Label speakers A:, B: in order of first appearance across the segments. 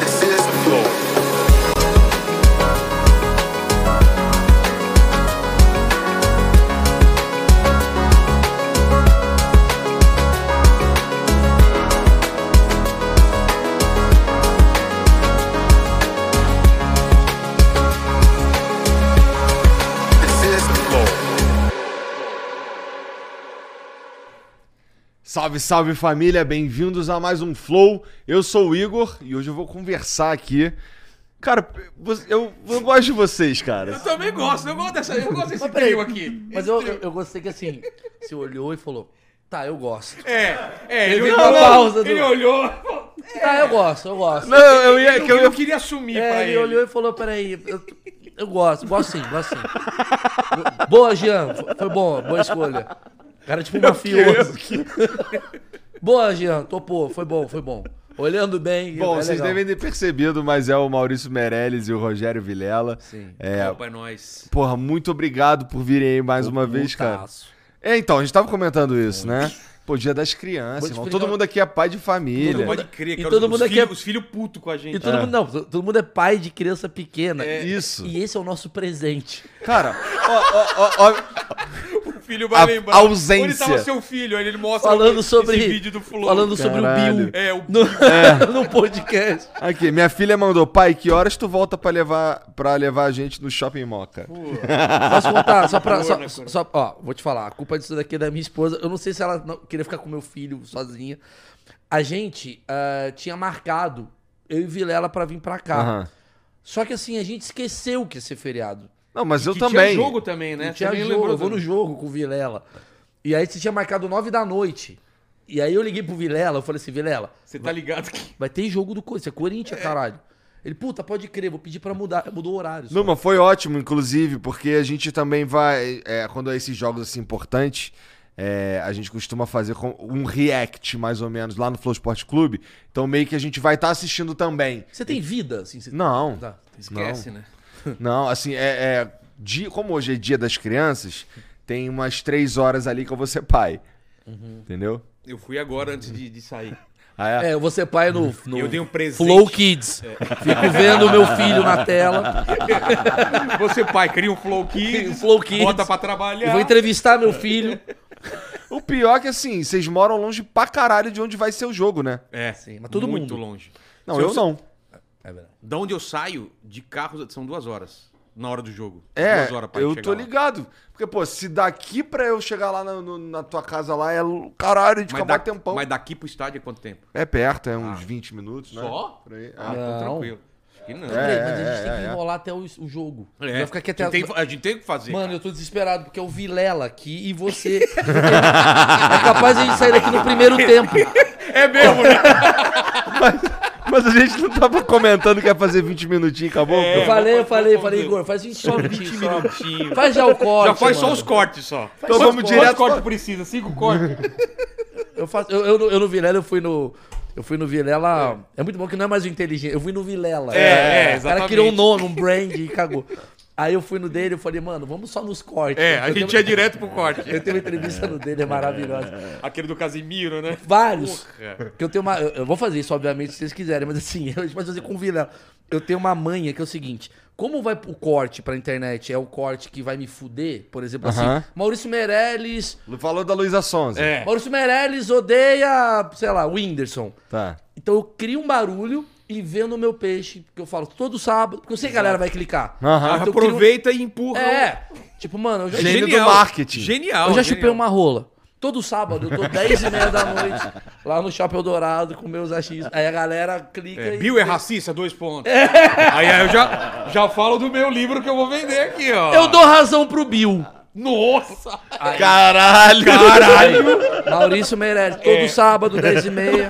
A: This is the floor. This is the floor.
B: Salve, salve família, bem-vindos a mais um Flow. Eu sou o Igor e hoje eu vou conversar aqui. Cara, você- eu, eu gosto de vocês, cara.
C: Eu também gosto, eu gosto dessa, eu gosto desse
D: peraí,
C: trio aqui.
D: Mas
C: Esse
D: eu,
C: trio.
D: eu, eu gostei que assim, você olhou e falou, tá, eu gosto.
C: É, é,
D: Ele
C: ele,
D: deu
C: olhou,
D: uma pausa do-
C: ele olhou.
D: Tá, eu gosto, eu gosto.
B: Não, eu ia.
C: Eu,
B: que eu ia-
C: queria assumir
D: É,
C: pra
D: ele,
C: ele.
D: olhou e falou, peraí, eu, eu gosto, gosto sim, gosto sim. Boa, Jean, foi- foi bom, boa escolha. Cara tipo mafioso. Boa, Jean, topou, foi bom, foi bom. Olhando bem,
B: Bom,
D: é
B: vocês
D: legal.
B: devem ter percebido, mas é o Maurício Meirelles e o Rogério Vilela.
D: Sim.
B: É,
C: Opa, é nóis.
B: porra, muito obrigado por virem aí mais uma vez, cara.
D: Putaço.
B: É, então, a gente tava comentando isso, né? Pô, dia das crianças,
D: Vou te
B: irmão.
D: explicar-
B: Todo mundo aqui é pai de família.
C: Não pode crer,
D: E
C: cara.
D: todo
C: os
D: mundo aqui
C: filhos-
D: é-
C: Os filhos putos com a gente.
D: E todo mundo, não, todo mundo é pai de criança pequena.
B: É, isso.
D: E esse é o nosso presente.
B: Cara, ó, ó, ó, ó.
C: O filho vai
B: A-
C: lembrar.
B: ausência.
C: Onde tava seu filho? Aí ele mostra
D: Falando
C: esse
D: sobre
C: vídeo do fulano.
D: falando sobre o
B: Caralho.
D: Bill.
C: É, o
D: No, no podcast.
B: Aqui, minha filha mandou, pai, que horas tu volta pra levar, pra levar a gente no shopping moca?
D: Posso contar? Só pra.
C: Porra,
D: Só, só- ó, vou te falar. A culpa disso daqui é da minha esposa. Eu não sei se ela não- queria ficar com meu filho sozinha. A gente ah, tinha marcado, eu e Vilela, pra vir pra cá.
B: Aham.
D: Só que assim, a gente esqueceu que ia ser feriado.
B: Não, mas eu
C: que
B: também.
C: Tinha jogo também, né?
D: Não tinha
C: Também
D: jogo,
C: lembrou
D: eu vou no
C: também.
D: jogo com o Vilela. E aí você tinha marcado nove da noite. E aí eu liguei pro Vilela, eu falei assim, Vilela,
C: Você tá ligado que.
D: vai ter jogo do Corinthians, é Corinthians, caralho. Ele, puta, pode crer, vou pedir pra mudar, mudou o horário. só.
B: Não, mas foi ótimo, inclusive, porque a gente também vai. é, quando é esses jogos assim importantes, é, a gente costuma fazer com- um react, mais ou menos, lá no Flow Sport Clube. Então meio que a gente vai estar assistindo também.
D: Você tem vida, assim? Você...
B: Não,
D: Tá.
C: Esquece, né?
B: não, assim, é. é, dia- como hoje é dia das crianças, tem umas três horas ali que eu vou ser pai. Entendeu?
C: Eu fui agora antes de, de sair.
B: Ah, é?
D: Uhum. É, eu vou ser pai no, no
C: Eu dei um presente.
D: Flow Kids. Fico vendo o meu filho na tela.
C: Você, pai, cria um Flow Kids.
D: Um Flow Kids.
C: Bota pra
D: Eu
C: trabalhar.
D: vou entrevistar meu filho.
B: O pior é que assim, vocês moram longe pra caralho de onde vai ser o jogo, né?
C: É,
D: Sim, mas todo
C: muito
D: mundo.
C: longe.
B: Não,
C: Se
B: eu
C: você-
B: não.
D: É verdade.
C: Da onde eu saio, de carro, são duas horas. Na hora do jogo.
B: É,
C: duas horas pra
B: eu
C: chegar
B: tô
C: lá.
B: ligado. Porque, pô, se daqui pra eu chegar lá na, no- na tua casa lá é l- caralho, de
C: Mas,
B: acabar
C: da-
B: tempão.
C: mas daqui pro estádio é quanto tempo?
B: É perto, é uns 20 minutos, né?
C: Só?
B: Por aí.
C: Ah,
B: Ah.
C: então
D: Não.
C: tranquilo. Acho que não.
B: É,
D: mas a gente
B: é,
D: tem
B: é,
D: que
B: é.
D: enrolar até o, o jogo.
C: É.
D: Vai ficar aqui
C: A
D: até...
C: gente tem- a gente tem o que fazer.
D: Mano, eu tô desesperado, porque é o Vilela aqui e você. é capaz de a gente sair daqui no primeiro tempo.
C: é mesmo, né?
B: É. Mas a gente não tava comentando que ia fazer 20 minutinhos, acabou?
C: É.
D: Eu falei, eu
C: vamos-
D: falei,
C: vamos- um
D: falei,
C: vamos-
D: Igor, faz isso só 20
C: 20
D: só. um
C: minutinhos.
D: Faz já o corte.
C: Já faz só um
D: mano.
C: os cortes só.
B: Então vamos
C: Quantos
B: direto
C: cortes
B: pra-
C: precisa? Cinco cortes.
D: Eu, faço, eu, eu, no- eu no Vilela, eu fui no. Eu fui no Vilela. É. muito bom que não é mais o inteligente. Eu fui no Vilela.
C: É, é,
D: O cara criou um
C: exatamente.
D: nome, um brand e cagou. Aí eu fui no dele e falei, mano, vamos só nos cortes.
C: É, a
D: Eu
C: gente
D: tenho-
C: é direto pro corte.
D: Eu tenho uma entrevista no dele, é maravilhosa.
C: Aquele do Casimiro, né?
D: Vários.
C: Porra.
D: Que eu tenho uma. Eu eu vou fazer isso, obviamente, se vocês quiserem, mas assim, a gente pode fazer com o Vilela. eu tenho uma manha que é o seguinte. Como vai o corte pra internet? É o corte que vai me fuder? Por exemplo,
B: Aham.
D: assim, Maurício Meirelles...
B: Falou da Luísa Sonza.
C: É.
D: Maurício Meirelles odeia, sei lá, o Whindersson.
B: Tá.
D: Então eu crio um barulho e vendo o meu peixe, porque eu falo todo sábrio, porque eu sei que a galera vai clicar.
B: Aham.
D: Então eu crio-
C: Aproveita e empurra.
D: É. Tipo, mano, eu já,
B: Gênio do
C: Genial.
B: marketing.
C: Genial.
D: eu já
C: genial.
D: chupei uma rola. Todo sábado, eu tô 10 e meia da noite lá no Shopping Dourado com meus achistas. Aí a galera clica
C: É,
D: e...
C: Bill é racista, dois pontos. Aí, aí eu já, já falo do meu livro que eu vou vender aqui, ó.
D: Eu dou razão pro Bill.
C: Nossa!
B: Caralho!
D: Maurício Meirelles, todo
C: É.
D: sábado, 10 e meia.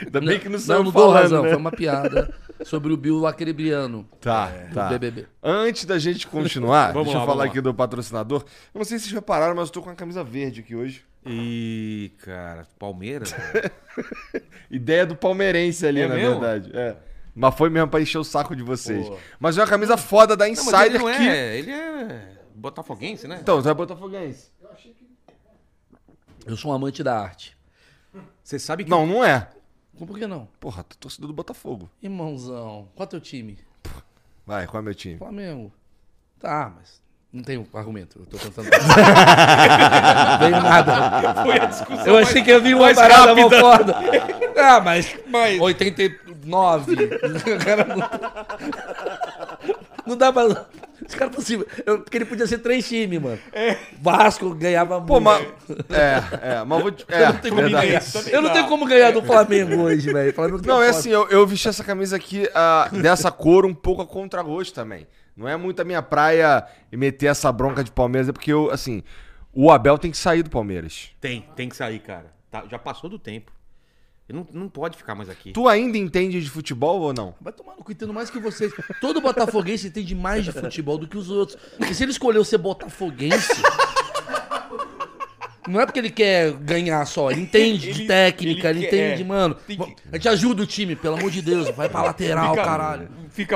B: Ainda bem que não
D: Não,
B: saiu
D: não dou
B: falando,
D: razão.
B: né?
D: Foi uma piada sobre o Bill acrebiano.
B: Tá,
C: É,
B: tá.
D: BBB.
B: Antes da gente continuar,
C: Vamos
B: deixa
C: lá,
B: eu falar
C: vamos lá.
B: aqui do patrocinador. Eu não sei se vocês repararam, mas eu tô com a camisa verde aqui hoje.
C: Ih, cara, Palmeiras?
B: Ideia do palmeirense ali,
C: É
B: na
C: mesmo?
B: verdade. É. Mas foi mesmo pra encher o saco de vocês. Mas é uma camisa foda da
C: Não, mas ele
B: Insider
C: não
B: que...
C: é. Ele é botafoguense, né?
B: Então, você é botafoguense.
D: Eu sou um amante da arte.
C: Você sabe que.
B: Não, não é.
D: Por que não?
B: Porra, tô torcedor do Botafogo.
D: Irmãozão, qual é teu time?
B: Vai, qual é meu time?
D: Flamengo. Tá, mas não tem argumento. Eu tô tentando. não tenho nada.
C: Foi a discussão.
D: Eu achei que eu vi uma parada mó foda. Ah, mas, 89. O cara não- não dá pra... Os caras possível. Eu, porque ele podia ser três times, mano. Vasco ganhava
B: Pô,
D: muito.
B: mas... É, é, mas vou... te- É,
D: Não tem como
B: verdade.
D: ganhar. Eu não tenho como ganhar do Flamengo hoje, velho. Flamengo tá
B: Não, é
D: foda.
B: assim, eu, eu vesti essa camisa aqui ah, dessa cor um pouco a contragosto também. Não é muito a minha praia meter essa bronca de Palmeiras, é porque eu, assim, o Abel tem que sair do Palmeiras.
C: Tem, tem que sair, cara. Tá, já passou do tempo. Ele não, não pode ficar mais aqui.
B: Tu ainda entende de futebol ou não?
D: Vai tomar no cu, entendo mais que vocês. Todo botafoguense entende mais de futebol do que os outros. E se ele escolheu ser botafoguense... Não é porque ele quer ganhar só, ele entende de técnica, ele,
C: ele quer,
D: entende,
C: é.
D: mano.
C: Tem que-
D: A gente ajuda o time, pelo amor de Deus, vai pra lateral, é caralho.
C: Fica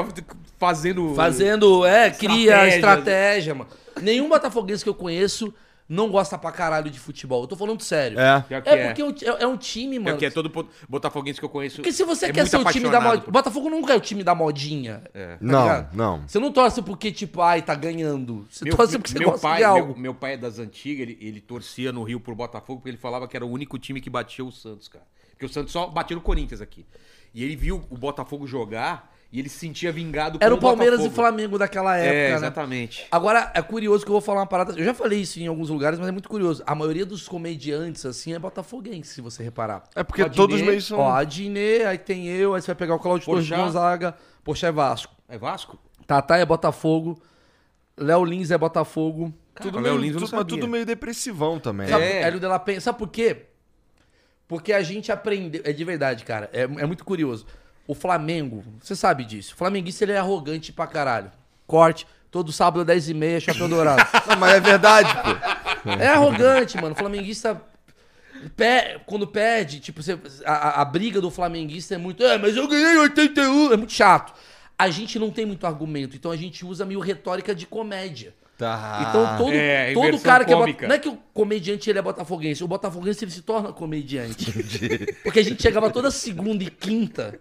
C: fazendo.
D: Fazendo, é, cria
C: Estratégia.
D: estratégia, mano. Nenhum botafoguense que eu conheço não gosta pra caralho de futebol. Eu tô falando sério.
B: É.
C: Pior que
D: É porque é um, é- é um time,
C: É
D: mano.
C: porque é todo po- botafoguense que eu conheço.
D: Porque se você
C: é
D: quer
C: muito
D: ser o time da
C: apaixonado
D: modinha.
C: por-
D: Botafogo nunca é o time da modinha.
C: É.
B: Não,
D: tá ligado?
B: não.
D: Você não torce porque, tipo, ai, tá ganhando. Você
C: Meu,
D: torce porque você
C: meu
D: gosta
C: pai,
D: de algo.
C: Meu, meu pai é das antigas, ele, ele torcia no Rio pro Botafogo, porque ele falava que era o único time que batia o Santos, cara. Porque o Santos só batia no Corinthians aqui. E ele viu o Botafogo jogar e ele se sentia vingado
D: Era
C: com
D: o Palmeiras e
C: Botafogo.
D: Flamengo daquela época,
C: É,
D: né?
C: exatamente.
D: Agora, é curioso que eu vou falar uma parada. Eu já falei isso em alguns lugares, mas é muito curioso. A maioria dos comediantes, assim, é botafoguense, se você reparar.
B: É porque
D: Ó, Adnet-
B: todos meio são-
D: Ó, a Diné, aí tem eu, aí você vai pegar o Claudio Torres
C: Porchat.
D: Gonzaga, Poxa é Vasco.
C: É Vasco?
D: Tatá é Botafogo. Léo Lins é Botafogo.
B: Tudo
C: Léo
B: meio,
C: Lins eu não
B: tudo, mas
C: sabia.
B: tudo meio depressivão também.
D: Sabe,
C: É.
D: Hélio de la Penha. Sabe por quê? Porque a gente aprendeu. É de verdade, cara. É, é muito curioso. O Flamengo, você sabe disso. O flamenguista ele é arrogante pra caralho. Corte, todo sábado, 10h30, chapéu dourado.
B: Não, mas é verdade, pô.
D: é arrogante, mano. O flamenguista. pe- quando perde, tipo, você- a, a- a briga do flamenguista é muito. É, mas eu ganhei 81. É muito chato. A gente não tem muito argumento, então a gente usa meio retórica de comédia.
B: Tá.
D: Então todo,
C: é, a
D: todo
C: inversão
D: cara que é
C: cômica.
D: bota- Não é que o comediante ele é botafoguense, o botafoguense ele se torna comediante. Porque a gente chegava toda segunda e quinta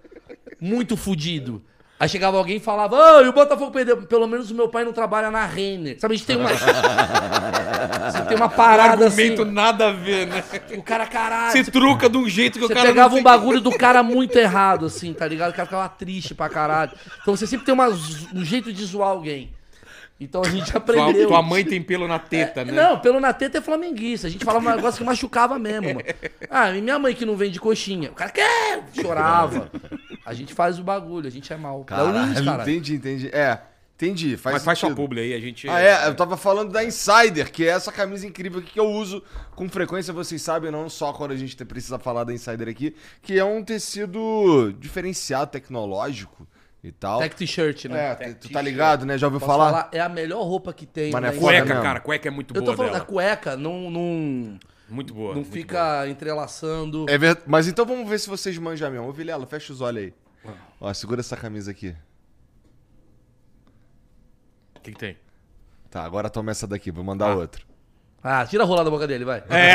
D: muito fudido. Aí chegava alguém e falava, ah, e o Botafogo perdeu. Pelo menos o meu pai não trabalha na Renner. Sabe, a gente tem uma. Você tem uma parada assim.
C: Argumento nada a ver, né?
D: O cara, caralho.
C: Se
D: você-
C: truca de um jeito que o
D: você
C: cara. não
D: pegava um
C: tem-
D: bagulho do cara muito errado, assim, tá ligado? O cara ficava triste pra caralho. Então você sempre tem uma zo- um jeito de zoar alguém. Então a gente aprendeu.
C: Tua, tua mãe tem pelo na teta, né?
D: Não, pelo na teta é flamenguista. A gente falava um negócio que machucava mesmo, mano. Ah, e minha mãe que não vende coxinha. O cara quer! Chorava. A gente faz o bagulho, a gente é mal. é o Lins,
B: Caralho,
D: cara.
B: entendi, entendi. É, entendi. Faz
C: Mas faz sua
B: sentido.
C: publi aí, a gente.
B: Ah, é, eu tava falando da Insider, que é essa camisa incrível aqui que eu uso com frequência, vocês sabem, não só quando a gente te- precisa falar da Insider aqui, que é um tecido diferenciado, tecnológico e tal.
D: Tech t-shirt, né?
B: É, tu- tu tá ligado, né? Já ouviu falar?
D: É a melhor roupa que tem.
B: Mas não é
D: né?
B: foda né?
C: Cueca,
B: mesmo.
C: cara, cueca é muito
D: Eu
C: boa
D: tô falando,
C: dela.
D: a cueca não, não,
C: Muito boa.
D: não
C: muito
D: fica entrelaçando.
B: É ver- Mas então vamos ver se vocês manjam mesmo. Ô, Vilela, fecha os olhos aí. Ó, segura essa camisa aqui.
C: boa. O que, que tem?
B: Tá, agora toma essa daqui, vou mandar outra. É,
D: Ah, tira a rola da boca dele, vai.
C: É.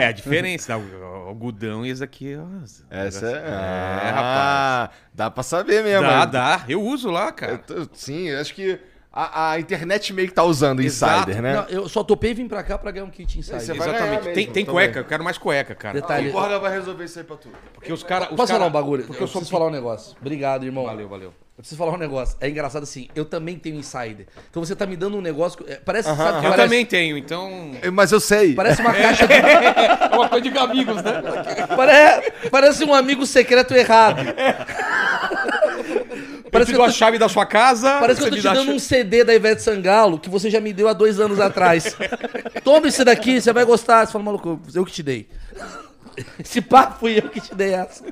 C: é a diferença. O, algodão e esse aqui. ó,
B: Essa é.
C: negócio-
B: É,
C: rapaz.
B: rapaz. Dá pra saber mesmo.
C: Dá,
B: né?
C: dá. Eu uso lá, cara.
B: Eu tô- sim, eu acho que a, a internet meio que tá usando o
C: Exato.
B: insider, né?
D: Não, eu só topei vir pra cá pra ganhar um kit inside.
B: Você vai ganhar
C: Exatamente.
B: mesmo,
C: tem tem
B: também.
C: cueca, eu quero mais cueca, cara.
D: Detalhe.
C: Porque-
B: Borda vai resolver isso aí pra tu.
C: Porque os caras.
D: Posso falar um bagulho?
C: Porque eu, sou.
D: preciso falar um negócio. Obrigado, irmão.
C: Valeu, valeu.
D: Eu preciso falar um negócio. É engraçado assim, eu também tenho insider. Então você tá me dando um negócio. que- é, Parece, sabe, que
C: Eu
D: parece,
C: também tenho, então.
B: Mas eu sei.
D: parece uma caixa de.
C: É uma coisa de amigos, né?
D: Pare- Parece um amigo secreto errado. Parece
C: Parece É. eu te
D: que eu
C: dou
D: tô-
C: a chave da sua casa.
D: Parece que eu
C: você
D: tô
C: me
D: te
C: dá a
D: dando
C: chave-
D: um CD da Ivete Sangalo que você já me deu há dois anos atrás. Toma esse daqui, você vai gostar. Você fala, maluco, eu que te dei. Esse papo fui eu que te dei essa.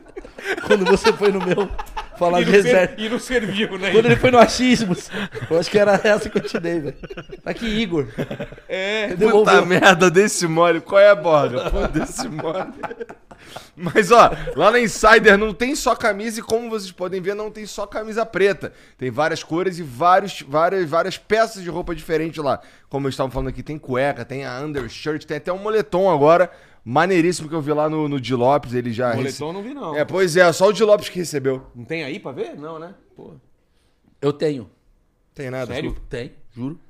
D: Quando você foi no meu falar
C: E
D: de
C: não, ser-
D: reserva.
C: e não serviu, né?
D: Quando ele foi no Achismos, eu acho que era essa que eu te dei, velho. Aqui, Igor. É,
B: Puta
D: devolveu.
B: merda desse mole, qual é a borda? Pô, desse mole. Mas ó, lá na Insider não tem só camisa e como vocês podem ver, não tem só camisa preta. Tem várias cores e vários, várias, várias peças de roupa diferentes lá. Como eu estava falando aqui, tem cueca, tem a undershirt, tem até um moletom agora. Maneiríssimo que eu vi lá no, no Di Lopes, ele já...
C: Moletom eu não vi, não.
B: É, pois é, só o Di Lopes que recebeu.
C: Não tem aí pra ver? Não, né? Pô.
D: Eu tenho.
B: Tem nada.
C: Sério?
D: Tem, juro.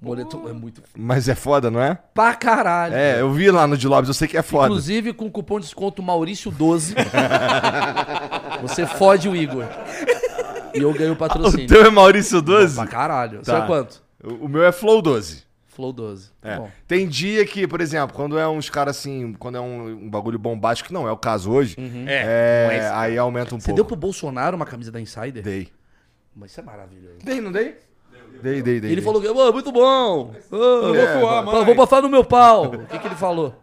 D: Moletom é muito f-
B: Mas é foda, não é?
D: pra caralho.
B: É, eu vi lá no Di Lopes, eu sei que é foda.
D: Inclusive com o cupom de desconto Maurício12, você fode o Igor. E eu ganho o
B: o
D: patrocínio.
B: teu é Maurício 12?
D: Pra caralho. Você
B: Tá.
D: é quanto?
B: O o meu é Flow 12.
D: Flow 12. Tá
B: É.
D: bom.
B: Tem dia que, por exemplo, quando é uns caras assim, quando é um, um bagulho bombástico, que não é o caso hoje, é, aí aumenta um
D: Uhum. Você deu
B: pouco.
D: pro Bolsonaro uma camisa da Insider?
B: Dei.
D: Mas isso é maravilhoso.
B: Dei, não dei? Dei, dei, dei.
D: Ele falou que, "Ô, muito bom. Ô,
B: É,
C: Pô, ah,
D: vou passar no meu pau. O que, que ele falou?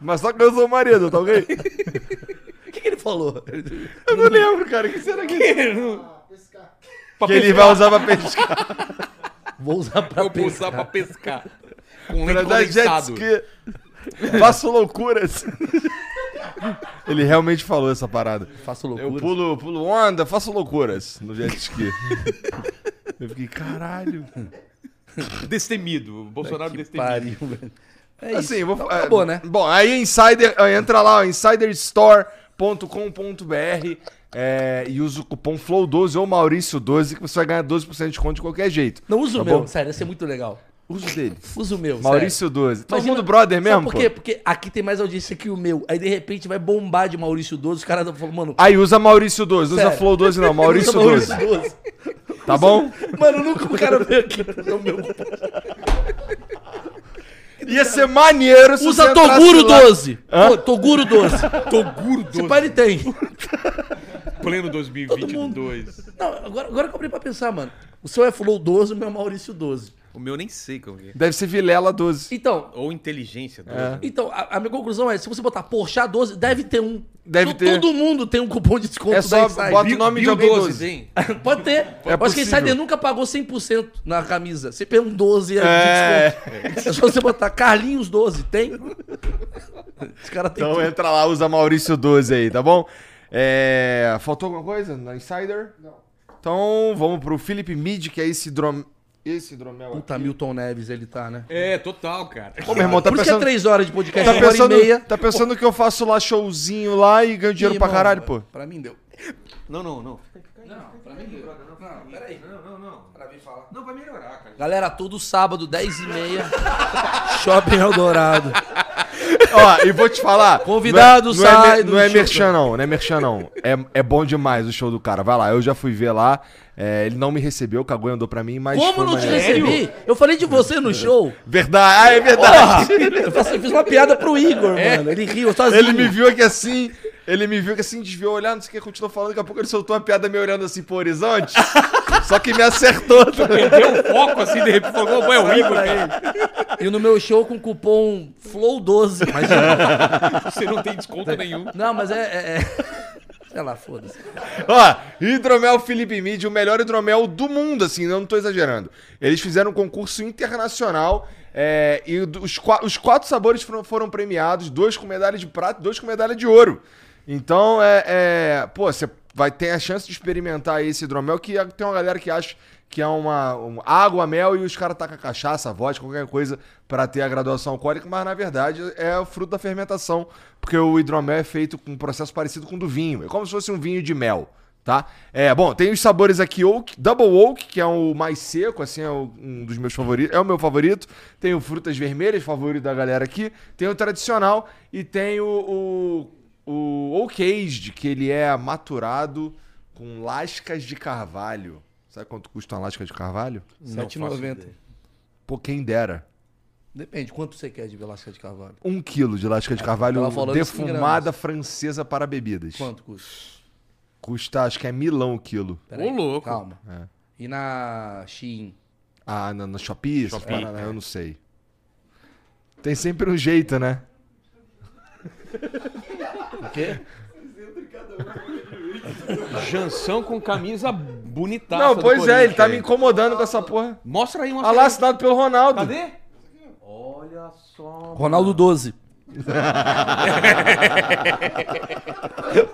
B: Mas só que eu sou o marido, tá ok?
D: O que, que ele falou?
B: eu não lembro, cara. O que será que,
C: Pra
B: que ele vai usar pra pescar?
D: Vou usar pra
C: Eu vou usar
D: pensar.
C: pra pescar. Com
B: Pra
C: leite
B: dar é jet
C: condensado.
B: ski. Faço loucuras. Ele realmente falou essa parada.
D: Faço
B: Eu
D: loucura.
B: pulo, pulo onda, faço loucuras no jet ski. Eu fiquei, caralho.
C: Destemido. O Bolsonaro destemido.
D: Pariu, velho. É isso.
B: Assim, vou,
D: Então,
B: é,
D: acabou, né?
B: Bom, aí Insider, ó, entra lá, ó, insiderstore.com.br é, e usa o cupom FLOW12 ou Maurício12 que você vai ganhar 12% de desconto de qualquer jeito.
D: Não, usa o
B: Tá
D: meu.
B: bom?
D: Sério, ia ser muito legal.
B: Usa o dele.
D: Usa o meu, sério.
B: Maurício12. Todo
D: Imagina-
B: mundo brother
D: Sabe
B: mesmo,
D: Por quê?
B: pô?
D: Porque aqui tem mais audiência que o meu. Aí de repente vai bombar de Maurício 12. Os caras falam, mano.
B: Aí usa Maurício12, usa
D: Sério.
B: Flow12 não,
D: usa
B: Maurício12,
D: 12.
B: tá bom?
D: Mano, nunca o cara veio aqui pra usar o meu.
B: Ia ser maneiro se você
D: Usa
B: entrasse
D: Toguro
B: lá.
D: 12. Pô, Toguro 12.
C: Toguro
D: Se
C: 12,
D: pá, ele tem.
C: pleno
D: mundo.
C: 2022.
D: Não, agora, agora que eu parei pra pensar, mano. O seu é Flow 12, o meu é Maurício 12.
C: O meu nem sei como que é.
B: Deve ser Vilela12.
D: Então,
C: Ou inteligência. 12.
D: Então, a, a minha conclusão é, se você botar Porchat 12, deve ter um.
B: Deve
D: To-
B: ter.
D: Todo mundo tem um cupom de desconto
B: É só
D: Insider.
B: bota o nome de
C: Bill
B: alguém
C: 12,
B: 12.
C: tem.
D: Pode ter. É, Eu acho que a
B: possível.
D: Insider nunca pagou 100% na camisa. Sempre é um 12 é.
B: É.
D: de desconto. É só você botar Carlinhos 12, tem? Os caras têm
B: Então
D: tudo.
B: entra lá, usa Maurício 12 aí, tá bom? É, Faltou alguma coisa na Insider? Não. Então vamos pro Felipe Mid, que é esse drom... Esse dromel aqui.
D: Puta, Milton Neves ele tá, né?
C: É, total, cara.
B: Ô, meu irmão, tá
D: Por isso que é
B: pensando...
D: 3 horas de podcast,
B: Tá
D: uma hora e meia.
B: pensando, tá pensando que eu faço lá showzinho lá e ganho dinheiro
D: Ih,
B: pra
D: irmão,
B: caralho, pô?
D: Pra mim deu.
C: Não, não, não.
D: Não, pra mim deu. Não, peraí.
C: Não, não, não. Não, vai melhorar, cara.
D: Galera, todo sábado, 10h30, Shopping Eldorado.
B: Ó, e vou te falar.
D: Convidado,
B: não é, não é,
D: sai
B: mer-
D: do
B: Não é
D: show.
B: merchan, não. Não é merchan, não. É, é bom demais o show do cara. Vai lá, eu já fui ver lá. é, ele não me recebeu, o Cagou andou pra mim, mas.
D: Como
B: foi
D: não te
B: maneiro.
D: recebi? Eu falei de você no show.
B: Verdade, ah, é
D: Porra!
B: verdade.
D: Eu faço- eu fiz uma piada pro Igor, mano. Ele riu sozinho.
B: É. Ele me viu aqui assim, ele me viu aqui assim, desviou olhar, não sei o que, continuou falando, daqui a pouco ele soltou uma piada me olhando assim pro horizonte, só que me acertou.
C: Perdeu o foco assim, de repente falou, "Pô, é o Igor, cara.
D: E no meu show com cupom FLOW12. Imagina.
C: Você não tem desconto nenhum.
D: Não, mas é. é- é- Sei lá, foda-se.
B: é Ó, Hidromel Felipe Mid, o melhor hidromel do mundo, assim, eu não tô exagerando. Eles fizeram um concurso internacional é, e do- os, qua- os quatro sabores foram, foram premiados, dois com medalha de prata e dois com medalha de ouro. Então, é, é, pô, você vai ter a chance de experimentar esse hidromel, que é- tem uma galera que acha que é uma um água, mel e os caras tacam cachaça, vodka, qualquer coisa pra ter a graduação alcoólica, mas na verdade é o fruto da fermentação, porque o hidromel é feito com um processo parecido com o do vinho. É como se fosse um vinho de mel. Tá? É, bom, tem os sabores aqui oak, double oak, que é o mais seco, assim, é o- um dos meus favoritos, é o meu favorito. Tem o frutas vermelhas, favorito da galera aqui. Tem o tradicional e tem o, o, o oak aged, que ele é maturado com lascas de carvalho. Sabe quanto custa uma lasca de carvalho?
C: Não faço
D: 7,90.
C: ideia.
B: Pô, quem dera.
D: Depende, quanto você quer de velasca de carvalho?
B: Um quilo de lasca de carvalho
D: É, tava falando isso em
B: defumada francesa para bebidas.
D: Quanto custa?
B: Custa, acho que é milão o quilo.
D: Peraí,
C: Ô, louco.
D: Calma.
B: É.
D: E na Shein?
B: Ah, na, na Shopee? essas
C: Shopee,
B: paradas, Eu não sei. Tem sempre um jeito, né?
D: O quê?
C: Jansão com camisa bonitaça.
B: não,
C: do
B: pois é, ele
C: Corinthians
B: tá
C: aí.
B: me incomodando com essa porra.
C: Mostra aí uma
B: Ah lá, assinado pelo Ronaldo.
C: Cadê? Olha só.
D: Ronaldo 12.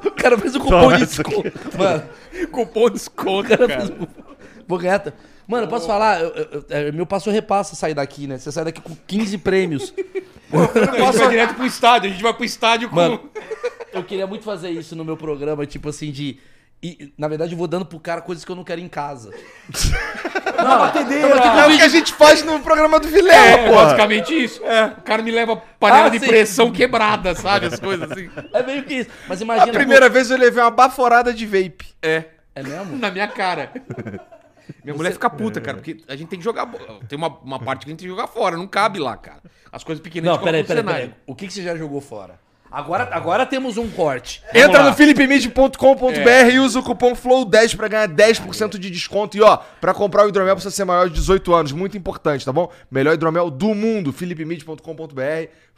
D: o cara fez um cupom de desconto. Mano,
C: Cupom desconto,
D: o cara fez um cupom. Vou ganhar. ta- Mano, eu posso falar? Eu- eu- eu- é, meu passo repassa sair daqui, né? Você sai daqui com 15 prêmios.
C: A gente vai direto pro estádio, a gente vai pro estádio com...
D: Mano, eu queria muito fazer isso no meu programa, tipo assim, de. e, na verdade, eu vou dando pro cara coisas que eu não quero em casa. Não, batedeira!
B: É o que a gente faz no programa do Vilela,
C: É,
B: porra.
C: basicamente isso. O cara me leva panela
D: Ah,
C: de
D: sim.
C: pressão quebrada, sabe? As coisas assim.
D: É meio que isso. Mas
B: A
D: imagina.
B: primeira vez eu levei uma baforada de vape.
C: É.
D: É mesmo?
C: Na minha cara. Minha mulher fica puta, cara, porque a gente tem que jogar. bo- Tem uma, uma parte que a gente tem que jogar fora, não cabe lá, cara. As coisas pequenas
D: Não,
C: a gente
D: peraí,
C: coloca
D: peraí,
C: no
D: peraí. O Tipo, que, que você já jogou fora? Agora, agora temos um corte.
C: Vamos
B: Entra
C: lá. É.
B: no philipemid.com.br e usa o cupom FLOW10 pra ganhar 10% de desconto. E ó, pra comprar o hidromel precisa ser maior de 18 anos, muito importante, tá bom? Melhor hidromel do mundo, philipemid.com.br,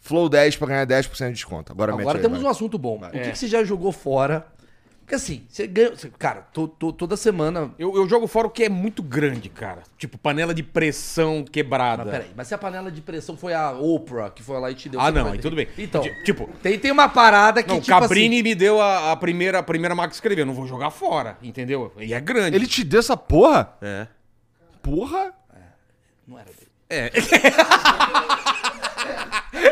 B: FLOW10 pra ganhar 10% de desconto. Agora,
D: Agora temos um assunto bom. O que, que você já jogou fora? Porque assim, você ganha. você- Cara, tô- tô- toda semana.
C: Eu, eu jogo fora o que é muito grande, cara. Tipo, panela de pressão quebrada.
D: Mas peraí, mas se a panela de pressão foi a Oprah que foi lá e te deu.
C: Ah,
D: você
C: não,
D: vai
C: aí
D: ter-
C: tudo bem.
D: Então,
C: Ti- tipo-
D: Tem, tem uma parada que.
C: Não,
D: tipo
C: Cabrini me deu a, a primeira, a primeira marca que escreveu. Eu Não vou jogar fora, entendeu? E é grande.
B: Ele te deu essa porra?
C: É.
B: Porra?
D: Assim, não era dele.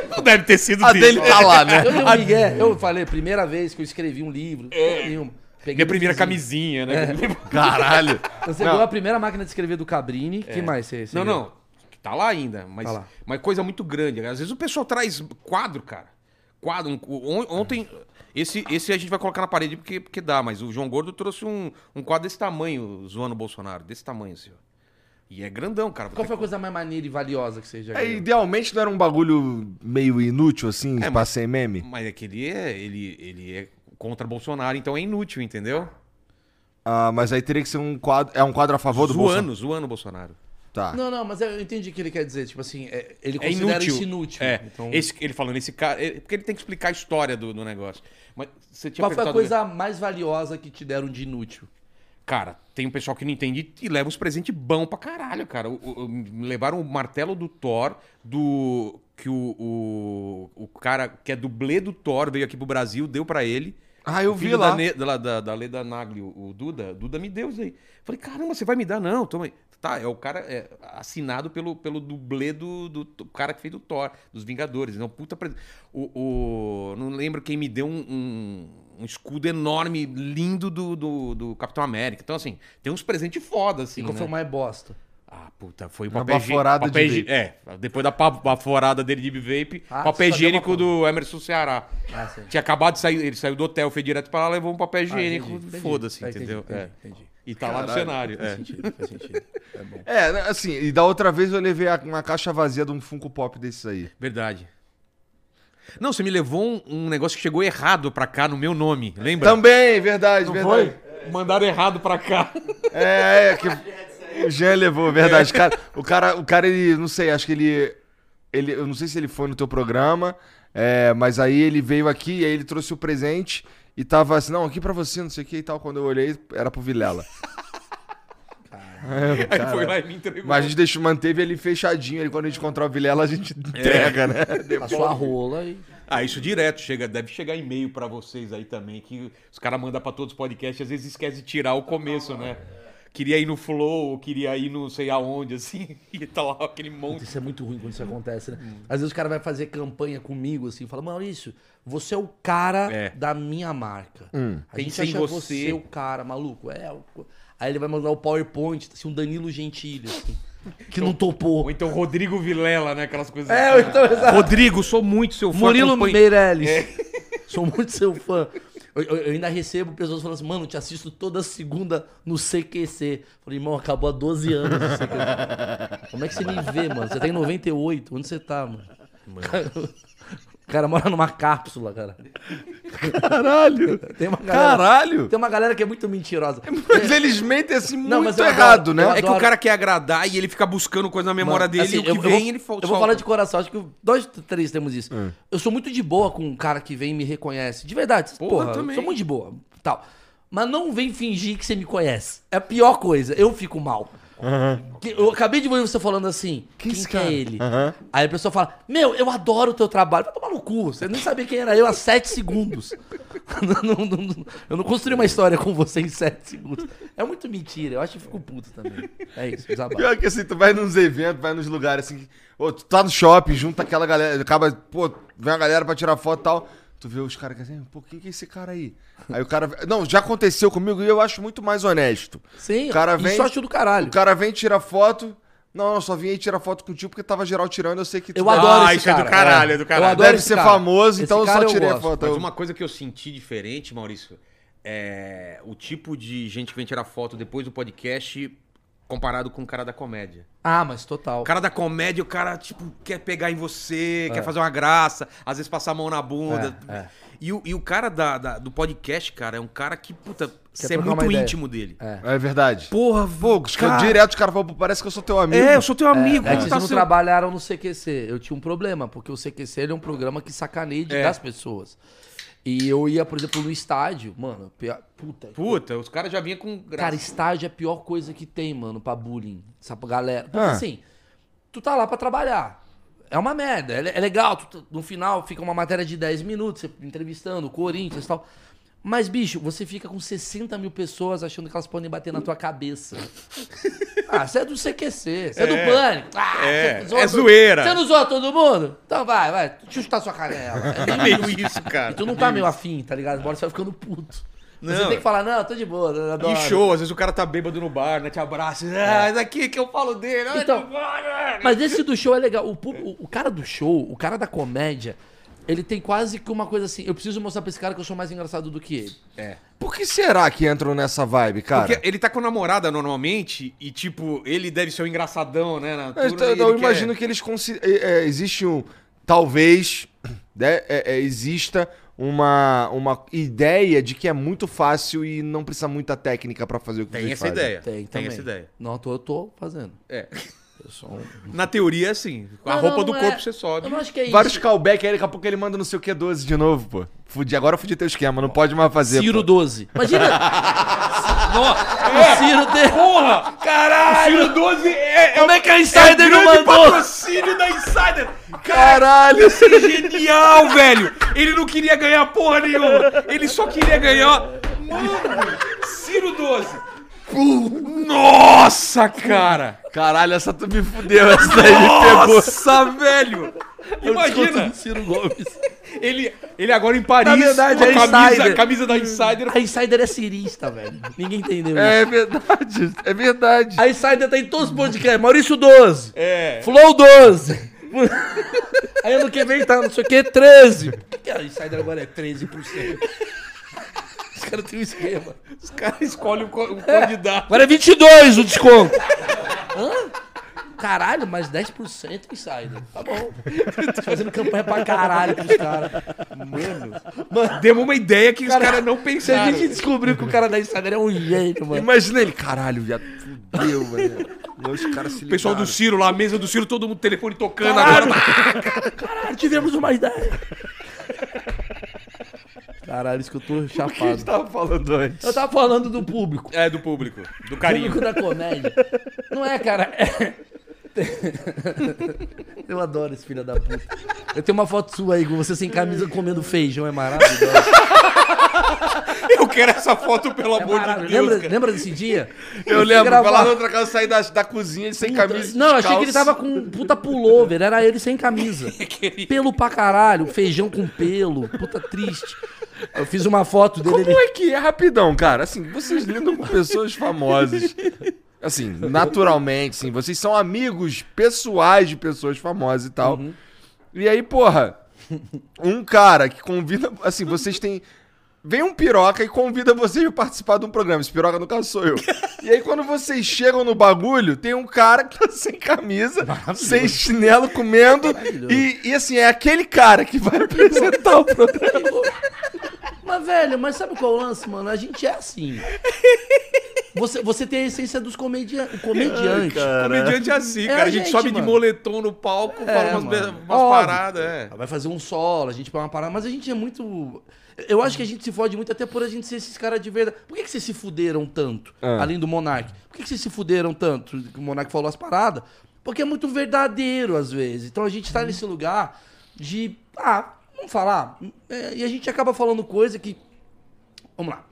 C: Não deve ter sido
B: A dele tá lá, né?
D: Eu dei
C: Ah,
D: um migué. Eu falei, primeira vez que eu escrevi um livro. nenhum. Peguei
C: É. Minha primeira
D: do vizinho.
C: camisinha, né?
D: É.
B: Caralho.
D: Então, Você ganhou a primeira máquina de escrever do Cabrini. que mais você, você
C: É. Não,
D: ganhou?
C: não. que Tá lá ainda, mas,
D: Tá lá.
C: mas coisa muito grande. Às vezes o pessoal traz quadro, cara. Quadro. um- on- ontem. Esse, esse a gente vai colocar na parede porque, porque dá, mas o João Gordo trouxe um, um quadro desse tamanho, zoando o Bolsonaro. Desse tamanho, assim, ó. E é grandão, cara. Vou
D: Qual
C: ter
D: foi a coisa mais maneira e valiosa que você já
B: É,
D: ganhou?
B: idealmente não era um bagulho meio inútil, assim,
C: É,
B: pra
C: mas-
B: ser
C: que-
B: meme?
C: Mas é que ele é, ele, ele é contra Bolsonaro, então é inútil, entendeu?
B: Ah, mas aí teria que ser um quadro... É um quadro a favor do
C: zoando,
B: Bolsonaro?
C: zoando o Bolsonaro.
B: Tá.
D: Não, não, mas eu entendi o que ele quer dizer. Tipo assim, é- ele
C: É
D: considera
C: inútil.
D: isso inútil.
C: É.
D: Então,
C: Esse- ele falando, esse cara. ele- é, porque ele tem que explicar a história do, do negócio. Mas você tinha
D: Qual foi a
C: perguntado-
D: coisa mais valiosa que te deram de inútil?
C: Cara, tem um pessoal que não entende e leva uns presentes bons pra caralho, cara. O- o- o- me levaram o martelo do Thor, do. Que o, o, o cara que é dublê do Thor veio aqui pro Brasil, deu pra ele.
B: Ah, eu
C: O
B: vi
C: filho
B: lá.
C: Da, Ne- da, da, da Leda Nagli, o, o Duda, Duda me deu isso aí. Falei, caramba, você vai me dar? Não, toma aí. Tá, é o cara é, assinado pelo, pelo dublê do, do, do cara que fez do Thor, dos Vingadores. Não, puta pres- o, o- Não lembro quem me deu um, um, um escudo enorme, lindo do, do, do Capitão América. Então, assim, tem uns presentes foda, assim.
D: E qual
C: né?
D: foi o mais bosta?
C: Ah, puta, foi o
B: Uma
C: papel higiê-
B: baforada de
C: papel
B: vape.
C: higiê- É, depois da pa- baforada dele de vape,
D: Ah, só deu
C: papel higiênico
D: uma
C: do Emerson Ceará.
D: Ah, sim. Ah,
C: Tinha acabado de sair, ele saiu do hotel, foi direto pra lá, levou um papel higiênico,
D: entendi, entendi.
C: foda-se,
D: Ah, entendi,
C: entendeu?
D: entendi,
C: É.
D: entendi.
C: E tá lá no cenário.
D: Faz
C: é.
D: sentido, faz sentido. É bom.
B: É, né, assim, e da outra vez eu levei a- uma caixa vazia de um Funko Pop desses aí.
C: Verdade. Não, você me levou um, um negócio que chegou errado pra cá no meu nome, lembra?
B: Também, verdade, Então, é verdade.
C: Foi? Mandaram errado pra cá.
B: É, é, que o Jean levou, verdade. Cara, o cara, o cara, ele, não sei, acho que ele, ele, eu não sei se ele foi no teu programa, é, mas aí ele veio aqui e aí ele trouxe o presente e tava assim, não, aqui pra você, não sei o que e tal. Quando eu olhei, era pro Vilela. É,
C: Aí
B: cara.
C: foi lá e me entregou.
B: Mas a gente deixou, manteve ele fechadinho. Ele, quando a gente encontrar o Vilela, a gente entrega, né?
D: Passou a rola e.
C: Ah, isso direto. Chega, deve chegar e-mail pra vocês aí também, que os caras mandam pra todos os podcasts e às vezes esquece de tirar o começo, né? Queria ir no Flow, queria ir no sei aonde, assim, e tá lá aquele monte.
D: Isso é muito ruim quando isso acontece, né?
C: Hum.
D: Às vezes o cara vai fazer campanha comigo, assim, fala, Maurício, você é o cara
C: É.
D: da minha marca. A gente
C: Pensa em
D: acha você.
C: você.
D: o cara, maluco. É. o- Aí ele vai mandar o PowerPoint, assim, um Danilo Gentili, assim, que não topou.
C: Ou então Rodrigo Vilela, né? Aquelas coisas.
D: É, ou então, exato.
C: Rodrigo, sou muito seu fã.
D: Murilo
C: acompanho-
D: Meirelles. Sou muito seu fã. Eu, eu- eu ainda recebo pessoas falando assim, mano, te assisto toda segunda no CQC. Falei, irmão, acabou há 12 anos o CQC. Como é que você me vê, mano? Você tá em 98, onde você tá, mano? O cara mora numa cápsula, cara.
B: Caralho!
D: Tem uma galera,
B: Caralho!
D: Tem uma galera que é muito mentirosa.
B: Mas eles mentem assim
D: Não, mas
B: muito
D: eu adoro-
B: errado, né?
D: eu
C: É que
D: Adoro.
C: o cara quer agradar e ele fica buscando coisa na memória
D: Mano,
C: dele
D: assim,
C: e o que
D: eu- eu
C: vem
D: vou-
C: ele fal-
D: Eu vou
C: solta. É.
D: falar de coração, acho que nós três temos isso. Eu sou muito de boa com um cara que vem e me reconhece. De verdade,
C: Porra,
D: porra, eu
C: também.
D: sou muito de boa, tal. Mas não vem fingir que você me conhece. É a pior coisa, eu fico mal. Que- Eu acabei de ver você falando assim, quem,
B: esse
D: que é
B: cara?
D: ele?
B: Aham.
D: Aí a pessoa fala, meu, eu adoro o teu trabalho. Vai tomar no cu, você nem sabia quem era eu há sete segundos. Não, não, não, eu não construí uma história com você em sete segundos. É muito mentira, eu acho que eu fico puto também. É isso, desabafo.
B: Pior que assim, tu vai nos eventos, vai nos lugares assim. que- Ô, tu tá no shopping, junta aquela galera, acaba, pô, vem a galera pra tirar foto e tal. Tu vê os caras que assim, pô, quem que é esse cara aí? Aí o cara. Não, já aconteceu comigo e eu acho muito mais honesto.
D: Sim,
B: O cara
D: e
B: vem-
D: só acho do caralho.
B: O cara vem tirar foto. Não, eu só vim aí tirar foto contigo porque tava geral tirando, eu sei que tu
D: Eu
B: deve-
D: adoro
C: Ah,
D: esse
C: isso é do
D: cara.
C: caralho, é do caralho.
D: Eu adoro
B: deve
D: esse
B: ser
D: cara.
B: famoso,
D: Esse
B: então eu só
D: cara eu
B: tirei a
D: gosto.
B: foto.
C: Mas
B: Eu-
C: uma coisa que eu senti diferente, Maurício, é o tipo de gente que vem tirar foto depois do podcast comparado com o cara da comédia.
D: Ah, mas total.
C: O cara da comédia, o cara, tipo, quer pegar em você, quer fazer uma graça, às vezes passar a mão na bunda.
D: É, é.
C: E, o, e o cara da- da- do podcast, cara, é um cara que, puta, você é
D: trocar uma
C: muito
D: ideia.
C: íntimo dele.
D: É.
B: É verdade.
C: Porra, Vogue,
B: Os caras- Direto os caras falam, pô, parece que eu sou teu amigo.
C: É, eu sou teu amigo.
D: É que
C: como
D: vocês
C: tá
D: não
C: seu-
D: trabalharam no CQC. Eu tinha um problema, porque o CQC ele é um programa que sacaneia de-
C: É.
D: das pessoas. E eu ia, por exemplo, no estádio, mano, pia- puta.
C: Puta, os caras já vinham com graça.
D: Cara, estádio é a pior coisa que tem, mano, pra bullying. Essa galera. Porque
B: Ah.
D: assim, tu tá lá pra trabalhar. É uma merda. É, le- é legal. tu- tu- no final fica uma matéria de 10 minutos, você entrevistando o Corinthians e tal. Mas, bicho, você fica com 60 mil pessoas achando que elas podem bater na tua cabeça. ah, você é do CQC, você é, do Pânico. Ah,
C: É,
D: você zoa
C: é
D: todo-
C: zoeira.
D: Você não zoa todo mundo? Então vai, vai. Deixa eu chutar sua canela. É
C: É meio isso, cara.
D: e tu não tá meio afim, tá ligado? Embora você vai ficando puto. Você
C: Não.
D: tem que falar, não, tô de boa, eu adoro.
C: E show, às vezes o cara tá bêbado no bar, né? Te abraça. Ah, é daqui que eu falo dele. Ai,
D: Então,
C: tu bora.
D: Mas esse do show é legal. O, pub- o- o cara do show, o cara da comédia, ele tem quase que uma coisa assim. Eu preciso mostrar pra esse cara que eu sou mais engraçado do que ele.
C: É.
B: Por que será que entram nessa vibe, cara?
C: Porque ele tá com namorada normalmente e, tipo, ele deve ser um engraçadão, né? Na
B: Eu,
C: turma,
B: eu-
C: e
B: eu
C: ele quer-
B: tá, imagino que eles consideram. existe um. Talvez né, é- é, exista uma, uma ideia de que é muito fácil e não precisa muita técnica pra fazer o que
C: Tem
B: vocês
C: essa
B: fazem.
C: ideia.
D: Tem,
C: É, Tem,
D: também.
C: essa ideia.
D: Não, eu tô, eu tô fazendo.
C: É.
D: Eu sou um...
C: Na teoria, é assim. Com a
D: Não,
C: roupa
D: não,
C: do
D: não é-
C: corpo você sobe.
D: Eu não acho que é isso.
B: Vários callback aí, daqui a pouco ele manda não sei o que 12 de novo, pô. Fudi, agora eu fudi teu esquema, não pode mais fazer.
D: Ciro
B: pô.
D: 12. Imagina! Nossa,
C: É.
D: o Ciro de...
C: Porra! Caralho! Tiro 12 é,
D: Como é que a
C: é o
D: Insider não
C: grande
D: mandou?
C: patrocínio da Insider!
B: Caralho!
C: Isso é genial, velho! Ele não queria ganhar porra nenhuma! Ele só queria ganhar. Mano! Ciro 12! Nossa, cara!
B: Caralho, essa tu me fudeu, essa daí me pegou.
C: Nossa, velho! Imagina!
D: Do Ciro Gomes.
C: Ele, ele agora em Paris,
B: Na verdade,
C: com a
B: é
C: camisa,
B: Insider.
C: camisa da Insider.
D: A Insider é cirista, velho. Ninguém entendeu isso.
B: É verdade, é verdade.
D: A Insider tá em todos os podcasts. Maurício 12.
C: É.
D: Flow 12. Aí ano que vem tá, não sei o que, 13. Por que a Insider agora é 13%? Os caras têm um esquema.
C: Os caras escolhem o co- o candidato.
D: Agora é 22 o desconto. Hã? Caralho, mais 10% Insider. Tá bom. Tô fazendo campanha pra caralho pros caras.
C: Demos uma ideia que os caras não
D: Se a
C: pensaram.
D: gente descobriu que o cara da Insider é um gênio, mano.
B: Imagina ele, caralho, já fudeu, velho. Os caras se
C: O pessoal do
B: ligaram.
C: Ciro lá, a mesa do Ciro, todo mundo telefone
D: Tá
C: tocando agora. tá-
D: Caralho, tivemos um uma ideia. Caralho, isso que eu tô chapado.
B: tava falando antes.
D: Eu tava falando do público.
C: É, do público, do
D: público
C: carinho.
D: da comédia. Não é, cara. É, Eu adoro esse filho da puta. Eu tenho uma foto sua aí com você sem camisa comendo feijão, é maravilhoso.
C: Eu quero essa foto, pelo
D: É
C: amor de
D: maravilhoso.
C: Deus.
D: Lembra,
C: cara.
D: lembra desse dia?
C: Eu
D: fui
C: lembro,
D: gravar.
C: vai lá na outra casa sair da, da cozinha sem camisa.
D: Não, eu achei que ele
C: descalço.
D: tava com um puta pullover, era ele sem camisa. Pelo pra caralho, feijão com pelo, puta triste. Eu fiz uma foto dele.
E: Como
D: ele-
E: é que é rapidão, cara? Assim, vocês lidam com pessoas famosas. Assim, naturalmente, sim. Vocês são amigos pessoais de pessoas famosas e tal. E aí, porra, um cara que convida. Assim, vocês têm. Vem um piroca e convida vocês a participar de um programa. Esse piroca, no caso, sou eu. E aí, quando vocês chegam no bagulho, tem um cara que tá sem camisa, sem chinelo, comendo. E, e, assim, é aquele cara que vai apresentar o programa.
D: Mas, velho, mas sabe qual é o lance, mano? A gente é assim. Você, você tem a essência dos comediantes. comediante.
C: Comediante é assim,
D: É
C: cara.
D: a
C: a gente,
D: gente,
C: sobe de
D: mano. É,
C: moletom no palco, fala umas,
D: mano.
C: be- umas
D: Óbvio.
C: paradas, é.
D: Vai fazer um solo, a gente põe uma parada, mas a gente é muito. Eu acho que a gente se fode muito até por a gente ser esses caras de verdade. Por que, que vocês se fuderam tanto, além do Monark? Por que, que vocês se fuderam tanto? Que o Monark falou as paradas? Porque é muito verdadeiro, às vezes. Então a gente tá nesse lugar de. Ah, vamos falar. É, E a gente acaba falando coisa que. Vamos lá.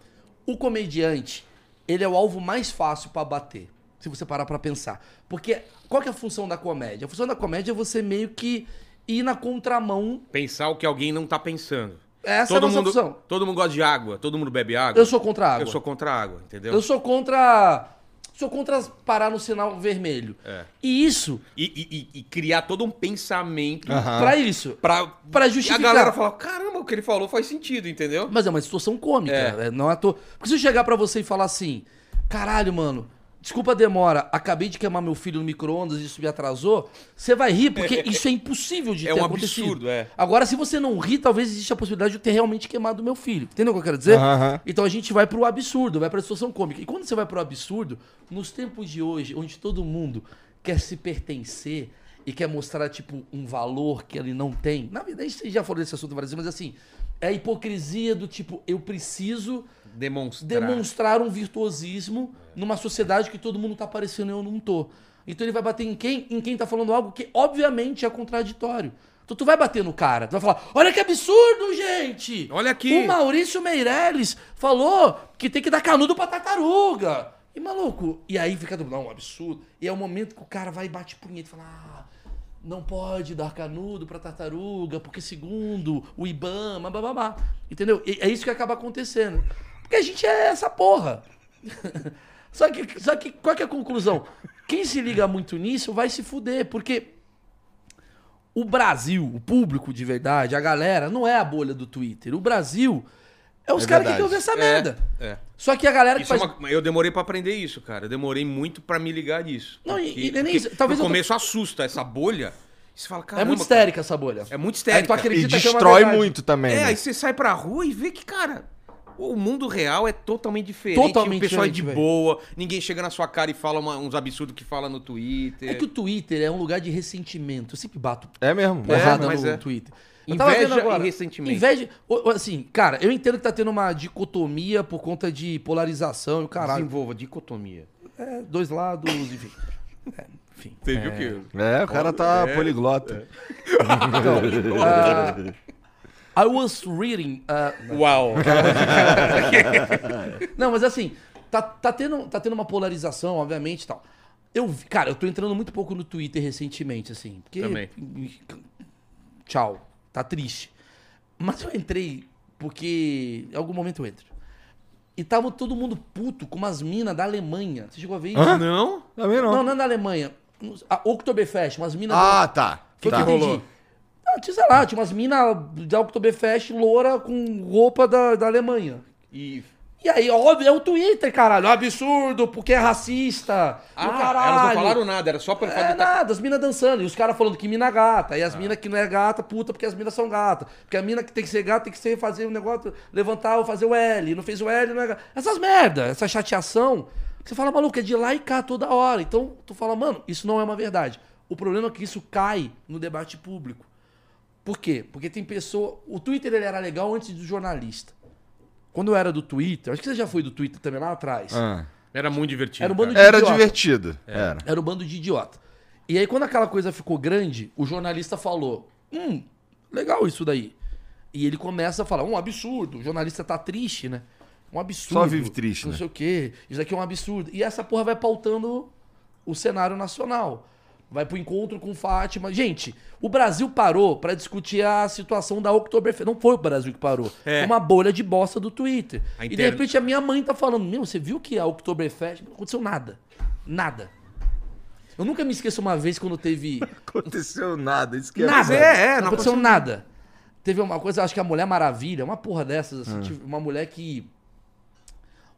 D: O comediante, ele é o alvo mais fácil pra bater, se você parar pra pensar. Porque qual que é a função da comédia? A função da comédia é você meio que ir na contramão.
C: Pensar o que alguém não tá pensando.
D: Essa é a nossa
C: mundo,
D: função.
C: Todo mundo gosta de água, todo mundo bebe água.
D: Eu sou contra a água.
C: Eu sou contra a água, entendeu?
D: Eu sou contra sou contra parar no sinal vermelho.
C: É.
D: E isso,
C: E, e- e- e criar todo um pensamento
D: pra isso,
C: pra,
D: pra
C: E a
D: justificar.
C: galera falar, caramba, o que ele falou faz sentido, entendeu?
D: Mas é uma situação cômica,
C: É.
D: é, não é à toa. Porque se eu chegar pra você e falar assim, caralho, mano, desculpa a demora, acabei de queimar meu filho no micro-ondas, isso me atrasou, você vai rir, porque isso é impossível de
C: É
D: ter
C: um
D: acontecido.
C: absurdo, é.
D: Agora, se você não rir, talvez exista a possibilidade de eu ter realmente queimado meu filho. Entendeu o que eu quero dizer?
E: Aham.
D: Então a gente vai pro absurdo, vai pra situação cômica. E quando você vai pro absurdo, nos tempos de hoje, onde todo mundo quer se pertencer e quer mostrar, tipo, um valor que ele não tem. Na verdade, a gente já falou desse assunto várias vezes, mas assim, é a hipocrisia do tipo, eu preciso
C: Demonstrar.
D: demonstrar um virtuosismo numa sociedade que todo mundo tá parecendo e eu não tô. Então ele vai bater em quem? Em quem tá falando algo que obviamente é contraditório. Então tu vai bater no cara, tu vai falar: "Olha que absurdo, gente!
C: Olha aqui."
D: O Maurício Meirelles falou que tem que dar canudo pra tartaruga". E maluco, e aí fica do não, um absurdo. E é o momento que o cara vai e bate punheta e fala: "Ah, não pode dar canudo pra tartaruga, porque segundo o Ibama, bababá". Entendeu? E é isso que acaba acontecendo. Porque a gente é essa porra. Só que, só que qual que é a conclusão? Quem se liga muito nisso vai se fuder, porque o Brasil, o público de verdade, a galera, não é a bolha do Twitter. O Brasil é os
E: É
D: caras que
E: verdade.
D: querem ouvir essa
C: É,
D: merda.
C: é.
D: Só que a galera que
C: Isso
D: faz.
C: é uma- Eu demorei pra aprender isso, cara. Eu demorei muito pra me ligar nisso.
D: Não, e- e nem isso. Talvez
C: no
D: eu tô-
C: começo assusta essa bolha. E você fala, caramba,
D: É muito
C: cara,
D: histérica essa bolha.
C: É muito
D: Aí tu
C: histérica.
E: E
D: acredita que é uma
E: destrói
D: verdade.
E: muito também.
C: É,
E: né?
C: aí você sai pra rua e vê que, cara, o mundo real é totalmente diferente. o
D: Totalmente
C: pessoal é
D: diferente,
C: de
D: velho.
C: boa, ninguém chega na sua cara e fala uma- uns absurdos que fala no Twitter.
D: É que o Twitter é um lugar de ressentimento. Eu sempre bato
E: É mesmo.
C: É,
D: porrada
C: mas
D: no
C: é.
D: Twitter.
C: Inveja e ressentimento.
D: Inveja. o- o- Assim, cara, eu entendo que tá tendo uma dicotomia por conta de polarização e o caralho.
C: Desenvolva dicotomia.
D: É, dois lados, enfim. É, enfim.
C: Você viu que...
E: É, o cara tá poliglota.
D: Ah, I was reading. ah,
C: Uau!
D: não, mas assim, tá, tá, tendo, tá tendo uma polarização, obviamente e tal. Eu, vi- cara, eu tô entrando muito pouco no Twitter recentemente, assim. Porque,
C: Também.
D: Tchau. Tá triste. Mas eu entrei porque. Em algum momento eu entro. E tava todo mundo puto com umas minas da Alemanha. Você chegou a ver isso?
C: Não?
E: Também
D: Não, não é da Alemanha. A Oktoberfest, umas minas da
E: Ah, tá.
D: foi o
E: tá.
D: que eu entendi. Não, tinha, sei lá, tinha umas minas da Oktoberfest loura com roupa da, da Alemanha.
C: E...
D: E aí, óbvio, é o Twitter, caralho. É um absurdo, porque é racista. e o
C: Ah,
D: caralho.
C: elas não falaram nada, era só pra ele
D: É
C: fazer... Ah.
D: nada, as minas dançando, e os caras falando que mina é gata, e as minas que não é gata, puta, porque as minas são gata. Porque a mina que tem que ser gata tem que ser fazer um negócio, levantar ou fazer o L, não fez o L, não é gata. Essas merda, essa chateação, que você fala, maluco, é de lá e cá toda hora. Então, tu fala, mano, isso não é uma verdade. O problema é que isso cai no debate público. Por quê? Porque tem pessoa. O Twitter ele era legal antes do jornalista. Quando eu era do Twitter, acho que você já foi do Twitter também lá atrás.
E: Ah.
C: Era muito divertido.
D: Era um bando
C: cara.
D: de
E: Era
D: idiota.
E: divertido. Era.
D: Era um bando de idiota. E aí, quando aquela coisa ficou grande, o jornalista falou: Hum, legal isso daí. E ele começa a falar: Um absurdo. O jornalista tá triste, né? Um absurdo.
B: Só vive triste,
D: Não
B: né?
D: sei o quê. Isso daqui é um absurdo. E essa porra vai pautando o cenário nacional. Vai pro encontro com Fátima. Gente, o Brasil parou pra discutir a situação da Oktoberfest. Não foi o Brasil que parou.
C: É.
D: Foi uma bolha de bosta do Twitter.
C: A
D: E de
C: internet-
D: repente a minha mãe tá falando: Meu, você viu que a Oktoberfest. Não aconteceu nada. Nada. Eu nunca me esqueço uma vez quando teve.
B: Aconteceu nada, isso que é
D: Nada.
C: é, é,
D: não
C: não
D: aconteceu nada. Teve uma coisa, acho que a Mulher Maravilha, uma porra dessas, assim, tipo, uma mulher que.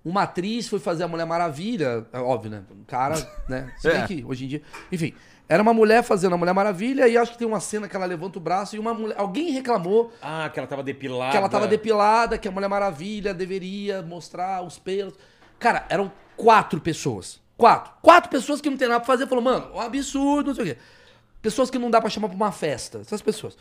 D: Uma atriz foi fazer a Mulher Maravilha, é óbvio, né? Um cara, né? Se bem
B: É.
D: que hoje em dia. Enfim, era uma mulher fazendo a Mulher Maravilha e acho que tem uma cena que ela levanta o braço e uma mulher. Alguém reclamou
C: Ah, que ela tava depilada.
D: que ela tava depilada, que a Mulher Maravilha deveria mostrar os pelos. Cara, eram quatro pessoas. Quatro. Quatro pessoas que não tem nada pra fazer. Falou, mano, um absurdo, não sei o quê. Pessoas que não dá pra chamar pra uma festa. Essas pessoas.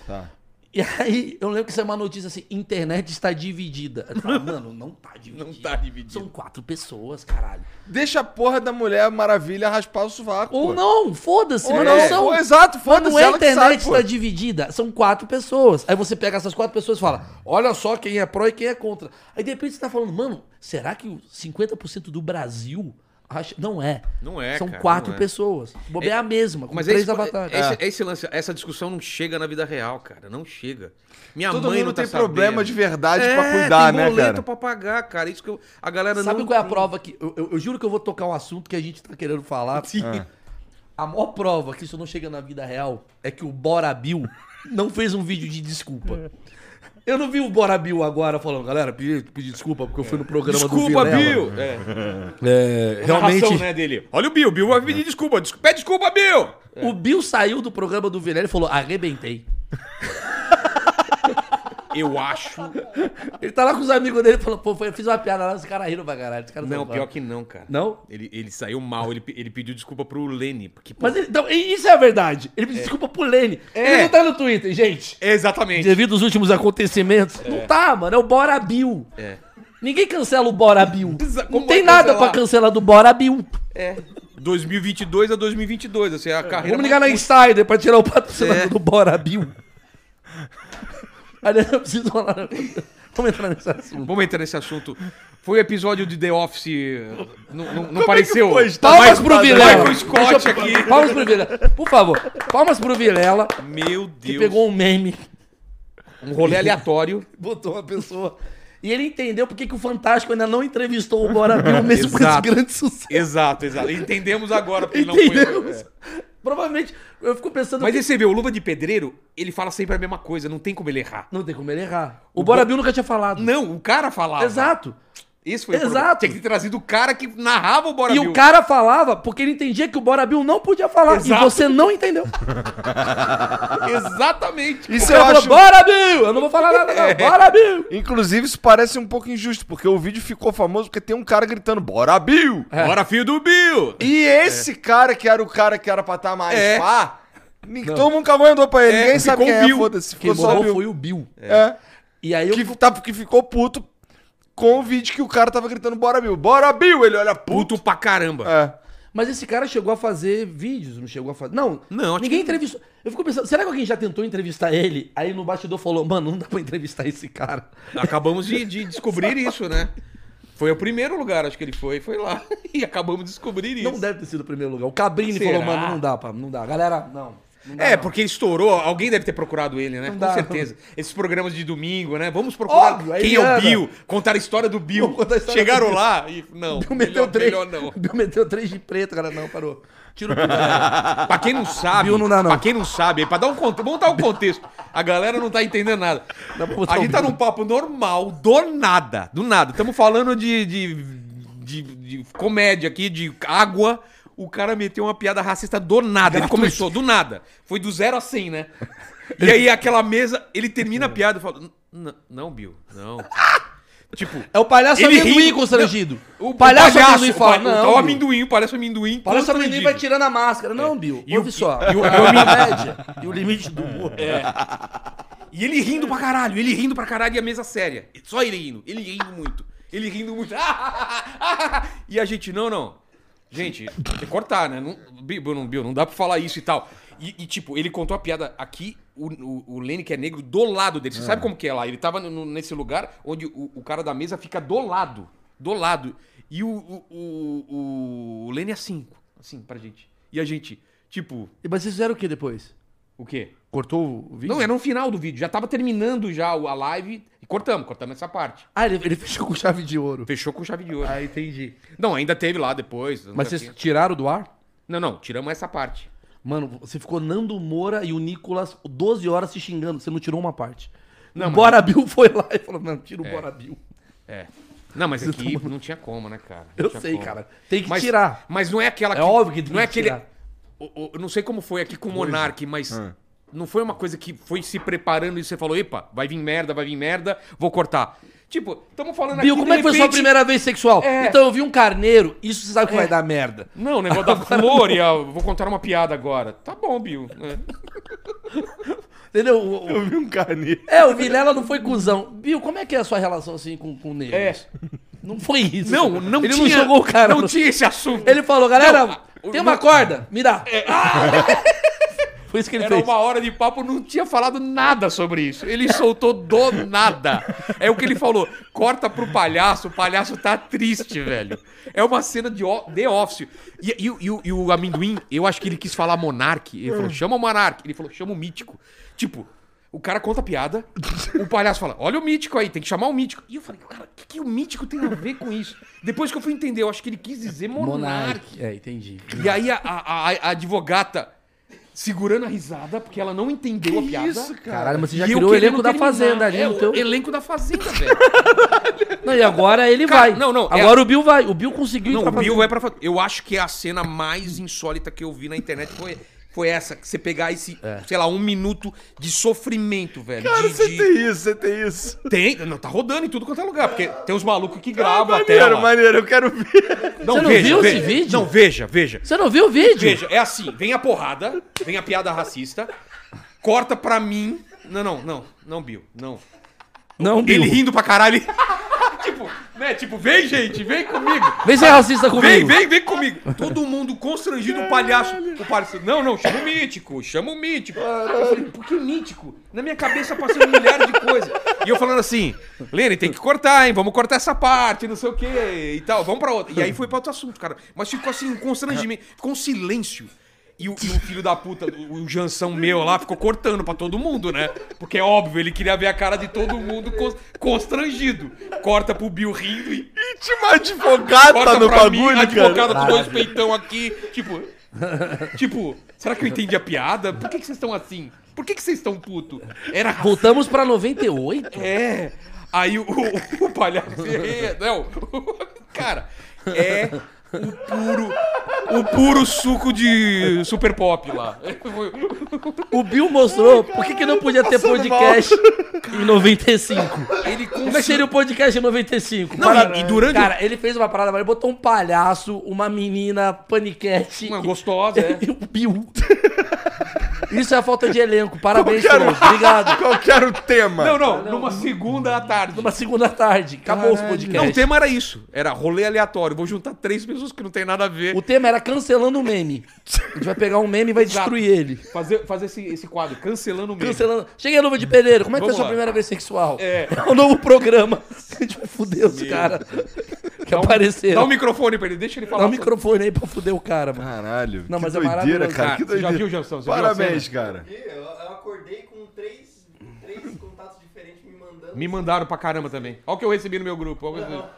D: E aí, eu lembro que isso é uma notícia assim, internet está dividida. Eu falo, mano, não tá dividida.
C: Não tá dividida.
D: São quatro pessoas, caralho.
B: Deixa a porra da Mulher Maravilha raspar o sovaco.
D: Ou
B: pô.
D: não, foda-se.
B: Ou
D: mas
B: não,
D: são-
B: ou exato,
D: Quando
B: foda-se,
D: a
B: ela que
D: internet
B: sabe, pô.
D: está dividida, são quatro pessoas. Aí você pega essas quatro pessoas e fala: olha só quem é pró e quem é contra. Aí de repente você tá falando, mano, será que o 50% do Brasil acha. Não é.
C: Não é,
D: São
C: cara,
D: quatro
C: não é.
D: pessoas. Bobear a mesma, com
C: Mas é
D: três
C: esse,
D: avatares. É.
C: esse, esse lance, essa discussão não chega na vida real, cara. Não chega. Minha
B: Todo
C: mãe
B: mundo
C: não tá
B: tem problema
C: sabendo.
B: de verdade
C: é,
B: pra cuidar,
C: tem
B: né,
C: boleto
B: cara?
C: pra pagar, cara. Isso que eu, a galera
D: Sabe
C: não.
D: qual é a prova que. Eu, eu- eu juro que eu vou tocar um assunto que a gente tá querendo falar. A maior prova que isso não chega na vida real é que o Bora Bill não fez um vídeo de desculpa. Eu não vi o Bora Bill agora falando, galera, pedi, pedi desculpa porque eu fui no programa do
C: Desculpa,
D: Vilela.
C: Bill! É,
D: É,
C: a
D: realmente.
C: narração, né, dele. Olha o Bill, Bill vai pedir desculpa. Descu- Pede desculpa, Bill!
D: O Bill saiu do programa do Vilela e falou, arrebentei.
C: Eu acho.
D: Ele tá lá com os amigos dele e falou, pô, foi- eu fiz uma piada lá, os caras riram pra caralho. Os caras
C: Não,
D: são
C: pior
D: foda.
C: que não, cara.
D: Não?
C: Ele, ele saiu mal, ele, pe- ele pediu desculpa pro Lenny. Porque, pô,
D: Mas ele, então, isso é a verdade. Ele pediu desculpa pro Lene.
C: É.
D: Ele não tá no Twitter, gente.
C: Exatamente.
D: Devido aos últimos acontecimentos. Não tá, mano. É o Bora Bill.
C: É.
D: Ninguém cancela o Bora Bill.
C: Precisa-
D: Não
C: como
D: tem
C: vai
D: nada
C: cancelar?
D: pra cancelar do Bora Bill.
C: 2022 a 2022, assim, a carreira...
D: É. Vamos ligar na Insider pra tirar o patrocinador
C: É.
D: do Bora Bill. Aliás, eu preciso falar. Vamos entrar nesse assunto.
C: Vamos entrar nesse assunto. Foi o episódio de The Office... eh, Não, não- não pareceu... Tá
B: foi, gente?
D: Palmas pro
B: Michael
D: Vilela.
C: Scott
D: Deixa eu-
C: aqui.
D: Palmas pro Vilela. Por favor. Palmas pro Vilela,
C: Meu
D: que
C: Deus.
D: pegou um meme,
C: um rolê aleatório.
D: botou uma pessoa. E ele entendeu porque que o Fantástico ainda não entrevistou o Bora Bill, mesmo com esse
C: Exato.
D: grande sucesso.
C: exato, exato. Entendemos agora porque não foi... um é.
D: Entendemos? Provavelmente, eu fico pensando...
C: Mas
D: que-
C: aí você vê, o Luva de Pedreiro, ele fala sempre a mesma coisa, não tem como ele errar.
D: Não tem como ele errar. O, Bora Bill nunca tinha falado.
C: Não, o cara falava.
D: Exato.
C: Esse foi o
D: Exato.
C: problema. Tinha que ter trazido o cara que narrava o Bora
D: E
C: Bill.
D: o cara falava porque ele entendia que o Bora Bill não podia falar.
C: Exato.
D: E você não entendeu.
C: Exatamente.
B: Isso
D: Você
B: eu
D: falou,
B: acho...
D: Bora Bill! Eu não vou falar nada,
C: É.
D: não. Bora Bill!
B: Inclusive, isso parece um pouco injusto, porque o vídeo ficou famoso porque tem um cara gritando, bora Bill!
C: Bora, filho do Bill!
B: E esse cara que era o cara que era pra estar mais
C: É.
B: pá, ni- todo mundo cavou andou pra ele,
C: É,
B: ninguém sabe
C: ficou
B: quem é,
C: Bill.
B: foda-se,
D: Quem
B: ficou só
D: morreu
B: Bill.
D: foi o Bill.
B: É.
D: E aí eu
B: Que, tá, que ficou puto com o vídeo que o cara tava gritando, bora Bill, bora Bill! Ele olha puto.
C: Puto pra caramba.
B: É.
D: Mas esse cara chegou a fazer vídeos, não chegou a fazer. Não,
C: Não, acho
D: ninguém
C: que-
D: entrevistou. Eu fico pensando, será que alguém já tentou entrevistar ele? Aí no bastidor falou, mano, não dá pra entrevistar esse cara.
C: Acabamos de, de descobrir isso, né? Foi o primeiro lugar, acho que ele foi, foi lá. E acabamos de descobrir isso.
D: Não deve ter sido o primeiro lugar. O Cabrini
C: Será?
D: falou, mano, não dá, pá, não dá. Galera, não. não dá,
C: É,
D: não.
C: porque ele estourou, alguém deve ter procurado ele, né?
D: Não
C: Com
D: dá,
C: certeza. Esses programas de domingo, né? Vamos procurar
D: Óbvio, aí
C: quem
D: era.
C: é o Bill, contar a história do Bill.
D: Vamos contar a história
C: Chegaram
D: do Bill.
C: lá e. Não,
D: Bill
C: melhor,
D: meteu três.
C: melhor não.
D: Bill meteu três de preto, cara. Não, parou. Tira o Bill.
C: Pra quem não sabe,
D: Bill não dá, não.
C: pra quem não sabe, aí, pra dar um contexto, vamos dar um contexto. A galera não tá entendendo nada.
D: Dá pra botar um
C: A
D: o
C: gente tá
D: Bill.
C: num papo normal, do nada, do nada. Estamos falando de, de, de, de comédia aqui, de água. O cara meteu uma piada racista do nada. Ele começou do nada. Foi do zero a 100, né? E aí aquela mesa, ele termina a piada e fala: "N- Não, Bill, não. Tipo,
D: É o palhaço
C: Ele
D: amendoim
C: riu.
D: constrangido.
C: o
D: palhaço,
C: palhaço,
D: amendoim fala.
C: o,
D: não,
C: o,
D: Bill.
C: amendoim, o palhaço amendoim.
D: O palhaço amendoim
C: constrangido.
D: vai tirando a máscara. Não, Bill.
C: É. E o-
D: ouve só. É
C: e o-
D: a
C: e o-
D: média e o limite do humor.
C: E ele rindo pra caralho, ele rindo pra caralho e a mesa séria. Só ele rindo, ele rindo muito. Ele rindo muito. e a gente, não, não. Gente, tem que cortar, né? Não, Bill, não, Bill, não dá pra falar isso e tal. E, e, tipo, ele contou a piada aqui, o, o, o Lenny, que é negro, do lado dele. Você sabe como que é lá? Ele tava no- no- nesse lugar onde o, o cara da mesa fica do lado. Do lado. E o, o, o, o Lenny é assim, assim, pra gente. E a gente, tipo,
D: E- Mas vocês fizeram o que depois?
C: o quê?
D: Cortou o vídeo?
C: Não, era no final do vídeo. Já tava terminando já o- a live e cortamos, cortamos essa parte.
D: Ah, ele, ele fechou com chave de ouro.
C: Fechou com chave de ouro.
D: Ah, entendi.
C: Não, ainda teve lá depois. não
D: Mas
C: sei o
D: vocês
C: quê.
D: tiraram do ar?
C: Não, não, tiramos essa parte.
D: Mano, você ficou Nando Moura e o Nicolas 12 horas se xingando. Você não tirou uma parte.
C: Não,
D: o
C: mas-
D: Bora Bill foi lá e falou, não, tira o Bora Bill.
C: É. Não, mas aqui não tinha como, né, cara? Não
D: Eu
C: tinha
D: sei,
C: como.
D: cara. Tem que
C: Mas-
D: tirar.
C: Mas não é aquela
D: É óbvio que tem
C: não é
D: que
C: aquele.
D: tirar. Ah.
C: O- o- eu não sei como foi aqui com o Monark, mas não foi uma coisa que foi se preparando e você falou: epa, vai vir merda, vai vir merda, vou cortar. Tipo, estamos falando
D: Bill,
C: de
D: como é que foi sua
C: repente-
D: primeira vez sexual?
C: É.
D: Então eu vi um carneiro, isso você sabe que vai dar merda.
C: Não, o negócio da flor e a- vou contar uma piada agora. Tá bom, Bill. É.
D: Entendeu? O- o-
B: Eu vi um carneiro.
D: É, o Vilela não foi cuzão. Bill, como é que é a sua relação assim com, com negros? Não foi isso.
C: É. Não, não
D: Ele
C: tinha.
D: não jogou o cara.
C: Não
D: no-
C: tinha esse assunto.
D: Ele falou, galera,
C: Não, a-
D: tem
C: o-
D: uma
C: não-
D: corda, me dá. Ah! foi isso que ele
C: Era
D: fez.
C: uma hora de papo, não tinha falado nada sobre isso. Ele soltou do nada. É o que ele falou. Corta pro palhaço, o palhaço tá triste, velho. É uma cena de o- The Office. E, e o- e o- e o amendoim, eu acho que ele quis falar Monark. Ele falou, chama o Monark. Ele falou, chama o mítico. Tipo, o cara conta a piada, o palhaço fala, olha o mítico aí, tem que chamar o mítico. E eu falei, cara, o que, que o mítico tem a ver com isso? Depois que eu fui entender, eu acho que ele quis dizer Monark.
D: É, entendi.
C: E aí a, a- a- a advogata segurando a risada, porque ela não entendeu a piada.
D: Caralho, mas você
C: E
D: já
C: eu
D: criou o
C: querendo
D: elenco da
C: terminar.
D: Fazenda ali então.
C: É,
D: no teu...
C: o elenco da Fazenda, velho.
D: Não, e agora ele
C: Cara,
D: vai.
C: não, não, é
D: Agora o Bill vai. O Bill conseguiu. ir
C: não,
D: pra
C: o Bill
D: Fazenda.
C: vai pra Fazenda. Eu acho que a cena mais insólita que eu vi na internet foi, foi essa. que Você pegar esse,
D: É.
C: sei lá, um minuto de sofrimento, velho.
B: Cara,
C: de,
B: você
C: de-
B: tem isso, você tem isso.
C: tem... Não, tá rodando em tudo quanto é lugar, porque tem uns malucos que
B: Ah,
C: gravam a
B: maneiro,
C: tela.
B: maneiro, eu quero ver.
C: Não,
D: Você não viu esse vídeo?
C: Não, veja, veja.
D: Você não viu o vídeo?
C: é- Veja, é assim, vem a porrada, vem a piada racista, corta pra mim. Não, não, não, não, Bill, não.
D: Não, Bill.
C: Ele rindo pra caralho. tipo, né? Tipo, vem, gente, vem comigo.
D: Vem ser é racista comigo.
C: Vem, vem, vem comigo. Todo mundo constrangido, o palhaço. O palhaço. Não, não, chama o mítico, chama o mítico. Eu falei, por que mítico? Na minha cabeça passando milhares de coisas. E eu falando assim, Lene, tem que cortar, hein? Vamos cortar essa parte, não sei o quê e tal. Vamos pra outra. E aí foi pra outro assunto, cara. Mas ficou assim, um constrangimento, ficou um silêncio. E o, e o filho da puta, o, o Jansão meu lá, ficou cortando pra todo mundo, né? Porque é óbvio, ele queria ver a cara de todo mundo cons- constrangido. Corta pro Bill rindo e
B: E tinha uma advogata
C: Corta
B: no
C: pra mim,
B: bagulho,
C: advogada
B: cara.
C: com dois peitão aqui. Tipo, tipo, será que eu entendi a piada? Por que, que vocês estão assim? Por que, que vocês estão puto? Era.
D: Voltamos pra 98?
C: É. Aí o, o, o palhaço. é, Não. Cara, é o puro. O puro suco de super pop lá.
D: O Bill mostrou por que, que não podia ter
B: passando
D: podcast em 95.
C: Ele
D: Como é que seria o podcast em 95?
C: Não,
D: Parada-
C: e- e durante-
D: Cara, ele fez uma parada, mas ele botou um palhaço, uma menina, paniquete.
C: Uma gostosa, é.
D: E o Bill. Isso é a falta de elenco. Parabéns,
B: Qualquer
D: Frodo. Obrigado.
B: Qual que era o tema?
C: Não, não, numa segunda à tarde.
D: Uma segunda tarde. Acabou os
C: Não, o
D: podcasts.
C: tema era isso. Era rolê aleatório. Vou juntar três pessoas que não tem nada a ver.
D: O tema era cancelando o meme. A gente vai pegar um meme e vai
C: Exato.
D: destruir ele.
C: Fazer, fazer esse, esse quadro, cancelando o meme.
D: Cancelando. Cheguei a luva de pedreiro. Como é que
C: Vamos
D: foi a sua
C: lá.
D: primeira vez sexual?
C: É.
D: um novo programa. A gente vai fuder os caras que
C: um-
D: apareceram.
C: Dá o microfone pra ele, deixa ele falar.
D: Dá um microfone aí pra fuder o cara, mano.
B: Caralho,
D: Não,
B: que
D: mas é
B: doideira,
D: maravilhoso.
B: cara. Que
C: Cara, Ah, você já
B: doideira.
C: viu, Jansão? Você viu a
B: Parabéns, cara.
F: Eu, eu acordei com três, três contatos diferentes me mandando.
C: Me mandaram pra caramba também. Olha o que eu recebi no meu grupo. olha o que eu recebi.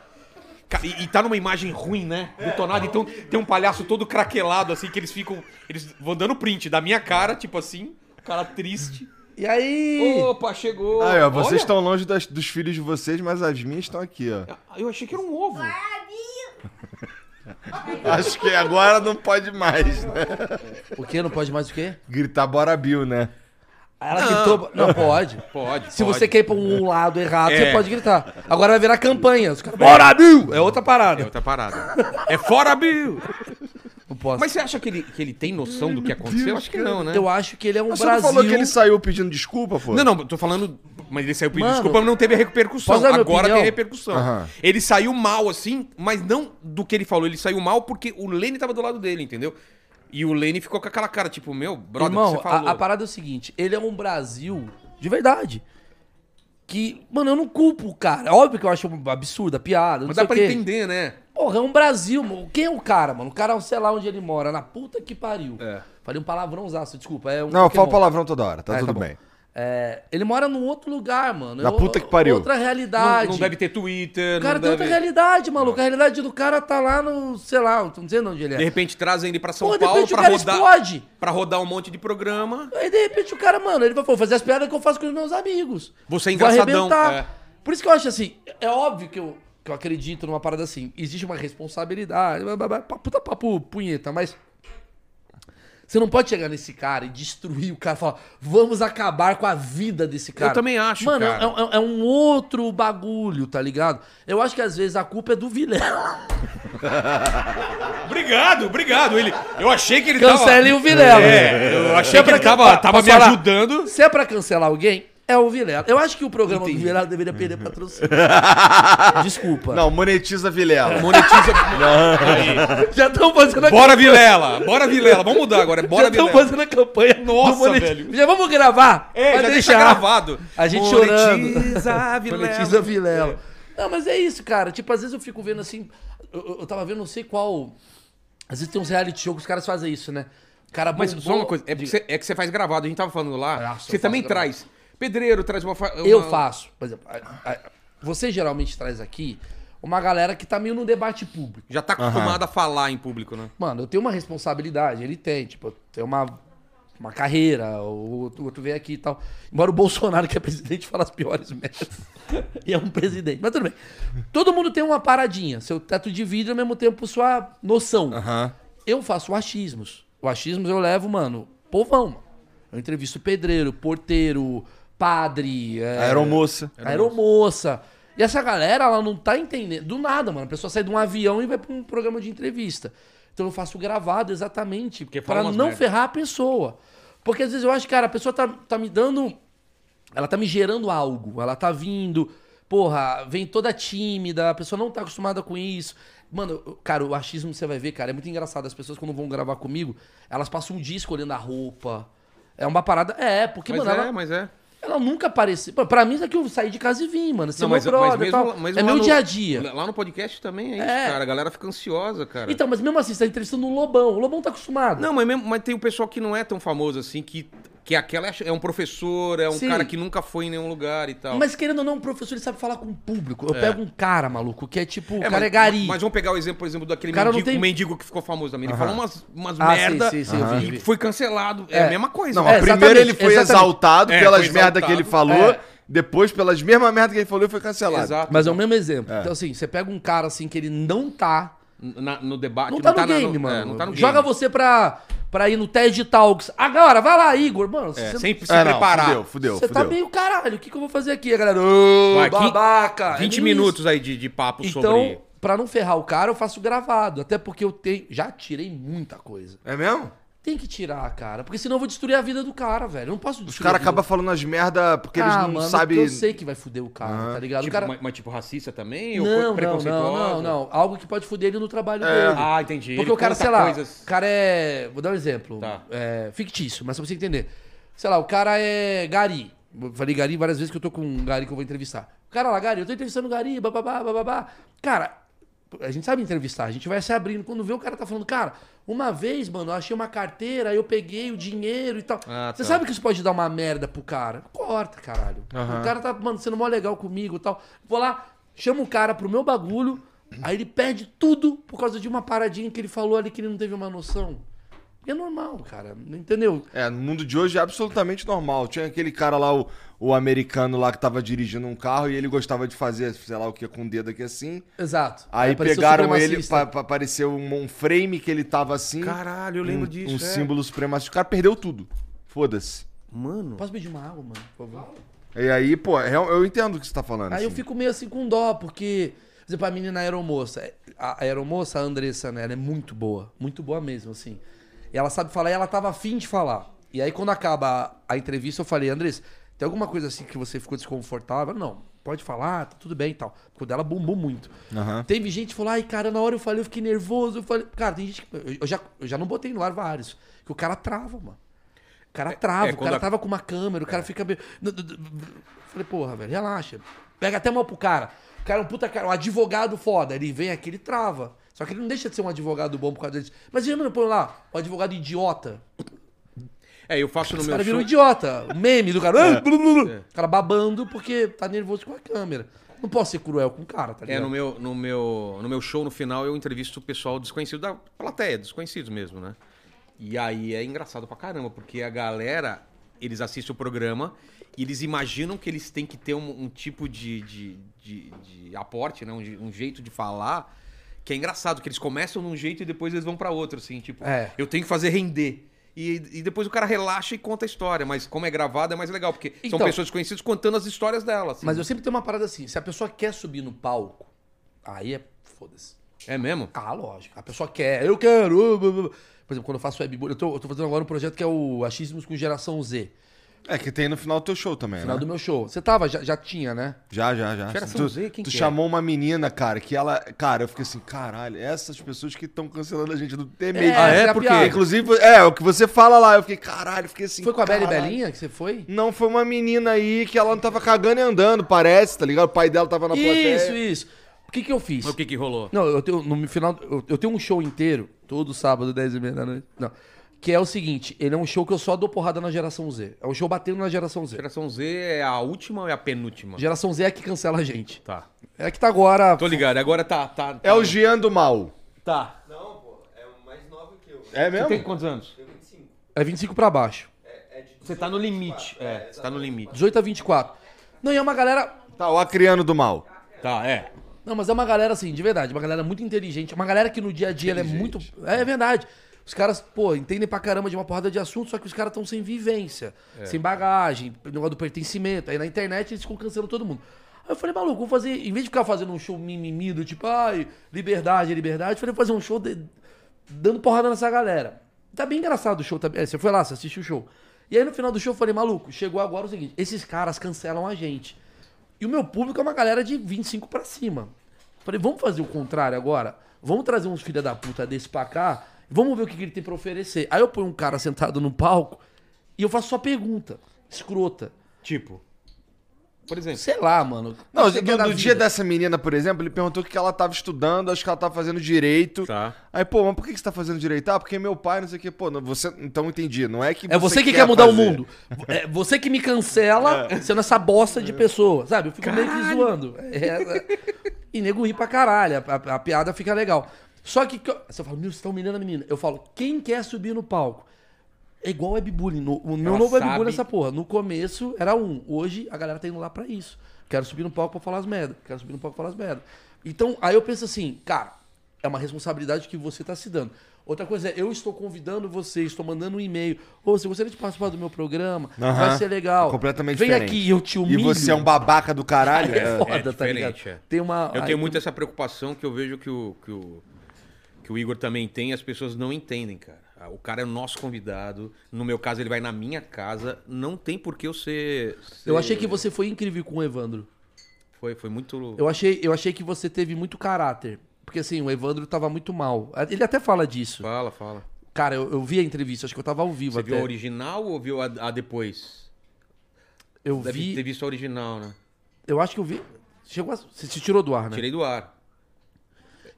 C: Cara, E, e tá numa imagem ruim, né? Detonado. Então tem um palhaço todo craquelado, assim, que eles ficam. Eles vão dando print da minha cara, tipo assim. Cara triste.
D: E aí?
C: Opa, chegou.
B: Aí, ó, vocês
C: Olha,
B: estão longe das- dos filhos de vocês, mas as minhas estão aqui, ó.
C: Eu achei que era um ovo.
B: Acho que agora não pode mais, né?
D: O quê? Não pode mais o quê?
B: Gritar Bora Bill, né?
D: Ela gritou. Não, pode.
C: Pode.
D: Se
C: pode.
D: você quer ir pra um lado errado,
C: É.
D: você pode gritar. Agora vai virar campanha. Os caras, Bora, Bill! É outra
C: É
D: parada.
C: outra parada. É fora, Bill!
D: Não posso.
C: Mas você acha que ele, que ele tem noção do que aconteceu? Acho que não, né?
D: eu acho que ele é um
B: Mas Você não
D: Brasil.
B: falou que ele saiu pedindo desculpa, pô?
C: Não, não, tô falando Mas ele saiu pedindo
D: Mano,
C: desculpa, mas não teve a repercussão.
D: posso dar minha
C: Agora
D: opinião?
C: tem a repercussão.
B: Aham.
C: Ele saiu mal, assim, mas não do que ele falou. Ele saiu mal porque o Lene tava do lado dele, entendeu? E o Lene ficou com aquela cara, tipo, meu, brother, o que
D: Irmão,
C: você falou.
D: a, a parada é o seguinte: ele é um Brasil de verdade. Que, mano, eu não culpo o cara. Óbvio que eu acho absurda, piada. Não
C: mas
D: sei
C: dá
D: o
C: pra
D: quê.
C: entender, né?
D: Porra, é um Brasil, mano. Quem é o cara, mano? O cara, sei lá onde ele mora, na puta que pariu.
C: É.
D: Falei um palavrãozaço, desculpa. É um
B: Não, eu falo
D: Pokémon.
B: palavrão toda hora, tá
D: É, tá
B: tudo
D: bom.
B: bem.
D: É, ele mora num outro lugar, mano.
B: Na
D: É o-
B: puta que pariu.
D: Outra
C: Não,
D: realidade.
C: não deve ter Twitter,
D: O cara
C: não
D: tem outra
C: deve...
D: realidade, maluco. A realidade do cara tá lá no, sei lá, não sei onde ele
C: De
D: é.
C: repente trazem ele pra São
D: Pô, de
C: Paulo
D: repente o
C: pra
D: cara
C: rodar,
D: explode.
C: pra rodar um monte de programa.
D: Aí de repente o cara, mano, ele vai "Pô, vou fazer as piadas que eu faço com os meus amigos.
C: Você é
D: Vou
C: engraçadão,
D: arrebentar."
C: é.
D: Por isso que eu acho assim, é óbvio que eu, que eu acredito numa parada assim. Existe uma responsabilidade, blá, blá, blá, pa- puta papo, punheta, mas. Você não pode chegar nesse cara e destruir o cara e falar, vamos acabar com a vida desse cara.
C: também acho,
D: Mano,
C: cara.
D: é um- É, é um outro bagulho, tá ligado? Eu acho que às vezes a culpa é do Vilela.
C: Obrigado, obrigado. Ele, eu achei que ele
D: Cancelem o né? Vilela.
C: É, eu achei que ele tava, tava
D: posso
C: me
D: falar?
C: ajudando.
D: Se é pra cancelar alguém, é o Vilela. Eu acho que o programa do Vilela deveria perder
C: Uhum.
D: patrocínio. Desculpa.
B: Não, monetiza Vilela.
C: Monetiza.
D: Já estão fazendo a
C: Bora, Vilela! Bora, Vilela! Vamos mudar agora, é
D: Já
C: bora,
D: estão
C: Vilela!
D: fazendo a campanha.
C: Nossa,
D: do Monet-
C: velho.
D: Já vamos gravar?
C: É,
D: Vai
C: já deixa
D: deixar.
C: gravado.
D: A gente
C: Monetiza,
D: chorando.
C: Vilela.
D: Monetiza Vilela. Não, mas é isso, cara. Tipo, às vezes eu fico vendo assim. Eu, eu- eu tava vendo não sei qual. Às vezes tem uns reality show que os caras fazem isso, né? O cara
C: Mas
D: bombou-
C: só uma coisa, é, porque você, é que você faz gravado, a gente tava falando lá.
D: Nossa,
C: você
D: eu
C: também
D: faço Ah, gravado.
C: traz. Pedreiro traz uma. fa-
D: Eu
C: é uma-
D: faço, por exemplo, a- a- você geralmente traz aqui uma galera que tá meio no debate público.
C: Já tá acostumado a falar em público, né?
D: Mano, eu tenho uma responsabilidade, ele tem, tipo, eu tenho uma, uma carreira, o outro, o outro vem aqui e tal. Embora o Bolsonaro, que é presidente, fala as piores merdas. e é um presidente, mas tudo bem. Todo mundo tem uma paradinha, seu teto de vidro ao mesmo tempo sua noção. Eu faço achismos. O achismos eu levo, mano, povão. Mano. Eu entrevisto pedreiro, porteiro, padre. é,
B: Aeromoça.
D: Aeromoça. E essa galera, ela não tá entendendo. Do nada, mano. A pessoa sai de um avião e vai pra um programa de entrevista. Então eu faço gravado exatamente
C: Porque fala
D: pra não
C: umas merda.
D: ferrar a pessoa. Porque às vezes eu acho, cara, a pessoa tá, tá me dando. Ela tá me gerando algo. Ela tá vindo. Porra, vem toda tímida, a pessoa não tá acostumada com isso. Mano, eu- cara, o achismo você vai ver, cara, é muito engraçado. As pessoas quando vão gravar comigo, elas passam um dia escolhendo a roupa. É uma parada. É, porque,
C: mas
D: mano,
C: é,
D: ela,
C: mas é.
D: ela nunca apareceu. Pô, Pra mim, isso aqui eu saí de casa e vim, mano. Assim,
C: Não,
D: meu
C: mas, mas
D: brother,
C: mesmo,
D: tal.
C: mesmo
D: é
C: lá
D: meu
C: no-
D: dia a dia.
C: Lá no podcast também é isso,
D: É.
C: cara. A galera fica ansiosa, cara.
D: Então, mas mesmo assim, você tá entrevistando o Lobão. O Lobão tá acostumado.
C: Não, mas, mesmo- mas tem o pessoal que não é tão famoso assim, que, que aquela é- é um professor, é um
D: Sim.
C: cara que nunca foi em nenhum lugar e tal.
D: Mas querendo ou não, o professor ele sabe falar com o público. Eu pego um cara, maluco, que é tipo, o
C: É,
D: cara
C: mas,
D: é gari.
C: Mas vamos pegar o exemplo, por exemplo, daquele
D: O cara não
C: mendigo,
D: tem-
C: o mendigo que ficou famoso também. Ele falou umas, umas
D: Ah, sim,
C: merda
D: sim, sim, eu vi,
C: e
D: vi.
C: foi cancelado. É,
D: É.
C: a mesma coisa.
B: Não,
D: É,
B: mas primeiro
D: exatamente,
B: ele foi
D: exatamente.
B: exaltado
C: É,
B: pelas
C: foi
B: merdas que ele
C: exaltado.
B: falou,
D: É.
B: depois pelas mesmas merdas que ele falou, ele foi cancelado.
C: Exato.
D: Mas é o mesmo exemplo. Então, assim, você pega um cara assim que ele não tá.
C: Na- no debate.
D: Não tá no
C: na-
D: game,
C: é,
D: mano.
C: não tá no
D: Joga
C: game.
D: você pra, pra ir no TED Talks. Agora, vai lá, Igor. Mano,
C: É,
D: você,
C: sem se
B: É, não,
C: preparar.
B: Fudeu, fudeu,
D: você tá
B: fudeu.
D: meio caralho. O que, que eu vou fazer aqui, a galera? Ô,
C: Vai, quin-
D: babaca. É
C: 20
D: meio isso.
C: minutos aí de, de papo
D: Então,
C: sobre.
D: pra não ferrar o cara, eu faço gravado. Até porque eu tenho. Já tirei muita coisa.
B: É mesmo?
D: Tem que tirar, cara. Porque senão eu vou destruir a vida do cara, velho. Eu não posso
B: Os
D: destruir.
B: caras
D: a vida
B: acabam falando as merda porque
D: do-
B: eles
D: Ah,
B: não
D: mano,
B: sabem. Ah,
D: Eu sei que vai foder o cara, tá ligado?
C: Tipo,
D: o cara.
C: mas, mas tipo racista também? ou
D: Não, não,
C: preconceituosa?
D: não, não, não. Algo que pode foder ele no trabalho
B: É.
D: dele.
C: Ah, entendi.
D: Porque
C: Ele
D: o cara,
C: conta
D: sei lá,
C: coisas-
D: o cara é. Vou dar um exemplo.
C: Tá.
D: É, fictício, mas só pra você entender. Sei lá, o cara é Gari. Eu Falei Gari várias vezes que eu tô com um Gari que eu vou entrevistar. O cara lá, Gari, eu tô entrevistando o Gari, bababá, bababá. Cara, a gente sabe entrevistar, a gente vai se abrindo. Quando vê o cara tá falando, cara, uma vez, mano, eu achei uma carteira, aí eu peguei o dinheiro e tal.
C: Ah,
D: Você
C: tá.
D: sabe que isso pode dar uma merda pro cara? Corta, caralho. O cara tá, mano, sendo mó legal comigo e tal. Vou lá, chamo o cara pro meu bagulho, aí ele perde tudo por causa de uma paradinha que ele falou ali que ele não teve uma noção. É normal, cara. Entendeu?
B: É, no mundo de hoje é absolutamente normal. Tinha aquele cara lá, o, o americano lá que tava dirigindo um carro e ele gostava de fazer, sei lá o que, com o dedo aqui assim.
D: Exato.
B: Aí
D: apareceu
B: pegaram ele,
D: um supremacista.
B: pa, pa- apareceu um, um frame que ele tava assim.
C: Caralho, eu
B: um-
C: lembro disso.
B: Um
C: é.
B: símbolo supremacista. O cara perdeu tudo. Foda-se.
C: Mano.
D: Posso pedir uma água, mano, por favor?
B: E aí, pô, é- eu entendo o que você tá falando.
D: Aí eu
B: assim.
D: fico meio assim com dó, porque, por exemplo, a menina aeromoça, a aeromoça, a Andressa, né, ela é muito boa, muito boa mesmo, assim. E ela sabe falar e ela tava afim de falar. E aí quando acaba a entrevista, eu falei, Andressa, tem Tem alguma coisa assim que você ficou desconfortável? Não, pode falar, tá tudo bem e tal. Porque o dela bombou muito. Teve gente que falou, ai, cara, na hora eu falei, eu fiquei nervoso. Eu falei, cara, tem gente que. Eu, eu já, eu já não botei no ar vários. Que o cara trava, mano. O cara trava,
C: é,
D: o
C: quando
D: cara
C: a- É.
D: trava com uma câmera, o cara fica meio. Falei, porra, velho, relaxa. Pega até mal pro cara. O cara é um puta cara, um advogado foda. Ele vem aqui, ele trava. Só que ele não deixa de ser um advogado bom por causa disso. Mas eu não põe lá, o advogado idiota.
C: É, eu faço no
D: O
C: meu
D: cara um
C: show. É.
D: virou idiota. O meme do cara. "Ah, blu, blu, blu". O cara babando porque tá nervoso com a câmera. Não posso ser cruel com o cara, tá
C: É,
D: ligado?
C: no meu, no, meu, no meu show, no final, eu entrevisto o pessoal desconhecido da plateia, desconhecidos mesmo, né? E aí é engraçado pra caramba, porque a galera, eles assistem o programa e eles imaginam que eles têm que ter um, um tipo de, de, de- de aporte, né? Um, je- um jeito de falar, que é engraçado, que eles começam num jeito e depois eles vão pra outro, assim, tipo,
D: É.
C: eu tenho que fazer render. E, e depois o cara relaxa e conta a história, mas como é gravado é mais legal, porque
D: Então-
C: são pessoas desconhecidas contando as histórias delas. assim.
D: Mas eu sempre tenho uma parada assim: se a pessoa quer subir no palco, aí é. Foda-se.
C: É mesmo?
D: Ah, lógico. A pessoa quer, eu quero. uh, uh, uh. Por exemplo, quando eu faço webbullying, eu tô, eu tô fazendo agora um projeto que é o Achismos com Geração Z,
B: É que tem no final do teu show também,
D: final
B: né?
D: do meu show. Você tava, já, já tinha, né?
B: Já, já, já.
C: Geração
B: tu
C: Z, quem
B: tu
C: que é?
B: chamou uma menina, cara, que ela. Cara, eu fiquei assim, caralho, essas pessoas que estão cancelando a gente do TM.
D: É, Ah, é? é a
B: Porque,
D: piada.
B: inclusive, é, o que você fala lá, eu fiquei, caralho, fiquei assim.
D: Foi com a Bela e
B: caralho.
D: Belinha que você foi?
B: Não, foi uma menina aí que ela não tava cagando e andando, parece, tá ligado? O pai dela tava na plateia.
D: Isso, isso. O que que eu fiz?
C: Mas o que que rolou?
D: Não, eu tenho no final. Eu, eu tenho um show inteiro, todo sábado, 10 e meia da noite. Não. Que é o seguinte, ele é um show que eu só dou porrada na geração Z. É um show batendo na geração Z.
C: Geração Z é a última ou é a penúltima?
D: Geração Z é a que cancela a gente.
C: Tá.
D: É a que tá agora.
C: Tô ligado, agora tá. tá,
B: É o Jean do mal.
C: Tá.
F: Não, pô, é o mais nova que eu.
B: É
C: Você
B: mesmo?
C: tem quantos anos?
F: Tem 25.
D: É 25 pra baixo.
F: É, é de
C: Você tá no
F: 18 a
C: limite.
F: 24,
C: É, você tá no limite.
D: 18 a 24. Não, e é uma galera.
B: Tá, o Acriano do mal.
C: Tá, é.
D: Não, mas é uma galera assim, de verdade, uma galera muito inteligente, uma galera que no dia a dia ela é muito. É, é verdade. Os caras, pô, entendem pra caramba de uma porrada de assunto, só que os caras estão sem vivência, sem bagagem, negócio do pertencimento. Aí na internet eles ficam cancelando todo mundo. Aí eu falei, maluco, vou fazer. Em vez de ficar fazendo um show mimimi do tipo, ai, liberdade, liberdade, eu falei, vou fazer um show de- dando porrada nessa galera. Tá bem engraçado o show também. É, você foi lá, você assistiu o show. E aí no final do show eu falei, maluco, chegou agora o seguinte: esses caras cancelam a gente. E o meu público é uma galera de 25 pra cima. Falei, vamos fazer o contrário agora? Vamos trazer uns filha da puta desse pra cá, vamos ver o que, que ele tem pra oferecer. Aí eu ponho um cara sentado no palco e eu faço só pergunta, escrota.
C: Tipo. Por exemplo.
D: Sei lá, mano.
B: Não,
D: Você
B: do,
D: quer da
B: do dia
D: vida?
B: dessa menina, por exemplo, ele perguntou o que ela tava estudando, acho que ela tava fazendo direito.
C: Tá.
B: Aí, pô, mas por que que você tá fazendo direito? Ah, porque meu pai, não sei o quê. Pô, não, você. Então eu entendi. Não é que.
D: É você que quer, mudar
B: fazer.
D: o mundo. É você que me cancela sendo essa bosta de pessoa, sabe? Eu fico meio que zoando. É, é. e nego ri pra caralho, a, a- a piada fica legal. Só que que eu- você fala, meu, você tá humilhando a menina. Eu falo, quem quer subir no palco? É igual webbullying. No, o meu
C: Ela
D: novo
C: sabe.
D: webbullying é essa porra. No começo era um, hoje a galera tá indo lá pra isso. Quero subir no palco pra falar as merdas. Quero subir no palco pra falar as merdas. Então, aí eu penso assim, cara, é uma responsabilidade que você tá se dando. Outra coisa é, eu estou convidando você, estou mandando um e-mail. Ô, você gostaria de participar do meu programa? Vai
B: Aham.
D: ser legal.
B: É completamente
D: Vem
B: diferente.
D: aqui e eu te humilho.
B: E você é um babaca do caralho.
D: É
B: é.
D: foda, tá ligado?
C: diferente, é.
D: Tem uma...
C: Eu
D: aí
C: tenho
D: tem-
C: muito essa preocupação que eu vejo que o, que o, que o Igor também tem e as pessoas não entendem, cara. Ah, O cara é o nosso convidado. No meu caso, ele vai na minha casa. Não tem por que eu ser.
D: Eu
C: ser-
D: achei que você foi incrível com o Evandro.
C: Foi, foi muito.
D: Eu achei, eu achei que você teve muito caráter. Porque assim, o Evandro tava muito mal. Ele até fala disso.
C: Fala, fala.
D: Cara, eu, eu vi a entrevista, acho que eu tava ao vivo
C: Você
D: até.
C: viu a original ou viu a, a depois?
D: Eu
C: Deve
D: vi.
C: ter visto a original, né?
D: Eu acho que eu vi. Chegou a... Você se tirou do ar, né?
C: Tirei do ar.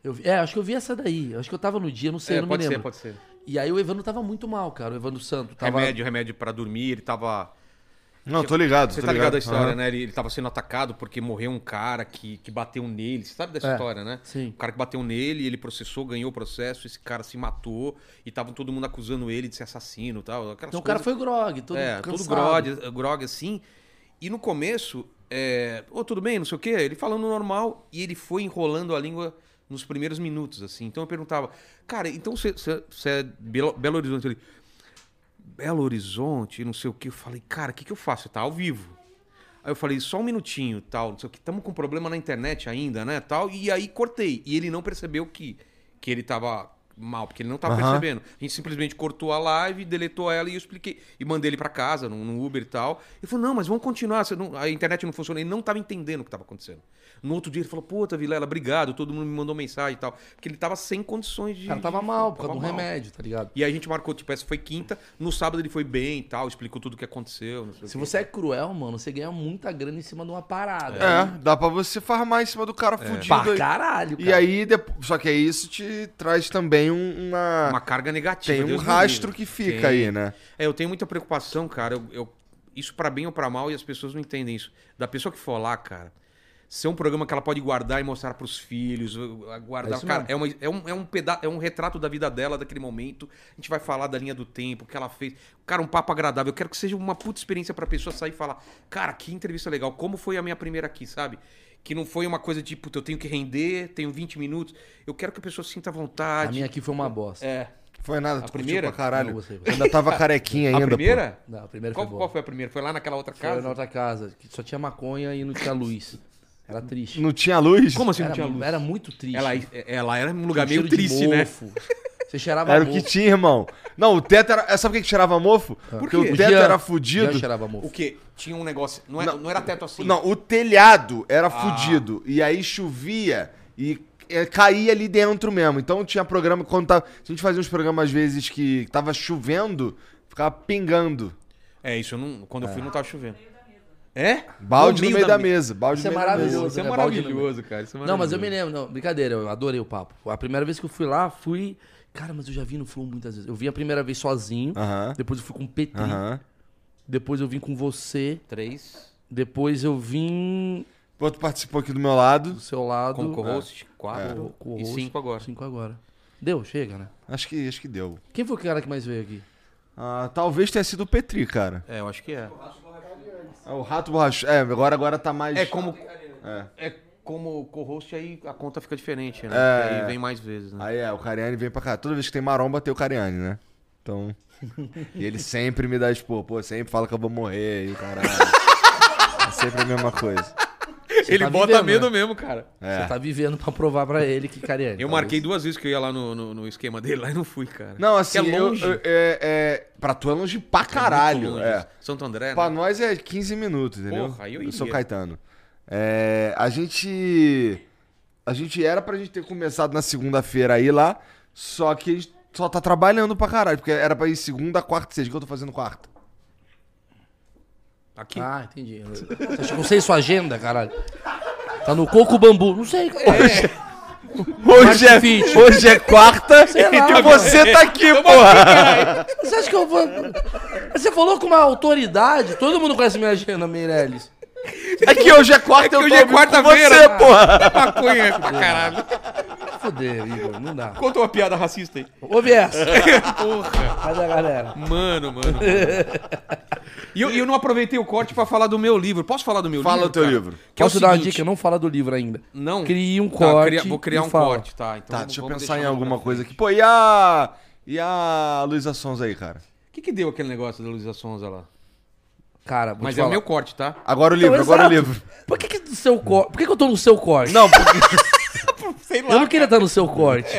D: Eu vi- É, acho que eu vi essa daí. Acho que eu tava no dia, não sei,
C: é,
D: eu não
C: pode
D: me
C: ser,
D: lembro.
C: pode ser.
D: E aí o Evandro tava muito mal, cara. O Evandro Santo tava.
C: Remédio, remédio pra dormir, ele tava.
B: Não, tô ligado.
C: Você
B: tô
C: tá ligado à
B: Aham.
C: história, né? Ele, ele tava sendo atacado porque morreu um cara que, que bateu nele. Você sabe dessa
D: É,
C: história, né?
D: sim.
C: O cara que bateu nele, ele processou, ganhou o processo, esse cara se matou e tava todo mundo acusando ele de ser assassino e tal. Aquelas
D: Então o cara
C: coisas-
D: foi grog, todo
C: é,
D: cansado.
C: todo grog, grog assim. E no começo, é, ô, tudo bem, não sei o quê, ele falando normal e ele foi enrolando a língua nos primeiros minutos, assim. Então eu perguntava, cara, então você você- você é Belo, Belo Horizonte? Ele, Belo Horizonte, não sei o quê. Eu falei, cara, o que, que eu faço? Você tá ao vivo. Aí eu falei, só um minutinho, tal, não sei o que, estamos com problema na internet ainda, né, tal. E aí cortei. E ele não percebeu que, que ele tava mal, porque ele não tava percebendo. A gente simplesmente cortou a live, deletou ela e eu expliquei. E mandei ele pra casa, no, Uber e tal. Ele falou, não, mas vamos continuar. você não- a internet não funciona. Ele não tava entendendo o que tava acontecendo. No outro dia ele falou, puta, Vilela, obrigado. Todo mundo me mandou mensagem e tal. Porque ele tava sem condições de...
D: O cara tava
C: de-
D: mal por causa
C: tava
D: do
C: mal.
D: remédio, tá ligado?
C: E aí a gente marcou, tipo, essa foi quinta. No sábado ele foi bem e tal, explicou tudo o que aconteceu. Não sei o
D: Se
C: quê.
D: você é cruel, mano, você ganha muita grana em cima de uma parada.
B: É, dá pra você farmar em cima do
F: É.
B: cara fudido
D: Pra
B: aí.
D: caralho, cara.
B: E aí, depo- só que aí isso te traz também um- uma...
C: Uma carga negativa.
B: Tem um
C: Tipo, Deus me
B: rastro
C: livre.
B: que fica
C: Tem.
B: aí, né?
C: É, eu tenho muita preocupação, cara. Eu, eu- isso pra bem ou pra mal, e as pessoas não entendem isso. Da pessoa que for lá, cara, ser um programa que ela pode guardar e mostrar pros filhos, uh, guardar.
D: isso
C: cara, é, uma- é um, é, um peda é um retrato da vida dela, daquele momento. A gente vai falar da linha do tempo, o que ela fez. Cara, um papo agradável. Eu quero que seja uma puta experiência pra pessoa sair e falar: Cara, que entrevista legal, como foi a minha primeira aqui, sabe? Que não foi uma coisa de, puta, eu tenho que render, tenho 20 minutos. Eu quero que a pessoa sinta vontade.
D: A minha aqui foi uma bosta.
C: É.
B: Foi nada, tu curtiu
C: primeira?
B: pra caralho.
D: Não, você-
B: Ainda tava carequinha
C: A
B: ainda, pô.
C: primeira?
D: Não, a primeira
C: Qual,
D: foi
C: qual
D: boa.
C: foi a primeira? Foi lá naquela outra
D: Foi
C: casa?
D: na outra casa, que só tinha maconha e não tinha luz. Era triste.
B: Não tinha luz?
C: Como assim
D: era,
C: não tinha luz?
D: era muito triste.
C: Ela, ela era um lugar
D: Tinha
C: meio
D: cheiro de
C: triste, né?
D: mofo. Você cheirava
B: Era o
D: mofo.
B: que tinha, irmão. Não, o teto era... é, Sabe por que que cheirava mofo? Porque
C: quê?
B: o teto
D: Jean-
B: era
D: Jean
B: fudido.
D: cheirava mofo.
C: O quê? Tinha um negócio. Não era, não, era teto assim?
B: Não, o telhado era fudido. E aí chovia e é, caía ali dentro mesmo. Então tinha programa que quando tava... A gente fazia uns programas às vezes que tava chovendo, ficava pingando.
C: É, isso eu não. Quando eu fui, não tava chovendo. É?
B: Balde no meio, da, mesa. Balde
D: Isso é
B: no meio da mesa.
D: maravilhoso.
C: Isso é
D: né? Balde no
C: maravilhoso, cara. Isso é
D: Não, mas eu me
C: maravilhoso.
D: lembro, não, brincadeira, eu adorei o papo. A primeira vez que eu fui lá, fui. Cara, mas eu já vi no Flow muitas vezes. Eu vim a primeira vez sozinho,
B: Aham.
D: depois eu fui com o Petri,
B: Aham.
D: depois eu vim com você,
C: Três.
D: depois eu vim
B: Pô, tu participou aqui do meu lado.
D: do seu lado.
C: Como co-host, quatro.
D: É, co-host.
C: E cinco agora.
D: Cinco agora. Deu, chega, né?
B: Acho que, acho que deu.
D: Quem foi o cara que mais veio aqui?
B: Ah, talvez tenha sido o Petri, cara.
C: É, eu acho que é.
B: É, o Rato Borrachudo. É, agora, agora tá mais.
C: É como. É, como co-host, aí a conta fica diferente, né? É. Aí vem mais vezes, né?
B: Aí é, o Cariani vem pra cá. Toda vez que tem maromba, tem o Cariani, né? Então. E ele sempre me dá expor. Pô, sempre fala que eu vou morrer e o caralho. É sempre a mesma coisa.
C: Ele
D: tá
C: bota
D: vivendo,
C: medo
D: né?
C: mesmo, cara.
D: Você tá vivendo pra provar pra ele que cara é.
C: É. Eu marquei duas vezes que eu ia lá no, no, no esquema dele, lá e não fui, cara.
B: Não, assim,
C: Que é
B: eu-
C: longe.
B: eu- é, é- pra tu é longe pra
C: É muito
B: caralho.
C: longe.
B: É.
C: Santo André, né?
B: Pra nós é 15 minutos, entendeu?
C: Porra, aí eu
B: eu sou
C: iria.
B: Caetano. É, a gente. A gente era pra gente ter começado na segunda-feira aí lá, só que a gente só tá trabalhando pra caralho, porque era pra ir segunda, quarta e sexta, que eu tô fazendo quarta.
C: Aqui.
D: Ah, entendi. Você acha que eu sei sua agenda, caralho? Tá no coco bambu. Não sei, cara.
C: É.
B: Hoje é,
D: Fit.
B: hoje é quarta
D: lá,
B: e você tá aqui, porra!
D: Você acha que eu vou. Você falou com uma autoridade. Todo mundo conhece minha agenda, Meirelles.
B: É que hoje é quarta e eu
C: hoje
B: tô
C: é
B: aqui com
C: quarta-feira,
B: você,
C: cara. Tá,
B: porra!
C: Maconha pra caralho.
D: Foder, Igor, não dá.
C: Conta uma piada racista aí.
D: Ouve essa.
C: Porra.
D: Cadê a galera?
C: Mano, mano. mano. E eu, e eu não aproveitei o corte pra falar do meu livro. Posso falar do meu
B: Fala
C: livro?
B: o teu
C: cara?
B: livro.
C: Que é
D: Posso
C: o
D: dar uma
C: seguinte-
D: dica? Não fala do livro ainda.
C: Não.
D: Cria um
C: Tá, eu
D: corte.
C: cria- vou criar
D: e
C: um
D: fala.
C: corte, tá. Então
B: Tá,
C: vamos-
B: deixa eu
C: vamos
B: pensar
C: deixar
B: em
C: mais
B: alguma
C: pra
B: coisa aqui.
C: frente.
B: Pô, e a. E a Luísa Sons aí, cara?
C: O que, que deu aquele negócio da Luísa Sonza lá?
D: Cara, vou
C: Mas
D: te
C: é o
D: falar.
C: meu corte, tá?
B: Agora o
D: Então,
B: livro, agora o
D: exato.
B: livro.
D: Por que, que do seu corte? Por que, que eu tô no seu corte?
B: Não, porque.
C: Sei lá.
D: Eu não queria estar no seu corte.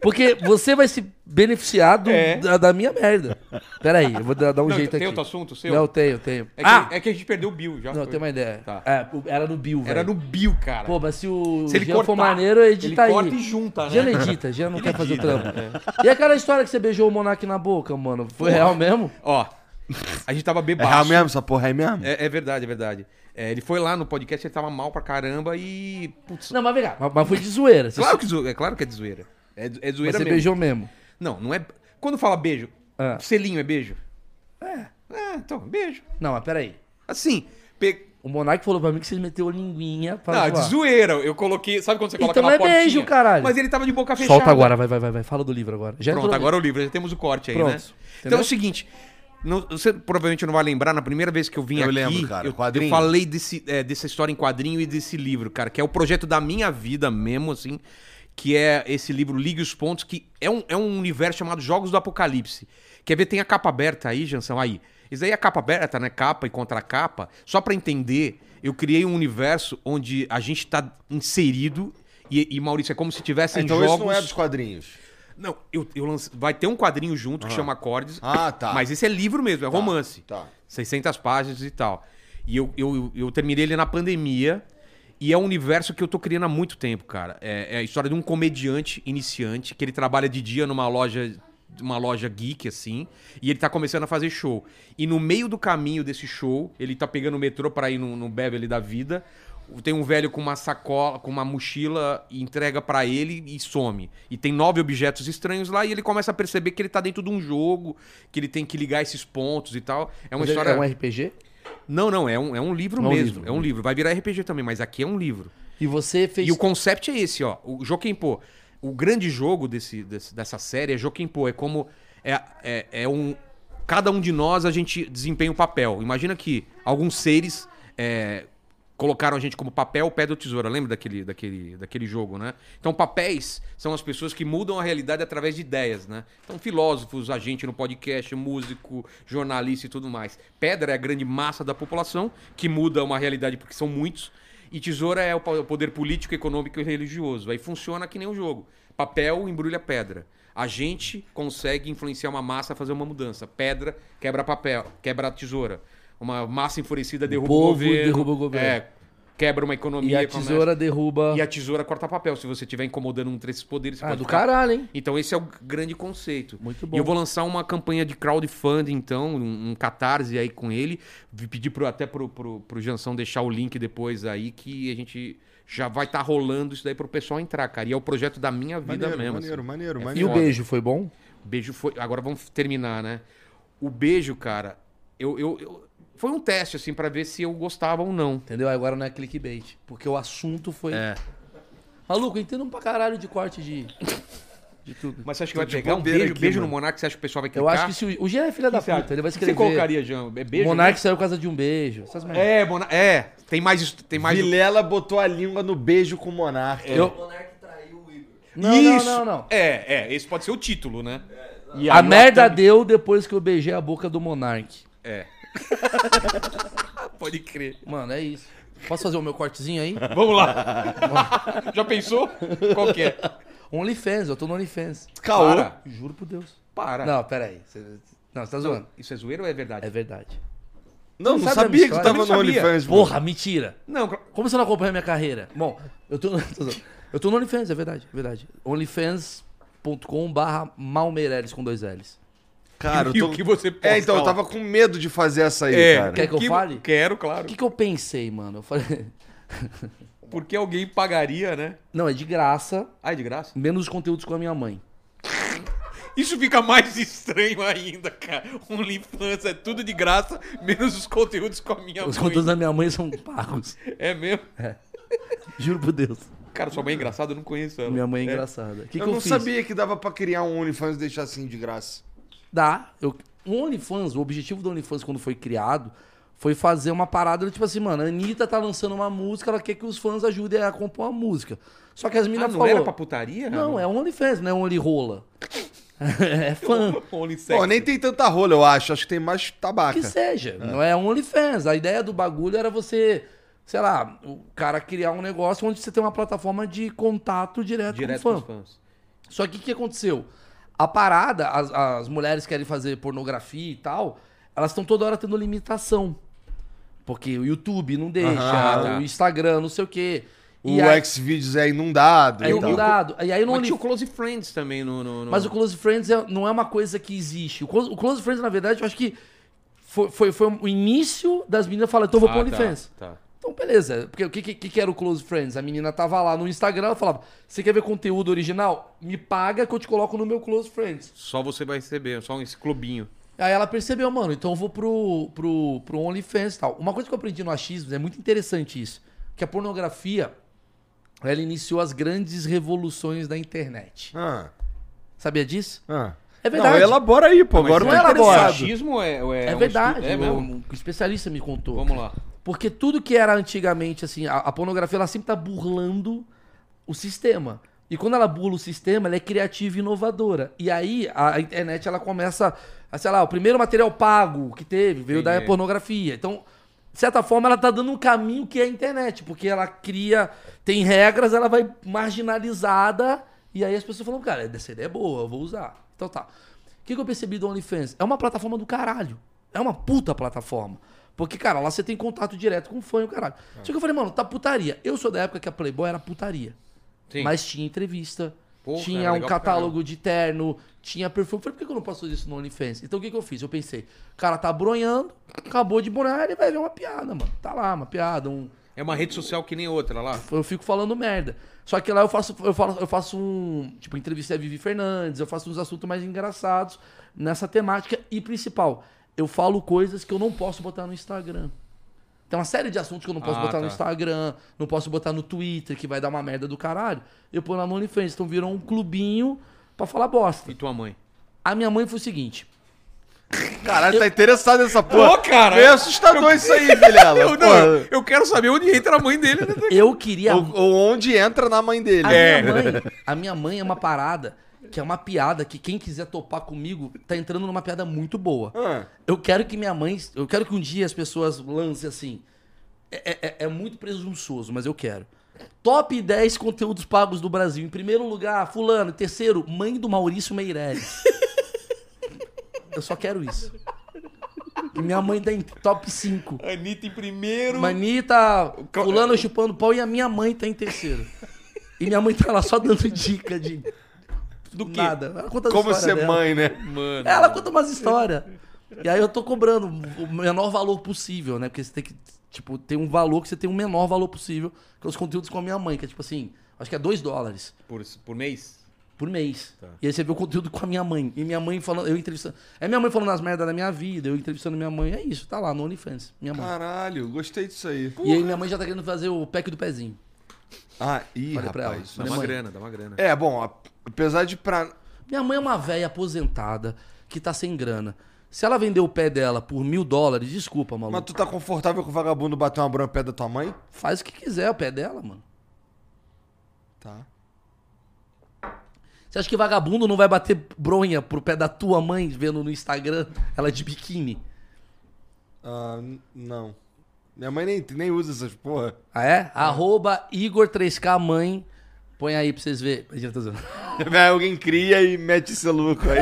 D: Porque você vai se beneficiar do-
C: É.
D: da, da minha merda. Pera aí, eu vou dar, dar um
C: Não,
D: jeito
C: tem
D: aqui.
C: outro assunto seu?
D: Não, tenho, tenho.
C: É que,
D: ah!
C: é que a gente perdeu o Bill já.
D: Não,
C: foi.
D: tem uma ideia.
C: Tá.
D: É, era no Bill, velho.
C: Era no Bill, cara.
D: Pô, mas se o
C: Se ele
D: Jean
C: cortar,
D: for maneiro,
C: ele
D: edita aí.
C: corta e junta, né? é.
D: Jean não edita, Jean não quer fazer o trampo. E aquela história que você beijou o Monark na boca, mano? Foi real mesmo?
C: Ó, a gente tava
B: É real
C: bebaço.
B: mesmo? Essa porra é mesmo?
C: É, é verdade, é verdade. É, ele foi lá no podcast, ele tava mal pra caramba e. Putz,
D: Não, mas vem cá. Mas, mas foi de zoeira. Você,
C: claro que, zo- é claro que é de zoeira. É, de- é de
D: mas
C: zoeira
D: você
C: mesmo.
D: beijou mesmo.
C: Não, não é. Quando fala beijo,
D: Ah.
C: selinho é beijo? É. É, então, beijo.
D: Não, mas peraí.
C: Assim. Pe...
D: O Monark falou pra mim que você meteu linguinha pra
C: Não, é de
D: zoar.
C: zoeira. Eu coloquei. Sabe quando você coloca
D: Então
C: na
D: é
C: portinha?
D: beijo, caralho.
C: Mas ele tava de boca fechada.
D: Solta agora, vai, vai, vai, vai. Fala do livro agora. Já
C: Pronto,
D: entrou-
C: agora o livro, já temos o corte aí,
D: Pronto.
C: né? Então
D: Entendeu?
C: é o seguinte, não- você provavelmente não vai lembrar, na primeira vez que eu vim
B: Eu
C: aqui,
B: lembro, cara,
C: eu,
B: quadrinho.
C: eu falei desse, é, dessa história em quadrinho e desse livro, cara, que é o projeto da minha vida mesmo, assim, que é esse livro Ligue os Pontos, que é um, é um universo chamado Jogos do Apocalipse. Quer ver, tem a capa aberta aí, Jansão, aí. Isso aí é a capa aberta, né? Capa e contracapa. Só pra entender, eu criei um universo onde a gente tá inserido... E, e, Maurício, é como se tivessem
B: então
C: jogos...
B: isso não é dos quadrinhos.
C: Não, eu, eu lance... vai ter um quadrinho junto que chama Acordes.
B: Ah, tá.
C: Mas esse é livro mesmo, é romance.
B: tá.
C: 600 páginas e tal. E eu, eu, eu terminei ele na pandemia. E é um universo que eu tô criando há muito tempo, cara. É, é a história de um comediante iniciante que ele trabalha de dia numa loja uma loja geek assim, e ele tá começando a fazer show. E no meio do caminho desse show, ele tá pegando o metrô pra ir no, no Beverly da vida, tem um velho com uma sacola, com uma mochila, e entrega pra ele e some. E tem nove objetos estranhos lá e ele começa a perceber que ele tá dentro de um jogo, que ele tem que ligar esses pontos e tal. É uma
D: Mas
C: história.
D: É um RPG?
C: Não, não, é um, é um livro
D: Não é um
C: mesmo.
D: livro.
C: É um livro. Vai virar RPG também, mas aqui é um livro.
D: E você fez.
C: E o concept é esse, ó. O Jokenpô. O grande jogo desse, desse- dessa série é Jokenpô. É como. É, é, é um. Cada um de nós a gente desempenha um papel. Imagina que alguns seres é, colocaram a gente como papel, pedra ou tesoura. Lembra daquele, daquele, daquele jogo, né? Então, papéis são as pessoas que mudam a realidade através de ideias, né? Então, filósofos, a gente no podcast, músico, jornalista e tudo mais. Pedra é a grande massa da população que muda uma realidade porque são muitos. E tesoura é o po- o poder político, econômico e religioso. Aí funciona que nem um jogo. Papel embrulha pedra. A gente consegue influenciar uma massa a fazer uma mudança. Pedra quebra papel, quebra a tesoura. Uma massa enfurecida derruba o,
D: povo
C: governo.
D: derruba o governo.
C: É, quebra uma economia.
D: E a
C: começa-
D: tesoura derruba.
C: E a tesoura corta papel. Se você estiver incomodando um desses poderes, você
D: Ah,
C: pode
D: do
C: ficar-
D: caralho, hein?
C: então esse é o grande conceito.
D: Muito bom.
C: E eu vou lançar uma campanha de crowdfunding, então, um, um catarse aí com ele. Vi- Pedir pro, até pro, pro, pro Jansão deixar o link depois aí, que a gente já vai estar rolando isso daí pro pessoal entrar, cara. E é o projeto da minha vida
B: Maneiro,
C: mesmo.
B: maneiro,
C: assim.
B: maneiro,
C: É
B: maneiro.
D: E o
C: foda.
D: beijo foi bom?
C: Beijo foi. Agora vamos terminar, né? O beijo, cara, eu. eu, eu- Foi um teste, assim, pra ver se eu gostava ou não.
D: Entendeu? Agora não é clickbait. Porque o assunto foi.
C: É.
D: Maluco, eu entendo pra caralho de corte de. De tudo.
C: Mas você acha que
B: Tô
C: vai
B: de
C: pegar um
B: bobeira
C: beijo,
B: aqui,
C: beijo no
B: mano.
C: Monark? Você acha que o pessoal vai clicar?
D: Eu acho que se o, o Jean é filha da
C: Você acha?
D: puta, ele vai
C: O que
D: escrever.
C: Você colocaria, Jean? É beijo?
D: Monark saiu por causa de um beijo. Essas merdas.
C: É, Mona- é, tem mais isso- tem mais
B: Vilela botou a língua no beijo com o Monarca.
F: O Monark traiu o Igor.
D: Não,
C: isso.
D: não, não, não.
C: É, é, esse pode ser o título, né? E
D: A
C: aí o
D: merda
C: Atami-
D: deu depois que eu beijei a boca do Monark.
C: É. pode crer.
D: Mano, é isso. Posso fazer o meu cortezinho aí?
C: Vamos lá. Já pensou? Qual que é?
D: OnlyFans, eu tô no OnlyFans.
B: Caô.
C: Para.
D: Juro por Deus.
C: Para.
D: Não, pera aí. Você- Não, você tá zoando.
C: Isso é zoeiro ou é verdade?
D: É verdade.
B: Não,
D: Não
B: não
D: sabe a minha
B: sabia que tu
D: história?
B: tava
C: Eu nem
B: no
C: sabia.
B: OnlyFans. mano.
D: Porra, mentira.
C: Não, cl-
D: Como você não acompanha minha carreira? Bom, eu tô, tô zoando. eu tô no OnlyFans, é verdade, é verdade. OnlyFans.com barra Malmeireles com dois L's.
B: Cara,
C: e
B: eu
C: o
B: tô...
C: que você posta
B: É, então, eu
C: lá?
B: tava com medo de fazer essa aí,
C: É,
B: cara.
D: Quer que eu fale?
C: Quero,
D: O
C: claro.
D: que, que eu pensei, mano? Eu falei.
C: Porque alguém pagaria, né?
D: Não, é de graça,
C: Ah, é de graça?
D: menos os conteúdos com a minha mãe.
C: Isso fica mais estranho ainda, cara. OnlyFans é tudo de graça, menos os conteúdos com a minha
D: Os
C: mãe.
D: conteúdos da minha mãe são pagos.
C: É mesmo?
D: Juro por Deus.
C: Cara, sua mãe é engraçada, eu não conheço ela.
D: Minha mãe é engraçada. O que, que
B: eu
D: eu
B: não
D: fiz?
B: sabia que dava pra criar um OnlyFans e deixar assim de graça.
D: Dá. Eu, o OnlyFans, o objetivo do OnlyFans quando foi criado, foi fazer uma parada do tipo assim, mano, a Anitta tá lançando uma música, ela quer que os fãs ajudem a compor a música. Só que as
C: Ah,
D: minas
C: não
D: falou,
C: era pra putaria?
D: Não, é um OnlyFans, não é um OnlyRola. é fã.
C: Only sex.
B: Pô, nem tem tanta rola, eu acho. Acho que tem mais tabaca.
D: Que seja, não é um OnlyFans. A ideia do bagulho era você, sei lá, o cara criar um negócio onde você tem uma plataforma de contato direto,
C: Direto
D: é com
C: com
D: o
C: os
D: fã.
C: fãs.
D: Só que o que aconteceu? A parada, as, as mulheres querem fazer pornografia e tal, elas estão toda hora tendo limitação. Porque o YouTube não deixa,
C: Aham.
D: o Instagram, não sei o quê.
B: O
D: aí,
B: Xvideos é inundado.
D: é
B: e tal.
D: inundado. E aí no
C: Mas tinha o
D: Only-
C: Close Friends também no... no, no-
D: Mas o Close Friends é- não é uma coisa que existe. O Close, o Close Friends, na verdade, eu acho que foi, foi, foi o início das meninas falando, então eu vou pro
C: Ah, tá,
D: OnlyFans.
C: tá.
D: Então, beleza. Porque o que, que, que era o Close Friends? A menina tava lá no Instagram, ela falava, você quer ver conteúdo original? Me paga que eu te coloco no meu Close Friends.
C: Só você vai receber, só esse clubinho.
D: Aí ela percebeu, mano, então eu vou pro, pro, pro OnlyFans e tal. Uma coisa que eu aprendi no achismo, é muito interessante isso, que a pornografia, ela iniciou as grandes revoluções da internet.
B: Ah,
D: Sabia disso?
B: ah.
D: É verdade.
B: Não, elabora aí, pô. Agora eu tô
D: não é elaborado.
B: interessado.
C: Machismo é... ou
D: É,
C: um
D: verdade.
C: estudo- É
D: o,
C: mesmo?
D: o especialista me contou.
C: Vamos lá.
D: Porque tudo que era antigamente, assim, a, a pornografia, ela sempre tá burlando o sistema. E quando ela burla o sistema, ela é criativa e inovadora. E aí a, a internet, ela começa, a, sei lá, o primeiro material pago que teve veio da
C: Entendi.
D: pornografia. Então, de certa forma, ela tá dando um caminho que é a internet, porque ela cria, tem regras, ela vai marginalizada. E aí as pessoas falam, cara, essa ideia é boa, eu vou usar. Então tá. O que, que eu percebi do OnlyFans? É uma plataforma do caralho. É uma puta plataforma. Porque, cara, lá você tem contato direto com o fã e o caralho.
C: É.
D: Só que eu falei, mano, tá putaria. Eu sou da época que a Playboy era putaria.
C: Sim.
D: Mas tinha entrevista,
C: Pô,
D: tinha
C: cara,
D: um
C: legal pra
D: catálogo de terno, tinha perfume. Falei, por que que eu não posso fazer isso no OnlyFans? Então o que, que eu fiz? Eu pensei, o cara tá bronhando, acabou de bronhar, ele vai ver uma piada, mano. Tá lá, uma piada, um,
C: É uma rede social que nem outra lá.
D: eu fico falando merda. Só que lá eu faço, eu falo, eu faço um. Tipo, entrevistei a Vivi Fernandes, eu faço uns assuntos mais engraçados nessa temática. E principal, eu falo coisas que eu não posso botar no Instagram. Tem uma série de assuntos que eu não posso
C: Ah,
D: botar no
C: tá.
D: Instagram, não posso botar no Twitter, que vai dar uma merda do caralho. Eu ponho lá no OnlyFans. Então virou um clubinho pra falar bosta.
C: E tua mãe?
D: A minha mãe foi o seguinte:
B: Caralho, tá interessado nessa porra.
C: Ô, cara!
B: Meio assustador isso aí, Vilela.
C: Eu, não,
B: Porra.
C: eu- eu quero saber onde entra a mãe dele. né?
D: eu queria
B: Ou, ou onde entra na mãe
C: É.
B: dele.
D: A, minha mãe, a minha mãe é uma parada que é uma piada que quem quiser topar comigo tá entrando numa piada muito boa.
C: Ah.
D: Eu quero que minha mãe. Eu quero que um dia as pessoas lancem assim. É, é- é- é muito presunçoso, mas eu quero. Top 10 conteúdos pagos do Brasil. Em primeiro lugar, Fulano. Em terceiro, mãe do Maurício Meirelles. eu só quero isso. E minha mãe tá em top 5.
C: Anitta em primeiro.
D: Manita,
C: Cla-
D: fulano chupando pau e a minha mãe tá em terceiro. E minha mãe tá lá só dando dica de
C: do que?
D: nada. Ela conta as
B: Como
D: histórias
B: ser
D: dela.
B: mãe, né?
C: Mano.
D: Ela conta umas histórias. E aí eu tô cobrando o menor valor possível, né? Porque você tem que, tipo, tem um valor que você tem o menor valor possível, que é os conteúdos com a minha mãe, que é tipo assim, acho que é 2 dólares
C: Por, por mês?
D: por mês.
B: Tá.
D: E aí você vê o conteúdo com a minha mãe. E minha mãe falando, eu entrevistando. É minha mãe falando as merdas da minha vida, eu entrevistando minha mãe. É isso, tá lá no OnlyFans, minha
B: Ah,
D: mãe.
B: Caralho, gostei disso aí.
D: e aí minha mãe já tá querendo fazer o pack do pezinho.
B: Ah, ih,
D: Olha pra
B: rapaz.
D: ela.
C: Dá uma
D: Mãe.
C: grana, dá uma grana.
B: É, bom, a- apesar de pra...
D: Minha mãe é uma velha aposentada que tá sem grana. Se ela vender o pé dela por mil dólares, desculpa, maluco.
B: Mas tu tá confortável com o vagabundo bater uma bronha no pé da tua mãe?
D: Faz o que quiser o pé dela, mano.
B: Tá.
D: Você acha que vagabundo não vai bater bronha pro pé da tua mãe vendo no Instagram ela de biquíni?
B: Ah, n- não. Minha mãe nem, nem usa essas porra.
D: Ah, é? Arroba Igor3K mãe. Põe aí pra vocês verem. Imagina, tô zoando.
B: Vai, Alguém cria e mete esse louco aí.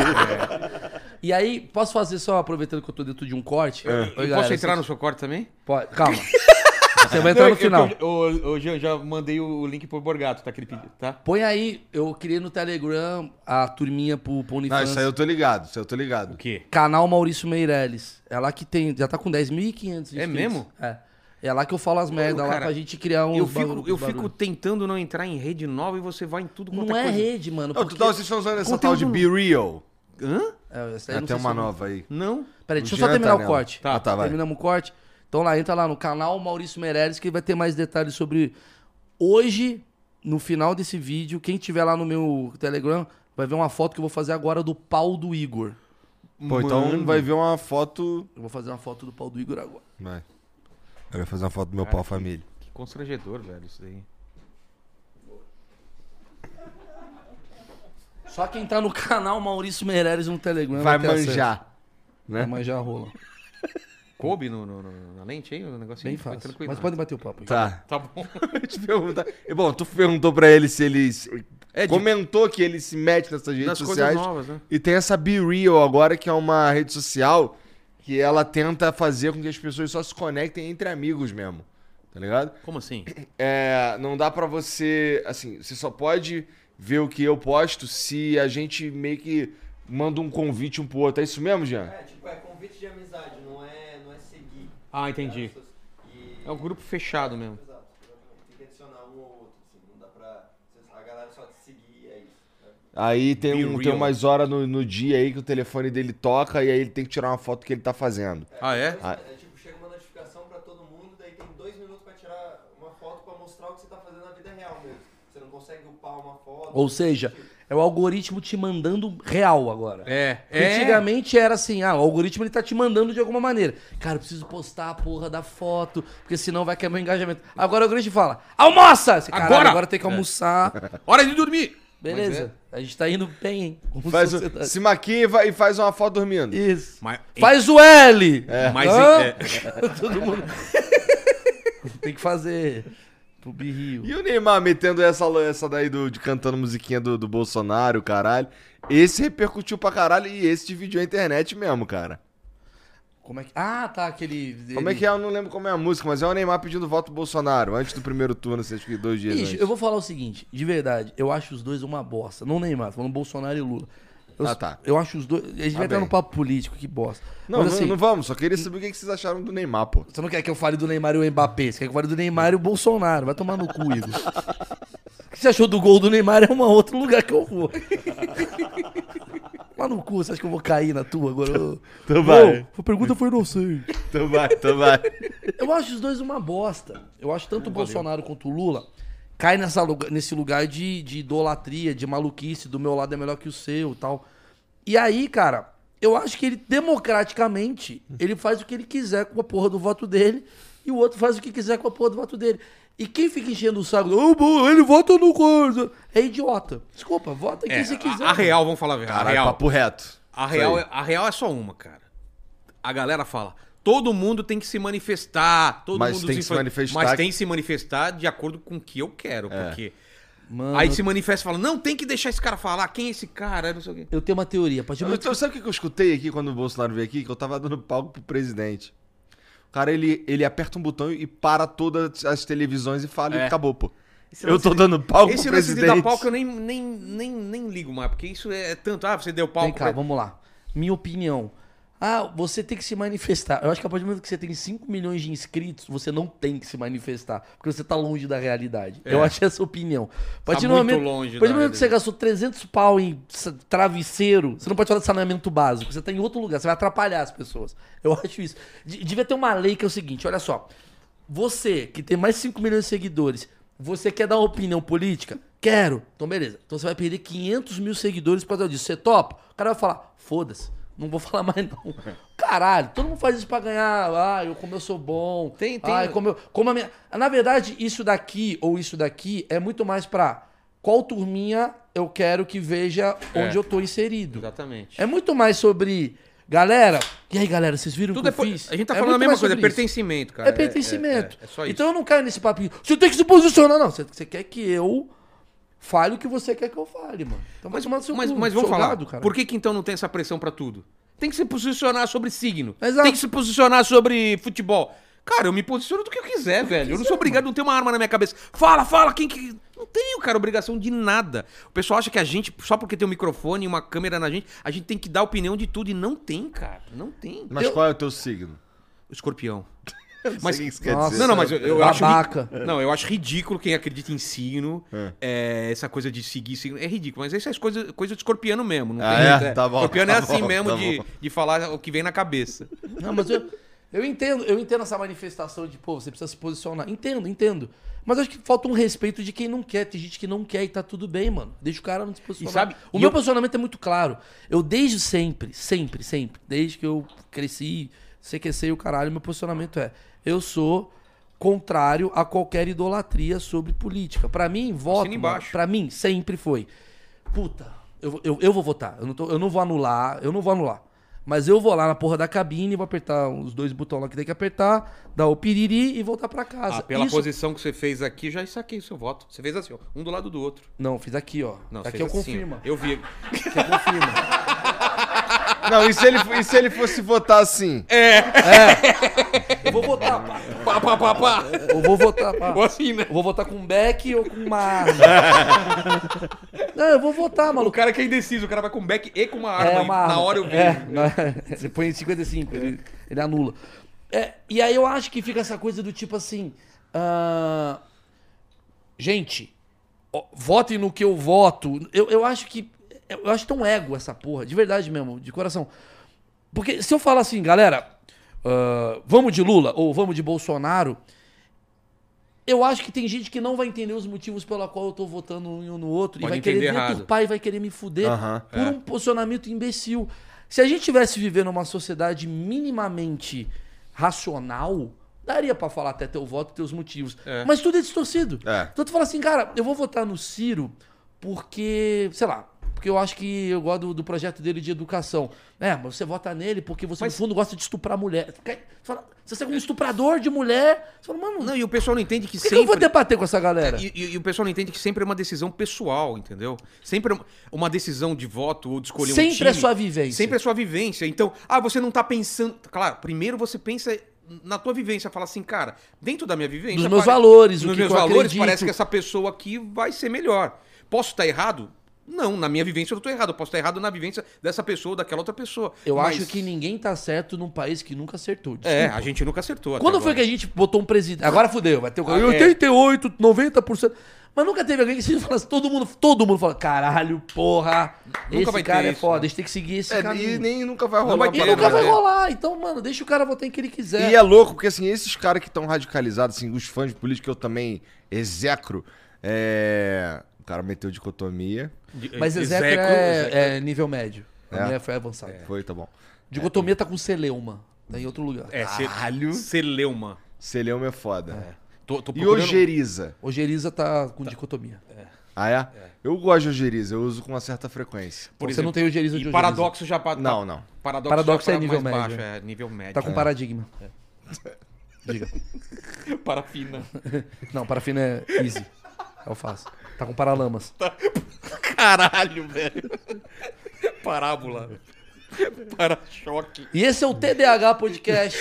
D: E aí, posso fazer só aproveitando que eu tô dentro de um corte? Oi,
C: Eu
D: galera,
C: posso entrar
D: vocês-
C: no seu corte também?
D: Pode- Calma. Você vai entrar no final.
C: Eu, eu, eu, já- já mandei o link pro Borgato, tá? Que ele pediu, tá?
D: Põe aí, eu criei no Telegram a turminha pro, pro
B: Não,
D: OnlyFans.
B: isso aí eu tô ligado, isso aí eu tô ligado.
C: O quê?
D: Canal Maurício Meirelles. É lá que tem. Já tá com 10.500 inscritos.
C: É mesmo?
D: É. É lá que eu falo as merdas, lá
C: cara,
D: pra gente criar um.
C: Eu fico, eu fico tentando não entrar em rede nova e você vai em tudo quanto
D: Não
C: é
D: é
C: coisa.
D: rede, mano.
B: Não, tu
D: porque-
B: tá, vocês estão usando essa tal de Be Real.
C: Hã?
D: É, essa aí eu
B: É,
D: não
B: tem
D: sei
B: uma
D: se eu-
B: nova aí.
C: Não?
D: Peraí, deixa eu só
B: Janta
D: terminar o
B: nela.
D: corte.
B: Tá, tá, vai.
D: Terminamos o corte. Então lá, entra lá no canal Maurício Meirelles que vai ter mais detalhes sobre. Hoje, no final desse vídeo, quem tiver lá no meu Telegram vai ver uma foto que eu vou fazer agora do pau do Igor.
B: Pô, então vai ver uma foto.
D: Eu vou fazer uma foto do pau do Igor agora.
B: Vai. Eu vou fazer uma foto do meu pau família.
C: Ah, Que constrangedor, velho, isso daí.
D: Só quem tá no canal Maurício Meirelles no Telegram
B: Vai
D: ter acesso.
B: manjar.
D: Vai manjar a rola.
C: Coube no, no- no- na lente aí, o negocinho?
D: Bem
C: Foi
D: fácil.
C: tranquilo.
D: Mas podem bater o papo. aí.
B: Tá.
C: Tá bom.
B: Eu te perguntar. E, Bom, tu perguntou pra ele se ele. se-
C: É, de-
B: Comentou que ele se mete nessas redes
C: Nas coisas
B: sociais.
C: novas, né?
B: E tem essa Be Real agora, que é uma rede social que ela tenta fazer com que as pessoas só se conectem entre amigos mesmo. Tá ligado?
C: Como assim?
B: É, não dá pra você. Assim, você só pode ver o que eu posto se a gente meio que manda um convite um pro outro. É isso mesmo, Jean?
F: É, tipo, é convite de amizade, não é, não é seguir.
C: Ah, entendi.
F: E
C: É um grupo fechado mesmo.
F: exato, exatamente. Tem que adicionar um ou outro, assim, não dá pra. A galera só te seguir, é isso. né?
B: Aí
C: Be
B: tem, um, tem
C: real.
B: umas horas no, no dia aí que o telefone dele toca e aí ele tem que tirar uma foto que ele tá fazendo.
C: Ah, é?
B: Ah.
F: É tipo, chega uma notificação pra todo mundo, daí tem dois minutos pra tirar uma foto pra mostrar o que você tá fazendo na vida real mesmo. Você não consegue upar uma foto.
D: Ou seja, é o algoritmo te mandando real agora.
C: É.
D: Porque Antigamente era assim, ah, o algoritmo ele tá te mandando de alguma maneira. Cara, eu preciso postar a porra da foto, porque senão vai cair meu engajamento. Agora o algoritmo fala, almoça! Você, caralho,
C: Agora! É.
D: agora tem que almoçar.
C: Hora de dormir!
D: Beleza, a gente tá indo bem, hein? Como
B: é. Faz o-
D: sociedade.
B: se maquia e vai- e faz uma foto dormindo.
D: Isso.
C: Mas,
D: Faz o L!
C: mas
D: Hã?
C: é,
D: Todo mundo... tem que fazer... pro Birrio.
B: E o Neymar metendo essa, essa daí do, de cantando musiquinha do, do Bolsonaro, caralho. Esse repercutiu pra caralho e esse dividiu a internet mesmo, cara.
D: Como é que. Ah, tá, aquele.
B: Como é que é? Eu não lembro como é a música, mas é o Neymar pedindo voto pro Bolsonaro antes do primeiro turno, assim, acho que dois dias
D: Bicho,
B: antes.
D: eu vou falar o seguinte, de verdade, eu acho os dois uma bosta. Não o Neymar, tô falando Bolsonaro e Lula. Eu,
B: Ah, tá.
D: Eu acho os dois. A gente vai
B: bem.
D: entrar num papo político, que bosta.
B: Não,
D: Mas
B: não-
D: assim,
B: não vamos, só queria saber o que que vocês acharam do Neymar, pô.
D: você não quer que eu fale do Neymar e o Mbappé, você quer que eu fale do Neymar e o Bolsonaro. Vai tomar no cu, Igor. O que você achou do gol do Neymar é um outro lugar que eu vou. Lá no cu, você acha que eu vou cair na tua agora? Eu-
B: Então vai.
D: Não, a pergunta foi inocente.
B: Então vai, então vai.
D: Eu acho os dois uma bosta. Eu acho tanto o Bolsonaro quanto o Lula cai nessa lugar- nesse lugar de, de idolatria, de maluquice, do meu lado é melhor que o seu e tal. E aí, cara, eu acho que ele, democraticamente, ele faz o que ele quiser com a porra do voto dele e o outro faz o que quiser com a porra do voto dele. E quem fica enchendo o saco, "Ô, bo- ele vota no coisa, é idiota. Desculpa, vota quem
C: É,
D: você
C: a-
D: quiser.
C: a, real, vamos falar a verdade. A
B: Caralho,
C: real,
B: papo reto.
C: a, real é, a real é só uma, cara. A galera fala, todo mundo tem que se manifestar. Todo
B: Mas
C: mundo
B: tem que se
C: fa-
B: manifestar-
C: Mas tem que se manifestar de acordo com o que eu quero, porque...
D: Mano,
C: Aí se manifesta e fala, não, tem que deixar esse cara falar, quem é esse cara, não sei o quê.
D: eu tenho uma teoria. A partir do
B: Eu,
D: momento
C: um
B: então, sabe o que que eu escutei aqui quando o Bolsonaro veio aqui? Que eu tava dando palco pro presidente. O cara, ele, ele aperta um botão e para todas as televisões e fala e acabou, pô. eu tô dando palco
C: Esse
B: pro
C: lance de
B: presidente.
C: dar palco eu nem, nem, nem, nem ligo mais, porque isso é tanto, ah, você deu palco...
D: Vem cá,
C: pra-
D: vamos lá. Minha opinião. Ah, você tem que se manifestar. Eu acho que a partir do momento que você tem 5 milhões de inscritos, você não tem que se manifestar. Porque você tá longe da realidade. Eu acho essa opinião. A partir do
C: É. Tá muito
D: momento,
C: longe
D: a partir do
C: da
D: momento que você gastou 300 pau em sa- travesseiro, você não pode falar de saneamento básico. Você tá em outro lugar. Você vai atrapalhar as pessoas. Eu acho isso. De- devia ter uma lei que é o seguinte: olha só. Você, que tem mais 5 milhões de seguidores, você quer dar uma opinião política? Quero. Então, beleza. Então você vai perder 500 mil seguidores por causa disso. Você topa? O cara vai falar, foda-se. Não vou falar mais, não. Caralho, todo mundo faz isso pra ganhar. Ah, eu como eu sou bom.
C: Tem- tem-
D: Ai, como eu, como a minha... Na verdade, isso daqui ou isso daqui é muito mais pra qual turminha eu quero que veja onde eu tô inserido.
C: É. Exatamente.
D: É muito mais sobre... Galera, e aí, galera, vocês viram o
C: Tudo
D: que
C: é
D: eu
C: po-
D: fiz?
C: A gente tá
D: É
C: falando a
D: muito
C: mesma
D: mais
C: coisa, é
D: sobre isso.
C: pertencimento, cara.
D: É pertencimento.
C: É, é só isso.
D: Então eu não caio nesse papinho. Você tem que se posicionar, não. Você, você quer que eu fale o que você quer que eu fale, mano. Então vai
C: mas,
D: tomar no seu
C: mas,
D: cu,
C: mas vamos falar.
D: folgado, cara.
C: Por que, que então não tem essa pressão pra tudo? Tem que se posicionar sobre signo.
D: Exato.
C: Tem que se posicionar sobre futebol. Cara, eu me posiciono do que eu quiser, velho. eu não sou obrigado a não ter uma arma na minha cabeça. Fala, fala, quem que. Não tenho, cara, obrigação de nada. O pessoal acha que a gente, só porque tem um microfone e uma câmera na gente, a gente tem que dar opinião de tudo. E não tem, cara. Não tem.
B: Mas qual é o teu signo?
C: Escorpião. Mas,
B: o que isso quer
D: Nossa.
B: dizer.
C: não, não, mas eu, eu acho.
D: Babaca.
C: ri- É. Não, eu acho ridículo quem acredita em signo. é, essa coisa de seguir signo. É ridículo, mas isso é coisa, coisa de escorpiano mesmo. Não
B: Ah,
C: tem
B: é?
C: jeito,
B: Tá bom,
C: Escorpiano
B: tá
C: é assim
B: bom,
C: mesmo
B: tá
C: de,
B: bom.
C: de falar o que vem na cabeça.
D: Não, mas eu, eu entendo, eu entendo essa manifestação de, pô, você precisa se posicionar. Entendo, entendo. Mas acho que falta um respeito de quem não quer. Tem gente que não quer e tá tudo bem, mano. Deixa o cara não se posicionar.
C: E sabe,
D: o
C: e
D: meu
C: eu-
D: posicionamento é muito claro. Eu desde sempre, sempre, sempre, desde que eu cresci, CQC e o caralho, meu posicionamento é: eu sou contrário a qualquer idolatria sobre política. Pra mim, voto, mano,
C: embaixo.
D: pra mim sempre foi puta, eu, vou- eu, eu vou votar. Eu não, tô- eu não vou anular, eu não vou anular. Mas eu vou lá na porra da cabine, vou apertar os dois botões lá que tem que apertar, dar o piriri e voltar pra casa.
C: Ah, pela
D: Isso-
C: posição que você fez aqui, já saquei o seu voto. Você fez assim, ó, um do lado do outro.
D: Não, fiz aqui, ó.
C: Não,
D: aqui
C: fez
D: eu
C: assim, ó.
D: confirmo.
C: Eu vi.
D: Aqui eu confirmo.
B: Não, e se, ele, e se ele fosse votar assim?
C: É,
D: eu vou votar, pá.
C: Pá, pá, pá, pá.
D: Eu vou votar, pá.
C: Ou assim, né?
D: Eu vou votar com um Beck ou com uma arma? Não, eu vou votar,
C: O
D: maluco.
C: cara que é indeciso, o cara vai com back e com uma arma.
D: É,
C: e
D: uma arma.
C: Na hora eu vi.
D: É, na- você põe em 55, ele, ele anula. É, e aí eu acho que fica essa coisa do tipo assim. ah, gente, ó, votem no que eu voto. Eu, eu acho que. Eu acho tão ego essa porra, de verdade mesmo, de coração. Porque se eu falar assim, galera, ah, vamos de Lula ou vamos de Bolsonaro, eu acho que tem gente que não vai entender os motivos pela qual eu tô votando um e um no outro e
C: Pode
D: vai querer me
C: entender errado.
D: deturpar e vai querer me fuder
B: Aham,
D: por
C: É.
D: um posicionamento imbecil. Se a gente tivesse vivendo uma sociedade minimamente racional, daria pra falar até teu voto e teus motivos. Mas tudo é distorcido.
B: É.
D: Então tu fala assim, cara, eu vou votar no Ciro porque, sei lá, porque porque eu acho que eu gosto do, do projeto dele de educação. É, mas você vota nele porque você, no fundo, gosta de estuprar mulher. Você quer- você fala- você é um estuprador de mulher. Você fala, mano, por
C: Não, e o pessoal não entende que
D: que, que
C: sempre...
D: eu vou debater com essa galera?
C: E, e- e o pessoal não entende que sempre é uma decisão pessoal, entendeu? Sempre é uma- uma decisão de voto ou de escolher um time.
D: Sempre é sua vivência.
C: Sempre é sua vivência. Então, ah, você não tá pensando... Claro, primeiro você pensa na tua vivência. Fala assim, cara, dentro da minha vivência...
D: Nos meus valores, o
C: Nos
D: que
C: meus
D: que eu
C: valores,
D: acredito.
C: parece que essa pessoa aqui vai ser melhor. Posso estar errado? Não, na minha vivência eu tô errado. Eu posso estar errado na vivência dessa pessoa ou daquela outra pessoa.
D: Eu
C: Mas-
D: acho que ninguém tá certo num país que nunca acertou.
C: É, a gente nunca acertou.
D: Quando foi que a gente botou um presidente? Agora fudeu, vai ter o
C: Ah, é.
D: 88, 90%. Mas nunca teve alguém que se falasse, todo mundo, todo mundo fala, caralho, porra,
C: Nunca
D: esse
C: vai ter
D: cara é
C: isso, né?
D: foda, a gente tem que seguir esse
B: É,
D: caminho.
B: e
D: E,
B: nem nunca vai
C: Não
B: rolar.
C: vai
B: uma
C: ter,
B: parada
D: nunca
C: não
D: vai
C: é.
D: rolar, então, mano, deixa o cara votar em que ele quiser.
B: E é louco, porque assim, esses caras que estão radicalizados, assim, os fãs de política que eu também execro, é... O cara meteu dicotomia.
D: Mas Execra é, é nível médio, a
B: É.
D: minha foi avançada.
B: Foi, tá bom.
D: Dicotomia tá com celeuma, tá em outro lugar.
C: É,
B: Caralho.
C: Celeuma.
B: Celeuma é foda.
C: Tô, tô
B: E
C: procurando...
B: ojeriza.
D: Ojeriza tá com dicotomia.
B: Ah, é? Eu gosto de ojeriza, eu uso com uma certa frequência.
C: Por
D: Você
C: exemplo,
D: não tem ojeriza de
C: E
D: ojeriza.
C: paradoxo já... tá pa-
B: Não, não.
C: Paradoxo,
D: Paradoxo
C: já
D: é
C: pra
D: nível
C: mais
D: médio.
C: Baixo, é nível médio.
D: Tá com paradigma. Diga.
C: parafina.
D: Não, parafina é easy. Eu faço. Tá com paralamas.
C: Caralho, velho. Parábola. Para-choque.
D: E esse é o TDAH Podcast.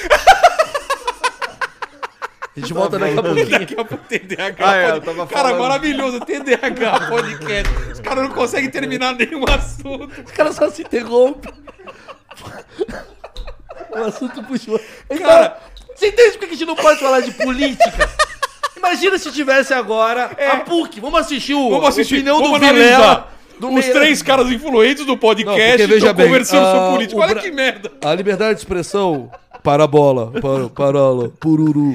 D: A gente volta
C: Tá
D: daqui a pouquinho.
C: Daqui a pouco TDAH.
B: Ah, é, eu
C: pode-
B: tava
C: Cara,
B: falando.
C: maravilhoso. TDAH podcast. Os caras não conseguem terminar nenhum assunto.
D: Os caras só se interrompem. O assunto puxou. Então,
C: Cara-
D: você entende por que a gente não pode falar de política? Imagina se tivesse agora a PUC. Vamos assistir o
C: É. Vamos assistir.
D: a opinião
C: vamos
D: do
C: analisar.
D: Vilela. do
C: Os
D: Meirelles.
C: três caras influentes do
D: Não, porque
C: podcast
D: veja
C: estão
D: bem,
C: conversando
D: ah,
C: sobre política.
D: o
C: Olha
D: Bra-
C: que merda.
D: A liberdade de expressão, parabola, para, parola, pururu.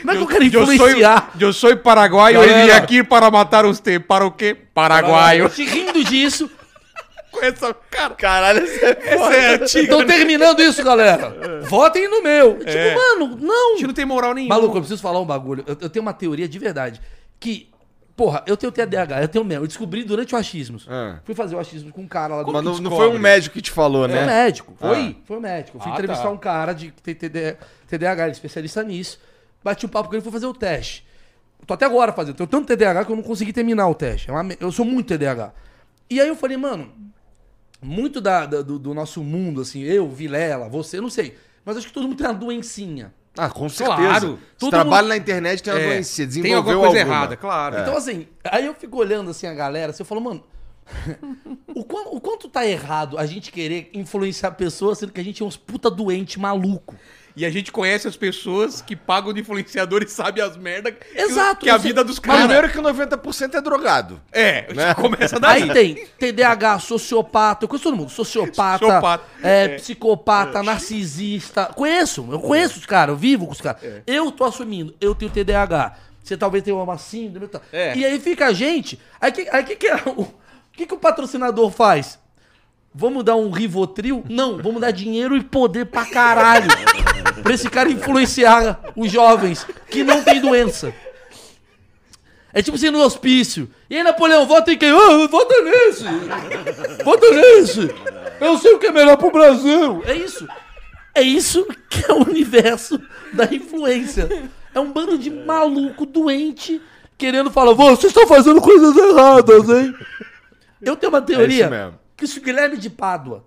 D: Como é que eu quero influenciar?
C: Eu sou, eu sou paraguaio
D: Galera.
C: e vim aqui para matar os te... Para o quê? Paraguaio.
D: Se rindo disso.
C: Com essa... Cara, Caralho, essa é antiga. É.
D: Estão terminando isso, galera. Votem no meu. Tipo, mano, não.
C: não tem moral nenhuma.
D: Maluco, eu preciso falar um bagulho. Eu, eu tenho uma teoria de verdade. Que, porra, eu tenho TDAH, eu tenho mesmo. Eu descobri durante o achismos.
B: Ah.
D: Fui fazer o achismos com um cara lá do
B: Mas não, não
C: descobre?
B: foi um médico que te falou,
D: Foi um
B: né?
D: médico.
B: Foi?
D: Foi? Foi um médico. Eu Fui
C: Ah,
D: entrevistar
C: tá.
D: um cara de que tem TD TDAH, ele é especialista nisso. Bati um papo com ele, fui fazer o teste. Eu Tô até agora fazendo. Tenho tanto TDAH que eu não consegui terminar o teste. É uma me- Eu sou muito TDAH. E aí eu falei, mano, muito da- da- do, do nosso mundo, assim, eu, Vilela, você, eu não sei. Mas acho que todo mundo tem uma doencinha.
B: Ah, com certeza.
C: Claro. é,
B: Se
D: Todo
B: trabalha
D: mundo-
B: na internet, tem uma doença, desenvolveu
C: Tem alguma É. coisa errada, claro.
D: Então, assim, aí eu fico olhando assim a galera, assim, eu falo, mano, o, quan- o quanto tá errado a gente querer influenciar pessoas sendo que a gente é uns puta doente maluco.
C: E a gente conhece as pessoas que pagam de influenciador e sabe as merdas que,
D: Exato,
C: que a
D: você-
C: vida dos
B: Mas
C: caras.
B: Primeiro que 90% é drogado.
C: É, a gente começa daí.
D: Aí tem TDAH, sociopata, eu conheço todo mundo, sociopata,
C: Sociopata,
D: é,
C: é.
D: psicopata, narcisista, conheço, eu conheço os caras, eu vivo com os caras.
C: É.
D: Eu tô assumindo, eu tenho TDAH, você talvez tenha uma síndrome e tal.
C: É.
D: E aí fica a gente, aí que, aí que, que, é o, que, que o patrocinador faz? Vamos dar um Rivotril? Não, vamos dar dinheiro e poder pra caralho. pra esse cara influenciar os jovens que não tem doença. É tipo assim no hospício. E aí, Napoleão, vota em quem? Ah, vota nesse! Vota nesse! Eu sei o que é melhor pro Brasil! É isso. É isso que é o universo da influência. É um bando de maluco doente querendo falar: vocês estão fazendo coisas erradas, hein? Eu tenho uma teoria
B: isso mesmo.
D: que se o Guilherme de Pádua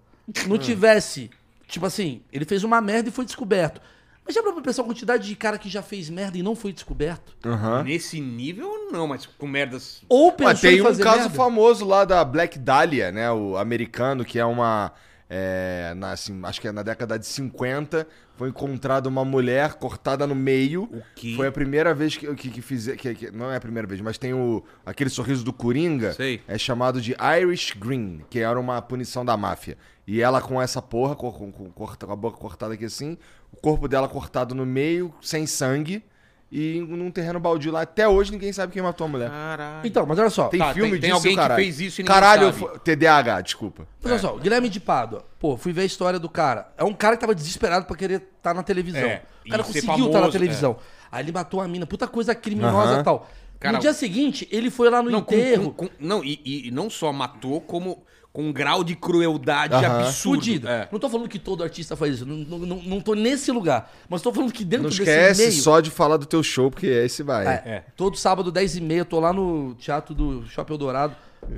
D: não tivesse, tipo assim, ele fez uma merda e foi descoberto. Mas já pra pensar a quantidade de cara que já fez merda e não foi descoberto?
B: Aham.
C: Nesse nível, não, mas com merdas.
D: Ou
B: Mas
D: pensou
B: tem
D: em
B: um
D: fazer
B: caso
D: merda?
B: famoso lá da Black Dahlia, né? O americano, que é uma. é, na, assim, acho que é na década de 50, foi encontrada uma mulher cortada no meio. O
C: quê?
B: Foi a primeira vez que, que, que fizer. Que, que- não é a primeira vez, mas tem o, aquele sorriso do Coringa.
C: Sei.
B: É chamado de Irish Green, que era uma punição da máfia. E ela com essa porra, com, com- com- corta- com a boca cortada aqui assim, o corpo dela cortado no meio, sem sangue, e num terreno baldio lá. Até hoje ninguém sabe quem matou a mulher.
C: Caralho.
D: Então, mas olha só.
B: Tem
C: Tá,
B: filme
C: tem- tem
B: disso,
C: alguém que
B: caralho.
C: fez isso e ninguém
B: Caralho,
C: sabe.
B: eu fu- TDAH, desculpa.
D: Mas olha só,
C: É.
D: Guilherme de Pádua. Pô, fui ver a história do cara. É um cara que tava desesperado pra querer estar na televisão.
C: É,
D: o cara
C: e ser
D: conseguiu estar na
C: famoso, é.
D: televisão. Aí ele matou a mina, puta coisa criminosa e
B: Aham.
D: tal.
C: Cara,
D: no dia seguinte, ele foi lá no
C: não, com-
D: enterro.
C: com- com- não, e, e- e não só matou, como com um grau de crueldade
B: Aham.
C: absurdo.
D: Fudido.
C: É.
D: Não tô falando que todo artista faz isso. Não, não, não, não tô nesse lugar. Mas tô falando que dentro
B: Não
D: desse
B: esquece
D: meio...
B: só de falar do teu show, porque esse vai.
D: É, Todo sábado, 10h30, eu tô lá no Teatro do Shopping Dourado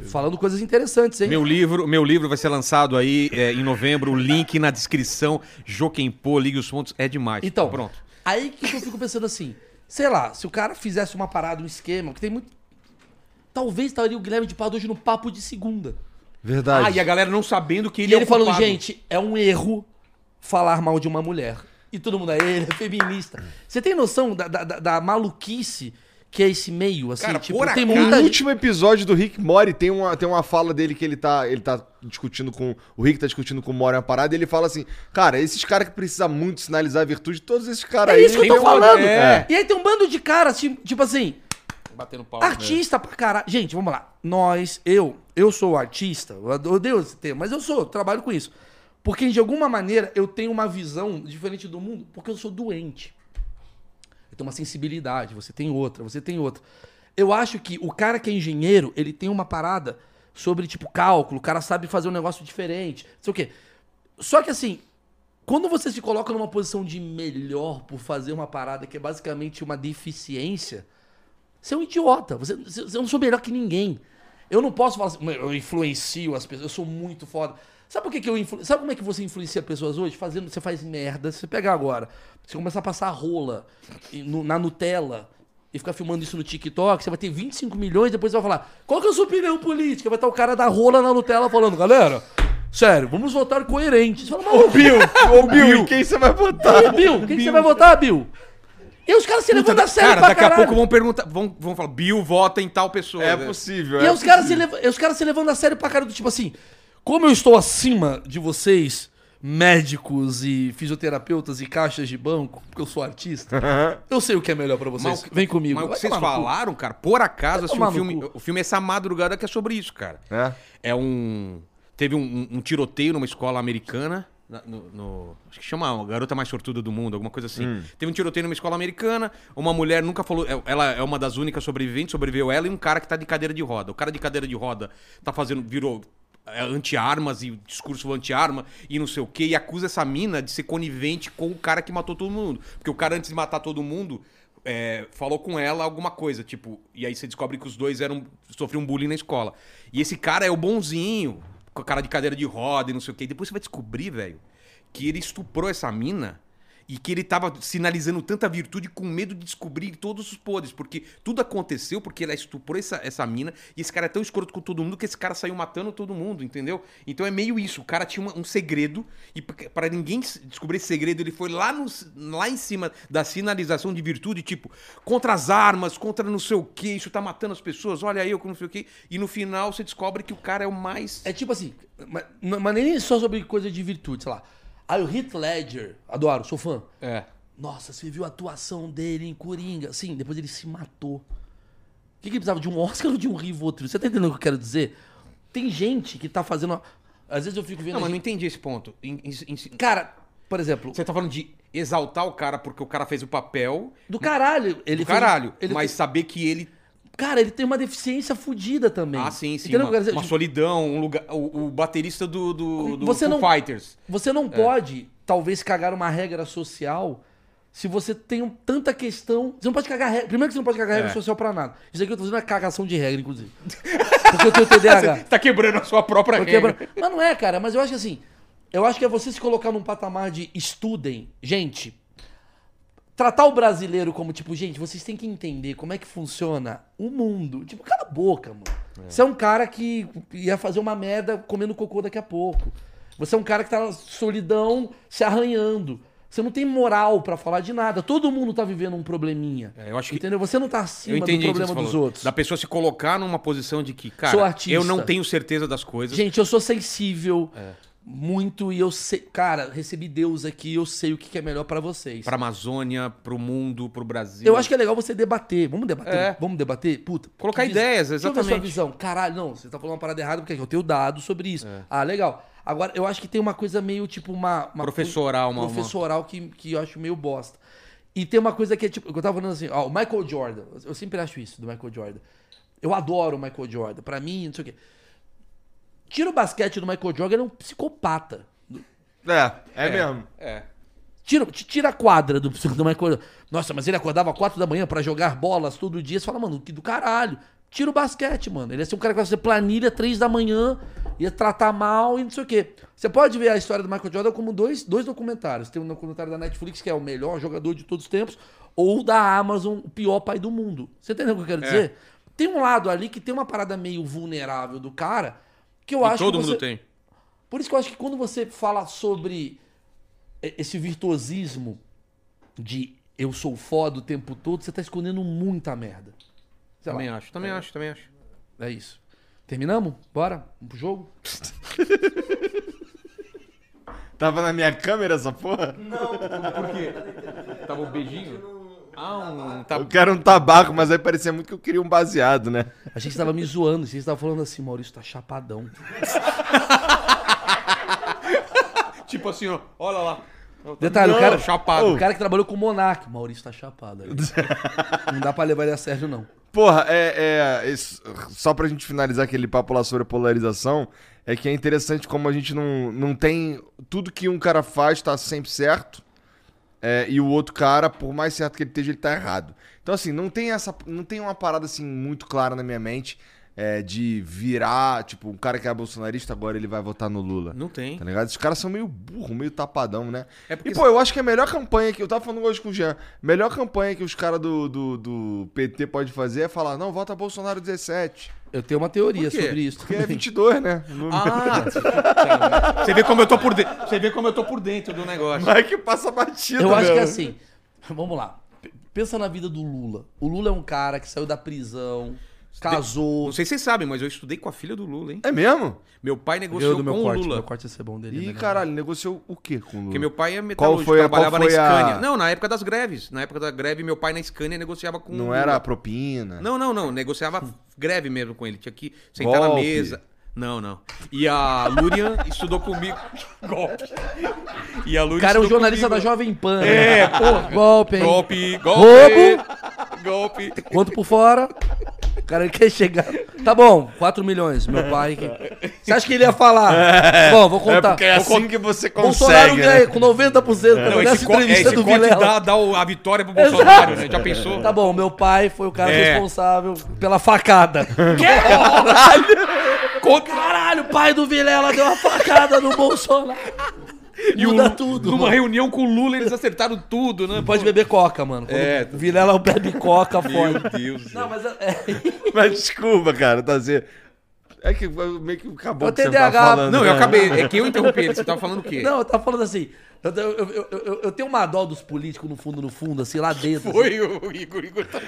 D: falando coisas interessantes, hein?
C: Meu livro, meu livro vai ser lançado aí é, em novembro, o link na descrição. Joquempô, ligue os pontos, é demais.
D: Então,
C: pronto.
D: Aí que eu fico pensando assim, sei lá, se o cara fizesse uma parada, um esquema, que tem muito. Talvez estaria o Guilherme de Pado hoje no papo de segunda.
B: Verdade.
C: Ah, e a galera não sabendo que
D: E
C: ele
D: ele,
C: é o
D: falando,
C: culpado.
D: gente, é um erro falar mal de uma mulher. E todo mundo, "Ah, ele é feminista. Você tem noção da, da, da- da maluquice que é esse meio, assim?
C: Cara,
D: tipo,
C: por
D: tem
C: acaso-
B: No
D: muita gente.
B: último episódio do Rick Mori tem uma, tem uma fala dele que ele tá, ele tá discutindo com. O Rick tá discutindo com o Mori uma parada e ele fala assim: Cara, esses caras que precisam muito sinalizar a virtude, todos esses caras
D: É
B: aí.
D: isso que eu
B: tem
D: tô
B: uma-
D: falando.
B: É.
D: E aí tem um bando de caras, tipo, tipo assim,
C: Batendo pau.
D: Artista pra caralho. Gente, vamos lá. Nós, eu, eu sou artista, eu ad- odeio esse termo, mas eu sou, trabalho com isso. Porque de alguma maneira eu tenho uma visão diferente do mundo, porque eu sou doente. Eu tenho uma sensibilidade, você tem outra, você tem outra. Eu acho que o cara que é engenheiro, ele tem uma parada sobre, tipo, cálculo, o cara sabe fazer um negócio diferente, não sei o quê. Só que assim, quando você se coloca numa posição de melhor por fazer uma parada que é basicamente uma deficiência, você é um idiota. Você, você- eu não sou melhor que ninguém. Eu não posso falar assim, "Mano, eu influencio as pessoas, eu sou muito foda. Sabe por que, que eu influ... Sabe como é que você influencia pessoas hoje? Fazendo, você faz merda, se você pegar agora, você começar a passar rola e no- na Nutella e ficar filmando isso no TikTok, você vai ter 25 milhões, depois você vai falar, qual que é a sua opinião política? Vai estar o cara da rola na Nutella falando, galera, sério, vamos votar coerente. Você fala, maluco,
B: Bill, ô Bill, em quem você vai votar?
D: Tá, Bill, Bill, quem que você vai votar, Bill? E os caras se levando a sério
C: Cara,
D: pra
C: daqui
D: caralho.
C: a pouco vão perguntar, vão, vão falar, Bill vota em tal pessoa.
B: É
C: né?
B: possível.
D: E
B: é
D: aí os caras
C: assim.
D: se, leva- os caras se levando a sério pra cara do tipo assim, como eu estou acima de vocês, médicos e fisioterapeutas e caixas de banco, porque eu sou artista, eu sei o que é melhor pra vocês.
C: Mas o que-
D: Vem comigo.
C: Mas o
D: Vai
C: que vocês
D: tomar no cu.
C: falaram, cara, por acaso,
D: Vai
C: assim,
D: tomar
C: o
D: no
C: filme,
D: cu.
C: o filme Essa Madrugada que é sobre isso, cara.
B: É.
C: É um. Teve um, um- um tiroteio numa escola americana. na- No, no- acho que chama a Garota Mais Sortuda do Mundo, alguma coisa assim.
D: Hum.
C: Teve um tiroteio numa escola americana. Uma mulher nunca falou. é- Ela é uma das únicas sobreviventes, sobreviveu ela e um cara que tá de cadeira de roda. O cara de cadeira de roda tá fazendo. virou. é, Anti-armas e discurso anti-arma e não sei o que, e acusa essa mina de ser conivente com o cara que matou todo mundo. Porque o cara, antes de matar todo mundo, é, falou com ela alguma coisa, tipo, e aí você descobre que os dois eram sofriam um bullying na escola. E esse cara é o bonzinho, com a cara de cadeira de roda e não sei o quê. E depois você vai descobrir, velho, que ele estuprou essa mina e que ele tava sinalizando tanta virtude com medo de descobrir todos os podres, porque tudo aconteceu porque ela estuprou essa, essa mina e esse cara é tão escroto com todo mundo que esse cara saiu matando todo mundo, entendeu? Então é meio isso, o cara tinha uma- um segredo e pra pra ninguém s- descobrir esse segredo, ele foi lá, no, s- lá em cima da sinalização de virtude, tipo, contra as armas, contra não sei o que, isso tá matando as pessoas, olha eu que não sei o que, e no final você descobre que o cara é o mais...
D: É tipo assim, mas, mas nem só sobre coisa de virtude, sei lá. Aí o Heath Ledger, adoro, sou fã.
C: É.
D: Nossa, você viu a atuação dele em Coringa? Sim, depois ele se matou. O que, que ele precisava? De um Oscar ou de um Rivotril? Você tá entendendo o que eu quero dizer? Tem gente que tá fazendo... Às vezes eu fico vendo...
C: Não,
D: a
C: mas não
D: gente-
C: entendi esse ponto. Em- em- em-
D: Cara, por exemplo...
C: Você tá falando de exaltar o cara porque o cara fez o papel
D: Do caralho. Ele
C: tá- do caralho,
D: fez- ele
C: mas
D: tem-
C: saber que ele.
D: cara, ele tem uma deficiência fodida também.
C: Ah, sim, sim. Uma,
D: Entendeu o que eu quero dizer?
C: uma
D: Tipo,
C: solidão, um lugar. O, o baterista do, do, do
D: Você
C: Foo
D: não-
C: Fighters.
D: Você não pode, talvez, cagar uma regra social se você tem um- tanta questão. Você não pode cagar regra. Primeiro que você não pode cagar
C: É.
D: regra social pra nada. Isso aqui eu tô fazendo é cagação de regra, inclusive. Porque eu tenho TDAH.
C: Tá quebrando a sua própria
D: Tô
C: regra.
D: quebrando. Mas não é, cara. Mas eu acho que assim. Eu acho que é você se colocar num patamar de estudem. Gente, tratar o brasileiro como tipo, gente, vocês têm que entender como é que funciona o mundo. Tipo, cala a boca, mano. Você é um cara que ia fazer uma merda comendo cocô daqui a pouco. Você é um cara que tá na solidão se arranhando. Você não tem moral pra falar de nada. Todo mundo tá vivendo um probleminha.
C: É, eu acho que-
D: Entendeu? Você não tá acima
C: Eu entendi
D: do
C: o que você
D: problema dos
C: falou.
D: outros.
C: Da pessoa se colocar numa posição de que, cara,
D: Sou artista.
C: eu não tenho certeza das coisas.
D: Gente, eu sou sensível muito e eu sei. Cara, recebi Deus aqui eu sei o que que é melhor pra vocês.
C: Pra Amazônia, pro mundo, pro Brasil.
D: Eu acho que é legal você debater. Vamos debater?
C: É.
D: Vamos debater? Puta.
C: Colocar
D: que
C: ideias,
D: Deixa eu ver sua
C: exatamente.
D: visão. Caralho, não, você tá falando uma parada errada porque eu tenho dado sobre isso.
C: É.
D: Ah, legal. Agora, eu acho que tem uma coisa meio tipo uma. uma
C: Professoral, uma- uma-
D: Professoral que, que eu acho meio bosta. E tem uma coisa que é tipo, eu tava falando assim, ó, o Michael Jordan, eu sempre acho isso do Michael Jordan. Eu adoro o Michael Jordan, pra mim, não sei o quê. Tira o basquete do Michael Jordan, ele é um psicopata.
B: É, é, mesmo.
C: É.
D: Tira, t- tira a quadra do, do Michael Jordan. Nossa, mas ele acordava 4 da manhã pra jogar bolas todo dia. Você fala, mano, que do caralho. Tira o basquete, mano. Ele ia ser um cara que vai fazer planilha 3 da manhã, ia tratar mal e não sei o quê. Você pode ver a história do Michael Jordan como dois, dois documentários. Tem um documentário da Netflix, que é o melhor jogador de todos os tempos, ou da Amazon, o pior pai do mundo. Você entendeu o que eu
C: É.
D: quero dizer? Tem um lado ali que tem uma parada meio vulnerável do cara, que eu
C: E
D: acho
C: todo
D: que você-
C: mundo tem.
D: por isso que eu acho que quando você fala sobre e- esse virtuosismo de eu sou foda o tempo todo, você tá escondendo muita merda. Sei lá,
C: Também acho, também acho, também acho.
D: é isso. Terminamos? Bora? Vamos pro jogo?
B: Tava na minha câmera essa porra?
C: Por quê? Tava um beijinho? Ah, um. Tá...
B: Eu quero um tabaco, mas aí parecia muito que eu queria um baseado, né?
D: A gente tava me zoando, a gente tava falando assim, Maurício tá chapadão.
C: Tipo assim, ó. Olha lá.
D: Detalhe, o cara,
C: Chapado.
D: o cara que trabalhou com o Monark, Maurício tá chapado. ali. não dá pra levar ele a sério, não.
B: Porra, é, é isso- só pra gente finalizar aquele papo lá sobre a polarização, é que é interessante como a gente não, não tem. Tudo que um cara faz tá sempre certo. é, e o outro cara, por mais certo que ele esteja, ele tá errado. Então, assim, não tem essa. Não tem uma parada assim muito clara na minha mente é, de virar, tipo, um cara que é bolsonarista, agora ele vai votar no Lula.
C: Não tem.
B: Tá ligado? Esses caras são meio burro, meio tapadão, né?
C: É porque
B: e, pô, eu acho que a melhor campanha que. Eu tava falando hoje com o Jean. Melhor campanha que os caras do, do, do PT pode fazer é falar: não, vota Bolsonaro 17.
D: Eu tenho uma teoria
C: Por quê?
D: sobre isso.
B: Porque é
D: também.
B: 22, né? Não
D: Ah.
C: Ah, você vê como eu tô por dentro. Você vê como eu tô por dentro do negócio.
B: Vai que passa batido,
D: Eu acho que é
B: mesmo.
D: assim. Vamos lá. P- Pensa na vida do Lula. O Lula é um cara que saiu da prisão, casou.
C: Não sei se vocês sabem, mas eu estudei com a filha do Lula, hein?
B: É mesmo?
C: Meu pai
D: Ganhou
C: negociou
D: do meu
C: com o
D: corte.
C: Lula.
D: Meu corte ia ser bom dele.
B: Ih,
D: né, galera?
B: caralho, negociou o quê com o Lula?
C: Porque meu pai é
B: Qual
C: metalúrgico,
B: foi a-
C: trabalhava
B: qual
C: na
B: foi a-
C: Scania. Não, na época das greves. Na época da greve, meu pai na Scania negociava com o
B: Não
C: Lula.
B: era a propina.
C: Não, não, não. Negociava greve mesmo com ele. Tinha que sentar na
B: Golpe.
C: mesa. Não, não. E a Lurian estudou comigo. Golpe. E a
D: O
C: Lurian
D: cara é o
C: estudou
D: jornalista
C: comigo.
D: da Jovem Pan. né?
C: É, porra.
D: Golpe, hein?
C: Golpe, golpe. Golpe.
D: Conto por fora. O cara quer chegar. Tá bom, 4 milhões. Meu pai. que- Você acha que ele ia falar? Bom, vou
B: É
D: contar.
B: porque é assim que você
D: Bolsonaro
B: consegue,
D: ganha
B: né?
D: com 90%
C: Não,
D: nessa
C: esse, co
D: entrevista
C: é, esse
D: do
C: corte
D: Vilela.
C: dá, dá o- a vitória pro Bolsonaro, né? Já pensou?
D: Tá bom, meu pai foi o cara
C: É.
D: responsável pela facada. Caralho! Co- Caralho, o pai do Vilela deu uma facada no Bolsonaro.
C: E o-
D: Muda tudo,
C: Numa
D: mano.
C: reunião com o Lula, eles acertaram tudo, né?
D: Pode beber coca, mano. Quando
C: É.
D: O Vilela bebe coca,
C: Meu
D: foda.
C: Deus.
D: Não, mas é,
B: Mas desculpa, cara, tá assim. É que meio que acabou
D: Eu
B: o que você
D: TDAH.
B: tá falando.
C: Não,
B: né?
C: eu acabei. É que eu interrompi ele. Você tava falando o quê?
D: não, eu tava falando assim. Eu, eu- eu- eu- eu tenho uma dó dos políticos no fundo, no fundo, assim, lá dentro. assim.
C: Foi o Igor. Igor tá...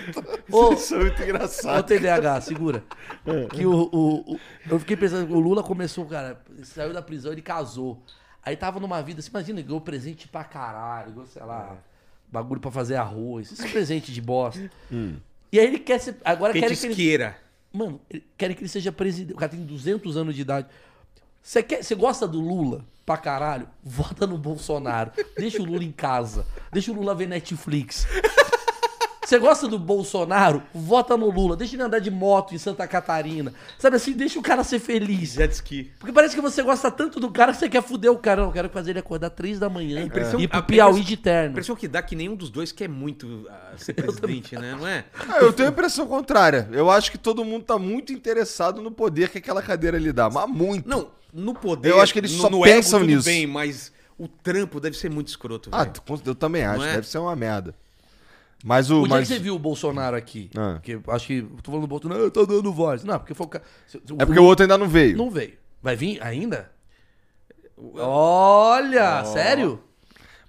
D: Ô,
B: Isso é muito engraçado.
D: Ô, TDAH, segura.
C: É.
D: Que o, o- o- Eu fiquei pensando, o Lula começou, cara, saiu da prisão, ele casou. Aí tava numa vida, você imagina, ganhou presente pra caralho, ganhou, sei
C: É.
D: lá, bagulho pra fazer arroz, esse presente de bosta.
C: Hum.
D: E aí ele quer ser. Agora querem que ele.
C: Petisqueira.
D: Mano, ele- querem que ele seja presidente. O cara tem 200 anos de idade. Você quer, você gosta do Lula pra caralho? Vota no Bolsonaro. Deixa o Lula em casa. Deixa o Lula ver Netflix. Você gosta do Bolsonaro? Vota no Lula. Deixa ele andar de moto em Santa Catarina. Sabe assim, deixa o cara ser feliz.
C: Jet ski.
D: Porque parece que você gosta tanto do cara que você quer fuder o cara. Não, eu quero fazer ele acordar três da manhã
C: impressão-
D: e ir pro
C: a-
D: Piauí
C: impressão-
D: de
C: A
D: terno.
C: impressão que dá que nenhum dos dois quer muito ah, ser presidente, né? Não é?
B: Ah, eu tenho a impressão contrária. Eu acho que todo mundo tá muito interessado no poder que aquela cadeira lhe dá, mas muito.
C: Não, no poder.
B: Eu acho que eles
C: no,
B: só
C: no
B: pensam
C: tudo
B: nisso.
C: bem, mas o trampo deve ser muito escroto.
B: Ah,
C: velho.
B: com- eu também acho.
C: Não é?
B: Deve ser uma merda. Mas o.
D: O dia
B: mas...
D: é que você viu o Bolsonaro aqui,
B: Ah.
D: porque acho que. Tô falando do Bolsonaro, eu tô dando voz. Não, porque foi o cara.
B: É porque o outro ainda não veio.
D: Não veio. Vai vir ainda? Olha, sério?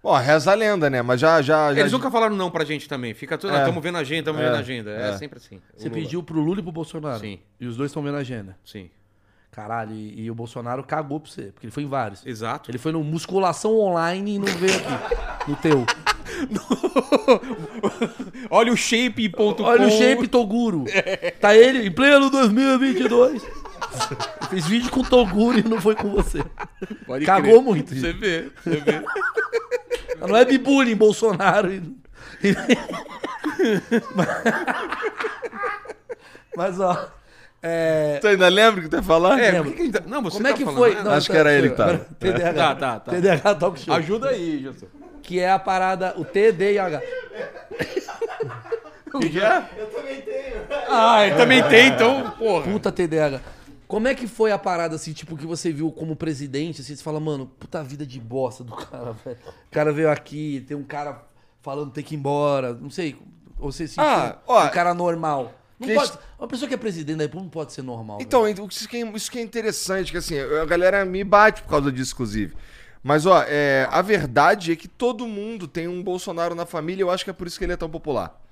B: Bom, reza a lenda, né? Mas já. já, já...
C: Eles nunca falaram não pra gente também. Fica tudo.
B: É.
C: Estamos vendo a agenda, estamos vendo a agenda. É,
B: é.
C: sempre assim. O
D: Você
C: Lula.
D: pediu pro Lula e pro Bolsonaro.
C: Sim.
D: E os dois estão vendo a agenda.
C: Sim.
D: Caralho, e, e o Bolsonaro cagou pra você, porque ele foi em vários.
C: Exato.
D: Ele foi no Musculação Online e não veio aqui. No teu.
C: Olha o shape.com.
D: Olha o shape Toguro.
C: É.
D: Tá ele em pleno 2022. Eu Fiz vídeo com o Toguro e não foi com você.
C: Pode
D: Cagou
C: crer.
D: muito.
C: Você vê, você vê.
D: Não é me bullying, Bolsonaro. e- Mas, ó. É...
B: Tu ainda lembra o que tu ia falar?
C: Tá, É, por
D: lembro.
C: que que a gente tá- Não, você
D: Como
C: tá
D: é que
C: falando,
D: foi?
C: né?
D: Não,
B: Acho
D: tá-
B: que era ele que tava.
D: TDAH.
C: Tá, tá, tá.
D: TDAH Talk Show.
C: Ajuda aí, Gilson.
D: Que é a parada, o TDAH.
F: Eu também tenho.
C: Ah, eu
D: É.
C: também tem, então, porra.
D: Puta TDAH. Como é que foi a parada, assim, tipo, que você viu como presidente, assim, você fala, mano, puta vida de bosta do cara, velho. O cara veio aqui, tem um cara falando tem que ir embora, não sei, ou você sentiu
B: Ah, ó,
D: um cara normal. Não
B: que-
D: pode, uma pessoa que é presidente da República não pode ser normal.
B: Então, ent- isso que, é, isso que é interessante, que assim, a galera me bate por causa disso, inclusive. Mas, ó, é, a verdade é que todo mundo tem um Bolsonaro na família, eu acho que é por isso que ele é tão popular.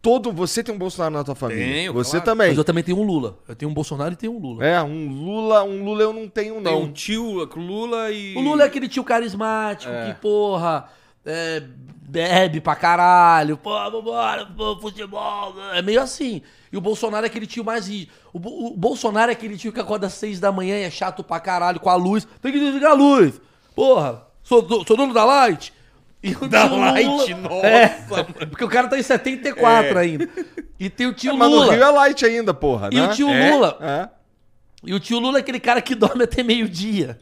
B: Todo, você tem um Bolsonaro na tua família.
C: Tenho,
B: você
C: claro.
B: também.
D: Uhum. Mas eu também tenho um Lula. Eu tenho um Bolsonaro e tenho um Lula.
B: É, um Lula, um Lula eu não tenho,
D: Então,
C: Tem
B: não.
C: um tio, Lula e.
D: O Lula é aquele tio carismático que, porra, é, bebe pra caralho, pô, vambora, pô, futebol, é meio assim. E o Bolsonaro é aquele tio mais rígido. O, Bo- o Bolsonaro é aquele tio que acorda às seis da manhã e é chato pra caralho com a luz. Tem que desligar a luz. Porra, sou, do- sou dono da Light. E o
C: Da
D: tio Lula-
C: Light, nossa,
D: É,
C: mano.
D: porque o cara tá em 74 ainda. E tem o tio
B: Mas no Rio
D: Lula.
B: é light ainda, porra,
D: E
B: né?
D: o tio
C: É?
D: Lula,
B: É.
D: e o tio Lula é aquele cara que dorme até meio-dia.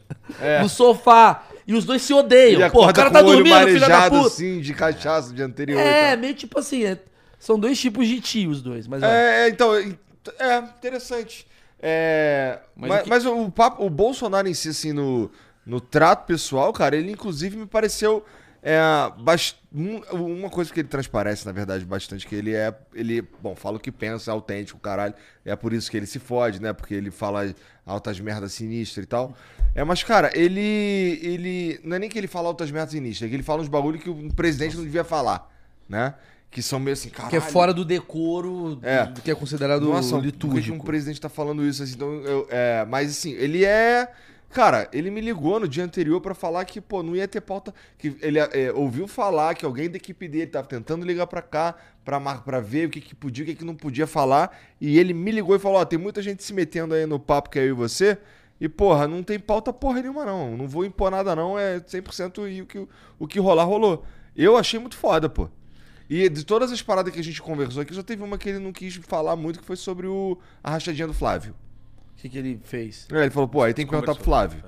D: No sofá. E os dois se odeiam. Pô, o
B: É. acorda
D: cara
B: com
D: tá
B: o olho
D: dormindo, filha da
B: marejado,
D: puta.
B: assim, de cachaça do dia anterior. tá e
D: é,
B: tal.
D: meio tipo assim. é- são dois tipos de tio, os dois. Mas, ó,
B: É, é, então, é, é interessante. É,
C: Mas
B: mas
C: o que-
B: mas o, papo- o Bolsonaro em si, assim, no, no trato pessoal, cara, ele inclusive me pareceu. É, bas- um- uma coisa que ele transparece, na verdade, bastante, que ele é. Ele, bom, fala o que pensa, é autêntico, caralho. É por isso que ele se fode, né? Porque ele fala altas merdas sinistras e tal. É, mas, cara, ele. ele. Não é nem que ele fala altas merdas sinistras, é que ele fala uns bagulho que o presidente não devia falar, né? Que são meio assim, caralho.
D: que é fora do decoro do-
B: É.
D: do que é considerado
B: Nossa, por que que
D: litúrgico.
B: um presidente tá falando isso? Assim, então, eu- é, mas assim, ele é. Cara, ele me ligou no dia anterior pra falar que, pô, não ia ter pauta. Que ele é, ouviu falar que alguém da equipe dele tava tentando ligar pra cá pra, mar- pra ver o que, que podia, o que, que não podia falar. E ele me ligou e falou: Ó, tem muita gente se metendo aí no papo que é eu e você. E, porra, não tem pauta porra nenhuma, não. Não vou impor nada, não. É 100% e o que, o que rolar, rolou. Eu achei muito foda, pô. E de todas as paradas que a gente conversou aqui, só teve uma que ele não quis falar muito, que foi sobre o a rachadinha do Flávio.
D: O que, que ele fez?
B: Ele falou, pô, aí tem que perguntar pro Flávio.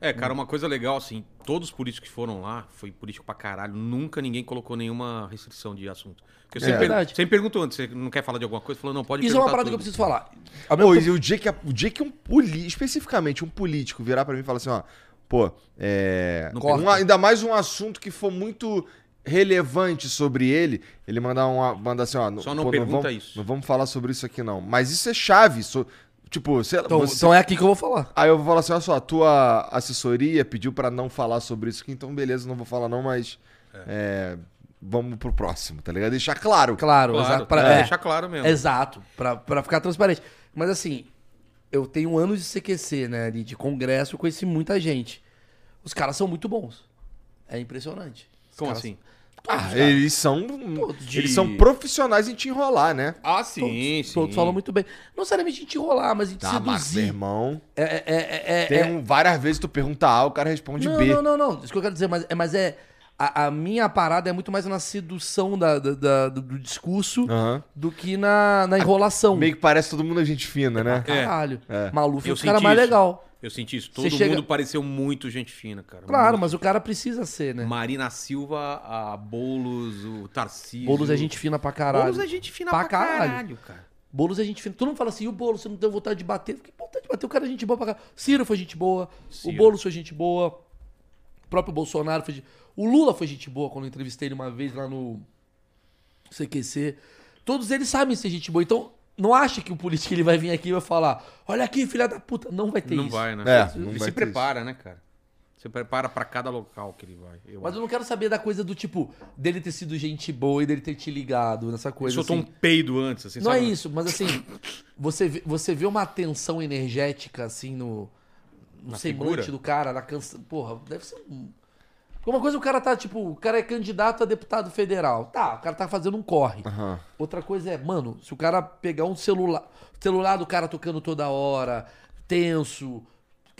C: É, cara, uma coisa legal, assim, todos os políticos que foram lá, foi político pra caralho, nunca ninguém colocou nenhuma restrição de assunto. Porque eu sempre, pergu-
D: É verdade.
C: sempre pergunto antes, você não quer falar de alguma coisa? Falou, não, pode
D: Isso é uma
C: perguntar
D: parada que eu
C: tudo.
D: preciso falar.
B: Ao mesmo Pô, e o dia que, a- o dia que um político, especificamente um político, virar pra mim e falar assim, ó, pô, é.
C: Não
B: um-
C: pergunta.
B: ainda mais um assunto que for muito relevante sobre ele, ele mandar uma. Mandar assim, ó.
C: Só não
B: pô,
C: pergunta
B: vamos,
C: isso.
B: Não vamos falar sobre isso aqui, não. Mas isso é chave. so- tipo, sei lá,
D: Então,
B: você-
D: então é aqui que eu vou falar.
B: Aí eu vou falar assim, olha só, a tua assessoria pediu pra não falar sobre isso aqui, então beleza, não vou falar não, mas é, vamos pro próximo, tá ligado? Deixar claro.
D: Claro,
C: Claro,
D: exato. pra-
C: tem que
D: é.
C: deixar claro mesmo.
D: Exato, pra, pra ficar transparente. Mas assim, eu tenho anos de CQC, né? ali, De congresso, eu conheci muita gente. Os caras são muito bons. É impressionante. Os
C: Como
D: caras-
C: assim?
B: Ah, eles são
D: Todos.
B: eles são profissionais em te enrolar, né?
C: Ah, sim,
D: Todos,
C: sim.
D: todos falam muito bem. Não necessariamente a gente enrolar, mas a gente
B: Tá, mas
D: seduzir.
B: irmão,
D: É, é, é, é,
B: tem
D: é-
B: um- várias vezes tu pergunta A, o cara responde
D: Não,
B: B.
D: não, não, não. Isso que eu quero dizer, mas, é- mas é... A, a minha parada é muito mais na sedução da, da- da- do, do discurso
B: Aham.
D: do que na, na enrolação.
B: Ah. Meio que parece todo mundo gente fina, né?
D: Caralho. Maluf é
C: Eu
D: o cara
C: senti
D: mais
C: isso.
D: legal.
C: Eu senti isso.
D: Você
C: Todo
D: chega-
C: mundo pareceu muito gente fina, cara.
D: Claro,
C: Muito.
D: mas o cara precisa ser, né?
C: Marina Silva, a Boulos, o Tarcísio.
D: Boulos é gente fina pra caralho.
C: Boulos é gente fina
D: Pra
C: pra,
D: caralho.
C: caralho. cara.
D: Boulos é gente fina. Todo mundo fala assim, e o Boulos, você não deu vontade de bater? Que vontade de bater? O cara é gente boa pra caralho. Ciro foi gente boa,
C: Ciro.
D: o Boulos foi gente boa, o próprio Bolsonaro foi gente... O Lula foi gente boa quando eu entrevistei ele uma vez lá no CQC. Todos eles sabem ser gente boa. Então, não acha que o político ele vai vir aqui e vai falar, olha aqui, filha da puta. Não vai ter
C: Não
D: isso.
C: vai, né?
B: É, não
C: ele
B: vai ter
C: se prepara, né, cara? Se prepara pra cada local que ele vai. Eu
D: Mas
C: acho.
D: eu não quero saber da coisa do tipo, dele ter sido gente boa e dele ter te ligado, nessa
C: Ele
D: coisa
C: soltou
D: assim.
C: um peido antes, assim,
D: Não é
C: sabe?
D: isso, mas assim, você vê, você vê uma tensão energética, assim, no, no
C: Na
D: semblante
C: figura?
D: do cara, na canção. Porra, deve ser. um- Porque Uma coisa o cara tá, tipo, o cara é candidato a deputado federal. Tá, o cara tá fazendo um corre.
C: Ah.
B: Aham.
D: Outra coisa é, mano, se o cara pegar um celular, celular do cara tocando toda hora, tenso, o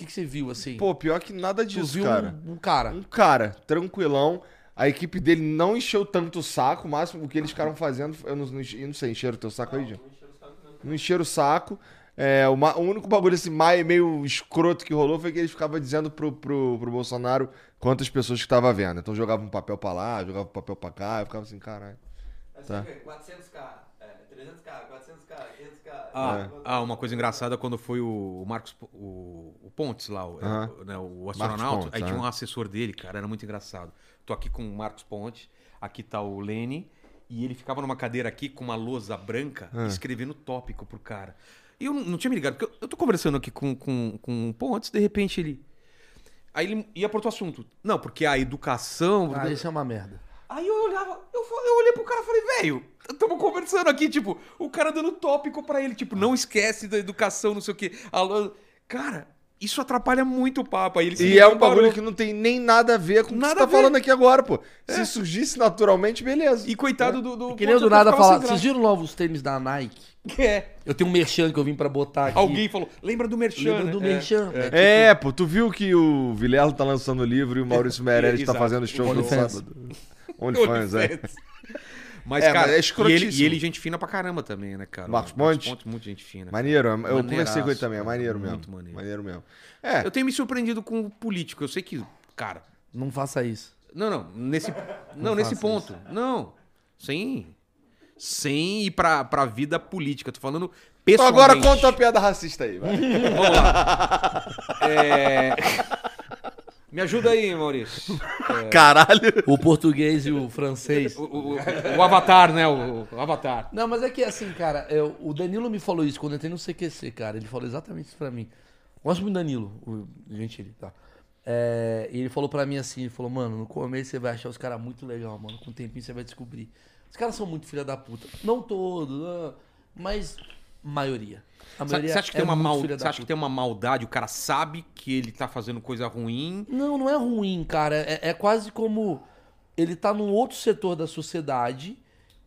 D: que, que você viu, assim?
B: Pô, pior que nada
D: tu
B: disso,
D: viu
B: cara.
D: Um, um cara.
B: Um cara tranquilão. A equipe dele não encheu tanto o saco, o máximo o que eles ficaram fazendo, eu não, não enche- eu não sei, encheram o teu saco aí, Jean? Não encheram o saco. É, o, ma- o único bagulho assim, mai- meio escroto que rolou foi que eles ficavam dizendo pro, pro, pro Bolsonaro quantas pessoas que tava vendo. Então jogava um papel pra lá, jogava um papel pra cá, eu ficava assim, caralho.
F: Aí
B: Tá.
F: você vê, 400k, é, 300k, 400k, 500k.
C: Ah,
B: É.
C: ah, uma coisa engraçada quando foi o Marcos Po- o, o Pontes lá, o,
B: Aham.
C: o- né, o astronauta,
B: Pontes,
C: aí tinha um
B: aham.
C: assessor dele, cara, era muito engraçado. Tô aqui com o Marcos Pontes, aqui tá o Lene, e ele ficava numa cadeira aqui com uma lousa branca, escrevendo tópico pro cara. E eu não- não tinha me ligado, porque eu, eu tô conversando aqui com, com, com o Pontes, de repente ele. Aí ele ia pra outro assunto. Não, porque a educação.
D: Ah, isso é uma merda.
C: Aí eu olhava, eu, fa- eu olhei pro cara e falei, velho, tamo conversando aqui, tipo, o cara dando tópico pra ele, tipo, não esquece da educação, não sei o quê. A lo- Cara, isso atrapalha muito o papo. Aí ele se
B: E é um
C: preparou.
B: bagulho que não tem nem nada a ver com o que
C: Nada
B: você
C: a
B: tá
C: ver. É.
B: falando aqui agora, pô. Se surgisse naturalmente, beleza.
C: E
B: É.
C: coitado do... do
D: É Que nem eu do
C: Pontes,
D: nada
C: ficava
D: falar.
C: sem
D: Vocês viram lá os tênis da Nike?
C: graça. É.
D: Eu tenho um merchan que eu vim pra botar aqui.
C: Alguém falou, lembra do Merchan,
D: Lembra
C: né?
D: do
C: É.
D: merchan? É.
B: É, pô, tu viu que o Vilela tá lançando o livro e o Maurício Meirelles tá
C: Exato.
B: fazendo show no
D: OnlyFans.
B: sábado. OnlyFans, é.
C: Mas,
B: É, mas
C: cara,
B: é
C: e, ele,
B: escrotíssimo.
C: e ele gente fina pra caramba também, né, cara?
B: Marcos
C: O Marcos
B: Pontes?
C: Pontes, muito gente fina.
B: Maneiro, eu conversei
C: Maneiraço,
B: com ele também, é
C: cara,
B: maneiro mesmo.
C: muito
B: Muito maneiro. mesmo.
C: maneiro.
B: É,
C: Eu tenho me surpreendido com o político. Eu sei que, cara,
D: Não faça isso.
C: Não, não. Nesse, não, nesse
D: faça
C: ponto. Não. Sem. Sem ir pra, pra vida política. Tô falando
B: então
C: pessoalmente.
B: agora conta a piada racista aí, vai.
C: Vamos lá. É... Me ajuda aí, Maurício.
B: Caralho.
D: O português e o francês.
C: O, o- o- o Avatar, né? O, o Avatar.
D: Não, mas é que assim, cara, eu- o Danilo me falou isso quando eu entrei no CQC, cara. Ele falou exatamente isso pra mim. Gosto muito do Danilo, o Gentili, tá? É, e ele falou pra mim assim, ele falou, mano, no começo você vai achar os caras muito legal, mano. Com o tempinho você vai descobrir. Os caras são muito filha da puta. Não todos, não, mas maioria. A
C: Sa-
D: maioria
C: Você acha que,
D: é
C: tem, uma
D: muito
C: mal...
D: filha da
C: você acha que
D: puta.
C: tem uma maldade? O cara sabe que ele tá fazendo coisa ruim.
D: Não, não é ruim, cara. É, é quase como ele tá num outro setor da sociedade,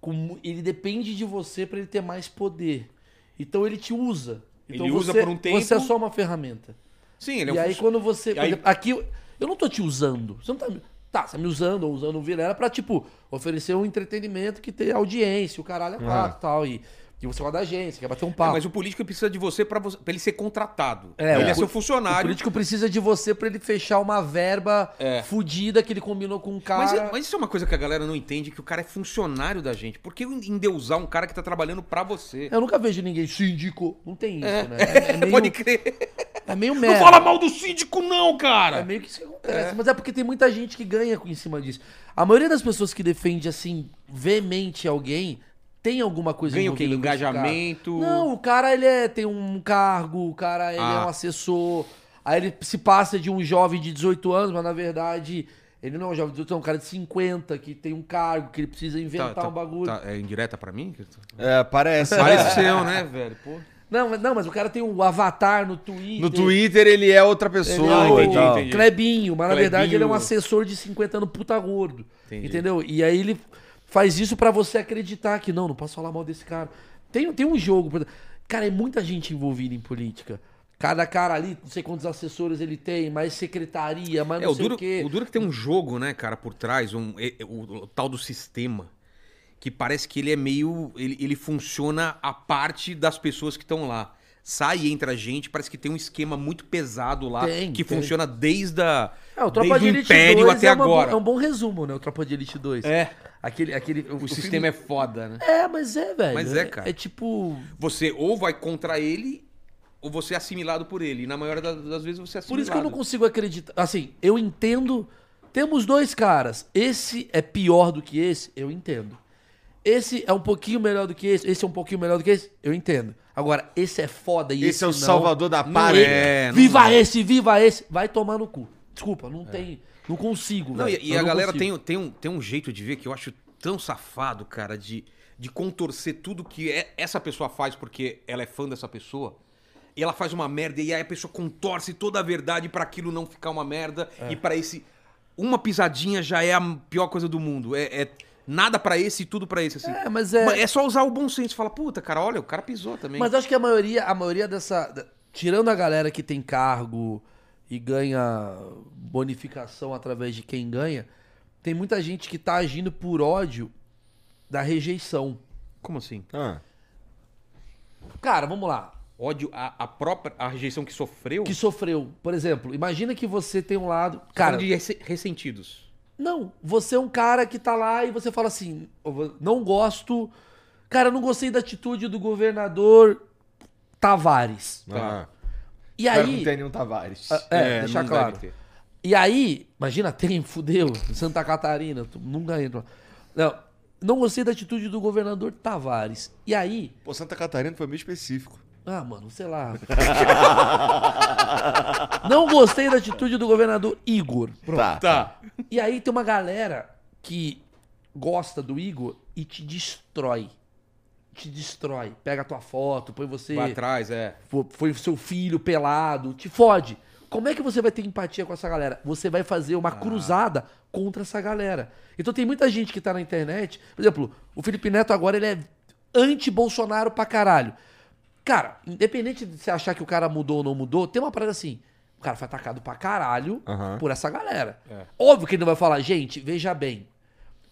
D: com mu- ele depende de você pra ele ter mais poder. Então ele te usa. Então
C: Ele usa
D: você-
C: por um tempo.
D: Você é só uma ferramenta.
C: Sim, ele é
D: e aí
C: funci-
D: quando você.
C: E
D: por
C: aí-
D: exemplo, aqui eu- eu não tô te usando. Você não tá. me- Tá, você tá me usando ou usando o Vilela pra, tipo, oferecer um entretenimento que tem audiência, o caralho é quatro e tal. E, e você é uma da agência, quer bater um
C: É,
D: papo.
C: mas o político precisa de você pra, você- pra ele ser contratado.
D: É,
C: ele
D: o
C: é seu
D: poli- O
C: funcionário.
D: político precisa de você pra ele fechar uma verba
C: É.
D: fudida que ele combinou com o um cara.
C: Mas, é- mas isso é uma coisa que a galera não entende, que o cara é funcionário da gente. Por que endeusar um cara que tá trabalhando pra você?
D: Eu nunca vejo ninguém síndico. Não tem isso, né? É, é meio,
C: Pode crer.
D: é meio
C: Não
D: merda.
C: fala mal do síndico, não,
D: É
C: cara!
D: meio que isso que acontece. Mas é porque tem muita gente que ganha com- em cima disso. A maioria das pessoas que defende, assim, veemente alguém, tem alguma coisa
C: Ganha o quê?
D: envolvida com esse cara.
C: Engajamento?
D: Não, o cara, ele é, tem um cargo, o cara, ele
C: Ah.
D: é um assessor. Aí ele se passa de um jovem de 18 anos, mas na verdade... Ele não é um jovem de 18 anos, é um cara de 50, que tem um cargo, que ele precisa inventar um bagulho.
C: tá, é indireta pra mim?
B: É, parece.
C: Pareceu, né, velho? Pô.
D: Não, mas, não, mas o cara tem um avatar no Twitter.
B: No Twitter ele é outra pessoa.
C: Ah,
B: e
C: entendi,
B: tal.
C: entendi.
D: Clebinho, mas na verdade
C: Clebinho.
D: ele é um assessor de 50 anos puta gordo.
C: Entendi.
D: Entendeu? E aí ele faz isso pra você acreditar que não, não posso falar mal desse cara. Tem, tem um jogo. por exemplo. Cara, é muita gente envolvida em política. Cada cara ali, não sei quantos assessores ele tem, mais secretaria, mais
C: É,
D: não
C: o
D: sei
C: duro,
D: o quê.
C: o duro que tem um jogo, né, cara, por trás, um, é- é o, o tal do sistema, que parece que ele é meio. Ele, ele funciona a parte das pessoas que estão lá. Sai entre a gente, parece que tem um esquema muito pesado lá
D: Tem,
C: que
D: tem.
C: funciona desde, a,
D: É, o Tropa de
C: desde o
D: Elite
C: Império
D: 2
C: até
D: é, uma bo-
C: agora.
D: é um bom resumo, né? O Tropa de Elite 2.
C: É.
D: Aquele, aquele, o,
C: O sistema é foda, né?
D: é... É, mas é, velho.
C: Mas é, cara.
D: É tipo...
C: Você ou vai contra ele, ou você é assimilado por ele. E na maioria das, das vezes você é assimilado.
D: Por isso que eu não consigo acreditar. Assim, eu entendo. Temos dois caras. Esse é pior do que esse, eu entendo. Esse é um pouquinho melhor do que esse, esse é um pouquinho melhor do que esse, eu entendo. Agora, esse é foda e esse,
B: Esse é o
D: não.
B: salvador da
C: Não
B: pátria.
C: é, não
D: viva
C: é.
D: esse, viva esse. Vai tomar no cu. Desculpa, não tem. Não consigo.
C: Não,
D: velho.
C: e, e
D: Eu
C: a
D: não
C: galera
D: consigo.
C: tem, tem, um, tem um jeito de ver que eu acho tão safado, cara, de, de contorcer tudo que é- essa pessoa faz porque ela é fã dessa pessoa. E ela faz uma merda e aí a pessoa contorce toda a verdade pra aquilo não ficar uma merda
D: É.
C: e pra esse uma pisadinha já é a pior coisa do mundo. É, é nada pra esse e tudo pra esse assim.
D: É, mas é.
C: Mas é só usar o bom senso, falar, puta, cara, olha, o cara pisou também.
D: Mas acho que a maioria, a maioria dessa. da- Tirando a galera que tem cargo e ganha bonificação através de quem ganha, tem muita gente que tá agindo por ódio da rejeição.
C: Como assim?
E: Ah.
D: Cara, vamos lá.
C: Ódio à, à própria à rejeição que sofreu?
D: Que sofreu, por exemplo, imagina que você tem um lado.
C: Cara,
D: Cara,
C: Tá de resse- ressentidos.
D: não, você é um cara que tá lá e você fala assim: eu vou- não gosto. Cara, eu não gostei da atitude do governador Tavares.
E: Ah.
C: Tá.
D: E
E: Espero que
D: aí.
E: não tenha nenhum Tavares.
B: Ah,
D: É, deixar
C: não
D: claro.
C: deve ter.
D: E aí, imagina, tem, fudeu, Santa Catarina, tu nunca entra. Não, não gostei da atitude do governador Tavares. E aí,
B: Pô, Santa Catarina foi meio específico.
D: ah, mano, sei lá. não gostei da atitude do governador Igor. Pronto.
B: Tá.
C: Tá.
D: E aí tem uma galera que gosta do Igor e te destrói. Te destrói. Pega a tua foto, põe você.
C: Vai atrás, é.
D: Fo- foi o seu filho pelado, te fode. Como é que você vai ter empatia com essa galera? Você vai fazer uma cruzada contra essa galera. Então tem muita gente que tá na internet, por exemplo, o Felipe Neto agora ele é anti-Bolsonaro pra caralho. Cara, independente de você achar que o cara mudou ou não mudou, tem uma parada assim. O cara foi atacado pra caralho por essa galera. Óbvio que ele não vai falar, gente, veja bem.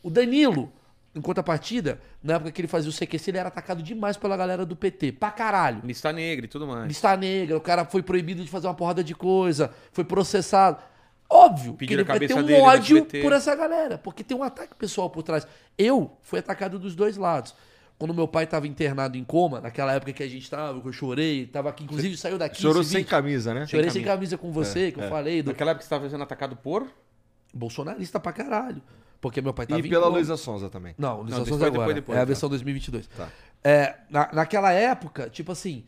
D: O Danilo, em contrapartida, na época que ele fazia o CQC, ele era atacado demais pela galera do PT. Pra caralho.
C: Lista negra e tudo mais.
D: Lista negra, o cara foi proibido de fazer uma porrada de coisa, foi processado. Óbvio
C: Pediram
D: que
C: a
D: ele vai ter
C: cabeça
D: um
C: dele no
D: ódio
C: SBT.
D: por essa galera, porque tem um ataque pessoal por trás. Eu fui atacado dos dois lados. Quando meu pai tava internado em coma, naquela época que a gente tava, que eu chorei, tava aqui, inclusive saiu daqui.
B: Chorou
D: esse
B: sem
D: vídeo.
B: camisa, né?
D: Chorei sem camisa com você, que eu falei, do
C: Naquela época que você estava sendo atacado por.
D: bolsonarista pra caralho. Porque meu pai
C: Tá
D: tava
B: E
D: em
C: um.
B: pela
D: coma.
B: Luísa Sonza também.
D: Não, Luiz
C: Não,
D: Sonza
C: depois,
D: agora.
C: depois, depois,
D: é a
C: tá.
D: versão 2022. É, na, naquela época, tipo assim,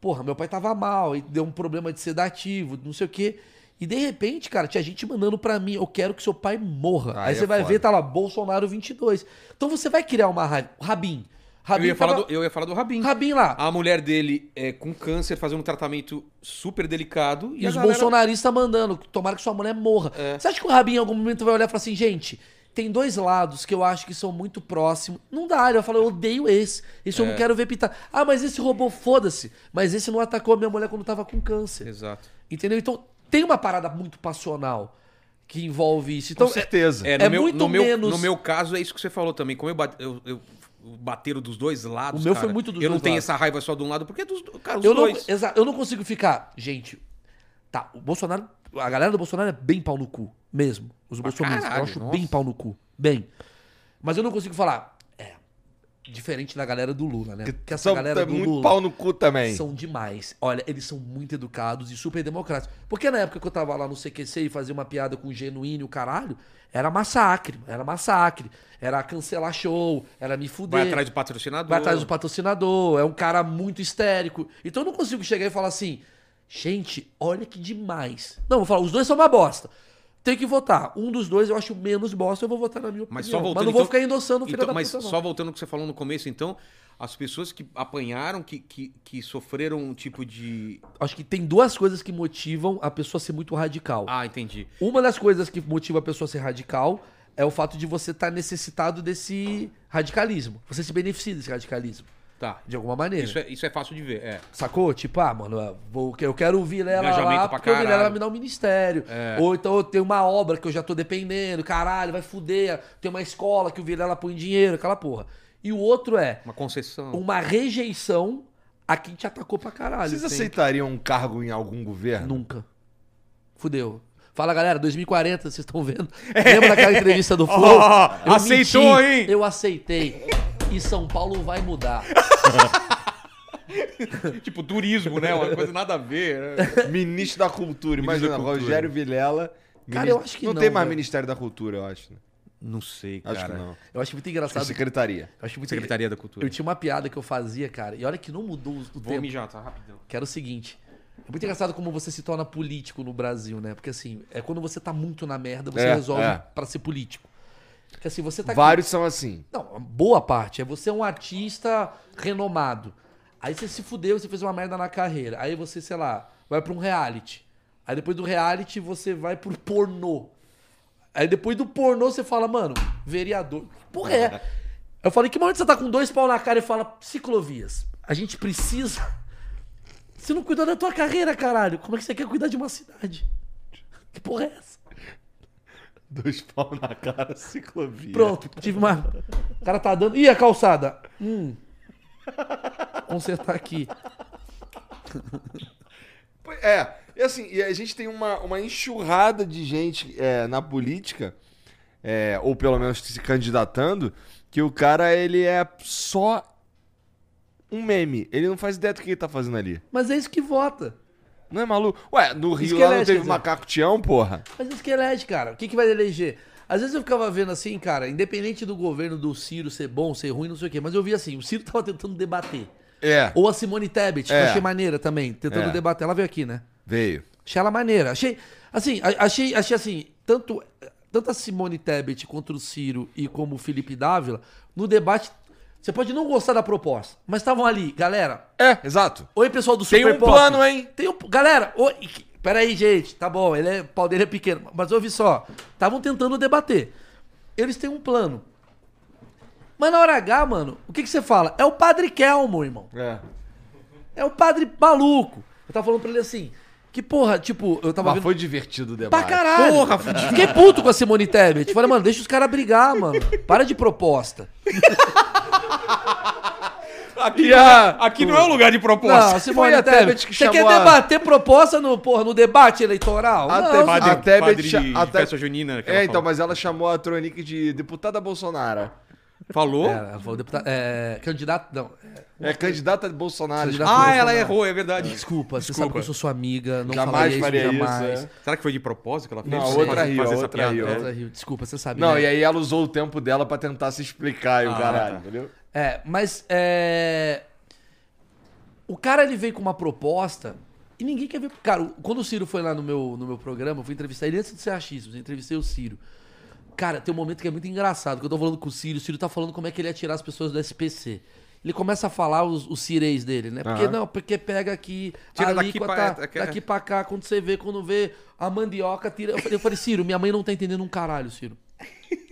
D: porra, meu pai tava mal e deu um problema de sedativo, não sei o quê. E de repente, cara, tinha gente mandando pra mim, eu quero que seu pai morra.
B: Ah,
D: Aí
B: aí
D: você
B: é
D: vai
B: foda.
D: ver, tá lá, Bolsonaro 22. Então você vai criar uma raiva. Rabin. Rabin
C: Eu ia, falar
D: tava-
C: do, eu ia falar do Rabin.
D: Rabin lá.
C: A mulher dele é com câncer, fazendo um tratamento super delicado. E,
D: E
C: a
D: os
C: galera-
D: bolsonaristas mandando, tomara que sua mulher morra. Você acha que o Rabin em algum momento vai olhar e falar assim, gente, tem dois lados que eu acho que são muito próximos. Não dá, ele vai falar, eu odeio esse. Esse eu não quero ver pintar. Ah, mas esse roubou, foda-se. Mas esse não atacou a minha mulher quando tava com câncer.
C: Exato.
D: Entendeu? Então, tem uma parada muito passional que envolve isso. Então,
B: Com certeza.
C: É, no
D: É
C: meu,
D: muito
C: no meu,
D: menos-
C: No meu caso, é isso que você falou também. Como eu, bate, eu, eu o bateiro dos dois lados.
D: O meu
C: cara,
D: foi muito dos
C: Eu não
D: dois
C: tenho
D: lados.
C: essa raiva só de um lado, porque é dos do- cara, os
D: eu, não,
C: dois.
D: exa- eu não consigo ficar. Gente, tá, o Bolsonaro. A galera do Bolsonaro é bem pau no cu, mesmo. Os bolsonaristas. Eu
C: caralho,
D: acho
C: nossa.
D: bem pau no cu. Bem. Mas eu não consigo falar. É. Diferente da galera do Lula, né? Porque essa
B: São-
D: galera
B: tá
D: do
B: muito
D: Lula
B: pau no cu também.
D: são demais. Olha, eles são muito educados e super democráticos. Porque na época que eu tava lá no CQC e fazia uma piada com o genuíno e o caralho, era massacre, era massacre. Era cancelar show, era me fuder.
C: Vai atrás do patrocinador.
D: Vai atrás do patrocinador, é um cara muito histérico. Então eu não consigo chegar e falar assim, gente, olha que demais. Não, eu vou falar, os dois são uma bosta. Tem que votar. Um dos dois eu acho menos bosta, eu vou votar na minha opinião.
C: Mas só voltando.
D: Mas não vou
C: então-
D: ficar endossando o filho
C: então,
D: da
C: Mas
D: puta, não.
C: só voltando ao que você falou no começo, então, as pessoas que apanharam, que, que, que sofreram um tipo de.
D: Acho que tem duas coisas que motivam a pessoa a ser muito radical.
C: Ah, entendi.
D: Uma das coisas que motiva a pessoa a ser radical é o fato de você estar necessitado desse radicalismo. Você se beneficia desse radicalismo,
C: Tá.
D: de alguma maneira.
C: Isso é, isso é fácil de ver. É.
D: Sacou? Tipo, ah, mano, eu vou- eu quero o Vilela
C: Engajamento
D: lá
C: pra
D: porque o Vilela
C: caralho. É.
D: me dá um ministério. Ou então eu tenho uma obra que eu já tô dependendo, caralho, vai fuder. Tem uma escola que o Vilela põe dinheiro, aquela porra. E o outro é
C: Uma concessão.
D: uma rejeição a quem te atacou pra caralho.
B: Vocês
D: Sim.
B: aceitariam um cargo em algum governo?
D: Nunca. Fudeu. Fala, galera, 2040, vocês estão vendo? Lembra daquela entrevista do Flow? Eu
C: É. aceitou,
D: menti,
C: hein?
D: Eu aceitei. E São Paulo vai mudar.
C: Tipo, turismo, né? Uma coisa nada a ver. né?
B: Ministro da Cultura, imagina,
C: da Cultura.
B: Rogério Vilela.
D: Cara, eu acho que não,
B: tem mais
D: velho.
B: Ministério da Cultura, eu acho. né?
C: Não sei, cara.
B: Acho que não.
D: Eu acho muito
B: Acho que é
D: engraçado.
C: Tipo assim,
B: Secretaria.
D: Eu acho muito
C: Secretaria da Cultura.
D: Eu tinha uma piada que eu fazia, cara, e olha que não mudou o o
C: Vou
D: tempo.
C: mijar, tá? Rapidão.
D: Que era o seguinte. É muito engraçado como você se torna político no Brasil, né? Porque assim, é quando você tá muito na merda, você
B: É,
D: resolve
B: é.
D: pra ser político. Porque assim, você tá aqui-
B: Vários são assim.
D: Não, boa parte. É você é um artista renomado. Aí você se fudeu, você fez uma merda na carreira. Aí você, sei lá, vai pra um reality. Aí depois do reality você vai pro pornô. Aí depois do pornô você fala, mano, vereador. Que Porra, é. Eu falei, que momento você tá com dois pau na cara e fala, ciclovias, a gente precisa. Você não cuidou da tua carreira, caralho. Como é que você quer cuidar de uma cidade? Que porra é essa?
B: Dois pau na cara, ciclovia.
D: Pronto, tive uma. O cara tá dando. Ih, a calçada! Hum. Consertar aqui.
B: É, e assim, e a gente tem uma, uma enxurrada de gente é, na política, é, ou pelo menos se candidatando, que o cara, ele é só um meme. Ele não faz ideia do que ele tá fazendo ali.
D: Mas é isso que vota.
B: Não é maluco? Ué, no Rio lá
D: Esquelete,
B: não
D: quer
B: teve
D: dizer.
B: macaco Tião, porra?
D: Mas é isso que elege, cara. O que, que vai eleger? Às vezes eu ficava vendo assim, cara, independente do governo do Ciro ser bom, ser ruim, não sei o quê, mas eu via assim, o Ciro tava tentando debater.
B: É,
D: Ou a Simone Tebet,
B: É.
D: que eu achei maneira também, tentando
B: É.
D: debater. Ela veio aqui, né?
B: veio.
D: Achei ela maneira. Achei, assim, a- achei, achei assim, tanto, tanto a Simone Tebet contra o Ciro e como o Felipe Dávila, no debate, você pode não gostar da proposta, mas estavam ali, galera.
B: É, exato.
D: Oi, pessoal do
B: Tem
D: Super
B: um
D: Pop.
B: plano, hein?
D: Tem um, galera, oi, que- peraí, gente, tá bom, ele é, o pau dele é pequeno, mas ouve só, estavam tentando debater. Eles têm um plano. Mas na hora H, mano, o que, que você fala? É o Padre Kelmo, irmão.
B: É.
D: É o Padre maluco. Eu tava falando pra ele assim, que porra, tipo, eu tava
B: Mas
D: vendo...
B: foi divertido o
D: Pra
B: debate.
D: caralho. Porra, Fiquei puto com a Simone Tebet. Falei, mano, deixa os caras brigar, mano. Para de proposta.
B: Aqui, ah,
C: Aqui não é um lugar de proposta.
D: Não, Simone
B: foi a
D: Tebet.
B: Tebet que
D: Você quer
B: chamou a- Ah,
D: debater proposta no, porra, no debate eleitoral?
B: A
D: Não,
B: Tebet-
D: mano.
B: a Tebet-
C: padre de
B: a Te-
C: festa junina. que ela
B: É, então,
C: falou.
B: mas ela chamou a Tronic de deputada Bolsonaro.
C: Falou?
D: É, ela falou, deputado, é, candidato, não. é,
B: É candidata Bolsonaro.
D: Candidata-
C: Ah, ela
D: Bolsonaro.
C: errou, é verdade.
D: Desculpa, você
C: Desculpa.
D: sabe que eu sou sua amiga, não
B: Jamais
D: falaria isso,
B: faria isso,
D: jamais.
B: é.
C: Será que foi de propósito que ela fez?
B: Não,
C: Fazer-
B: outra
C: fazer
B: riu,
C: essa
B: outra
C: piada?
B: riu.
C: É.
D: Outra Rio, Desculpa, você sabe.
B: Não,
D: né?
B: e aí ela usou o tempo dela pra tentar se explicar
C: Ah,
B: e o caralho,
C: tá.
B: entendeu?
D: É, mas é. O cara ele veio com uma proposta e ninguém quer ver. Cara, o- quando o Ciro foi lá no meu, no meu programa, eu fui entrevistar ele antes de ser achismo, eu entrevistei o Ciro. Cara, tem um momento que é muito engraçado, que eu tô falando com o Ciro, o Ciro tá falando como é que ele ia tirar as pessoas do SPC. Ele começa a falar os, os cireis dele, né? Porque não, porque pega aqui,
C: Tira
D: a
C: daqui
D: alíquota,
C: pra- é,
D: daqui
C: daqui-
D: pra, cá, quando você vê, quando vê a mandioca, tira. Eu falei- eu falei, Ciro, minha mãe não tá entendendo um caralho, Ciro.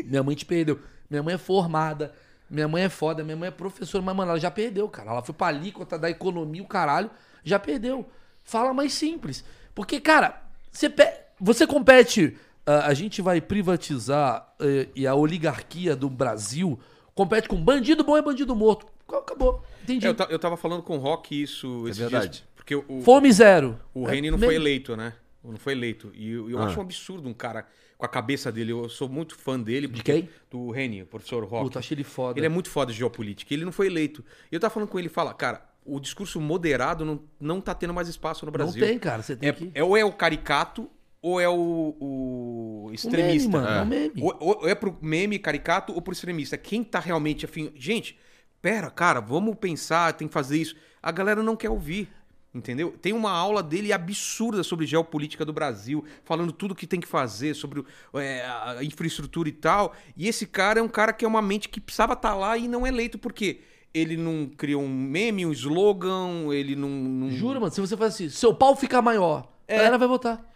D: Minha mãe te perdeu. Minha mãe é formada. Minha mãe é foda. Minha mãe é professora. Mas, mano, ela já perdeu, cara. Ela foi pra alíquota da economia, o caralho. Já perdeu. Fala mais simples. Porque, cara, você, pe- você compete. ah, a gente vai privatizar eh, e a oligarquia do Brasil compete com bandido bom e bandido morto. Acabou. Entendi.
C: É, eu, ta- eu tava falando com o Rock isso. esses
B: verdade.
C: dias, porque o,
D: Fome zero.
C: o
D: É,
C: Reni não
D: me-
C: foi eleito, né? Não foi eleito. E eu, eu acho um absurdo um cara com a cabeça dele. Eu sou muito fã dele. porque-
D: quem?
C: Do Reni, o professor Rock.
D: Puta, achei ele foda.
C: Ele é muito foda de geopolítica. Ele não foi eleito. E eu tava falando com ele, fala, cara, o discurso moderado não, não tá tendo mais espaço no
D: Não
C: Brasil.
D: tem, cara. Você tem
C: É,
D: que...
C: é ou é o caricato ou é o, o extremista.
D: mano, é um meme.
C: Ou, ou é pro meme caricato ou pro extremista. Quem tá realmente afim. Gente, pera, cara, vamos pensar, tem que fazer isso. A galera não quer ouvir. Entendeu? Tem uma aula dele absurda sobre geopolítica do Brasil, falando tudo que tem que fazer, sobre o- é, a infraestrutura e tal. E esse cara é um cara que é uma mente que precisava estar lá e não é eleito, porque ele não criou um meme, um slogan, ele não. não...
D: Juro, mano. Se você faz assim, seu pau ficar maior,
C: É.
D: a galera vai votar.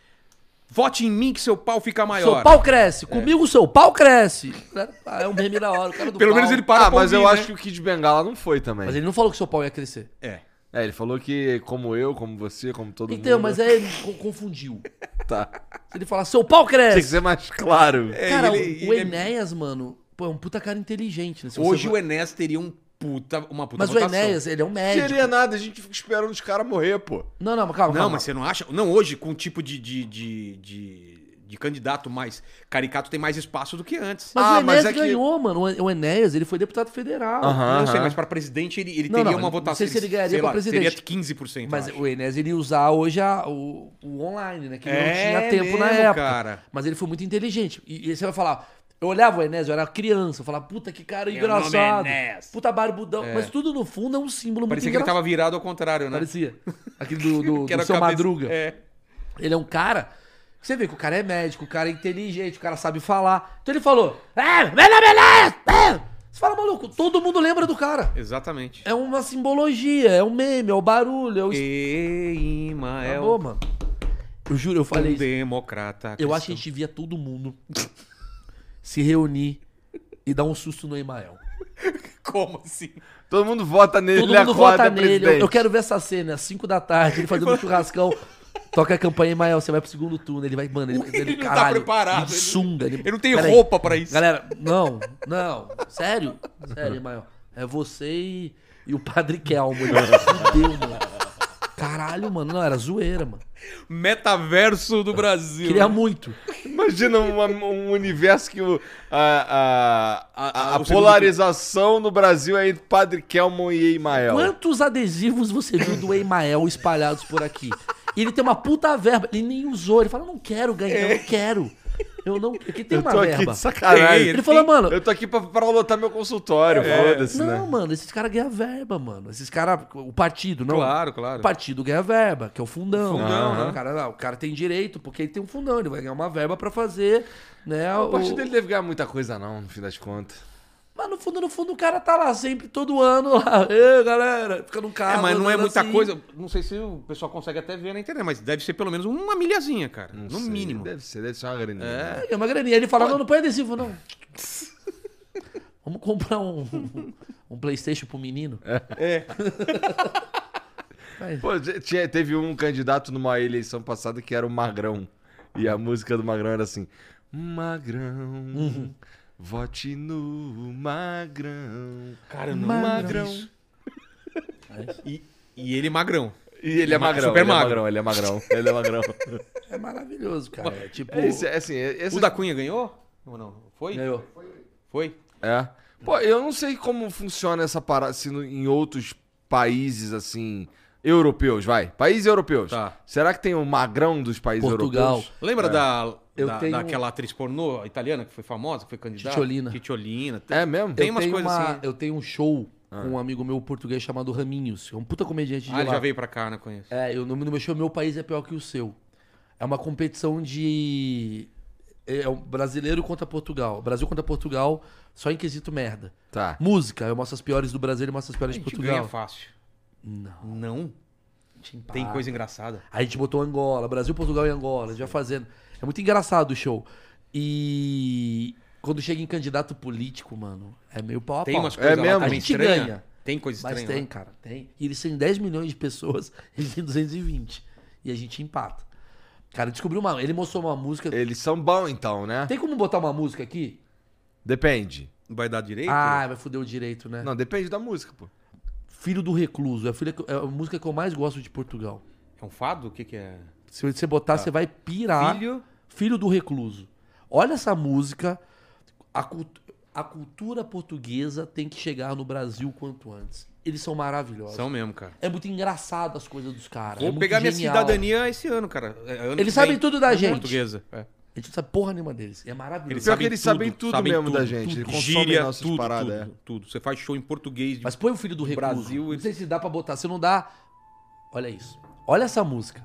C: Vote em mim que seu pau fica maior. É.
D: Seu pau cresce. Comigo, seu pau cresce. É um meme da hora. O cara do
C: Pelo
D: pau.
C: menos ele para
B: Ah,
C: pra
B: mas eu
C: ouvir, né?
B: acho que o Kid Bengala não foi também.
D: Mas ele não falou que seu pau ia crescer.
C: É.
B: É, ele falou que, como eu, como você, como todo
D: Então,
B: mundo.
D: mas é- aí ele co- confundiu.
B: Tá.
D: Se ele falar, seu pau
B: Tem que
D: cresce.
B: ser mais claro.
D: Cara,
C: ele-
D: o, o
C: ele é-
D: Enéas, mano, pô, é um puta cara inteligente. Né? Se você
C: Hoje
D: vai-
C: o Enéas teria um puta, uma puta
D: Mas o
C: votação.
D: Enéas, ele é um
B: Não
D: médico.
B: seria nada, a gente fica esperando os caras morrer, pô.
D: Não, não, mas calma,
C: é- Não,
D: calma.
C: mas você não acha? Não, hoje, com o tipo de, de, de, de, de candidato mais caricato, tem mais espaço do que antes.
D: Mas
B: Ah,
D: o
B: mas
D: Enéas
B: é que-
D: ganhou, mano. O En- O Enéas, ele foi deputado federal.
B: Aham,
C: eu sei,
B: aham.
C: mas pra presidente ele, ele
D: Não,
C: teria
D: não,
C: uma
D: não
C: votação.
D: sei se ele ganharia
C: sei
D: pra
C: lá,
D: presidente.
C: Seria 15%.
D: Mas é
C: Mas
D: o Enéas ele ia usar hoje a- o, o online, né? Que ele
C: É
D: não tinha tempo na
C: mesmo,
D: época.
C: cara.
D: Mas ele foi muito inteligente. E, e você vai falar. Eu olhava o Enéas, eu era criança, eu falava, puta que cara
C: Meu nome é
D: engraçado.
C: Enéas.
D: puta barbudão. Mas tudo no fundo é um símbolo
C: Parecia que ele
D: muito engraçado.
C: tava virado ao contrário, né?
D: Parecia. Aquele do, do,
C: Que
D: do
C: era
D: seu
C: a cabeça-
D: madruga.
C: É.
D: Ele é um cara. que Você vê que o cara é médico, o cara é inteligente, o cara sabe falar. Então ele falou: É, meu nome é Enéas! É." Você fala, maluco, todo mundo lembra do cara.
C: Exatamente.
D: É uma simbologia, é um meme, é o barulho, é o
C: Ei, Imael,
D: Acabou, mano. Eu juro, eu falei
C: um
D: isso.
C: democrata.
D: Eu
C: cristão.
D: acho que a gente via todo mundo se reunir e dar um susto no Emael.
C: Como assim?
B: Todo mundo vota nele,
D: Todo
B: ele
D: mundo
B: acorda
D: vota nele. Eu,
B: presidente.
D: eu quero ver essa cena, às 5 da tarde, ele fazendo um churrascão, Toca a campanha, Emael, você vai pro segundo turno. Ele vai, mano, ele, ele,
C: Ele não tá
D: caralho,
C: preparado,
D: ele de
C: ele-
D: sunga. Ele,
C: Eu não tenho
D: Peraí.
C: roupa pra isso.
D: Galera, não, não. Sério? Sério, Emael. É você e, e o Padre Kelmo. Ele fudeu, mano. Caralho, mano. Não, era zoeira, mano.
C: Metaverso do Brasil.
D: Queria muito.
B: Imagina uma- um universo que o- a, a- a-
C: A- a-
B: a
C: o segundo-
B: polarização no Brasil é entre Padre Kelmon e Emael.
D: Quantos adesivos você viu do Emael espalhados por aqui? E ele tem uma puta verba. Ele nem usou. Ele fala, não quero ganhar, eu não quero. Eu não... Aqui tem
B: Eu
D: uma
B: tô aqui
D: verba.
B: de sacanagem.
D: Ele falou, mano,
B: Eu tô aqui pra, pra lotar meu consultório, foda-se,
D: Não,
B: né?
D: mano, esses caras ganham verba, mano. Esses caras. O partido, não.
C: Claro,
D: O
C: claro.
D: partido ganha verba, que é o fundão.
C: fundão,
D: né?
C: né?
D: o, cara, não, o cara tem direito, porque ele tem um fundão, ele vai ganhar uma verba pra fazer, né?
B: A partir
D: o-
B: dele deve ganhar muita coisa, não, no fim das contas.
D: Mas no fundo, no fundo, o cara tá lá sempre, todo ano, lá. Ê, galera, fica no
C: É,
D: carro.
C: mas não é
D: andando
C: muita
D: assim.
C: coisa. Não sei se o pessoal consegue até ver na internet, mas deve ser pelo menos uma milhazinha, cara. no
B: sei,
C: mínimo.
B: Deve ser, deve ser uma graninha. né?
D: É uma graninha. Ele fala, não, não põe adesivo, não. Vamos comprar um, um Playstation pro menino.
B: É. Pô, te- tinha- teve um candidato numa eleição passada que era o Magrão. E a música do Magrão era assim:
D: Uhum.
B: Magrão, vote no Magrão.
C: Cara, não
B: Magrão.
C: E, e ele magrão.
B: E ele é
C: Ma-
B: magrão.
C: super
B: ele é
C: magro.
B: magrão, ele é magrão. Ele é magrão.
D: É maravilhoso, cara. É tipo. né,
B: É esse- é assim, é- esse-
C: O da Cunha ganhou? Ou não? Foi?
D: ganhou.
C: Foi?
B: é. Pô, eu não sei como funciona essa parada se no- em outros países assim. Europeus, vai. Países europeus.
C: Tá.
B: Será que tem o magrão dos países
D: Portugal.
B: europeus?
C: Lembra da,
D: É. Eu
C: da-
D: tenho-
C: daquela atriz pornô italiana que foi famosa, que foi candidata?
D: Titiolina.
C: Titiolina. tá. Tem,
B: É mesmo?
C: tem
D: eu
C: umas
D: tenho
C: coisas
D: uma-
C: assim. né?
D: Eu tenho um show
B: Ah.
D: com um amigo meu português chamado Raminhos, que é um puta comediante de
C: Ah, ele
D: lá.
C: já veio pra cá, não conheço.
D: É, eu- no no meu show Meu País é Pior que o Seu. É uma competição de... É um brasileiro contra Portugal. Brasil contra Portugal, só em quesito merda.
B: Tá.
D: Música, eu mostro as piores do Brasil e mostro as
C: A
D: piores de
C: gente ganha
D: Portugal.
C: fácil.
D: Não,
C: Não. Tem
D: coisa.
C: coisa engraçada.
D: Aí a gente botou Angola, Brasil, Portugal e Angola, já fazendo. É muito engraçado o show. E quando chega em candidato político, mano, é meio pau a
C: Tem
D: pau.
C: umas né? coisas lá
B: mesmo?
C: também
D: A gente
C: estranha.
D: ganha.
C: Tem coisa
D: Mas
C: estranha.
D: tem,
C: lá.
D: cara, tem. E eles têm 10 milhões de pessoas, eles têm 220. E a gente empata. Cara, descobriu uma. Ele mostrou uma música.
B: Eles são bons então, né?
D: Tem como botar uma música aqui?
B: Depende.
C: Vai dar direito?
D: Ah, vai foder o direito, né?
B: Não, depende da música, pô.
D: Filho do Recluso. É a, filha que- é a música que eu mais gosto de Portugal.
C: É um fado? O que, que é?
D: Se você botar, você vai pirar.
C: Filho.
D: Filho do Recluso. Olha essa música. A, cult- a cultura portuguesa tem que chegar no Brasil quanto antes. Eles são maravilhosos.
C: São mesmo, cara.
D: É muito engraçado as coisas dos caras. é
C: Vou
D: muito
C: pegar minha
D: genial.
C: cidadania esse ano, cara. É, ano que
D: Eles sabem
C: vem.
D: tudo da gente.
C: Portuguesa. É.
D: A gente não sabe porra nenhuma deles. E é maravilhoso.
B: Pior que eles sabem tudo mesmo da gente, eles consomem
C: Gíria,
B: nossas
C: tudo,
B: paradas,
C: tudo, tudo. Você faz show em português. de-
D: Mas põe o filho do Recluso.
C: Brasil, é
D: não
C: eles-
D: sei se dá pra botar. Se não dá, olha isso. Olha essa música.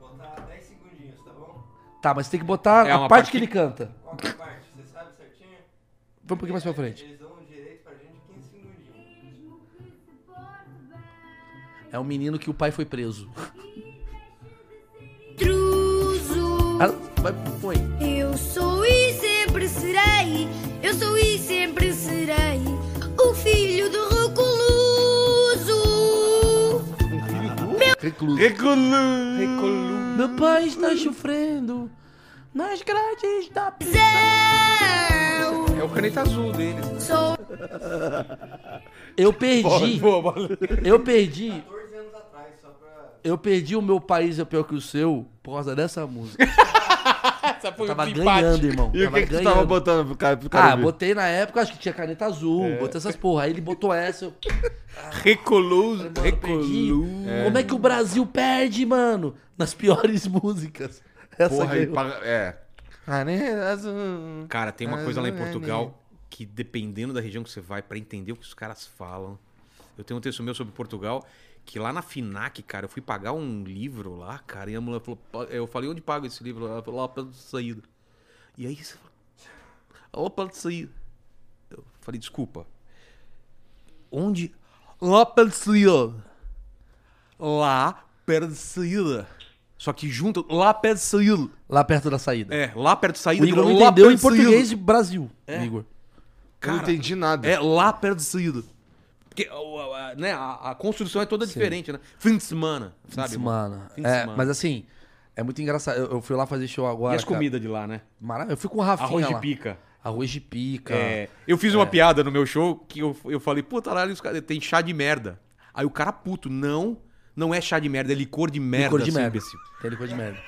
F: Botar 10 segundinhos, tá bom?
D: Tá, mas tem que botar
C: É
D: a
C: uma parte
D: parte, que...
C: que-
D: ele canta.
F: Qual que é a parte? Você sabe certinho?
D: Vamos um pouquinho mais pra frente.
F: Eles dão um direito pra gente de 15 segundinhos.
D: É um menino que o pai foi preso.
G: Intruso,
D: Ah, vai, põe.
G: eu sou e sempre serei, eu sou e sempre serei o filho do recluso.
D: Recluso. Meu pai está tá sofrendo nas grades da prisão.
C: É o caneta azul deles.
G: Sou
D: Eu perdi. Eu perdi.
F: 14 anos atrás, só pra.
D: Eu perdi o meu país é pior que o seu por causa dessa música.
C: Essa foi
D: Eu
C: o
D: tava
C: empate.
D: ganhando, irmão.
B: um E o
D: tava
B: que, que tu
D: ganhando.
B: tava botando É. pro cara, pro cara
D: Ah,
B: ouvir?
D: botei na época, acho que tinha caneta azul, botei essas porra. Aí ele botou essa. Eu...
C: Recoloso.
D: Mano, eu perdi. Como é que o Brasil perde, mano? Nas piores músicas. Essa
B: Porra, aí,
D: ganhou.
B: paga... É. Caneta azul.
C: Cara, tem
D: Ah,
C: uma coisa lá em
B: Azul é
C: Portugal
D: né?
C: que dependendo da região que você vai, pra entender o que os caras falam. Eu tenho um texto meu sobre Portugal que lá na Finac, cara, eu fui pagar um livro lá, cara, e a mulher falou, "Pa- eu falei onde pago esse livro, ela falou lá para saída. E aí você falou, lá para saída. Eu falei, desculpa. Onde? Lá para saída. Lá perto de saída. Só que junto, lá perto de saída.
D: Lá perto da saída.
C: É, lá perto de saída.
D: O Igor não
C: lá
D: entendeu
C: perto
D: em
C: de saída.
D: português de Brasil, Igor.
B: Eu não
C: Cara,
B: entendi nada.
C: É lá perto do saída. Porque ó, ó, né, a, a construção é toda diferente, né? Fim de semana,
D: Fim
C: sabe?
D: de
C: irmão?
D: semana.
C: Fim de
D: É,
C: semana.
D: mas assim, É muito engraçado. Eu, eu fui lá fazer show agora.
C: E as
D: cara.
C: comidas de lá, né?
D: Maravilha. Eu fui com o Rafinha.
C: Arroz de
D: lá.
C: pica.
D: Arroz de pica.
C: É, eu fiz uma piada no meu show que eu, eu falei, puta lá, os caras tem chá de merda. Aí o cara puto, não, não é chá de merda, é licor de merda.
D: Licor de
C: seu
D: merda.
C: imbecil."
D: Tem licor de merda.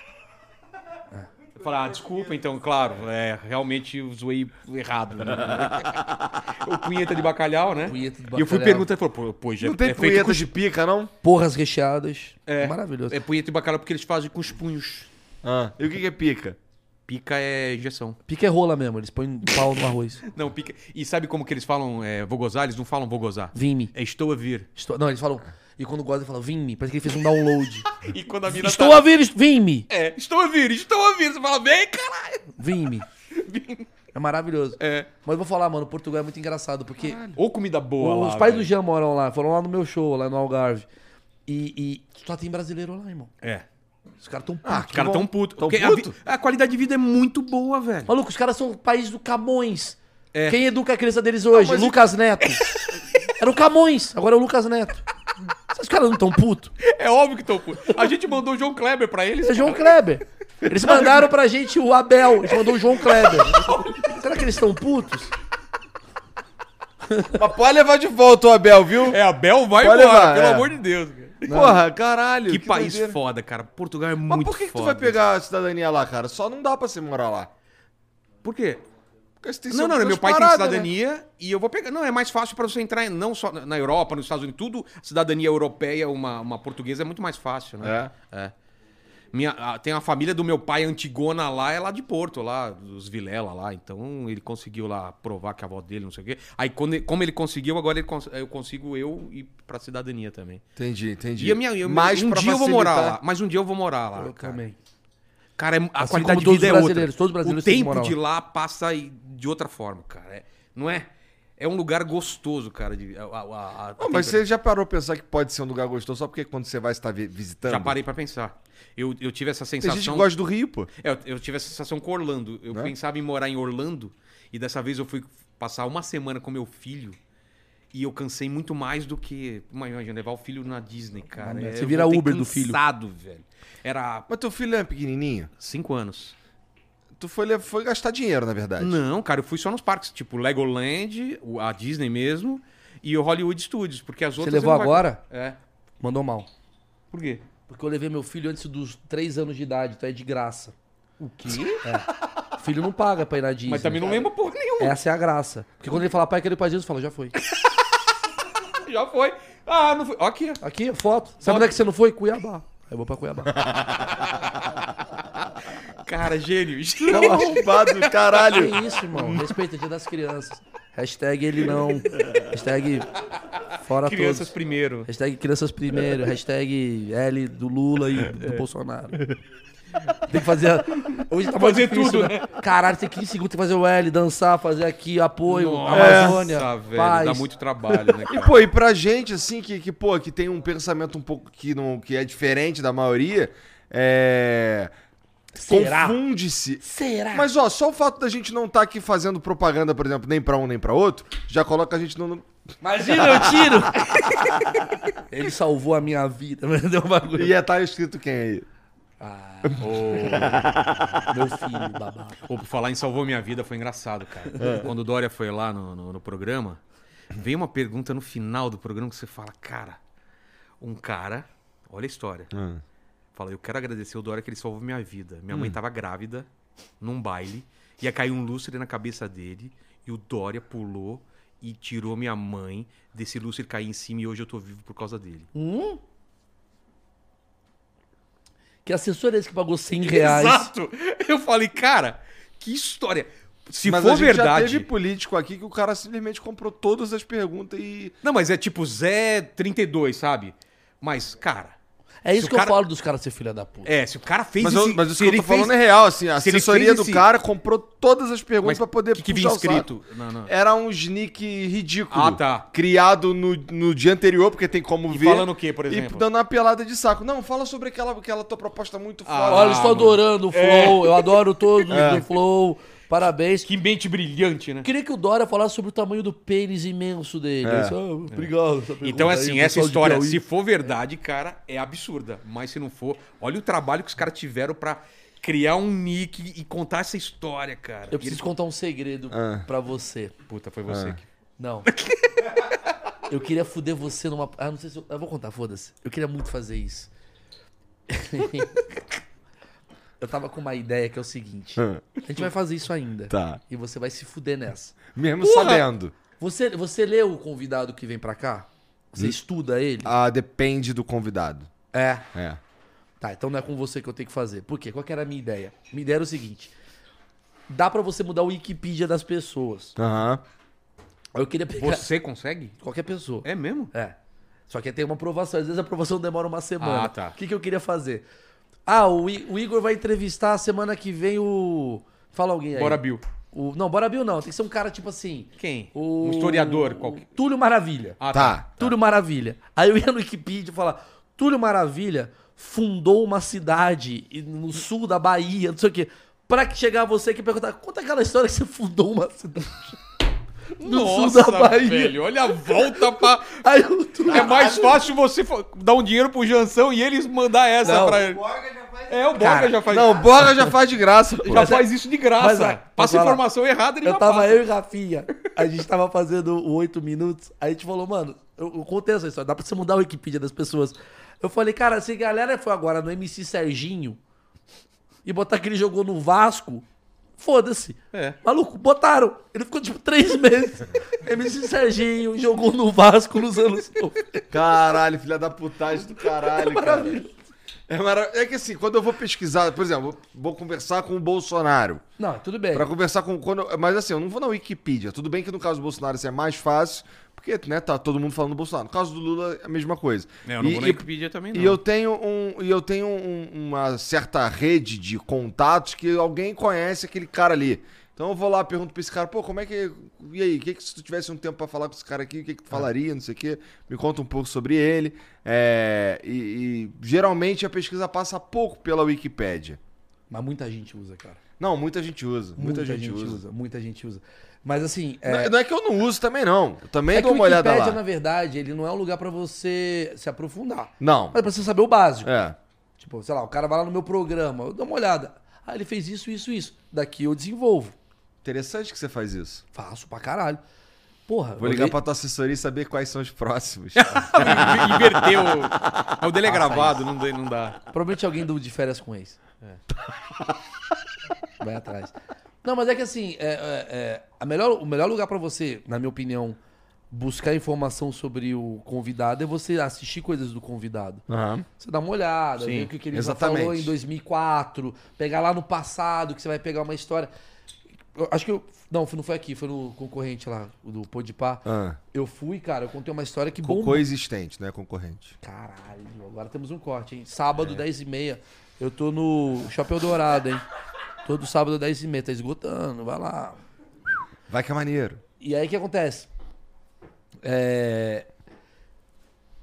C: Eu falei, ah, desculpa, então, claro, é, realmente eu zoei errado. né? o punheta de bacalhau, né?
D: Punheta de
C: E eu fui
D: bacalhau.
C: perguntar, ele falou, pô, pô já
B: Não tem
C: é feito com
B: punheta de pica, não?
D: Porras recheadas.
C: É.
D: Maravilhoso.
C: É punheta de bacalhau porque eles fazem com os punhos.
B: Ah, e o que que é pica?
C: Pica é injeção.
D: Pica é rola mesmo. Eles põem pau no arroz.
C: Não, pica. E sabe como que eles falam é, vou gozar? Eles não falam vou gozar.
D: Vime.
C: É estou a vir.
D: Estou... Não, eles falam. E quando gosta, ele fala, vim-me. Parece que ele fez um download.
C: E quando a mina
D: Estou
C: tá...
D: a vir, vim-me.
C: É, estou a vir, estou a vir. Você fala, vem, caralho.
D: Vim-me. É maravilhoso.
C: É.
D: Mas eu vou falar, mano, Portugal é muito engraçado, porque
C: Ou comida boa
D: os
C: lá,
D: pais do
C: velho.
D: Jean moram lá, foram lá no meu show, lá no Algarve. E, e só tem brasileiro lá, irmão.
C: É.
D: Os caras tão
C: Os caras tão puto.
B: Tão
C: Porque a
B: puto?
C: vi- A, qualidade de vida é muito boa, velho.
D: Maluco, os caras são o país do Camões.
C: É.
D: Quem educa a criança deles hoje? Lucas Neto. Era o Camões, agora é o Lucas Neto. Esses caras não tão puto.
C: É óbvio que tão puto. A gente mandou o João Kleber pra eles.
D: É João Kleber. Eles mandaram pra gente o Abel, eles mandou o João Kleber. Será que eles estão putos?
B: Mas pode levar de volta o Abel, viu?
C: É, a Bel vai
B: Pode
C: embora,
B: levar,
C: pelo
B: é.
C: amor de Deus. Cara.
B: Porra, caralho.
C: Que, país
B: doideira.
C: foda, cara. Portugal é muito
B: Mas
C: foda.
B: por que, que tu vai pegar a cidadania lá, cara? Só não dá pra você morar lá.
C: Por quê?
B: Porque você tem
C: Não, não,
B: seu-
C: meu
B: suas
C: pai tem
B: paradas, né?
C: cidadania e eu vou pegar. Não, é mais fácil pra você entrar em- não só na Europa, nos Estados Unidos, tudo. Cidadania europeia, uma, uma portuguesa é muito mais fácil, né? É. Minha, a- tem uma família do meu pai antigona lá, é lá de Porto, lá, dos Vilela lá. Então ele conseguiu lá provar que a avó dele, não sei o quê. Aí, quando ele- como ele conseguiu, agora ele cons- eu consigo eu ir pra cidadania também.
B: Entendi, entendi.
C: E a minha, eu,
B: Mais
C: um
B: pra
C: dia eu vou morar
B: facilitar.
C: lá. Mas um dia eu vou morar lá. cara.
D: também.
C: Cara, é- a
D: Assim
C: qualidade
D: como
C: de
D: todos
C: vida é
D: os brasileiros,
C: outra.
D: todos os
C: o
D: brasileiros têm que
C: tempo
D: morar
C: de lá passa e- de outra forma, cara. É- não é? É um lugar gostoso, cara. De, a, a- a- a-
B: Não, mas
C: tempera-
B: você já parou pra pensar que pode ser um lugar gostoso só porque quando você vai, você tá vi- visitando?
C: Já parei pra pensar. Eu, eu tive essa
B: Tem gente que
C: sensação.
B: gosta do Rio, pô.
C: É, eu, eu tive essa sensação com Orlando. Eu pensava em morar em Orlando e dessa vez eu fui passar uma semana com meu filho e eu cansei muito mais do que. Imagina, levar o filho na Disney, cara.
D: merda.
C: É,
D: Você
C: eu
D: vira
C: voltei
D: Uber do filho.
C: cansado, velho. Era
B: Mas teu filho é pequenininho.
C: cinco anos.
B: Tu foi, le- foi gastar dinheiro, na verdade.
C: Não, cara, eu fui só nos parques, tipo Legoland, o- a Disney mesmo, e o Hollywood Studios, porque as
D: Você
C: outras.
D: levou
C: eu não vai-
D: agora?
C: É.
D: Mandou mal.
C: Por quê?
D: Porque eu levei meu filho antes dos 3 anos de idade, então é de graça. O quê? É. O filho não paga pra ir na Disney.
C: Mas também não lembra porra nenhuma.
D: Essa é a graça. Porque quando ele fala, pai, quero ir pra Disney, eu falo, já foi.
C: Já foi. Ah, não foi. Ó, aqui, ó.
D: Aqui, foto. Sabe onde é que você não foi? Cuiabá. Eu vou pra Cuiabá.
C: Cara, gênio.
B: Não, arrombado,
D: que
B: caralho.
D: É isso, irmão? Respeita o dia das crianças. Hashtag ele não. Hashtag fora
C: Crianças
D: todos.
C: primeiro.
D: Hashtag crianças primeiro. Hashtag L do Lula e
C: É.
D: do Bolsonaro. Tem que fazer. a- Hoje tá mais
C: Fazer
D: difícil,
C: tudo, né?
D: Caralho, tem 15 segundos pra fazer o L, dançar, fazer aqui, apoio,
C: Nossa,
D: Amazônia.
C: velho,
D: paz.
C: dá muito trabalho, né,
B: E,
C: cara?
B: pô, e pra gente, assim, que, que, pô, que tem um pensamento um pouco que, não, que é diferente da maioria, é...
D: Será?
B: Confunde-se.
D: Será?
B: Mas, ó, só o fato da gente não estar aqui fazendo propaganda, por exemplo, nem pra um nem pra outro, já coloca a gente no...
D: Imagina, eu tiro! Ele salvou a minha vida, mas deu um bagulho.
B: E é tá escrito quem aí?
D: Ah, meu filho, babá.
C: Ou por falar em Salvou Minha Vida, foi engraçado, cara.
B: É.
C: Quando o Dória foi lá no, no, no programa, veio uma pergunta no final do programa que você fala, cara, um cara, olha a história.
B: É.
C: Fala, eu quero agradecer o Dória que ele salvou minha vida. Minha
B: Hum.
C: mãe tava grávida, num baile, ia cair um lustre na cabeça dele, e o Dória pulou e tirou minha mãe desse lustre cair em cima, e hoje eu tô vivo por causa dele.
D: Hum? Que assessor é esse que pagou 100 reais?
C: Exato! Eu falei, cara, que história. Se
B: Mas
C: for
B: a gente
C: verdade.
B: já teve político aqui que o cara simplesmente comprou todas as perguntas e...
C: Não, mas é tipo Zé 32, sabe? Mas, cara,
D: É isso
C: Se o
D: que eu
C: cara-
D: falo dos caras ser filha da puta.
C: é, se o cara fez
B: Mas, eu-
C: esse-
B: mas
C: se
B: isso que eu
C: ele
B: tô falando é
C: fez-
B: real, assim, a
C: se ele
B: assessoria
C: fez
B: do
C: esse-
B: cara comprou todas as perguntas
C: Mas
B: pra poder
C: que, que vinha
B: puxar o saco.
C: escrito? Não, não.
B: Era um sneak ridículo.
C: Ah, tá.
B: Criado no, no dia anterior, porque tem como ver.
C: falando o quê, por exemplo?
B: E dando uma pelada de saco. Não, fala sobre aquela, aquela tua proposta muito
C: Ah,
B: foda.
D: Olha, eu estou
C: mano.
D: adorando o Flow, eu adoro todos do Flow. Parabéns.
C: Que mente brilhante, né?
D: Queria que o Dória falasse sobre o tamanho do pênis imenso dele. Isso, ah, obrigado. essa pergunta
C: É. Então,
D: aí,
C: assim,
D: pessoal
C: essa
D: de
C: história,
D: Piauí.
C: se for verdade, cara, é absurda. Mas se não for, olha o trabalho que os caras tiveram pra criar um nick e contar essa história, cara.
D: Eu preciso contar um segredo
C: Ah.
D: pra você.
C: Puta, foi
B: Ah.
C: você. que-
D: Não. eu queria fuder você numa. Ah, não sei se eu. Eu vou contar, foda-se. Eu queria muito fazer isso. eu tava com uma ideia que é o seguinte: a gente vai fazer isso ainda.
B: Tá.
D: E você vai se fuder nessa.
B: Mesmo sabendo.
D: Você, você lê o convidado que vem pra cá? Você
C: Hum?
D: estuda ele?
B: Ah, depende do convidado.
D: É.
B: É.
D: Tá, então não é com você que eu tenho que fazer. Por quê? Qual que era a minha ideia? Minha ideia era o seguinte: dá pra você mudar o Wikipedia das pessoas.
B: Aham.
D: Aí Eu queria pegar
C: Você consegue?
D: qualquer pessoa.
C: É mesmo?
D: É. Só que tem uma aprovação. Às vezes a aprovação demora uma semana.
C: Ah, tá.
D: O que, que eu queria fazer? Ah, o, I- o Igor vai entrevistar semana que vem o. Fala alguém aí.
C: Bora, Bill.
D: O, não, Bora Bill não. Tem que ser um cara tipo assim.
C: Quem?
D: O...
C: Um historiador qualquer.
D: Túlio Maravilha.
C: Ah,
B: Tá.
D: Túlio Maravilha. Aí eu ia no Wikipedia e falar: Túlio Maravilha fundou uma cidade e- no sul da Bahia, não sei o quê. Pra que chegar você aqui e perguntar: conta aquela história que você fundou uma cidade. No
C: Nossa,
D: sul da Bahia.
C: velho, olha a volta pra...
D: Aí o Túlio.
C: É mais fácil você fa- dar um dinheiro pro Jansão e eles mandar essa
D: Não.
C: pra ele.
F: Borga já faz.
C: É, o Borga já faz
B: Não, Borga já faz de graça, tá. pô.
C: já faz isso de
D: mas,
C: graça.
D: ah,
C: passa
D: eu tava-
C: informação errada, ele
D: Eu
C: já
D: tava
C: passa.
D: eu e Rafinha, a gente tava fazendo o 8 minutos, aí a gente falou, mano, eu, eu contei essa história, dá pra você mudar o Wikipedia das pessoas. Eu falei, cara, se a galera foi agora no MC Serginho e botar que ele jogou no Vasco, foda-se.
C: É.
D: Maluco, botaram. Ele ficou tipo três meses. MC Serginho jogou no Vasco nos anos.
B: Caralho, filha da putagem do caralho, cara. É, marav- é que assim, quando eu vou pesquisar, por exemplo, vou, vou conversar com o Bolsonaro.
D: Não, tudo bem.
B: Pra conversar com. Quando, eu- mas assim, eu não vou na Wikipedia. Tudo bem que no caso do Bolsonaro isso é mais fácil, porque né, tá todo mundo falando do Bolsonaro. No caso do Lula é a mesma coisa.
C: É, eu não
B: e,
C: vou na
B: e-
C: Wikipedia também, não.
B: E eu tenho, um, e eu tenho um- uma certa rede de contatos que alguém conhece aquele cara ali. Então eu vou lá, pergunto pra esse cara, pô, como é que. E aí, o que, que se tu tivesse um tempo pra falar com esse cara aqui, o que, que tu falaria, não sei o quê? Me conta um pouco sobre ele. É, e, e geralmente a pesquisa passa pouco pela Wikipédia.
D: Mas muita gente usa, cara.
B: Não, muita gente usa. Muita, gente, usa.
D: Muita gente usa. Mas assim.
B: Não é- Não é que eu não uso também, não. Eu também
D: É que
B: dou
D: o
B: uma olhada
D: Wikipédia,
B: lá.
D: na verdade, ele não é um lugar pra você se aprofundar.
B: Não.
D: Mas pra você saber o básico.
B: É.
D: Tipo, sei lá, o cara vai lá no meu programa, eu dou uma olhada. Ah, ele fez isso, isso, isso. Daqui eu desenvolvo.
B: Interessante que você faz isso.
D: Faço pra caralho. Porra.
B: Vou
D: eu
B: ligar
D: dei-
B: pra tua assessoria e saber quais são os próximos.
C: Inver- Inverteu. o- O dele é gravado, não dá. Não dá.
D: Provavelmente alguém do de férias com ex. É. Vai atrás. Não, mas é que assim, é, é, é, a melhor, o melhor lugar pra você, na minha opinião, buscar informação sobre o convidado é você assistir coisas do convidado.
B: Aham.
D: Você dá uma olhada,
C: Sim,
D: ver o que, que ele
B: exatamente.
D: já falou em 2004, pegar lá no passado, que você vai pegar uma história. Eu acho que eu. Não, não foi aqui, foi no concorrente lá, o do Podpah.
B: Ah.
D: Eu fui, cara, eu contei uma história que
B: Co-
D: bombou.
B: Coexistente, né? Concorrente.
D: Caralho, agora temos um corte, hein?
B: É.
D: Sábado, 10h30. Eu tô no Chapéu Dourado, hein? Todo sábado, 10h30. Tá esgotando, vai lá.
B: Vai que é maneiro.
D: E aí o que acontece? É,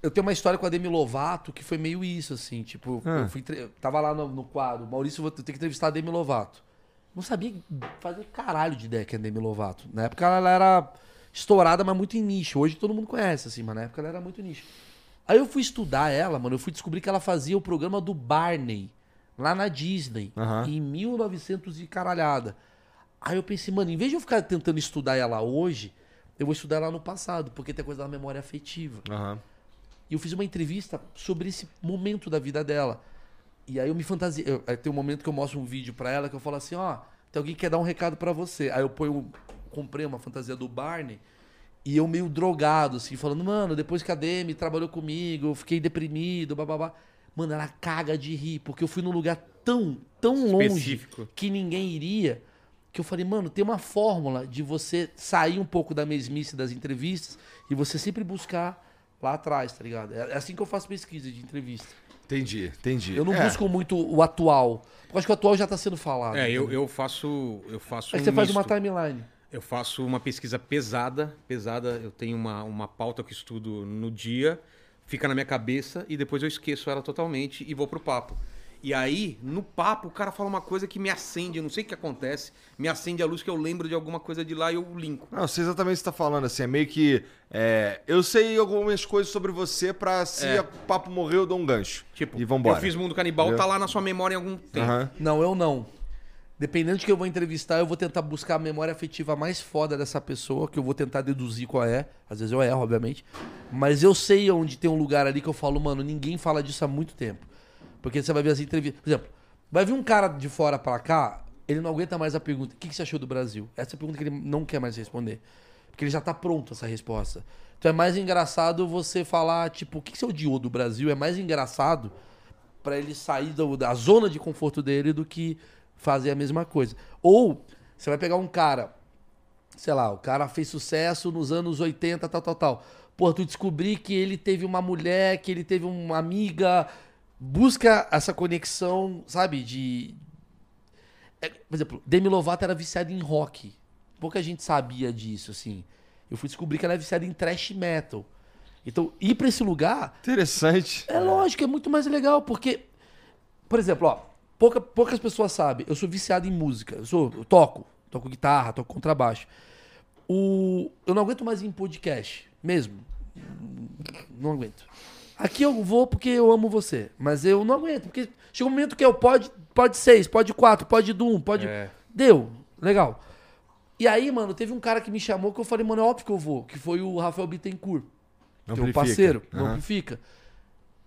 D: Eu tenho uma história com a Demi Lovato que foi meio isso, assim, tipo, eu fui entre- eu tava lá no, no quadro, Maurício, vou ter que entrevistar a Demi Lovato. Não sabia fazer caralho de ideia que é a Demi Lovato. Na época ela era estourada, mas muito em nicho. Hoje todo mundo conhece, assim, mas na época ela era muito nicho. Aí eu fui estudar ela, mano, eu fui descobrir que ela fazia o programa do Barney, lá na Disney, em 1900 e caralhada. Aí eu pensei, mano, em vez de eu ficar tentando estudar ela hoje, eu vou estudar ela no passado, porque tem coisa da memória afetiva.
B: Aham.
D: E eu fiz uma entrevista sobre esse momento da vida dela. E aí eu me fantasia. eu- aí tem um momento que eu mostro um vídeo pra ela que eu falo assim, ó, tem alguém que quer dar um recado pra você. Aí eu ponho. Comprei uma fantasia do Barney e eu meio drogado, assim, falando, mano, depois que a Demi trabalhou comigo, eu fiquei deprimido, bababá. Mano, ela caga de rir, porque eu fui num lugar tão, tão longe
C: Específico.
D: que ninguém iria. Que eu falei, mano, tem uma fórmula de você sair um pouco da mesmice das entrevistas e você sempre buscar lá atrás, tá ligado? É é assim que eu faço pesquisa de entrevista.
B: Entendi, entendi.
D: Eu não
B: É.
D: busco muito o atual. Porque eu acho que o atual já tá sendo falado.
C: É, eu, eu faço. Eu faço um
D: Aí você faz uma
C: misto.
D: timeline.
C: Eu faço uma pesquisa pesada, pesada. Eu tenho uma, uma pauta que eu estudo no dia, fica na minha cabeça e depois eu esqueço ela totalmente e vou pro papo. E aí, no papo, o cara fala uma coisa que me acende, eu não sei o que acontece, me acende a luz que eu lembro de alguma coisa de lá e eu linko.
B: Não, eu sei exatamente o que você tá falando, assim, é meio que. é, eu sei algumas coisas sobre você pra se o papo morrer, eu dou um gancho.
C: Tipo,
B: e vambora.
C: eu fiz Mundo Canibal, tá lá na sua memória em algum tempo.
B: Aham.
D: Não, eu não. Dependendo de que eu vou entrevistar, eu vou tentar buscar a memória afetiva mais foda dessa pessoa, que eu vou tentar deduzir qual é. Às vezes eu erro, obviamente. Mas eu sei onde tem um lugar ali que eu falo, mano, ninguém fala disso há muito tempo. Porque você vai ver as entrevistas. Por exemplo, vai vir um cara de fora pra cá, ele não aguenta mais a pergunta: o que que você achou do Brasil? Essa é a pergunta que ele não quer mais responder. Porque ele já tá pronto essa resposta. Então é mais engraçado você falar, tipo, o que que você odiou do Brasil? É mais engraçado Pra ele sair do- da zona de conforto dele do que fazer a mesma coisa. Ou você vai pegar um cara, sei lá, o cara fez sucesso nos anos 80, tal, tal, tal. Pô, tu descobri que ele teve uma mulher, que ele teve uma amiga. Busca essa conexão, sabe, de, é, por exemplo, Demi Lovato era viciada em rock. Pouca gente sabia disso, assim. Eu fui descobrir que ela é viciada em thrash metal. Então, ir pra esse lugar
B: Interessante.
D: é lógico, é muito mais legal, porque. Por exemplo, ó, pouca- poucas pessoas sabem, eu sou viciado em música. Eu, sou, eu toco, toco guitarra, toco contrabaixo. O, eu não aguento mais ir em podcast, mesmo. Não aguento. Aqui eu vou porque eu amo você, mas eu não aguento, porque chega um momento que eu pode, pode seis, pode quatro, pode do um, pode.
C: É.
D: Deu, legal. E aí, mano, teve um cara que me chamou que eu falei, mano, é óbvio que eu vou, que foi o Rafael Bittencourt. Teu
B: Amplifica.
D: parceiro,
B: Aham.
D: não amplifica.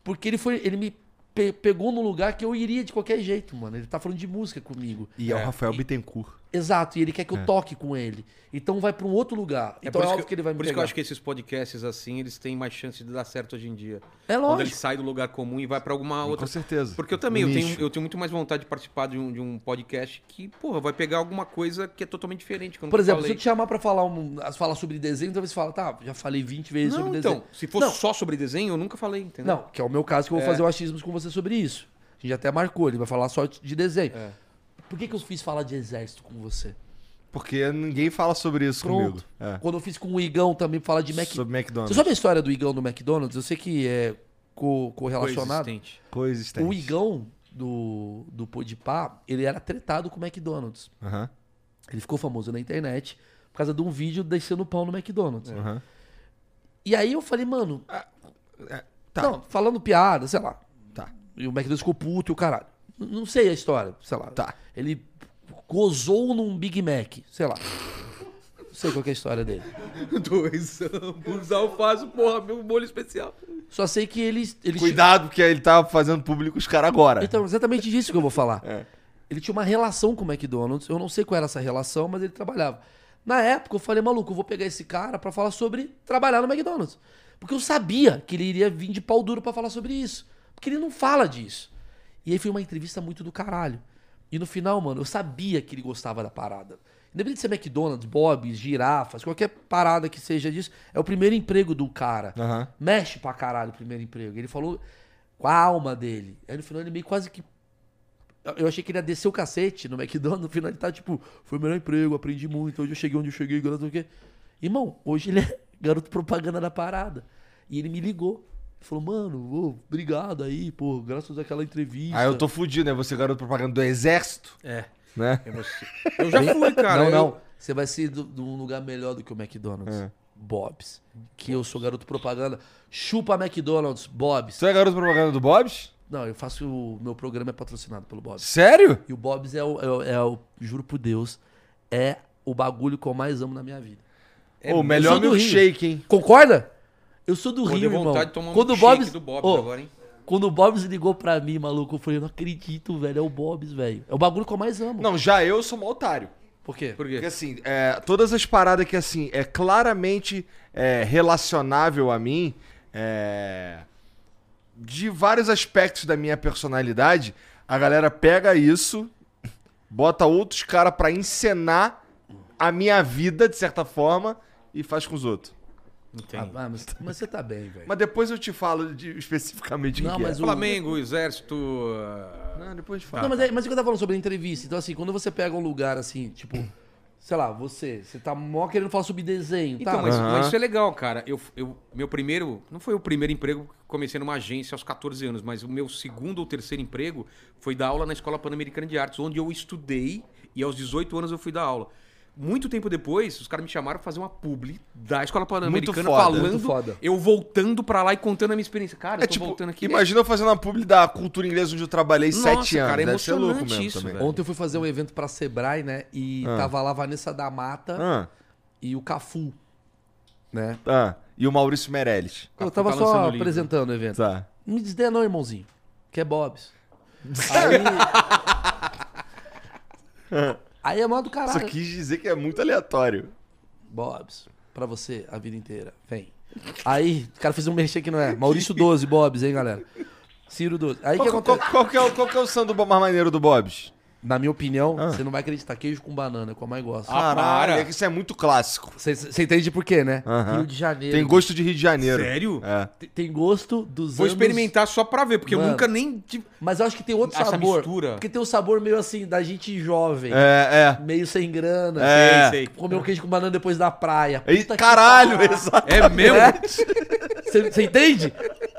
D: Porque ele foi, ele me pe- pegou no lugar que eu iria de qualquer jeito, mano. Ele tá falando de música comigo.
B: E é, o Rafael Bittencourt.
D: Exato, e ele quer que eu toque com ele. Então vai pra um outro lugar.
C: É
D: então
C: por
D: é
C: isso
D: óbvio que, ele vai me
C: Por isso que
D: pegar.
C: eu acho que esses podcasts assim, eles têm mais chance de dar certo hoje em dia.
D: É
C: Quando ele
D: lógico.
C: sai do lugar comum e vai pra alguma outra.
B: certeza. Um
C: Porque eu também, eu
B: Nicho.
C: tenho, eu tenho muito mais vontade de participar de um, de um podcast que, porra, vai pegar alguma coisa que é totalmente diferente. que eu nunca
D: Por exemplo, se
C: falei.
D: eu te chamar pra falar, um, falar sobre desenho, talvez você fala, tá, já falei 20 vezes
C: Não,
D: sobre
C: então,
D: desenho.
C: se fosse né?
D: Não.
C: só sobre desenho, eu nunca falei, entendeu?
D: Não, que é o meu caso que eu vou fazer o achismos com você sobre isso. A gente até marcou, ele vai falar só de desenho.
C: É.
D: Por que, que eu fiz falar de exército com você?
B: Porque ninguém fala sobre isso
D: Pronto.
B: comigo. É.
D: Quando eu fiz com o Igão também, falar de Mac...
B: Sobre McDonald's.
D: Você sabe a história do Igão do McDonald's? Eu sei que é co- correlacionado.
C: Coexistente.
B: Coisas tem.
D: O Igão do, do Podpah, ele era tretado com o McDonald's.
B: Aham.
D: Ele ficou famoso na internet por causa de um vídeo deixando pau no McDonald's.
B: Aham. Ah,
D: E aí eu falei, mano...
B: tá.
D: Não, falando piada, sei lá.
B: Tá.
D: E o McDonald's ficou puto e o caralho. N- Não sei a história, sei lá. Tá. Ele gozou num Big Mac, sei lá. Não sei qual que é a história dele.
C: Dois ambos, alface, porra, meu molho especial.
D: Só sei que ele... ele
B: Cuidado, porque ele tá fazendo público os caras agora.
D: Então, exatamente disso que eu vou falar. Ele tinha uma relação com o McDonald's, eu não sei qual era essa relação, mas ele trabalhava. Na época, eu falei, maluco, eu vou pegar esse cara pra falar sobre trabalhar no McDonald's. Porque eu sabia que ele iria vir de pau duro pra falar sobre isso. Porque ele não fala disso. E aí foi uma entrevista muito do caralho. E no final, mano, eu sabia que ele gostava da parada. Independente de ser McDonald's, Bob's, girafas, qualquer parada que seja disso, é o primeiro emprego do cara.
B: Aham.
D: Mexe pra caralho o primeiro emprego. Ele falou com a alma dele. Aí no final ele meio quase que. Eu achei que ele ia descer o cacete no McDonald's. No final ele tá tipo, foi o melhor emprego, aprendi muito. Hoje eu cheguei onde eu cheguei, garoto o quê. Irmão, hoje ele é garoto propaganda da parada. E ele me ligou. Ele falou, mano, ô, obrigado aí, pô, graças àquela entrevista.
B: Aí eu tô fudido, né? Você garoto propaganda do exército,
D: É.
B: né?
C: Eu já fui, cara.
D: não,
C: eu-
D: não. Você vai ser do- de um lugar melhor do que o McDonald's.
B: É.
D: Bob's. Que eu sou garoto propaganda. Chupa McDonald's, Bob's.
B: Você é garoto propaganda do Bob's?
D: Não, eu faço. O meu programa é patrocinado pelo Bob's.
B: Sério?
D: E o Bob's é o, é o- é o- Juro por Deus. É o bagulho que eu mais amo na minha vida.
B: É, o melhor
D: eu sou do
B: milkshake, hein?
D: Concorda? Eu sou do
C: Pô,
D: Rio,
C: deu
D: irmão.
C: vontade de tomar um
D: Quando o
C: milkshake
D: Bob's.
C: do Bob's
D: Ô,
C: agora, hein?
D: Quando o Bob's ligou pra mim, maluco, eu falei, não acredito, velho. É o Bob's, velho. É o bagulho que eu mais amo.
B: Não, já eu sou mal otário.
D: Por quê?
C: Por
B: Porque
C: quê?
B: assim, é, todas as paradas que assim, é claramente é, relacionável a mim, é, de vários aspectos da minha personalidade, a galera pega isso, bota outros caras pra encenar a minha vida, de certa forma, e faz com os outros.
C: Entendi.
D: Ah, mas, mas você tá bem, velho.
B: Mas depois eu te falo de- especificamente o que
D: Não,
B: que
D: mas
B: é.
D: o-
C: Flamengo, Exército. ah,
B: Não, depois eu te
D: Não,
B: falo.
D: mas, é, mas é o que eu tava falando sobre a entrevista. Então, assim, quando você pega um lugar assim, tipo, sei lá, você, você tá mó querendo falar sobre desenho, tá?
C: Então, mas,
B: Aham.
C: mas isso é legal, cara. Eu, eu, meu primeiro. Não foi o primeiro emprego que comecei numa agência aos 14 anos, mas o meu segundo ou terceiro emprego foi dar aula na Escola Pan-Americana de Artes, onde eu estudei e aos 18 anos eu fui dar aula. Muito tempo depois, os caras me chamaram pra fazer uma publi da Escola Pan-Americana
B: foda,
C: falando.
D: muito foda.
C: Eu voltando pra lá e contando a minha experiência. Cara, eu
B: É
C: tô
B: tipo,
C: voltando aqui. né?
B: imagina eu fazendo a publi da cultura inglesa onde eu trabalhei
C: Nossa,
B: sete anos.
C: cara, é
B: Deve ser louco
C: emocionante
B: mesmo
C: isso,
B: também.
C: velho.
D: Ontem eu fui fazer um evento pra Sebrae, né? E tava lá a Vanessa da Mata
B: Ah,
D: e o Cafu, né?
B: ah. E o Maurício Meirelles.
D: Eu
C: Cafu
D: tava
C: tá lançando
D: só
C: livro.
D: apresentando o evento.
B: Tá.
D: Não me desdenha não, irmãozinho, que é Bob's. Aí... Aí é mal do
B: Só
D: caralho.
B: quis dizer que é muito aleatório.
D: Bob's, pra você a vida inteira. Vem. Aí, o cara fez um merchan que não é. Maurício 12, Bob's, hein, galera? Ciro 12. Aí o que
B: Qual, qual-
D: acontece?
B: qual que é, o- qual que é o sanduba mais maneiro do Bob's?
D: Na minha opinião,
B: Ah.
D: você não vai acreditar. Queijo com banana, é o que eu mais gosto.
C: Ah,
B: Caralho,
C: para.
B: é que isso é muito clássico.
D: Você você entende por quê, né?
B: Aham.
D: Rio de Janeiro.
B: Tem gosto de Rio de Janeiro.
C: Sério?
B: É.
D: Tem- Tem gosto dos
C: Vou
D: anos-
C: experimentar só pra ver, porque
D: Mano.
C: eu nunca nem. tive-
D: Mas eu acho que tem outro
C: Essa
D: sabor.
C: mistura.
D: Porque tem um sabor meio assim, da gente jovem.
B: É,
D: Meio sem grana.
B: É.
C: Sei, sei.
D: Comer um queijo com banana depois da praia.
B: é. E-
D: Puta que
B: caralho,
D: pariu.
B: exato.
C: É meu?
D: Você você entende?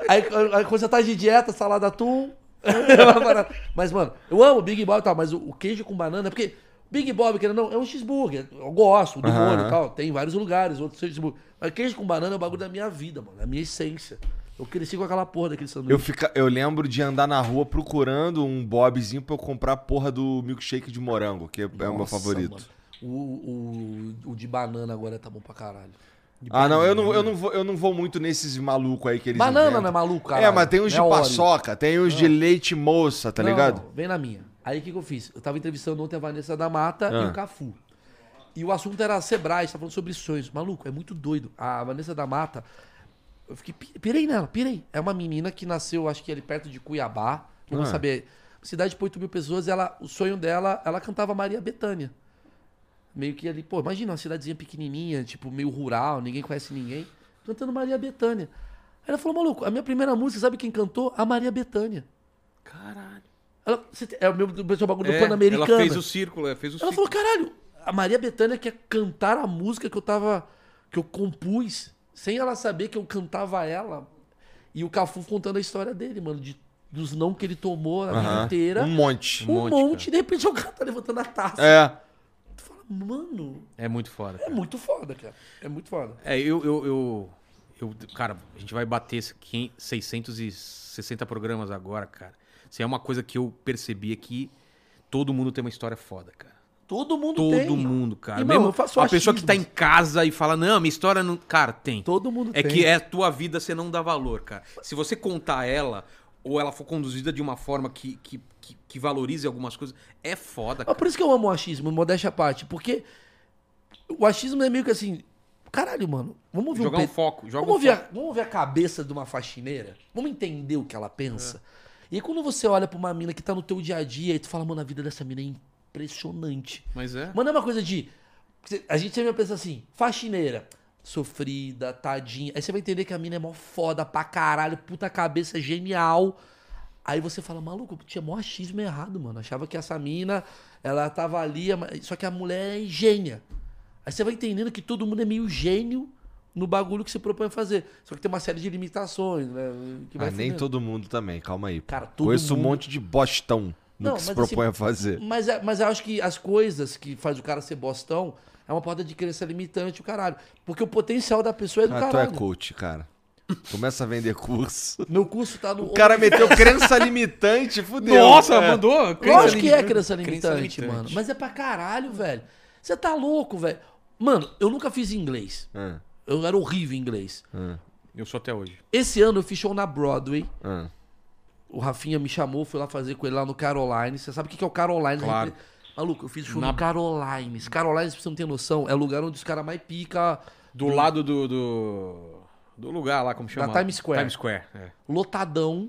D: Aí, aí quando você tá de dieta, salada atum. é uma barata. mas, mano, eu amo Big Bob e tal, mas o, o queijo com banana, porque Big Bob, querendo ou não, é um cheeseburger. Eu gosto do molho e tal. Tem em vários lugares, outros cheeseburger. Mas queijo com banana é o bagulho da minha vida, mano. É a minha essência. Eu cresci com aquela porra daquele sanduíche.
B: Eu, fica, eu lembro de andar na rua procurando um Bobzinho pra eu comprar a porra do milkshake de morango, que é o meu
D: Nossa,
B: favorito.
D: mano. O, o, o de banana agora tá bom pra caralho.
B: Ah, não, eu não, eu, não vou, eu não vou muito nesses malucos aí que eles.
D: Banana
B: inventam.
D: não é maluco,
B: É, mas
D: caralho.
B: tem uns
D: Não
B: de
D: é Oreo.
B: paçoca, tem uns de leite moça, tá
D: Não,
B: ligado?
D: não, vem na minha. Aí o que, que eu fiz? Eu tava entrevistando ontem a Vanessa da Mata e
B: Ah.
D: o Cafu. E o assunto era Sebrae, você tá falando sobre sonhos. Maluco, é muito doido. A Vanessa da Mata, eu fiquei, pi- pirei nela, pirei. É uma menina que nasceu, acho que ali perto de Cuiabá, não
B: Ah.
D: vou saber. Cidade de 8 mil pessoas, ela, o sonho dela, ela cantava Maria Bethânia. Meio que ali, pô, imagina uma cidadezinha pequenininha, tipo, meio rural, ninguém conhece ninguém, cantando Maria Bethânia. Aí ela falou, maluco, a minha primeira música, sabe quem cantou? A Maria Bethânia.
C: Caralho.
D: Ela- você tem- é o mesmo do pessoal bagulho
C: É,
D: do Pan-Americano.
C: Ela
D: Ela,
C: fez o círculo, ela fez o círculo.
D: falou, caralho, a Maria Bethânia quer cantar a música que eu tava. que eu compus, sem ela saber que eu cantava ela. E o Cafu contando a história dele, mano, de, dos não que ele tomou a vida
B: Aham.
D: inteira.
B: Um
D: Um,
B: monte.
D: monte,
C: monte,
D: de repente o cara tá levantando a taça.
B: É.
D: Tu fala, mano,
C: É muito foda.
D: é
C: cara.
D: muito foda, cara. É muito foda.
C: É, eu, eu, eu, eu- Cara, a gente vai bater esse 500 660 programas agora, cara. Isso é uma coisa que eu percebi é que todo mundo tem uma história foda, cara.
D: Todo mundo
C: Todo
D: tem.
C: mundo, cara.
D: Irmão,
C: Mesmo
D: eu faço
C: a pessoa que tá em
D: achismos.
C: casa e fala, não, minha história não. Cara, tem.
D: Todo mundo
C: é
D: tem.
C: que é a tua vida, você não dá valor, cara. Se você contar ela, ou ela for conduzida de uma forma que, que, que, que valorize algumas coisas, é foda,
D: Mas
C: cara.
D: por isso que eu amo o achismo, modéstia à parte, porque o achismo é meio que assim, caralho, mano, vamos ouvir
C: Jogar
D: um
C: um
D: pe-
C: foco, joga
D: vamos,
C: um
D: ouvir a, vamos ouvir a cabeça de uma faxineira, vamos entender o que ela pensa. E aí, quando você olha pra uma mina que tá no teu dia a dia e tu fala, mano, a vida dessa mina é impressionante.
C: Mas é.
D: Mano, é uma coisa de. A gente sempre pensa assim, faxineira, sofrida, tadinha. Aí você vai entender que a mina é mó foda pra caralho, puta cabeça, genial. Aí você fala, maluco, eu tinha mó achismo errado, mano. Achava que essa mina, ela tava ali, ama- só que a mulher é gênia. Aí você vai entendendo que todo mundo é meio gênio no bagulho que se propõe a fazer. Só que tem uma série de limitações, né? Que vai
B: Ah, nem
D: fudendo.
B: todo mundo também, calma aí.
D: Cara, todo
B: Conheço
D: mundo-
B: um monte de bostão no
D: Não,
B: que se
D: mas
B: propõe a
D: assim-
B: fazer.
D: Mas, é- mas eu acho que as coisas que faz o cara ser bostão é uma porta de crença limitante, o caralho. Porque o potencial da pessoa é do
B: Ah, tu é
D: caralho.
B: coach, cara. Começa a vender curso.
D: Meu curso tá no.
B: O cara meteu crença limitante, fudeu.
C: Nossa,
B: É.
C: mandou.
D: Lógico que é
C: criança
D: crença limitante, mano. Mas é pra caralho, velho. Você tá louco, velho. Mano, eu nunca fiz inglês.
B: Ah,
D: Eu era horrível em inglês.
C: Eu sou até hoje.
D: Esse ano eu fiz show na Broadway.
B: ah.
D: O Rafinha me chamou, fui lá fazer com ele lá no Caroline. Você sabe o que que é o Caroline?
C: Claro.
D: Maluco, eu fiz show
C: Na-
D: no Carolines. Carolines, pra você não ter noção, é o lugar onde os caras mais pica
C: Do lado do, do. do lugar lá, como chama?
D: Times Square.
C: Times Square, é.
D: lotadão,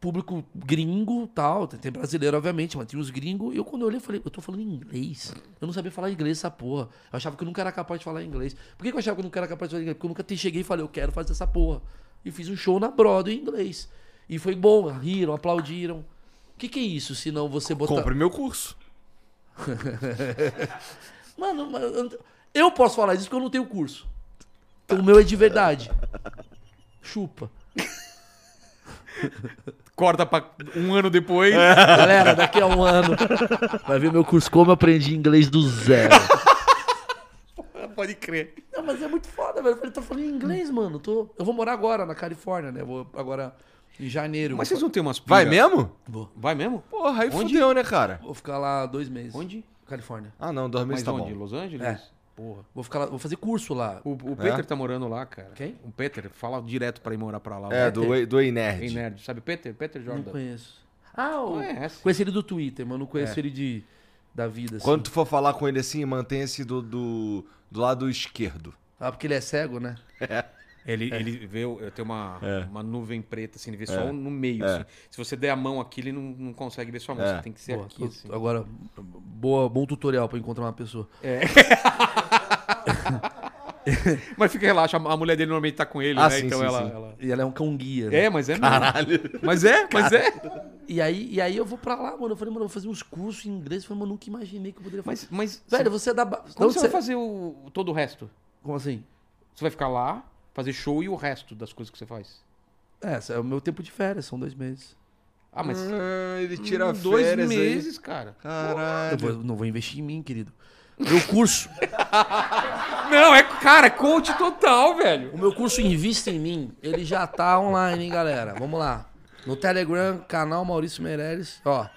D: público gringo tal. Tem, tem brasileiro, obviamente, mas tinha os gringos. E eu, quando eu olhei, eu falei, eu tô falando inglês. Eu não sabia falar inglês, essa porra. Eu achava que eu nunca era capaz de falar inglês. Por que, que eu achava que eu nunca era capaz de falar inglês? Porque eu nunca te cheguei e falei, eu quero fazer essa porra. E fiz um show na Broadway em inglês. E foi bom, riram, aplaudiram. O que, que é isso, se não você botar.
B: Compre meu curso.
D: Mano, mas eu- eu posso falar isso porque eu não tenho curso. Então, o meu é de verdade. Chupa.
C: Corta pra um ano depois.
B: É.
D: Galera, daqui a um ano vai ver meu curso como eu aprendi inglês do zero.
C: Pode crer.
D: Não, mas é muito foda, velho. Eu falei, tô falando inglês, mano. Tô... Eu vou morar agora na Califórnia, né? Eu Vou agora em janeiro.
C: Mas
D: vou...
C: vocês não têm umas
B: Vai
C: pinga-
B: mesmo?
C: Vai mesmo?
B: Porra, aí fudeu, né, cara?
D: vou ficar lá dois meses.
C: Onde?
D: Califórnia.
B: Ah, não, dois meses tá
C: Mas onde?
B: bom. É.
C: Los Angeles?
D: É.
C: Porra.
D: Vou ficar lá, vou fazer curso lá.
C: O, o Peter tá morando lá, cara.
D: Quem?
C: O Peter fala direto pra ir morar pra lá.
B: É,
C: O
B: do, E- do Ei Nerd.
C: Ei, nerd. Sabe o Peter? Peter
D: Não
C: Jordan.
D: conheço. Ah, o...
C: Conhece. É.
D: conheci ele do Twitter, mas não conheço ele de... da vida, assim.
B: Quando tu for falar com ele assim, mantenha-se do, do, do lado esquerdo.
D: Ah, porque ele é cego, né?
C: Ele,
B: É.
C: ele vê, o- tem uma, uma nuvem preta, assim, ele vê só no meio, assim. Se você der a mão aqui, ele não, não consegue ver sua mão,
B: É.
C: você tem que ser
D: Boa,
C: aqui,
D: eu-
C: assim.
D: Agora, boa, bom tutorial pra encontrar uma pessoa.
C: Mas fica relaxa, a a mulher dele normalmente tá com ele,
B: Ah,
C: né?
B: sim,
C: então
B: sim,
C: ela,
B: sim.
C: ela-
D: E ela é um cão guia. né?
C: É, mas é mesmo. Mas é, mas é.
D: E, aí, e aí eu vou pra lá, mano. Eu falei, mano, eu vou fazer uns cursos em inglês. Eu falei, mano, eu nunca imaginei que eu poderia fazer.
C: Mas, mas
D: Velho, você é da. ba-
C: como
D: Não,
C: você
D: você-
C: vai fazer o, o- todo o resto?
D: Como assim?
C: Você vai ficar lá, fazer show e o resto das coisas que você faz?
D: É, esse é o meu tempo de férias, são dois meses.
C: Ah, mas
B: Ah, ele tira
C: em dois
B: férias aí.
C: meses, cara.
B: Caralho.
D: Eu vou- não vou investir em mim, querido. Meu curso,
C: Não, é, cara, é coach total, velho.
D: o meu curso Invista em Mim, ele já tá online, hein, galera? Vamos lá. No Telegram, canal Maurício Meirelles, ó,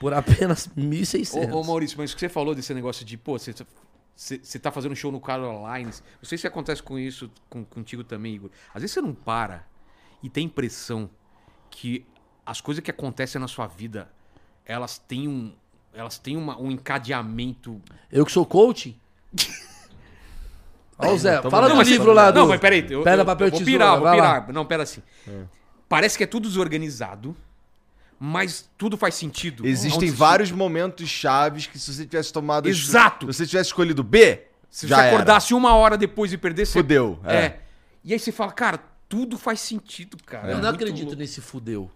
D: por apenas
C: Ô, ô
D: 1.600.
C: Maurício, mas o que você falou desse negócio de, pô, você, você, você tá fazendo show no Carolines. Não sei se acontece com isso com, contigo também, Igor. Às vezes você não para e tem a impressão que as coisas que acontecem na sua vida, elas têm um. Elas têm uma- um encadeamento.
D: Eu que sou coach? Ó o Zé, fala
C: não,
D: do
C: mas você-
D: livro lá do...
C: Não, mas peraí. Eu,
D: Pedra,
C: eu-
D: papel,
C: eu vou
D: tesoura,
C: pirar, vou
D: vai lá.
C: pirar. Não, pera assim. Parece que é tudo desorganizado, mas tudo faz sentido.
B: Existem
C: Onde-
B: vários momentos chaves que se você tivesse tomado... a esco-
C: Exato.
B: Se você tivesse escolhido B,
C: Se
B: já
C: você
B: era.
C: acordasse uma hora depois e perdesse, você
B: Fudeu.
C: É.
B: É.
C: E aí você fala, cara, tudo faz sentido, cara. É
D: Eu não
C: muito
D: acredito
C: louco.
D: nesse fudeu.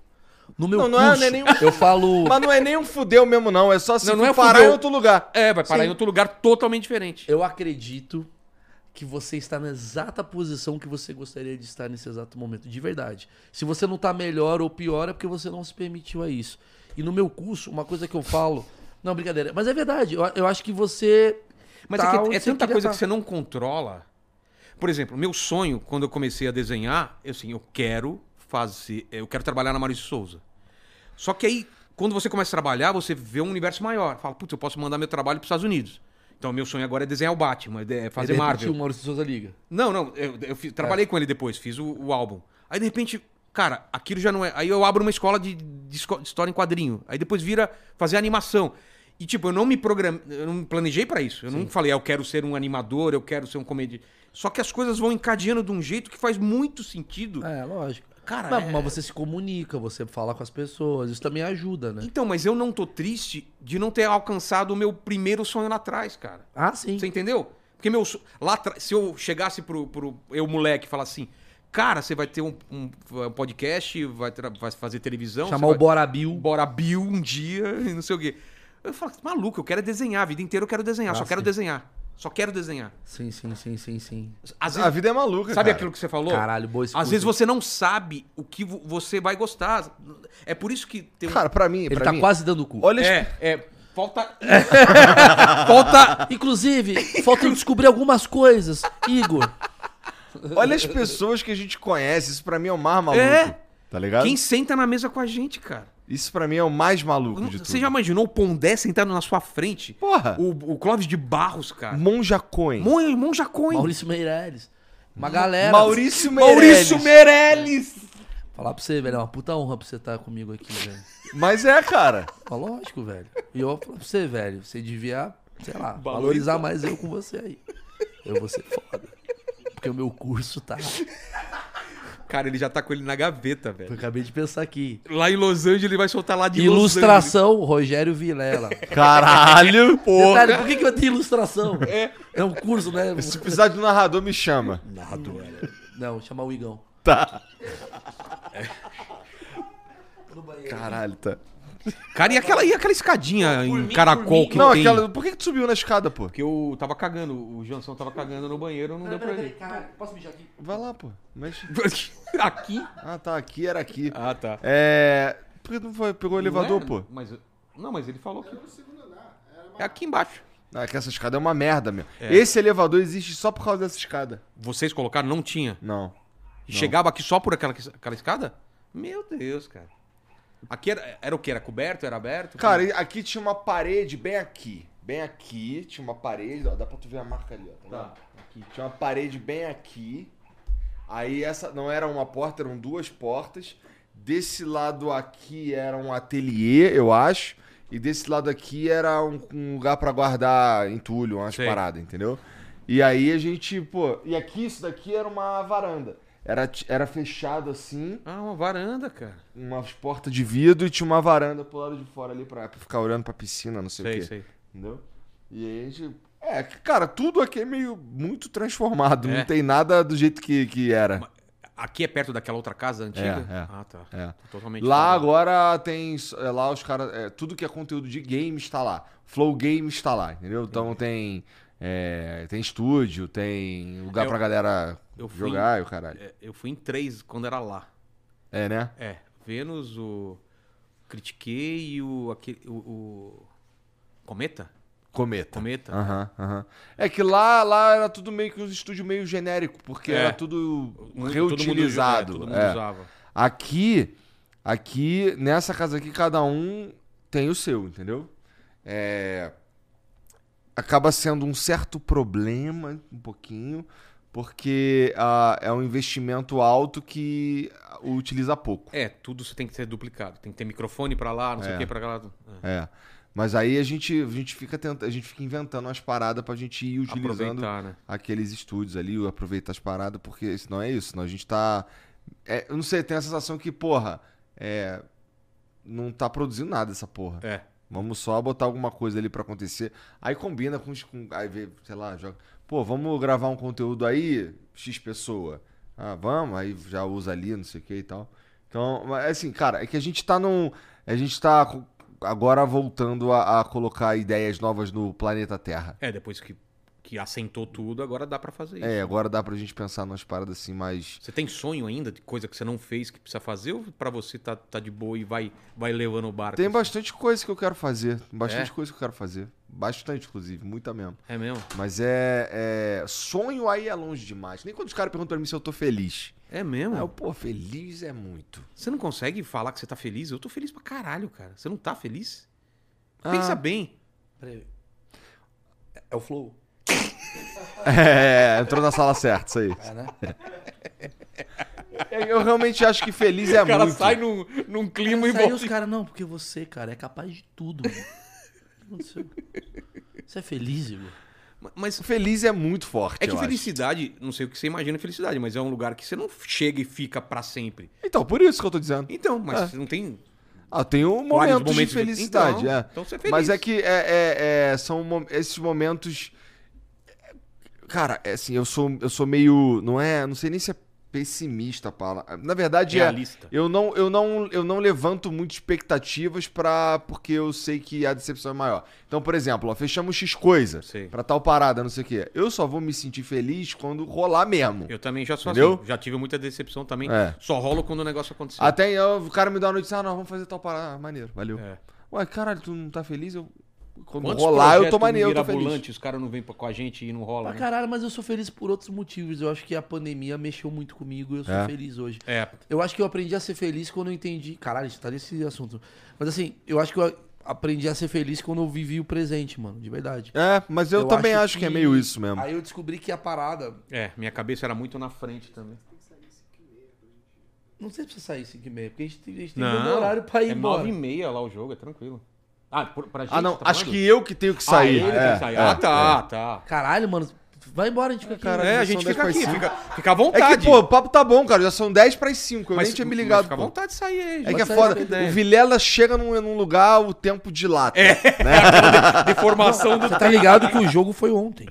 D: No meu
B: Não, não é-
D: curso,
B: não é nenhum-
D: eu falo...
B: Mas não é nem um fudeu mesmo, não. É só se
C: Não, não é
B: parar
C: fudeu.
B: em outro lugar.
C: É, vai parar
B: Sim.
C: em outro lugar totalmente diferente.
D: Eu acredito que você está na exata posição que você gostaria de estar nesse exato momento, de verdade. Se você não tá melhor ou pior, é porque você não se permitiu a isso. E no meu curso, uma coisa que eu falo. Não, brincadeira. Mas é verdade. Eu, eu acho que você.
C: Mas
D: tá
C: é, que
D: onde
C: é
D: você
C: tanta
D: queria
C: coisa
D: tá.
C: que você não controla. Por exemplo, meu sonho, quando eu comecei a desenhar, eu assim, eu quero fazer. Eu quero trabalhar na Maurício Souza. Só que aí, quando você começa a trabalhar, você vê um universo maior. Fala, putz, eu posso mandar meu trabalho para os Estados Unidos. Então, meu sonho agora é desenhar o Batman, é
D: E de
C: fazer
D: repente
C: Marvel.
D: O Maurício Souza Liga.
C: Não, não, eu, eu fiz- trabalhei com ele depois, fiz o, o álbum. Aí de repente, cara, aquilo já não é. Aí eu abro uma escola de, de esco- de história em quadrinho. Aí depois vira fazer animação. E tipo, eu não me programei, eu não me planejei pra isso. Eu não falei, ah, eu quero ser um animador, eu quero ser um comediante. Só que as coisas vão encadeando de um jeito que faz muito sentido.
D: É, lógico.
C: Cara,
D: mas,
C: é-
D: mas você se comunica, você fala com as pessoas. Isso também ajuda, né?
C: Então, mas eu não tô triste de não ter alcançado o meu primeiro sonho lá atrás, cara.
D: Ah, sim.
C: Você entendeu? Porque meu, so- lá atrás, se eu chegasse pro, pro eu moleque e falar assim, cara, você vai ter um, um- um podcast, vai, tra- vai fazer televisão,
D: Chamar
C: Então, você
D: o Bora Bill.
C: vai, Bora Bill um dia, e não sei o quê. Eu falo, maluco, eu quero é desenhar, a vida inteira eu quero desenhar, só quero desenhar. Só quero desenhar.
D: Sim, sim, sim, sim, sim.
C: Às
B: A
C: vezes,
B: vida é maluca,
C: sabe
B: cara.
C: aquilo que você falou?
D: Caralho, boa escuta.
C: Às vezes você não sabe o que vo- você vai gostar. É por isso que tem um-
B: Cara, pra mim...
D: Ele
B: pra
D: tá
B: mim,
D: quase dando o cu.
B: Olha...
C: É, é, falta falta
D: Inclusive, faltam descobrir algumas coisas. Igor,
B: Olha as pessoas que a gente conhece, isso pra mim é o mais maluco.
C: É.
B: Tá ligado?
C: quem senta na mesa com a gente, cara.
B: Isso pra mim é o mais maluco de tudo.
C: Você já imaginou o Pondé sentado na sua frente?
B: Porra.
C: O, o Clóvis de Barros, cara.
B: Monja Coin.
C: Mon, Monja Coin.
D: Maurício Meirelles. Uma galera.
B: Maurício Meirelles.
C: Maurício Meirelles.
D: Falar pra você, velho, é uma puta honra pra você estar comigo aqui, velho.
B: Mas é, cara.
D: Ó, lógico, velho. E eu falo pra você, velho, você devia, sei lá, valorizar mais eu com você aí. Eu vou ser foda. Porque o meu curso tá.
C: Cara, ele já tá com ele na gaveta,
D: Eu
C: velho.
D: acabei de pensar aqui.
C: Lá em Los Angeles, ele vai soltar lá de Los Angeles.
D: Ilustração, Rogério Vilela.
B: Caralho, porra.
D: Detalhe, por que, que eu tenho ilustração? É um curso, né?
B: Se precisar de um narrador, me chama.
D: Não, chamar o Igão.
B: Caralho, tá.
C: Cara, e aquela, e aquela escadinha em caracol que
B: Não,
C: tem?
B: aquela. Por que, que tu subiu na escada, pô?
C: Porque eu tava cagando, o Jansão tava cagando no banheiro, não deu pra ele.
D: Posso mijar aqui?
B: Vai lá, pô. Mexe.
C: Aqui?
B: Ah, tá. Aqui era aqui.
C: Ah, tá.
B: É. Por que tu não foi, pegou o elevador,
C: Não é?
B: pô?
C: Mas, não, mas ele falou que. É aqui embaixo.
B: Ah, que essa escada é uma merda mesmo. Esse elevador existe só por causa dessa escada.
C: Vocês colocaram, não tinha.
B: Não.
C: E chegava aqui só por aquela, aquela escada? Meu Deus, cara. Aqui era, era o que? Era coberto? Era aberto?
B: Cara, e aqui tinha uma parede, bem aqui. Bem aqui, tinha uma parede, ó, dá pra tu ver a marca ali, ó. Tá. vendo? Tinha uma parede bem aqui. Aí essa não era uma porta, eram duas portas. Desse lado aqui era um ateliê, eu acho. E desse lado aqui era um, um lugar pra guardar entulho, umas
C: Sei.
B: paradas, entendeu? E aí a gente, pô. E aqui, isso daqui era uma varanda. Era, ti- era fechado assim
C: Ah, uma varanda, cara.
B: umas portas de vidro e tinha uma varanda pro lado de fora ali pra, pra ficar olhando pra piscina, não sei,
C: Sei,
B: o quê.
C: sei.
B: Entendeu? E aí a gente. É, cara, tudo aqui é meio muito transformado.
C: É.
B: Não tem nada do jeito que, que era.
C: Aqui é perto daquela outra casa antiga?
B: É, é.
C: Ah, tá.
B: É.
C: Totalmente.
B: Lá
C: fora.
B: agora tem. é, lá os caras. é, tudo que é conteúdo de games tá lá. Flow Games tá lá, entendeu?
C: Uhum.
B: Então tem. é, tem estúdio, tem lugar
C: Eu-
B: pra galera
C: eu fui-
B: jogar e o caralho.
C: É, Eu fui em três quando era lá.
B: É, né?
C: É, Vênus, o. Critiquei e o. Aquele, o, o- Cometa?
B: Cometa. Ah.
C: Cometa.
B: Aham, aham. É que lá, lá era tudo meio que um estúdio meio genérico, porque
C: É.
B: era tudo
C: Mu-
B: reutilizado.
C: Todo mundo, é, todo mundo
B: é.
C: usava.
B: Aqui, aqui, nessa casa aqui, cada um tem o seu, entendeu? É, Acaba sendo um certo problema, um pouquinho, porque ah, é um investimento alto que utiliza pouco.
C: É, tudo isso tem que ser duplicado. Tem que ter microfone pra lá, não sei o que, pra lá. É.
B: É. Mas aí a gente, a gente fica tenta, a gente fica inventando umas paradas pra gente ir utilizando
C: Aproveitar, né?
B: aqueles estúdios ali, ou aproveitar as paradas, porque senão é isso, senão a gente tá. é, eu não sei, tem a sensação que, porra, é, não tá produzindo nada essa porra.
C: É.
B: Vamos só botar alguma coisa ali pra acontecer. Aí combina com, os- com. Aí vê, sei lá, joga. Pô, vamos gravar um conteúdo aí, X pessoa. Ah, vamos, aí já usa ali, não sei o que e tal. Então, mas, assim, cara, é que a gente tá num. A gente tá co- agora voltando a, a colocar ideias novas no planeta Terra.
C: É, depois que, que assentou tudo, agora dá pra fazer isso.
B: É, agora dá pra gente pensar nas paradas assim mais.
C: Você tem sonho ainda de coisa que você não fez que precisa fazer ou pra você tá, tá de boa e vai, vai levando o barco?
B: Tem
C: assim?
B: bastante coisa que eu quero fazer. Bastante
C: É?
B: coisa que eu quero fazer. Bastante, inclusive, muita mesmo.
C: É mesmo?
B: Mas é, é- Sonho aí é longe demais. Nem quando os caras perguntam pra mim se eu tô feliz.
C: É mesmo?
B: Aí eu, pô, feliz é muito.
C: Você não consegue falar que você tá feliz? Eu tô feliz pra caralho, cara. Você não tá feliz?
B: Ah.
C: Pensa bem.
D: Peraí. É- É o flow.
B: É, entrou na sala certa, isso aí.
D: É, né?
B: É, Eu realmente acho que feliz é
C: o cara
B: muito.
C: sai num, num clima assim. e
D: Mas aí
C: volta.
D: os caras, não, porque você, cara, é capaz de tudo. mano. O que aconteceu? Você é feliz, Igor?
C: Mas
B: Feliz é muito forte.
C: é que
B: eu acho.
C: felicidade, não sei o que você imagina felicidade, mas é um lugar que você não chega e fica pra sempre.
B: Então, por isso que eu tô dizendo.
C: Então, mas você não tem
B: Ah, tem um
C: vários
B: momento É. de felicidade,
C: então,
B: é.
C: Então você é feliz.
B: Mas é que é- é- é, são mo- esses momentos. Cara, é assim, eu sou, eu sou meio. Não é. Não sei nem se é pessimista a palavra. Na verdade, é.
C: realista.
B: Eu não, eu, não, eu não levanto muito expectativas para porque eu sei que a decepção é maior. Então, por exemplo, ó, fechamos X coisa
C: Sei.
B: pra tal parada, não sei o quê. Eu só vou me sentir feliz quando rolar mesmo.
C: Eu também já sou
B: Entendeu?
C: assim. Já tive muita decepção também.
B: É.
C: Só rolo quando o negócio aconteceu.
B: Até eu- o cara me dá uma notícia, ah, nós vamos fazer tal parada. Ah, maneiro, valeu.
C: É.
B: Ué, caralho, tu não tá feliz? Eu, quando
C: Quantos
B: rolar, eu tô
C: projetos
B: maneiro, eu tô feliz.
C: mirabolantes Os caras não vêm pra- com a gente e não rola,
D: Pra
C: né?
D: caralho, mas eu sou feliz por outros motivos. Eu acho que a pandemia mexeu muito comigo e eu sou
B: É.
D: feliz hoje.
C: É,
D: Eu acho que eu aprendi a ser feliz quando eu entendi. Caralho, isso tá nesse assunto. Mas assim, eu acho que eu aprendi a ser feliz quando eu vivi o presente, mano, de verdade.
B: É, mas eu, também acho, que... é meio isso mesmo.
D: Aí eu descobri que a parada.
C: é, minha cabeça era muito na frente também.
D: Não sei se precisa sair 5 e meia, porque a gente tem, a gente tem
C: Não,
D: um horário pra ir
C: é
D: embora.
C: nove e meia lá o jogo, é tranquilo. Ah, por- pra gente,
B: Ah, não,
C: tá
B: acho
C: falando?
B: que eu que tenho que sair.
C: Ah, ele tem
B: é,
C: que sair.
B: é,
C: ah tá, tá.
D: Caralho, mano, vai embora, a gente fica aqui.
B: Cara,
C: É, a
B: são
C: gente
B: dez
C: fica
B: pras
C: aqui,
B: cinco.
C: fica, fica à
B: É.
C: vontade.
B: que, pô, o papo tá bom, cara. Já são 10 pras 5. Eu nem tinha me ligado.
C: Fica à
B: pô.
C: vontade de sair aí.
B: É
C: gente.
B: que é
D: Mas
B: foda.
D: essa é a ideia.
B: O Vilela chega num, num lugar, o tempo dilata.
C: É, Deformação do...
D: Você tá ligado que o jogo foi ontem.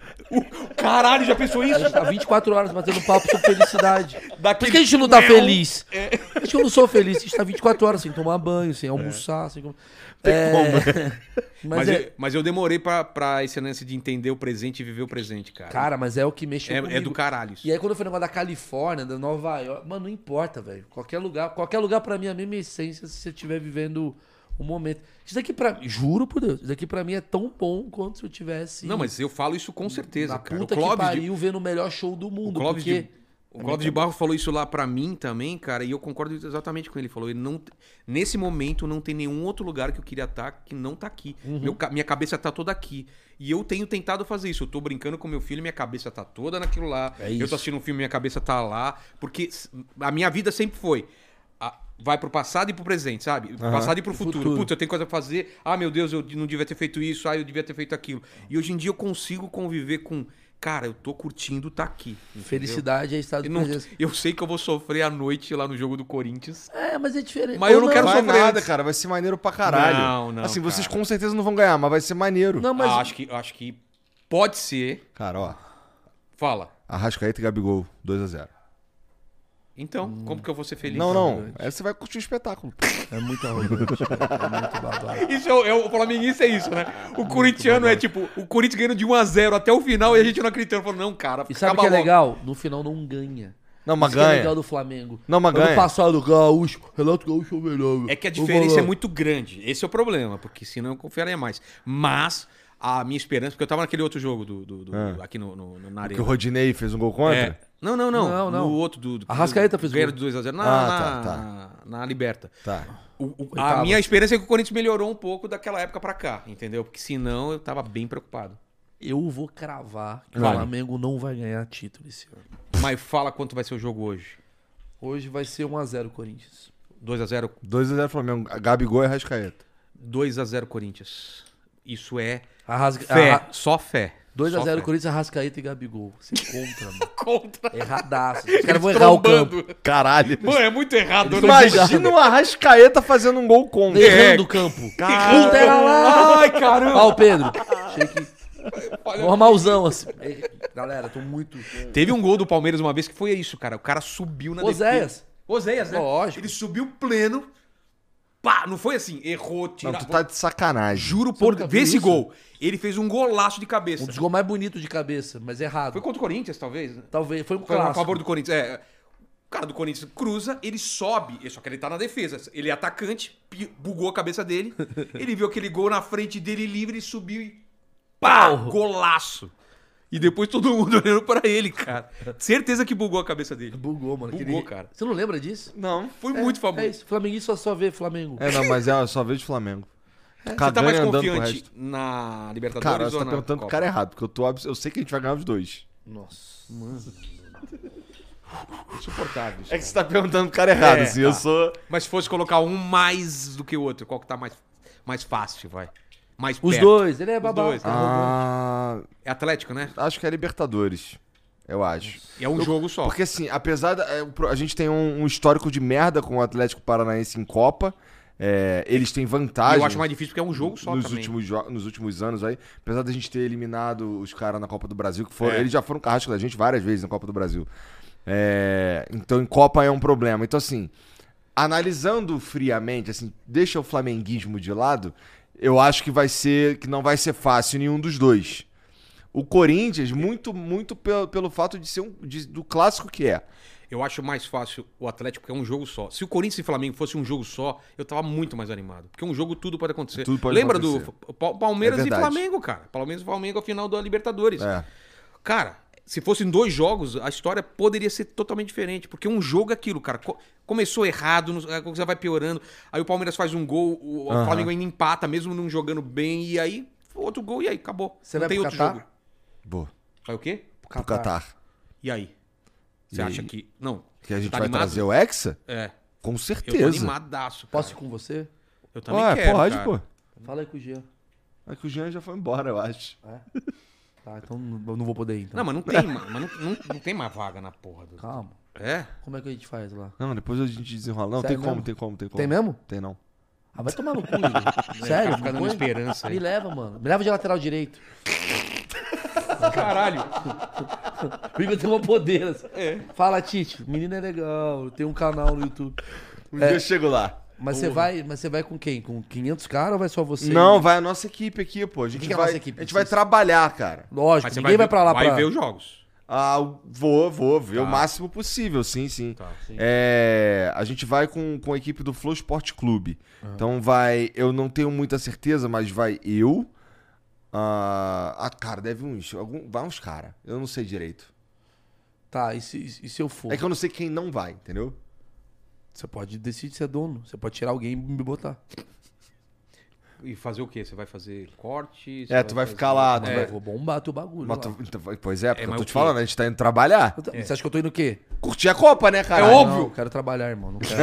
C: Caralho, já pensou
D: A
C: isso?
B: É.
D: gente tá 24 horas batendo papo sobre felicidade.
C: dá
D: Por isso que a gente não tá feliz.
C: é.
D: Acho que eu não sou feliz. A gente tá 24 horas sem tomar banho, sem almoçar, sem comer. É, Mas,
C: um Mas,
D: é-
C: eu, mas eu demorei pra, pra esse lance de entender o presente e viver o presente, cara.
D: Cara, mas é o que mexeu
C: é,
D: comigo.
C: é do caralho isso.
D: E aí quando eu fui no negócio da Califórnia, da Nova York, mano, não importa, velho. Qualquer lugar, qualquer lugar pra mim é a mesma essência se você estiver vivendo o momento. Isso daqui pra juro por Deus, isso daqui pra mim é tão bom quanto se eu tivesse
C: Não, mas eu falo isso com certeza,
D: na
C: cara.
D: assim, puta
C: o Clóvis,
D: que
C: de,
D: pariu vendo o melhor show do
C: o
D: mundo,
C: Clóvis,
D: porque
C: de, o Clóvis de Barro falou isso lá pra mim também, cara, e eu concordo exatamente com ele. Ele falou, ele não, nesse momento não tem nenhum outro lugar que eu queria estar que não tá aqui.
D: Uhum.
C: Meu ca- minha cabeça tá toda aqui. E eu tenho tentado fazer isso. Eu tô brincando com meu filho, minha cabeça tá toda naquilo lá.
D: É
C: eu
D: isso.
C: tô assistindo um filme, minha cabeça tá lá. Porque s- a minha vida sempre foi... a- Vai pro passado e pro presente, sabe? Passado e pro futuro.
D: futuro.
C: Putz, eu tenho coisa pra fazer. Ah, meu Deus, eu não devia ter feito isso. Ah, eu devia ter feito aquilo. E hoje em dia eu consigo conviver com... Cara, eu tô curtindo tá aqui. entendeu?
D: felicidade é estado de
C: Eu, não-
D: presença.
C: eu sei que eu vou sofrer à noite lá no jogo do Corinthians.
D: É, mas é diferente.
C: Mas eu
D: Ou
C: não quero
B: vai
C: sofrer
B: nada,
C: antes.
B: cara. Vai ser maneiro pra caralho.
C: Não, não,
B: Assim, vocês
C: cara.
B: com certeza não vão ganhar, mas vai ser maneiro.
D: Não, mas
C: Ah, acho, que, acho que pode ser.
B: Cara, ó.
C: Fala.
B: Arrascaeta e Gabigol, 2x0.
C: Então,
D: Hum.
C: como que eu vou ser feliz?
B: Não, não. Aí você vai curtir o espetáculo.
D: é muito arrogante, cara, é muito babado.
C: Isso é, o- é, o flamenguista é isso, né? O corintiano é tipo, o Corinthians ganhando de 1 a 0 até o final e a gente não acreditando. Falando, não, cara,
D: E sabe o
C: acaba
D: que é
C: logo.
D: legal? No final não ganha.
B: Não, mas
D: Isso que é
B: ganha.
D: legal do Flamengo.
B: Não, mas
D: Ano
B: ganha.
D: passado, Gaúcho, Renato Gaúcho é o melhor. meu.
C: É que a
D: Eu
C: diferença
D: falo,
C: é muito grande. Esse é o problema, porque senão eu confiaria mais. Mas a minha esperança, porque eu tava naquele outro jogo do, do- do-
B: É.
C: aqui no, no, no- na
B: Porque o
C: arena.
B: Rodinei fez um gol contra?
C: É. Não, não, não.
D: Não, não.
C: No outro do. do
D: Arrascaeta fez o
C: Ganharam
D: gol.
C: de 2x0 na,
B: Ah,
C: na,
B: tá, tá.
C: na, Liberta.
B: Tá.
C: O- o- a
D: Oitava.
C: minha experiência é que o Corinthians melhorou um pouco daquela época pra cá, entendeu? Porque senão eu tava bem preocupado.
D: Eu vou cravar que
C: Vale.
D: o Flamengo não vai ganhar título esse ano.
C: Mas fala quanto vai ser o jogo hoje.
D: Hoje vai ser 1x0 Corinthians.
C: 2x0,
B: 2x0 Flamengo. Gabigol e Arrascaeta.
C: 2x0 Corinthians. Isso é
D: Arrasca...
C: fé,
D: Arra...
C: só fé. Só
D: 2x0
C: fé.
D: Corinthians, Arrascaeta e Gabigol. Você contra, mano.
C: contra.
D: Erradaço. Os caras vão errar o campo.
B: Caralho.
C: Mano, é muito errado, né?
B: Imagina o Arrascaeta fazendo um gol contra.
D: Errando o campo.
B: Ah,
D: Puta, era lá.
C: É. Ai, caramba!
D: Ó o Pedro. Achei que... Normalzão, assim. Galera, tô muito...
C: Teve um gol do Palmeiras uma vez que foi isso, cara. O cara subiu na defesa.
D: Oséias.
C: Oséias, né?
D: Lógico.
C: Ele subiu pleno. Pá, não foi assim, errou,
B: Não,
C: tirou.
B: tu tá de sacanagem.
C: Juro por
D: nunca viu
C: Vê esse
D: isso?
C: gol. Ele fez um golaço de cabeça.
D: Um dos gols mais bonitos de cabeça, mas é errado.
C: Foi contra o Corinthians, talvez? né?
D: Talvez, foi um
C: Foi a
D: clássico.
C: favor do Corinthians. É. O cara do Corinthians cruza, ele sobe, só que ele tá na defesa. Ele é atacante, pi- bugou a cabeça dele. Ele viu aquele gol na frente dele livre, ele subiu e. Pá!
D: Porra.
C: Golaço! E depois todo mundo olhando pra ele, cara. Certeza que bugou a cabeça dele.
D: Bugou, mano.
C: Bugou,
D: Aquele-
C: cara.
D: Você não lembra disso?
B: Não.
C: Foi muito famoso.
D: É isso, flamenguista só vê Flamengo.
B: É, não, mas é só vejo Flamengo.
C: Você tá mais
B: Cavani andando pro
C: confiante
B: resto.
C: na Libertadores
B: Cara, você
C: ou
B: tá
C: na
B: perguntando pro
C: Copa?
B: cara errado, porque eu, tô, abs- eu sei que a gente vai ganhar os dois.
D: Nossa.
C: Insuportável isso,
B: É que
C: cara.
B: você tá perguntando pro cara errado,
C: É,
B: assim,
C: tá.
B: eu sou...
C: Mas se fosse colocar um mais do que o outro, qual que tá mais, mais fácil, vai? Mais
D: Os
C: perto.
D: dois, ele é babado.
C: dois. né?
B: Ah,
C: É Atlético, né?
B: acho que é Libertadores, eu acho.
C: É um jogo só.
B: Porque assim, apesar da, é, o pro- a gente tem um, um histórico de merda com o Atlético Paranaense em Copa, é, eles têm
C: E
B: vantagem...
C: eu acho mais difícil porque é um jogo só
B: nos
C: também.
B: últimos, jo- nos últimos anos aí, apesar da gente ter eliminado os caras na Copa do Brasil, que
C: É.
B: foram, eles já foram carrasco da gente várias vezes na Copa do Brasil. É, então em Copa é um problema. Então assim, analisando friamente, assim, deixa o flamenguismo de lado, eu acho que vai ser que não vai ser fácil nenhum dos dois. O Corinthians muito muito pelo, pelo fato de ser um de- do clássico que é.
C: Eu acho mais fácil o Atlético porque é um jogo só. Se o Corinthians e Flamengo fosse um jogo só, eu tava muito mais animado. Porque um jogo tudo pode acontecer.
B: Tudo pode
C: Lembra
B: acontecer.
C: do Fa- Pa- Palmeiras
B: É
C: e
B: verdade.
C: Flamengo, cara? Palmeiras e Flamengo a final da Libertadores.
B: É.
C: Cara, se fossem dois jogos, a história poderia ser totalmente diferente. Porque um jogo é aquilo, cara. Co- começou errado, nos- a coisa vai piorando. Aí o Palmeiras faz um gol, o o
B: Aham.
C: Flamengo ainda empata, mesmo não jogando bem. E aí, outro gol, e aí, acabou.
D: Você
C: não
D: vai
C: tem
D: pro
C: outro
D: Catar?
C: jogo.
B: Boa.
C: Vai o quê?
B: Pro Catar.
C: E aí? Você
B: E aí?
C: acha que. Não.
B: Que a gente
C: Tá
B: vai
C: animado?
B: trazer o Hexa?
C: É.
B: Com
C: Eu tô
B: certeza.
C: animadaço. Cara.
D: Posso ir com você?
C: Eu também
B: Ué,
C: quero.
B: pode,
C: cara.
B: pô.
D: Fala aí com o Jean.
B: É que o Jean já foi embora, eu acho.
D: Tá, então não eu não vou poder ir. Então.
C: Não, mas não tem, ma- mas não, não- não tem mais vaga na porra do.
D: Calma.
C: É?
D: Como é que a gente faz lá?
B: Não, depois a gente desenrola. Não,
D: Sério
B: tem como,
D: mesmo?
B: tem como, tem como.
D: Tem mesmo?
B: Tem não.
D: Ah, vai tomar no cu, Igor. Sério?
C: Ficar dando
D: Põe-
C: esperança aí.
D: Me leva, mano. Me leva de lateral direito.
C: Caralho.
D: O Igor tem uma poder. assim. Fala, Tite, menina é legal, tem um canal no YouTube.
B: Um dia eu chego lá.
D: Mas você vai, mas você vai com quem? Com 500 caras ou vai só você?
B: Não, vai a nossa equipe aqui, pô. A gente
D: Quem que é a
B: vai,
D: nossa equipe?
B: a gente vai trabalhar, cara.
D: Lógico,
C: Mas você
D: ninguém vai,
C: ver-
D: pra lá
C: Vai
D: pra...
C: ver os jogos.
B: Ah, vou, vou, ver
D: Tá.
B: o máximo possível, sim, sim.
C: Tá,
B: É, a gente vai com, com a equipe do Flow Sport Clube. Então vai, eu não tenho muita certeza, mas vai eu. Ah, ah, cara, deve uns, algum, vai uns cara. Eu não sei direito.
D: Tá, e se, e se eu for?
B: É que eu não sei quem não vai, entendeu?
D: Você pode decidir ser dono. Você pode tirar alguém e me botar.
C: E fazer o quê? Você vai fazer corte? Você
B: É, tu vai ficar
C: fazer- um
B: lá, tu
D: Eu
B: vai-
D: vou bombar teu bagulho.
B: Mas
D: lá.
B: tu- então, pois é, porque eu
C: mas
B: tô
C: o
B: te
C: quê?
B: falando, a gente tá indo trabalhar.
D: Eu tô-
C: É.
D: Você acha que eu tô indo o quê?
B: Curtir a Copa, né, cara?
D: Não, eu quero trabalhar, irmão. Não quero.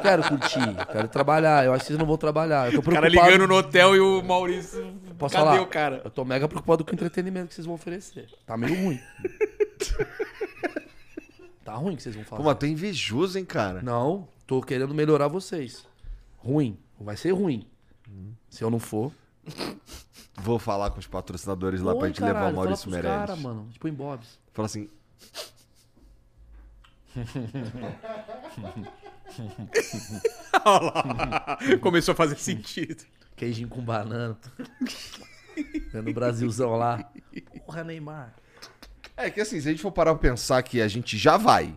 D: quero curtir, quero trabalhar. Eu acho que vocês não vão trabalhar. Eu tô
C: O cara
D: preocupado.
C: ligando no hotel e o Maurício.
D: Posso
C: cadê
D: falar?
C: o cara?
D: Eu tô mega preocupado com o entretenimento que vocês vão oferecer. Tá meio ruim. tá ruim o que vocês vão falar.
B: Pô, mas tô invejoso, hein, cara?
C: assim?
D: Não, tô querendo melhorar vocês. Ruim. Vai ser ruim.
B: Hum.
D: Se eu não for.
B: Vou falar com os patrocinadores lá pra
D: Oi,
B: gente
D: caralho,
B: levar o
D: fala
B: Maurício
D: pros
B: Meirelles.
D: Cara, mano, tipo em Bob's.
B: Fala assim,
C: Começou a fazer sentido.
D: Queijinho com banana. É no Brasilzão lá. Porra, Neymar.
B: É que assim, se a gente for parar pra pensar que a gente já vai,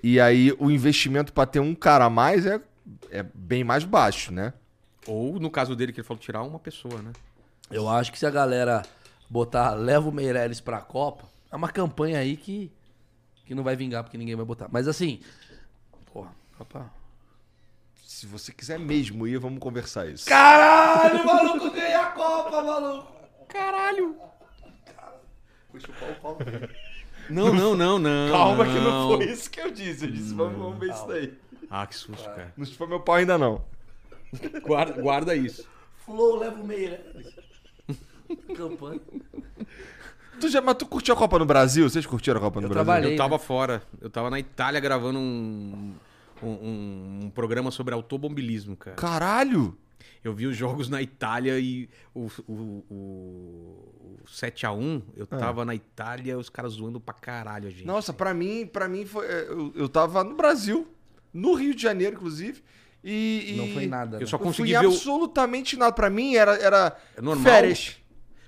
B: e aí o investimento pra ter um cara a mais é, é bem mais baixo, né?
C: Ou no caso dele, que ele falou tirar uma pessoa, né?
D: Eu acho que se a galera botar leva o Meirelles pra Copa, é uma campanha aí que, que não vai vingar porque ninguém vai botar. Mas assim, porra, Copa.
B: Se você quiser mesmo ir, vamos conversar isso.
D: Caralho, maluco, ganhei a Copa, maluco. Caralho.
C: Não, não, não, não.
B: isso que eu disse. Eu disse, vamos, vamos ver isso daí.
C: Ah, que susto, cara.
B: Não chupou meu pau ainda não.
C: Guarda, guarda isso.
D: Flow leva o Meirelles. campanha.
B: Tu já, mas tu curtiu a Copa no Brasil? Vocês curtiram a Copa no
D: Eu
B: Brasil?
D: trabalhei.
C: Eu
D: Sei,
C: tava fora. Eu tava na Itália gravando um, um, um- um programa sobre automobilismo, cara.
B: Caralho!
C: Eu vi os jogos na Itália e o, o, o, o 7x1, eu tava na Itália os caras zoando pra caralho, gente.
B: Nossa, pra mim, pra mim foi. é, Eu, eu tava no Brasil, no Rio de Janeiro, inclusive. E, e-
D: Não foi nada. né?
C: eu só
B: Eu consegui
C: consegui
B: fui
C: ver. O,
B: absolutamente nada. Pra mim era, era
C: É normal.
B: férias.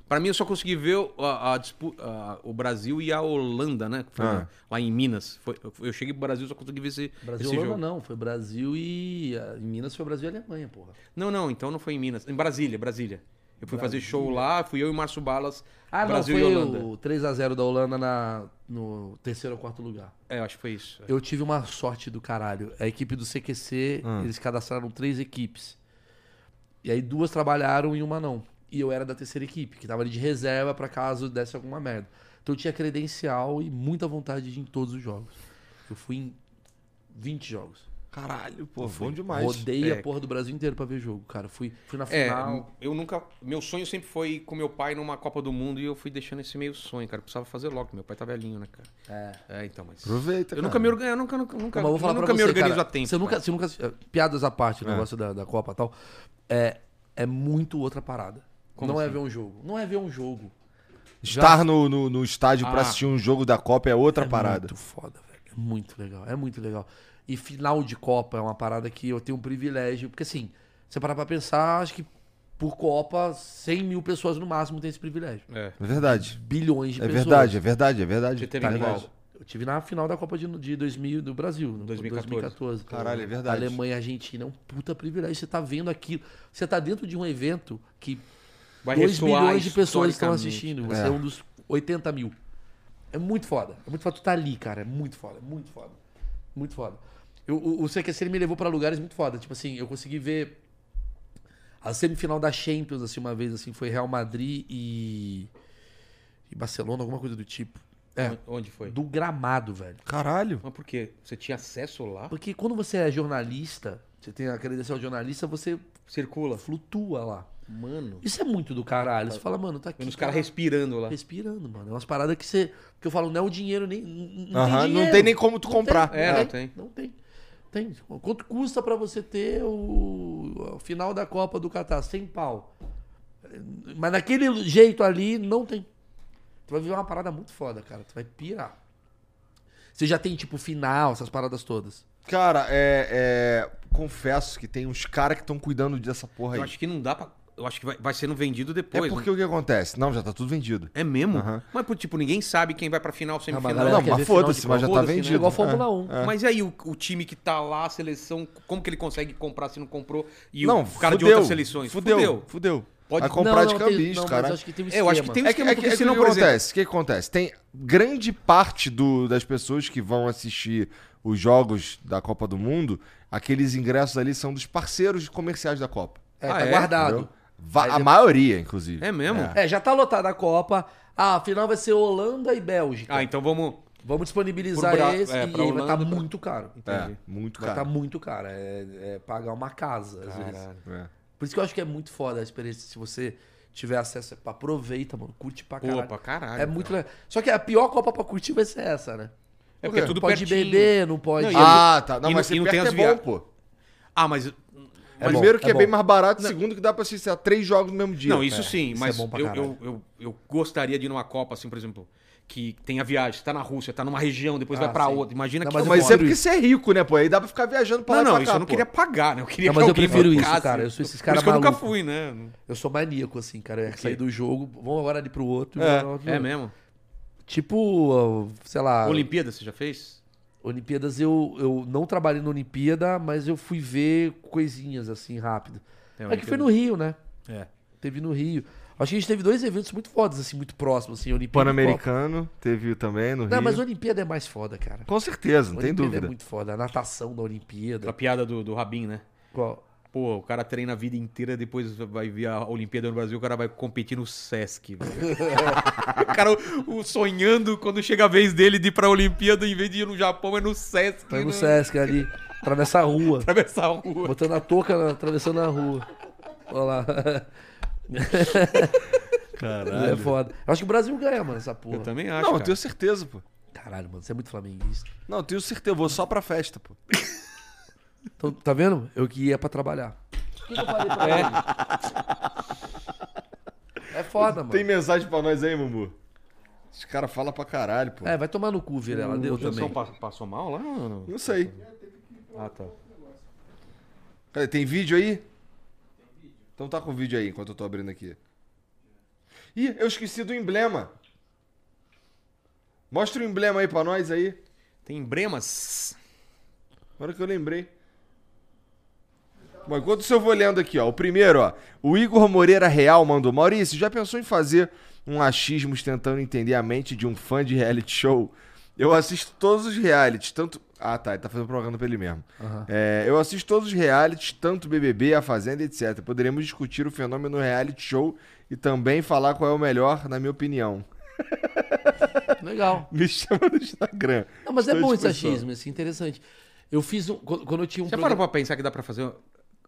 C: pra mim, eu só consegui ver o- a, a dispu- a- o Brasil e a Holanda, né? Que foi
B: Ah.
C: na- lá em Minas. Foi- eu- eu cheguei pro Brasil só consegui ver esse,
D: Brasil
C: esse
D: e
C: jogo.
D: Holanda não, foi Brasil e. eh, Em Minas foi Brasil e Alemanha, porra.
C: Não, não, então não foi em Minas. Em Brasília, Brasília. Eu fui fazer show lá, fui eu e o Márcio Balas,
D: Ah,
C: Brasil
D: não,
C: e
D: foi
C: Holanda.
D: o 3x0 da Holanda na, no terceiro ou quarto lugar.
C: É, eu acho que foi isso.
D: Eu tive uma sorte do caralho. A equipe do CQC,
C: Hum.
D: eles cadastraram três equipes. E aí duas trabalharam e uma não. E eu era da terceira equipe, que tava ali de reserva pra caso desse alguma merda. Então eu tinha credencial e muita vontade de ir em todos os jogos. Eu fui em 20 jogos.
B: Caralho, pô, bom demais.
C: É.
D: Rodei a porra do Brasil inteiro pra ver jogo, cara. Fui, fui na
C: É,
D: final.
C: eu nunca. Meu sonho sempre foi ir com meu pai numa Copa do Mundo e eu fui deixando esse meio sonho, cara. Eu precisava fazer logo, meu pai tá velhinho, né, cara? É. É, então, mas.
B: Aproveita,
C: Eu nunca me organizo, eu nunca, nunca, nunca,
D: Não, mas eu vou falar
C: nunca
D: pra
C: me
D: você,
C: organizo
D: cara,
C: a tempo. né? É.
D: Você nunca,
C: cara.
D: você nunca, eh, piadas à parte, o negócio da, da Copa e tal. É, é muito outra parada. não
C: assim?
D: é ver um jogo. Não é ver um jogo.
B: Estar no, no, no estádio pra
C: Ah.
B: assistir um jogo da Copa é outra parada.
D: Muito foda, velho. É muito legal. É muito legal. E final de Copa é uma parada que eu tenho um privilégio. Porque assim, você parar pra pensar, acho que por Copa, 100 mil pessoas no máximo tem esse privilégio.
C: É.
B: É verdade.
D: Bilhões de
B: É
D: pessoas.
B: verdade, é verdade, é verdade.
C: Você teve
B: Tá
C: em
B: ligado?
C: qual?
D: Eu tive na final da Copa de, de 2000 do Brasil, né? no
C: 2014.
D: 2014.
B: Caralho, é verdade.
D: Alemanha e Argentina é um puta privilégio. Você tá vendo aquilo. Você tá dentro de um evento que
C: Vai
D: 2
C: ressoar
D: milhões de pessoas estão
C: historicamente.
D: assistindo. Você é. um dos 80 mil. É muito foda. É muito foda. Tu tá ali, cara. É muito foda. é Muito foda. Muito foda. Eu, o, o CQC ele me levou pra lugares muito foda. Tipo assim, eu consegui ver a semifinal da Champions, assim, uma vez, assim, foi Real Madrid e. e Barcelona, alguma coisa do tipo. É.
C: Onde foi?
D: Do gramado, velho.
B: Caralho.
C: Mas por quê? Você tinha acesso lá?
D: Porque quando você é jornalista, você tem a credencial de jornalista, você
C: Circula.
D: flutua lá.
C: Mano.
D: Isso é muito do caralho. Você fala, mano, tá aqui.
C: Vendo os caras respirando lá.
D: respirando, mano. É umas paradas que você. Que eu falo, não é o dinheiro nem. n- Não,
B: Aham,
D: tem, dinheiro.
B: não tem nem como tu comprar.
C: É, não tem.
D: Não tem. Tem. Quanto custa pra você ter o, o final da Copa do Catar? 100 pau. Mas daquele jeito ali, não tem. Tu vai viver uma parada muito foda, cara. Tu vai pirar. Você já tem, tipo, final, essas paradas todas.
B: Cara, é, é, Confesso que tem uns caras que estão cuidando dessa porra
C: Eu
B: aí.
C: acho que não dá pra. Eu acho que vai, vai sendo vendido
B: É
C: depois.
B: porque
C: né?
B: o que acontece? Não, já tá tudo vendido.
C: É mesmo?
B: Aham.
C: Mas, pô, tipo, ninguém sabe quem vai pra final, né? semifinal.
D: Ah, galera
B: Não,
D: quer ver
B: mas foda-se,
D: final
B: mas
D: de
B: já tá
D: Copa,
C: foda-se, né?
B: vendido.
D: Igual a Fórmula
B: É.
D: 1.
C: Mas e aí, o, o time que tá lá, a seleção, como que ele consegue comprar se não comprou? E
B: Não,
C: o cara de
B: fudeu,
C: outras seleções?
B: Fudeu, fudeu. Vai
C: Pode-
B: É comprar de
D: tem-
B: cambista,
D: não, mas
B: cara.
D: acho que tem um
C: É, eu acho que
D: esquema.
C: tem um
B: É que,
C: esquema,
B: é que,
C: porque
B: é que
C: senão,
B: o que
C: por exemplo...
B: acontece? O que acontece? Tem grande parte do, das pessoas que vão assistir os jogos da Copa do Mundo, aqueles ingressos ali são dos parceiros comerciais da Copa.
D: É,
C: Ah,
D: tá
C: é?
D: guardado.
B: entendeu? Va- a maioria, inclusive.
C: É mesmo?
D: É, já tá lotada a Copa. Ah, a final vai ser Holanda e Bélgica.
C: Ah, então vamos...
D: Vamos disponibilizar
C: Pro Bra-
D: esse
C: é,
D: e
C: pra
D: ele vai
C: Holanda,
D: estar
C: Então, pra-
D: muito caro.
B: É,
C: Entendi. tá
B: muito
D: Vai estar
B: caro.
D: muito caro. É, é pagar uma casa, às vezes.
C: Caralho.
B: É.
D: Por isso que eu acho que é muito foda a experiência. Se você tiver acesso, é aproveita, mano. Curte pra caralho.
C: Pô, pra caralho.
D: é muito legal. Só que a pior Copa pra curtir vai ser essa, né?
C: É porque é tudo
D: pode
C: pertinho.
D: beber, não pode.
C: Não, e
D: Ah,
B: Ah, tá. Não,
C: E
B: mas
C: não- e
B: ser
C: não
B: perto
C: tem
B: é
C: as
B: bom,
C: via-
B: pô.
C: Ah, mas... mas-
B: Primeiro que
D: é
B: é, bem
D: bom.
B: mais barato, segundo que dá pra assistir a três jogos no mesmo dia.
C: Não, isso sim,
D: isso
C: mas
D: é bom pra
C: eu,
D: caralho.
C: eu, eu, eu gostaria de ir numa Copa, assim, por exemplo, que tem a viagem, tá na Rússia, tá numa região, depois
D: Ah,
C: vai pra
D: sim.
C: outra. Imagina
D: Não,
C: que
D: mas
B: Mas,
D: eu
C: Não,
B: isso é
D: prefiro
B: porque
D: isso.
B: você é rico, né, pô? Aí dá pra ficar viajando pra lá
C: não,
B: e pra
C: não,
B: cá,
C: isso eu não
B: pô.
C: queria pagar, né? Eu queria
D: Não, mas eu
C: alguém
D: prefiro isso,
C: bancasse.
D: cara. Eu sou esses
C: Por
D: caras
C: isso que eu nunca
D: malucos.
C: fui, né?
D: Eu sou maníaco, assim, cara. Eu sair do jogo, vamos agora ali pro outro.
B: É.
D: vamos lá
C: É
D: pro-
C: mesmo?
D: Tipo, sei lá.
C: Olimpíada você já fez?
D: Olimpíadas eu, eu não trabalhei na Olimpíada, mas eu fui ver coisinhas assim rápido.
C: É,
D: É, que
C: Olimpíada.
D: foi no Rio, né?
C: É.
D: Teve no Rio. Acho que a gente teve dois eventos muito fodas, assim, muito próximos, assim, Olimpíada. e
B: Pan-Americano teve também no
D: Copa. Não,
B: Rio.
D: mas a Olimpíada é mais foda, cara.
B: Com certeza, não tem
D: Olimpíada
B: dúvida.
D: é muito foda. A natação da
C: A
D: Olimpíada.
C: piada do, do Rabin, né?
D: Qual?
C: Pô, o cara treina a vida inteira, depois vai vir a Olimpíada no Brasil, o cara vai competir no Sesc, velho. o cara o, sonhando quando chega a vez dele de ir pra Olimpíada, em vez de ir no Japão, é no Sesc.
D: Foi
C: né?
D: tá no Sesc ali, atravessar a rua.
C: Atravessar a rua.
D: Botando a touca, na- atravessando a rua. Olha lá. Caralho. É foda. Eu acho que o Brasil ganha, mano, essa
C: Eu
D: porra.
C: também acho,
B: Não, eu
C: cara.
B: tenho certeza, pô.
D: Caralho, mano, você é muito flamenguista.
B: Não, eu tenho certeza, eu vou só pra festa, pô.
D: Então, tá vendo? Eu que ia pra trabalhar. O que, eu falei pra ele? É foda, mano.
B: Tem mensagem pra nós aí, Mumu? Esse cara fala pra caralho, pô.
D: É, vai tomar no cu, vira.
B: Hum,
D: Ela deu
C: O Gilson
B: um
D: também.
C: pa- passou mal lá? ou não?
B: Não sei.
C: Ah, tá.
B: Cadê? Tem vídeo aí? Então tá com o vídeo aí, enquanto eu tô abrindo aqui. Ih, eu esqueci do emblema. Mostra o emblema aí pra nós aí.
C: Tem emblemas.
B: Agora que eu lembrei. Bom, enquanto isso eu vou lendo aqui, ó. O primeiro, ó. O Igor Moreira Real mandou. Maurício, já pensou em fazer um achismo tentando entender a mente de um fã de reality show? Eu assisto todos os realities, tanto... Ah, tá. Ele tá fazendo propaganda pra ele mesmo. É, eu assisto todos os realities, tanto BBB, A Fazenda, etc. Poderíamos discutir o fenômeno reality show e também falar qual é o melhor, na minha opinião.
D: Legal.
B: Me chama no Instagram.
D: Não, mas é
B: Estou à
D: bom esse
B: disposição.
D: achismo, isso é interessante. Eu fiz um. Quando quando eu tinha um.
C: Já parou pra pensar que dá pra fazer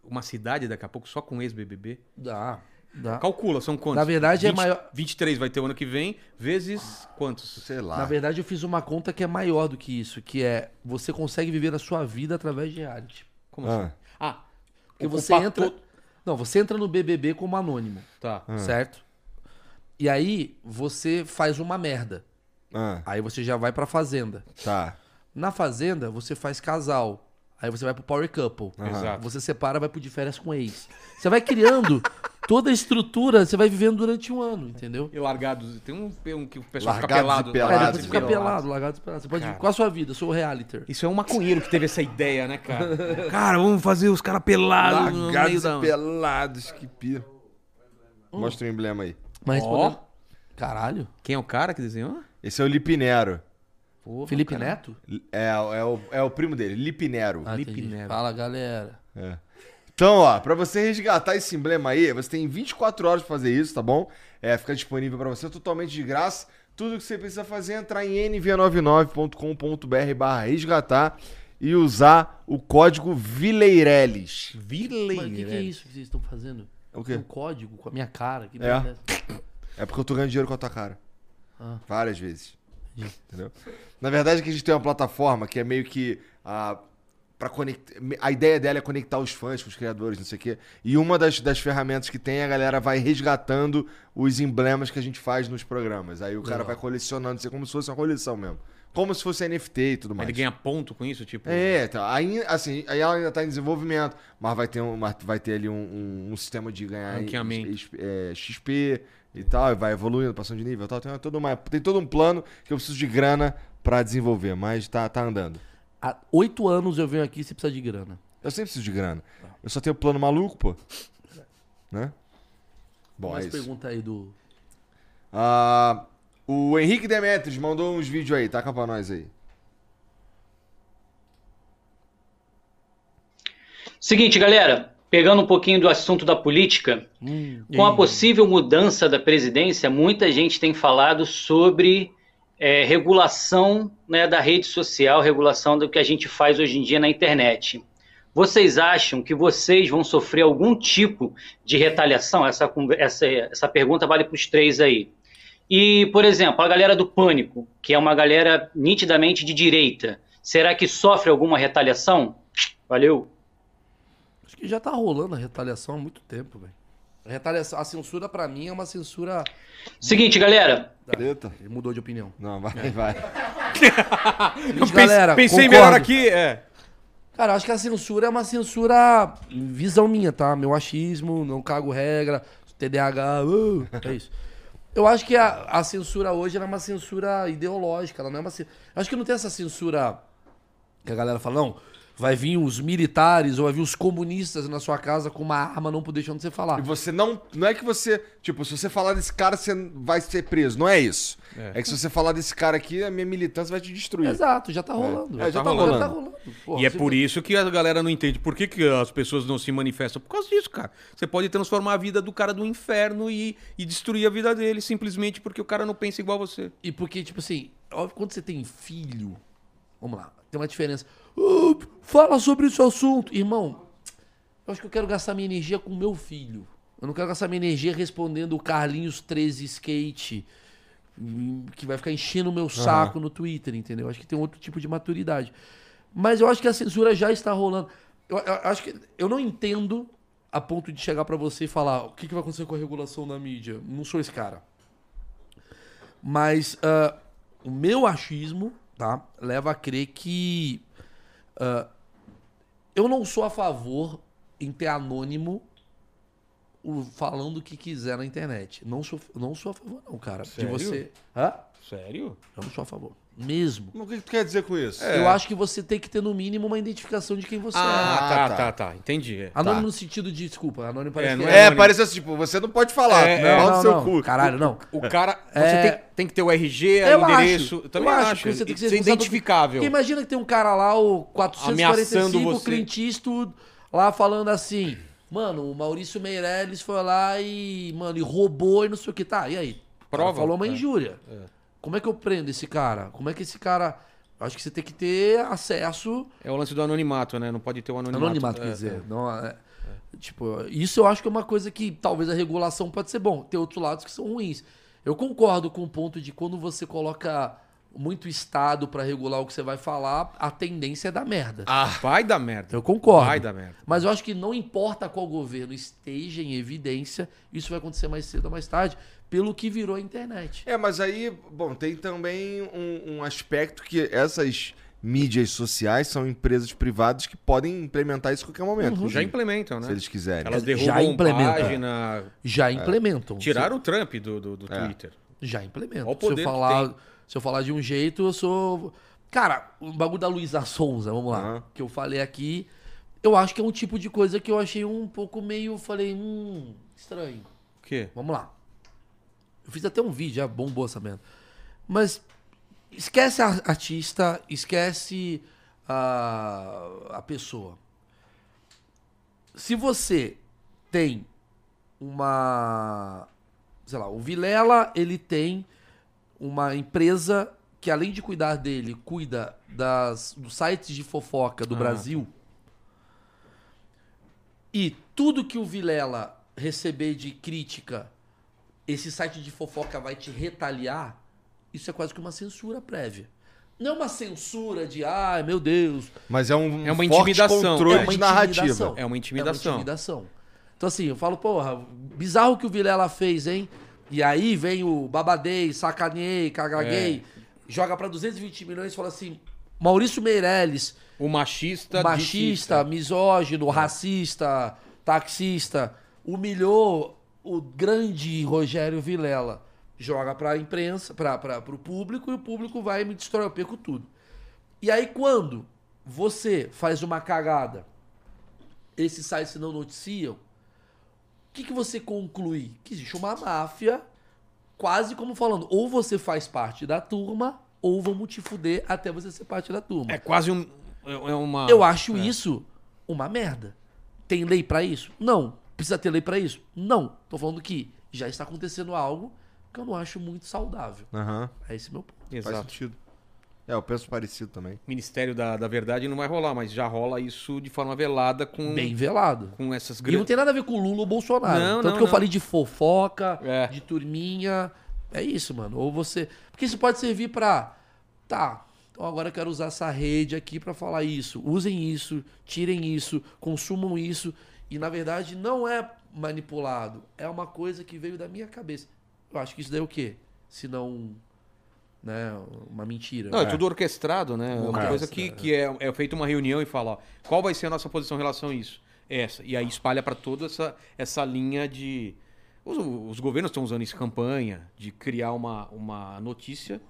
C: uma cidade daqui a pouco só com ex-BBB?
D: Dá. Dá.
C: Calcula, são quantos?
D: Na verdade, é maior-
C: 23 vai ter o ano que vem, vezes quantos?
B: Sei lá.
D: Na verdade, eu fiz uma conta que é maior do que isso, que é você consegue viver a sua vida através de reality.
C: Como
B: Ah.
C: assim? Ah,
D: Porque
C: o- o
D: você
C: pato-
D: entra. Não, você entra no BBB como anônimo, Ah.
C: Tá.
D: certo? E aí você faz uma merda.
B: Ah,
D: Aí você já vai pra fazenda.
B: tá.
D: Na fazenda, você faz casal. Aí você vai pro Power Couple.
C: Exato.
D: Você separa, vai pro de férias com ex. Você vai criando toda a estrutura, você vai vivendo durante um ano, entendeu?
C: E largados. Tem um, um que o pessoal fica
B: Largados
C: pelado.
B: e
D: Aí
B: pelados.
D: depois você fica pelado, largado pelado. Você pode
C: Cara.
D: Qual a sua vida? Eu sou o realiter.
C: Isso é um maconheiro que teve essa ideia, né, cara? cara, vamos fazer os caras pelados no meio
B: Largados
C: da...
B: e pelados, que pira. é Mostra o emblema aí.
D: Mas
C: Ó.
D: respondendo. Caralho.
C: Quem é o cara que desenhou?
B: Esse é o Lipinero.
C: Porra,
D: Felipe
C: cara.
D: Neto?
B: É, é o, é o primo dele, Lipinero.
D: Ah,
C: Felipe
D: entendi.
C: Neto.
D: Fala, galera.
B: Então, ó, pra você resgatar esse emblema aí, você tem 24 horas pra fazer isso, tá bom? É, fica disponível pra você totalmente de graça. Tudo que você precisa fazer é entrar em nv99.com.br barra resgatar e usar o código VILEIRELES.
C: Vilei,
D: Mas o que, que é isso que vocês estão fazendo?
B: O quê?
D: Um código com a minha cara. Que
B: É.
D: merda essa?
B: É porque eu tô ganhando dinheiro com a tua cara.
D: Ah.
B: Várias vezes. Entendeu? Na verdade, é que a gente tem uma plataforma que é meio que a para conectar. A ideia dela é conectar os fãs com os criadores, não sei o quê. E uma das, das ferramentas que tem, a galera vai resgatando os emblemas que a gente faz nos programas. Aí o cara vai colecionando, isso é como se fosse uma coleção mesmo. Como se fosse NFT e tudo mais.
C: Ele ganha ponto com isso, tipo.
B: É, tá. Aí, assim, aí ela ainda tá em desenvolvimento, mas vai ter, um, mas vai ter ali um, um- um sistema de ganhar
C: Ranqueamento.
B: es- é, XP e tal, e vai evoluindo, passando de nível e tal. Tem, todo uma, tem todo um plano que eu preciso de grana pra desenvolver, mas tá, tá andando.
D: Há oito anos eu venho aqui e você precisa de grana.
B: Eu sempre preciso de grana. Eu só tenho plano maluco, pô. Né? Bom,
D: Mais
B: é isso.
D: pergunta aí do.
B: Ah, o Henrique Demetrios mandou uns vídeos aí, taca pra nós aí.
H: Seguinte, galera, pegando um pouquinho do assunto da política,
D: um,
H: com a possível mudança da presidência, muita gente tem falado sobre eh, regulação né, da rede social, regulação do que a gente faz hoje em dia na internet. Vocês acham que vocês vão sofrer algum tipo de retaliação? Essa, conver- essa, essa pergunta vale para os três aí. E, por exemplo, a galera do Pânico, que é uma galera nitidamente de direita, será que sofre alguma retaliação? Valeu!
D: Acho que já tá rolando a retaliação há muito tempo, velho. A retaliação, a censura pra mim é uma censura.
H: Seguinte, galera.
B: Treta?
D: Ele mudou de opinião.
B: Não, vai, vai.
D: Seguinte, galera,
C: pensei
D: concordo.
C: melhor aqui. É.
D: Cara, eu acho que a censura é uma censura. Visão minha, tá? Meu achismo, não cago regra, TDAH, uh, é isso. Eu acho que a, a censura hoje ela é uma censura ideológica, ela não é uma. cen- Eu acho que não tem essa censura que a galera fala, não, vai vir os militares ou vai vir os comunistas na sua casa com uma arma, não deixando você falar.
B: E você não. Não é que você. Tipo, se você falar desse cara, você vai ser preso. Não é isso. É, que se você falar desse cara aqui, a minha militância vai te destruir.
D: Exato, já tá rolando.
B: É, já tá
D: Já tá
B: rolando.
D: rolando. Porra,
C: e é
D: você- tá-
C: por isso que a galera não entende por que, que as pessoas não se manifestam. Por causa disso, cara. Você pode transformar a vida do cara do inferno e, e destruir a vida dele simplesmente porque o cara não pensa igual você.
D: E porque, tipo assim, óbvio, quando você tem filho, vamos lá, tem uma diferença. Ah, fala sobre esse assunto. Irmão, eu acho que eu quero gastar minha energia com o meu filho. Eu não quero gastar minha energia respondendo o Carlinhos 13 Skate, hum, que vai ficar enchendo o meu saco no Twitter, entendeu? Eu acho que tem outro tipo de maturidade. Mas eu acho que a censura já está rolando. Eu, eu- eu acho que eu não entendo a ponto de chegar pra você e falar o que, que vai acontecer com a regulação da mídia. Não sou esse cara. Mas ah, o meu achismo, tá? Leva a crer que. ah, eu não sou a favor em ter anônimo o- falando o que quiser na internet. Não sou, não sou a favor, não, cara.
C: Sério?
D: De você. Hã?
C: Sério?
D: Eu não sou a favor. Mesmo.
B: Mas O que que tu quer dizer com isso?
D: Eu acho que você tem que ter, no mínimo, uma identificação de quem você
C: Ah,
B: Ah,
C: tá,
B: tá.
C: tá, tá, Entendi. é.
D: é. Anônimo no sentido de, desculpa, anônimo parece
C: não
D: que
B: É,
C: é,
B: parece assim, tipo, você não pode falar. É,
C: É, é.
B: Fala do
D: não,
B: seu
D: não.
B: cu.
D: Caralho, não.
C: O cara.
D: É.
C: Você tem, tem que ter o RG,
D: Eu
C: o
D: acho,
C: endereço.
D: eu
C: também
D: acho
C: acho.
D: que você tem que ser
C: ser
D: responsável-
C: identificável.
D: Porque imagina que tem um cara lá, o 445,
C: Ameaçando
D: o
C: você.
D: Clint Eastwood, lá falando assim, mano, o Maurício Meirelles foi lá e, mano, e roubou e não sei o que. Tá, e aí? O cara
C: Prova?
D: Falou uma
C: É.
D: injúria. Como é que eu prendo esse cara? Como é que esse cara... Eu Acho que você tem que ter acesso...
C: É o lance do anonimato, né? Não pode ter o anonimato.
D: Anonimato,
C: É,
D: quer dizer.
C: é.
D: Não, é- Tipo, isso eu acho que é uma coisa que talvez a regulação pode ser bom. Tem outros lados que são ruins. Eu concordo com o ponto de quando você coloca muito Estado pra regular o que você vai falar, a tendência é dar merda.
C: Ah, Vai dar merda.
D: Eu concordo.
C: Vai dar merda.
D: Mas eu acho que não importa qual governo esteja em evidência, isso vai acontecer mais cedo ou mais tarde, pelo que virou a internet.
B: É, mas aí, bom, tem também um, um aspecto que essas mídias sociais são empresas privadas que podem implementar isso a qualquer momento.
C: Já
B: inclusive,
C: implementam, né?
B: Se eles quiserem.
C: Elas
D: Já
C: derrubam
D: implementam.
C: página,
D: Já implementam.
C: É. Tiraram o Trump do, do,
D: É.
C: do Twitter.
D: Já implemento.
C: Olha o
D: se,
C: poder
D: eu
C: que
D: falar,
C: tem.
D: se eu falar de um jeito, eu sou. Cara, o bagulho da Luísa Sonza, vamos lá.
B: Aham.
D: Que eu falei aqui. Eu acho que é um tipo de coisa que eu achei um pouco meio. Falei, hum, estranho.
C: O quê?
D: Vamos lá. Eu fiz até um vídeo, já bombou essa merda. Mas esquece a artista, esquece a, a pessoa. Se você tem uma. Sei lá, o Vilela, ele tem uma empresa que, além de cuidar dele, cuida das, dos sites de fofoca do Brasil. E tudo que o Vilela receber de crítica, esse site de fofoca vai te retaliar. Isso é quase que uma censura prévia. Não é uma censura de, ai, meu Deus.
E: Mas é um
C: É uma
E: forte
C: intimidação.
E: controle
C: É uma
E: de narrativa.
D: intimidação.
C: É uma intimidação.
D: É uma intimidação. Então, assim, eu falo, porra, bizarro que o Vilela fez, hein? E aí vem o babadei, sacaneei, cagaguei, joga pra 220 milhões e fala assim: Maurício Meirelles,
C: O machista.
D: machista, Um misógino, racista, taxista, humilhou o grande Rogério Vilela. Joga pra imprensa, pra, pra, pro público, e o público vai e me destrói, eu perco tudo. E aí, quando você faz uma cagada, esses sites não noticiam, o que, que você conclui? Que existe uma máfia, quase como falando, ou você faz parte da turma, ou vamos te fuder até você ser parte da turma.
C: É quase um. É é uma.
D: Eu acho isso uma merda. Tem lei pra isso? Não. Precisa ter lei pra isso? Não. Tô falando que já está acontecendo algo que eu não acho muito saudável.
B: Aham,
D: É esse meu ponto.
B: faz
C: Exato.
B: sentido. É, eu penso parecido também.
C: Ministério da, da Verdade não vai rolar, mas já rola isso de forma velada com,
D: Bem velado.
C: com essas
D: E não
C: grandes.
D: tem nada a ver com Lula ou Bolsonaro.
C: Não,
D: Tanto
C: não,
D: que eu
C: não.
D: falei de fofoca,
C: É.
D: de turminha. É isso, mano. Ou você. Porque isso pode servir pra. Tá. Então agora eu quero usar essa rede aqui pra falar isso. Usem isso, tirem isso, consumam isso. E na verdade não é manipulado. É uma coisa que veio da minha cabeça. Eu acho que isso daí é o quê? Se não. Né, uma mentira.
C: Não, é tudo orquestrado, né? É uma
D: É.
C: coisa que, que é, é feita uma reunião e fala, ó, qual vai ser a nossa posição em relação a isso? É Essa. E aí espalha pra toda essa, essa linha de. Os, os governos estão usando isso em campanha de criar uma, uma notícia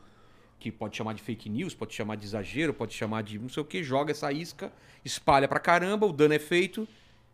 C: que pode chamar de fake news, pode chamar de exagero, pode chamar de não sei o que, joga essa isca, espalha pra caramba, o dano é feito,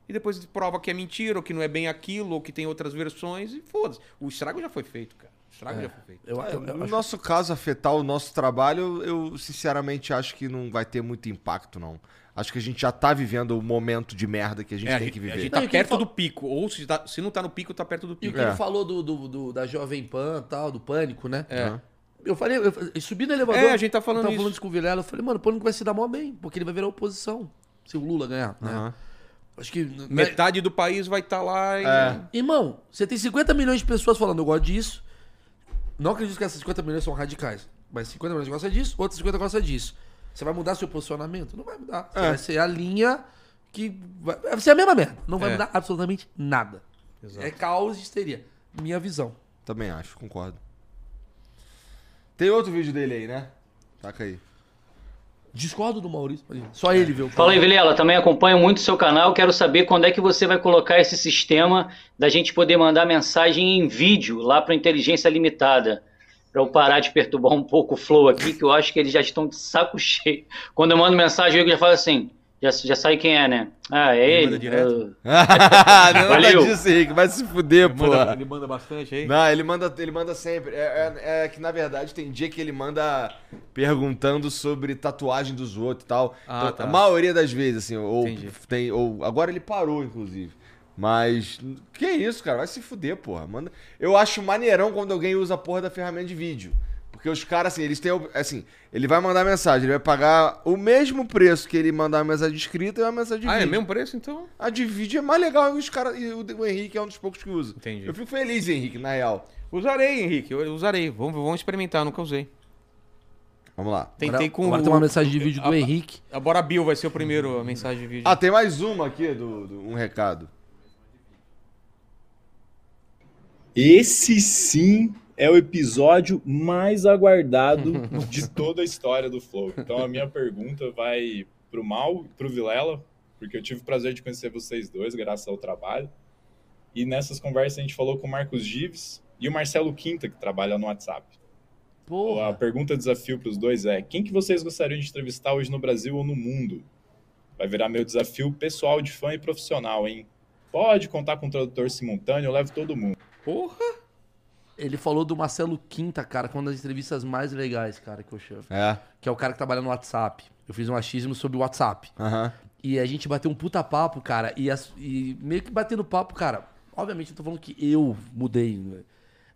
C: e depois prova que é mentira, ou que não é bem aquilo, ou que tem outras versões, e foda-se. O estrago já foi feito, cara. O estrago já foi feito.
D: Eu, eu- eu
B: É, No
D: acho-
B: nosso caso, afetar o nosso trabalho, eu sinceramente acho que não vai ter muito impacto, não. Acho que a gente já tá vivendo o momento de merda que a gente
C: É,
B: tem que
C: A
B: viver.
C: gente
D: Não,
C: tá
D: e quem
C: perto
D: fala-
C: do pico. Ou se, tá- se não tá no pico, tá perto do
D: E o
C: pico.
D: que
B: É.
D: ele falou do, do- do- da Jovem Pan tal, do pânico, né?
B: É.
D: Eu falei, eu, eu subi no elevador.
C: É, a gente tá falando
D: eu tava
C: isso.
D: falando isso com o Vilela, eu falei, mano, o pânico vai se dar mó bem, porque ele vai virar oposição. Se o Lula ganhar, né?
B: Aham.
D: Acho que. né?
C: Metade do país vai estar lá e.
D: Irmão, você tem 50 milhões de pessoas falando, eu gosto disso. Não acredito que essas 50 milhões são radicais. Mas 50 milhões gostam disso, outros 50 gostam disso. Você vai mudar seu posicionamento? Não vai mudar.
C: É.
D: Você vai ser a linha que. Vai, vai ser a mesma merda. Não vai
C: É.
D: mudar absolutamente nada. É caos e histeria. Minha visão.
B: Também acho, concordo. Tem outro vídeo dele aí, né? Taca aí.
D: Discordo do Maurício. Só ele viu.
H: É. Fala aí, Vilela, também acompanho muito o seu canal. Quero saber quando é que você vai colocar esse sistema da gente poder mandar mensagem em vídeo lá para Inteligência Limitada. Para eu parar de perturbar um pouco o flow aqui, que eu acho que eles já estão de saco cheio. Quando eu mando mensagem, eu já falo assim: já, já sabe quem é, né? Ah, é
C: manda
H: ele.
C: direto?
H: Ah,
B: Não é nada
H: Valeu.
B: disso, Henrique. Vai se fuder,
C: Ele, manda,
B: porra.
C: ele manda bastante aí.
B: Não, ele manda, ele manda sempre. É, é- é que, na verdade, tem dia que ele manda perguntando sobre tatuagem dos outros e tal. Então,
C: Ah, tá.
B: A maioria das vezes, assim, ou
C: Entendi.
B: tem. Ou, agora ele parou, inclusive. Mas. Que isso, cara? Vai se fuder, porra. Manda... Eu acho maneirão quando alguém usa a porra da ferramenta de vídeo. Porque os caras, assim, eles têm. o- Assim, ele vai mandar mensagem, ele vai pagar o mesmo preço que ele mandar uma mensagem escrita e uma mensagem de
C: ah, é
B: vídeo.
C: mesmo preço então?
B: A de vídeo é mais legal e os caras. E o, o Henrique é um dos poucos que usa.
C: Entendi.
B: Eu fico feliz, Henrique, na real.
C: Usarei, Henrique. Eu usarei. Vamos, vamos experimentar, nunca usei.
B: Vamos lá.
C: Tentei com
D: Agora
C: o.
D: tem uma mensagem de vídeo do
C: Ah,
D: Henrique.
C: A Bora Bill vai ser o primeiro a mensagem de vídeo.
B: Ah, tem mais uma aqui do, do- um recado.
A: Esse sim é o episódio mais aguardado de toda a história do Flow. Então a minha pergunta vai pro Mal, pro Vilela, porque eu tive o prazer de conhecer vocês dois, graças ao trabalho. E nessas conversas a gente falou com o Marcos Gives e o Marcelo Quinta, que trabalha no WhatsApp. A
D: Porra.
A: pergunta desafio para os dois é: quem que vocês gostariam de entrevistar hoje no Brasil ou no mundo? Vai virar meu desafio pessoal de fã e profissional, hein? Pode contar com o tradutor simultâneo, eu levo todo mundo.
C: Porra!
D: Ele falou do Marcelo Quinta, cara, que é uma das entrevistas mais legais, cara, que eu chamo.
B: É.
D: Que é o cara que trabalha no WhatsApp. Eu fiz um achismo sobre o WhatsApp.
B: Aham.
D: E a gente bateu um puta papo, cara. E, as- e meio que batendo papo, cara. Obviamente, eu tô falando que eu mudei, né?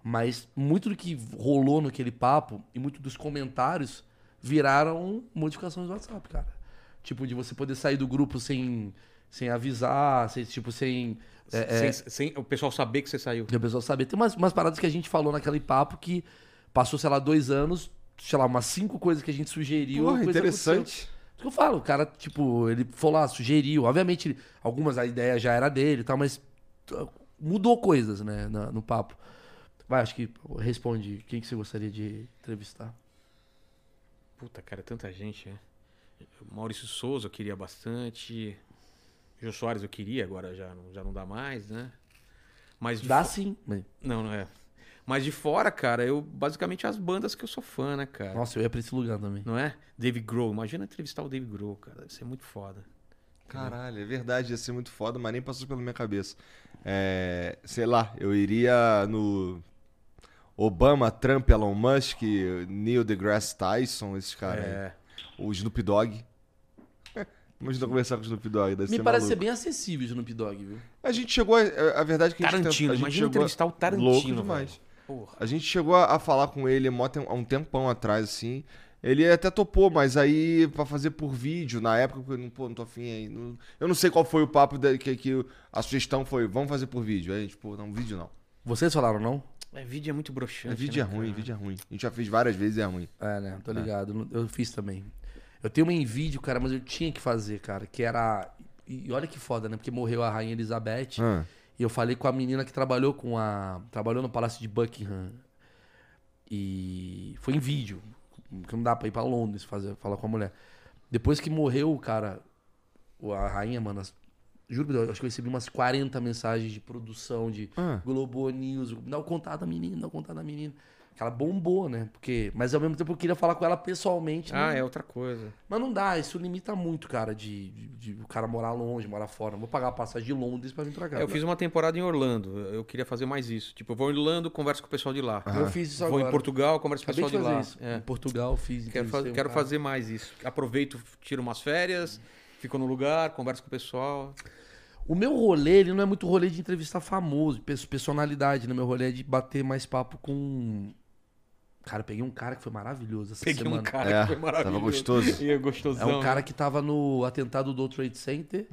D: Mas muito do que rolou naquele papo e muito dos comentários viraram modificações do WhatsApp, cara. Tipo, de você poder sair do grupo sem, sem avisar, sem, tipo, sem. é, é,
C: Sem, sem o pessoal saber que você saiu.
D: e o pessoal saber. Tem umas, umas paradas que a gente falou naquele papo que passou, sei lá, dois anos, sei lá, umas cinco coisas que a gente sugeriu.
B: Porra,
D: coisa aconteceu.
B: interessante.
D: Isso que eu falo, o cara, tipo, ele falou lá, sugeriu. Obviamente, ele- algumas a ideia já era dele e tal, mas t- mudou coisas, né, na- no papo. Vai, acho que responde quem que você gostaria de entrevistar.
C: Puta, cara, tanta gente, né? Maurício Souza eu queria bastante. Jô Soares eu queria, agora já não, já não dá mais, né? Mas de
D: Dá
C: fo-
D: sim. mas-
C: Não, não é. Mas de fora, cara, eu basicamente as bandas que eu sou fã, né, cara?
D: Nossa, eu ia pra esse lugar também.
C: Não é? Dave Grohl, imagina entrevistar o Dave Grohl, cara, deve ser muito foda.
B: Caralho, é verdade, ia ser muito foda, mas nem passou pela minha cabeça. É, sei lá, eu iria no Obama, Trump, Elon Musk, Neil deGrasse Tyson, esses caras. aí.
C: É.
B: O Snoop Dogg. Imagina conversar com o Snoop Dogg, deve
D: Me
B: ser
D: parece ser
B: é maluco.
D: bem acessível o Snoop Dogg, viu?
B: A gente chegou, a, a- a verdade é que a gente tent-
C: Tarantino,
B: a gente
C: imagina
B: chegou a-
C: entrevistar o Tarantino,
B: Louco demais.
C: velho. Porra.
B: A gente chegou a a falar com ele mó tem- há um tempão atrás, assim. Ele até topou, mas aí pra fazer por vídeo, na época, porque eu não, pô, não tô afim aí. não- eu não sei qual foi o papo da- que, que a sugestão foi, vamos fazer por vídeo. Aí, a gente, pô, não, vídeo não.
D: Vocês falaram, não?
C: É, vídeo é muito broxante.
B: vídeo é
C: né,
B: ruim,
C: cara?
B: vídeo é ruim. A gente já fez várias vezes e é ruim.
D: É, né? Tô ligado. Eu fiz também. Eu tenho uma em vídeo, cara, mas eu tinha que fazer, cara. Que era. E olha que foda, né? Porque morreu a Rainha Elizabeth.
C: Tipo,
B: Ah.
D: E eu falei com a menina que trabalhou com a. Trabalhou no Palácio de Buckingham. E foi em vídeo. Porque não dá pra ir pra Londres fazer, falar com a mulher. Depois que morreu, cara, o- a rainha, mano, as- juro por Deus, acho que eu recebi umas 40 mensagens de produção, de
B: Ah.
D: Globo News, dá o contato da menina, dá o contato da menina. Que ela bombou, né? Porque, mas ao mesmo tempo eu queria falar com ela pessoalmente.
C: Ah,
D: né?
C: é outra coisa.
D: Mas não dá, isso limita muito, cara, de, de- de o cara morar longe, morar fora. Vou pagar a passagem de Londres pra vir pra cá. né?
C: É, eu fiz uma temporada em Orlando, eu queria fazer mais isso. Tipo, eu vou em Orlando, converso com o pessoal de lá.
B: Ah.
D: Eu fiz isso
C: Vou
D: agora.
C: em Portugal, converso com o
D: Acabei
C: pessoal
D: de
C: de,
D: fazer
C: lá.
D: isso.
C: É.
D: Em Portugal fiz.
C: Quero, fa-
D: entrevistei um
C: quero
D: cara.
C: fazer mais isso. Aproveito, tiro umas férias, fico no lugar, converso com o pessoal.
D: O meu rolê, ele não é muito rolê de entrevistar famoso, de perso- personalidade, né? Meu rolê é de bater mais papo com. um Cara, eu peguei um cara que foi maravilhoso essa
C: Peguei
D: semana.
C: um cara
B: É,
C: que foi maravilhoso.
B: tava gostoso.
C: E é gostosão.
D: É um cara que tava no atentado do World Trade Center.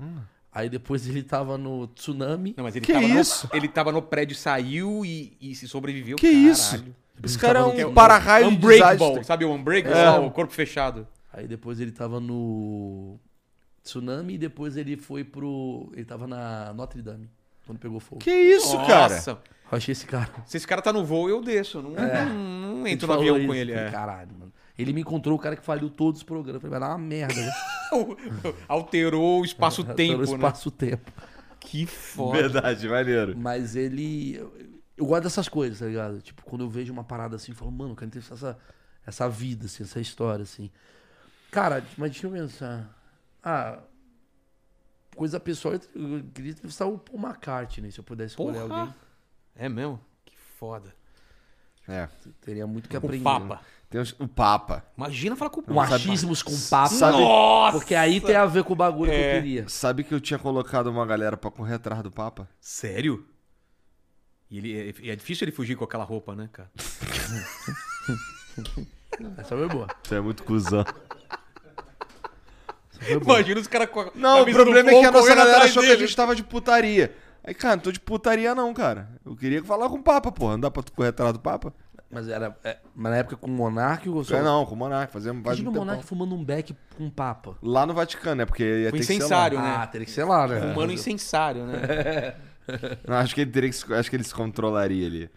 D: Aí depois ele tava no tsunami.
C: Não, mas ele
B: Que
C: tava no-
B: isso?
C: ele tava no prédio, saiu e, e se sobreviveu.
B: Que isso? Esse cara é
D: Que é
B: um
D: o-
B: para-raio de
C: Unbreakable,
B: desastre. É.
C: sabe o Unbreakable? O corpo fechado.
D: Aí depois ele tava no tsunami e depois ele foi pro. Ele tava na Notre Dame, quando pegou fogo.
B: Que isso, cara? É.
C: Nossa,
D: Eu achei esse cara.
C: se esse cara tá no voo, eu desço. Não, não- não entro no
D: falou
C: avião com
D: isso.
C: ele.
D: Falei,
C: É.
D: Caralho, mano. Ele me encontrou, o cara que faliu todos os programas. Falei, vai dar uma merda. né?
C: Alterou o espaço-tempo,
D: Alterou o
C: né?
D: espaço-tempo.
C: Que foda.
B: Verdade, maneiro.
D: Mas ele. Eu, eu gosto dessas coisas, tá ligado? Tipo, quando eu vejo uma parada assim, eu falo, mano, eu quero entrevistar essa, essa vida, assim, essa história, assim. Cara, mas deixa eu pensar. Ah. Coisa pessoal, eu- eu queria entrevistar o Paul McCartney, né? se eu pudesse escolher
C: Porra.
D: alguém.
C: É mesmo? Que foda.
B: É,
D: Teria muito que
C: O
D: aprender.
C: Papa.
B: tem os- o Papa.
C: Imagina falar com o Papa.
D: Machismos com papo.
B: Sabe-
C: Nossa!
D: Porque aí tem a ver com o bagulho que
C: É.
D: eu queria.
B: Sabe que eu tinha colocado uma galera pra correr atrás do Papa?
C: Sério? E ele, é, é difícil ele fugir com aquela roupa, né, cara?
D: Essa foi boa.
B: Você é muito cuzão.
C: Imagina os caras com a
B: É Não, o
C: camisa do
B: problema é
C: Flow
B: que a nossa
C: correndo
B: galera
C: atrás
B: achou que a
C: dele.
B: gente tava de putaria. Aí, cara, não tô de putaria não, cara. Eu queria falar com o Papa, porra. Não dá pra tu correr atrás do Papa?
D: Mas era. é, mas na época com o Monark ou só.
B: É, não, com o Monarca. Fazemos vários
D: Imagina o
B: tempão.
D: Monark fumando um beck com um papa.
B: Lá no Vaticano, é porque ia
C: Com
B: ter
C: incensário, né?
D: Ah, teria que ser lá, né?
B: É.
C: Humano incensário, né?
B: que ser lá. Não, acho que ele teria que se- acho que ele se controlaria ali.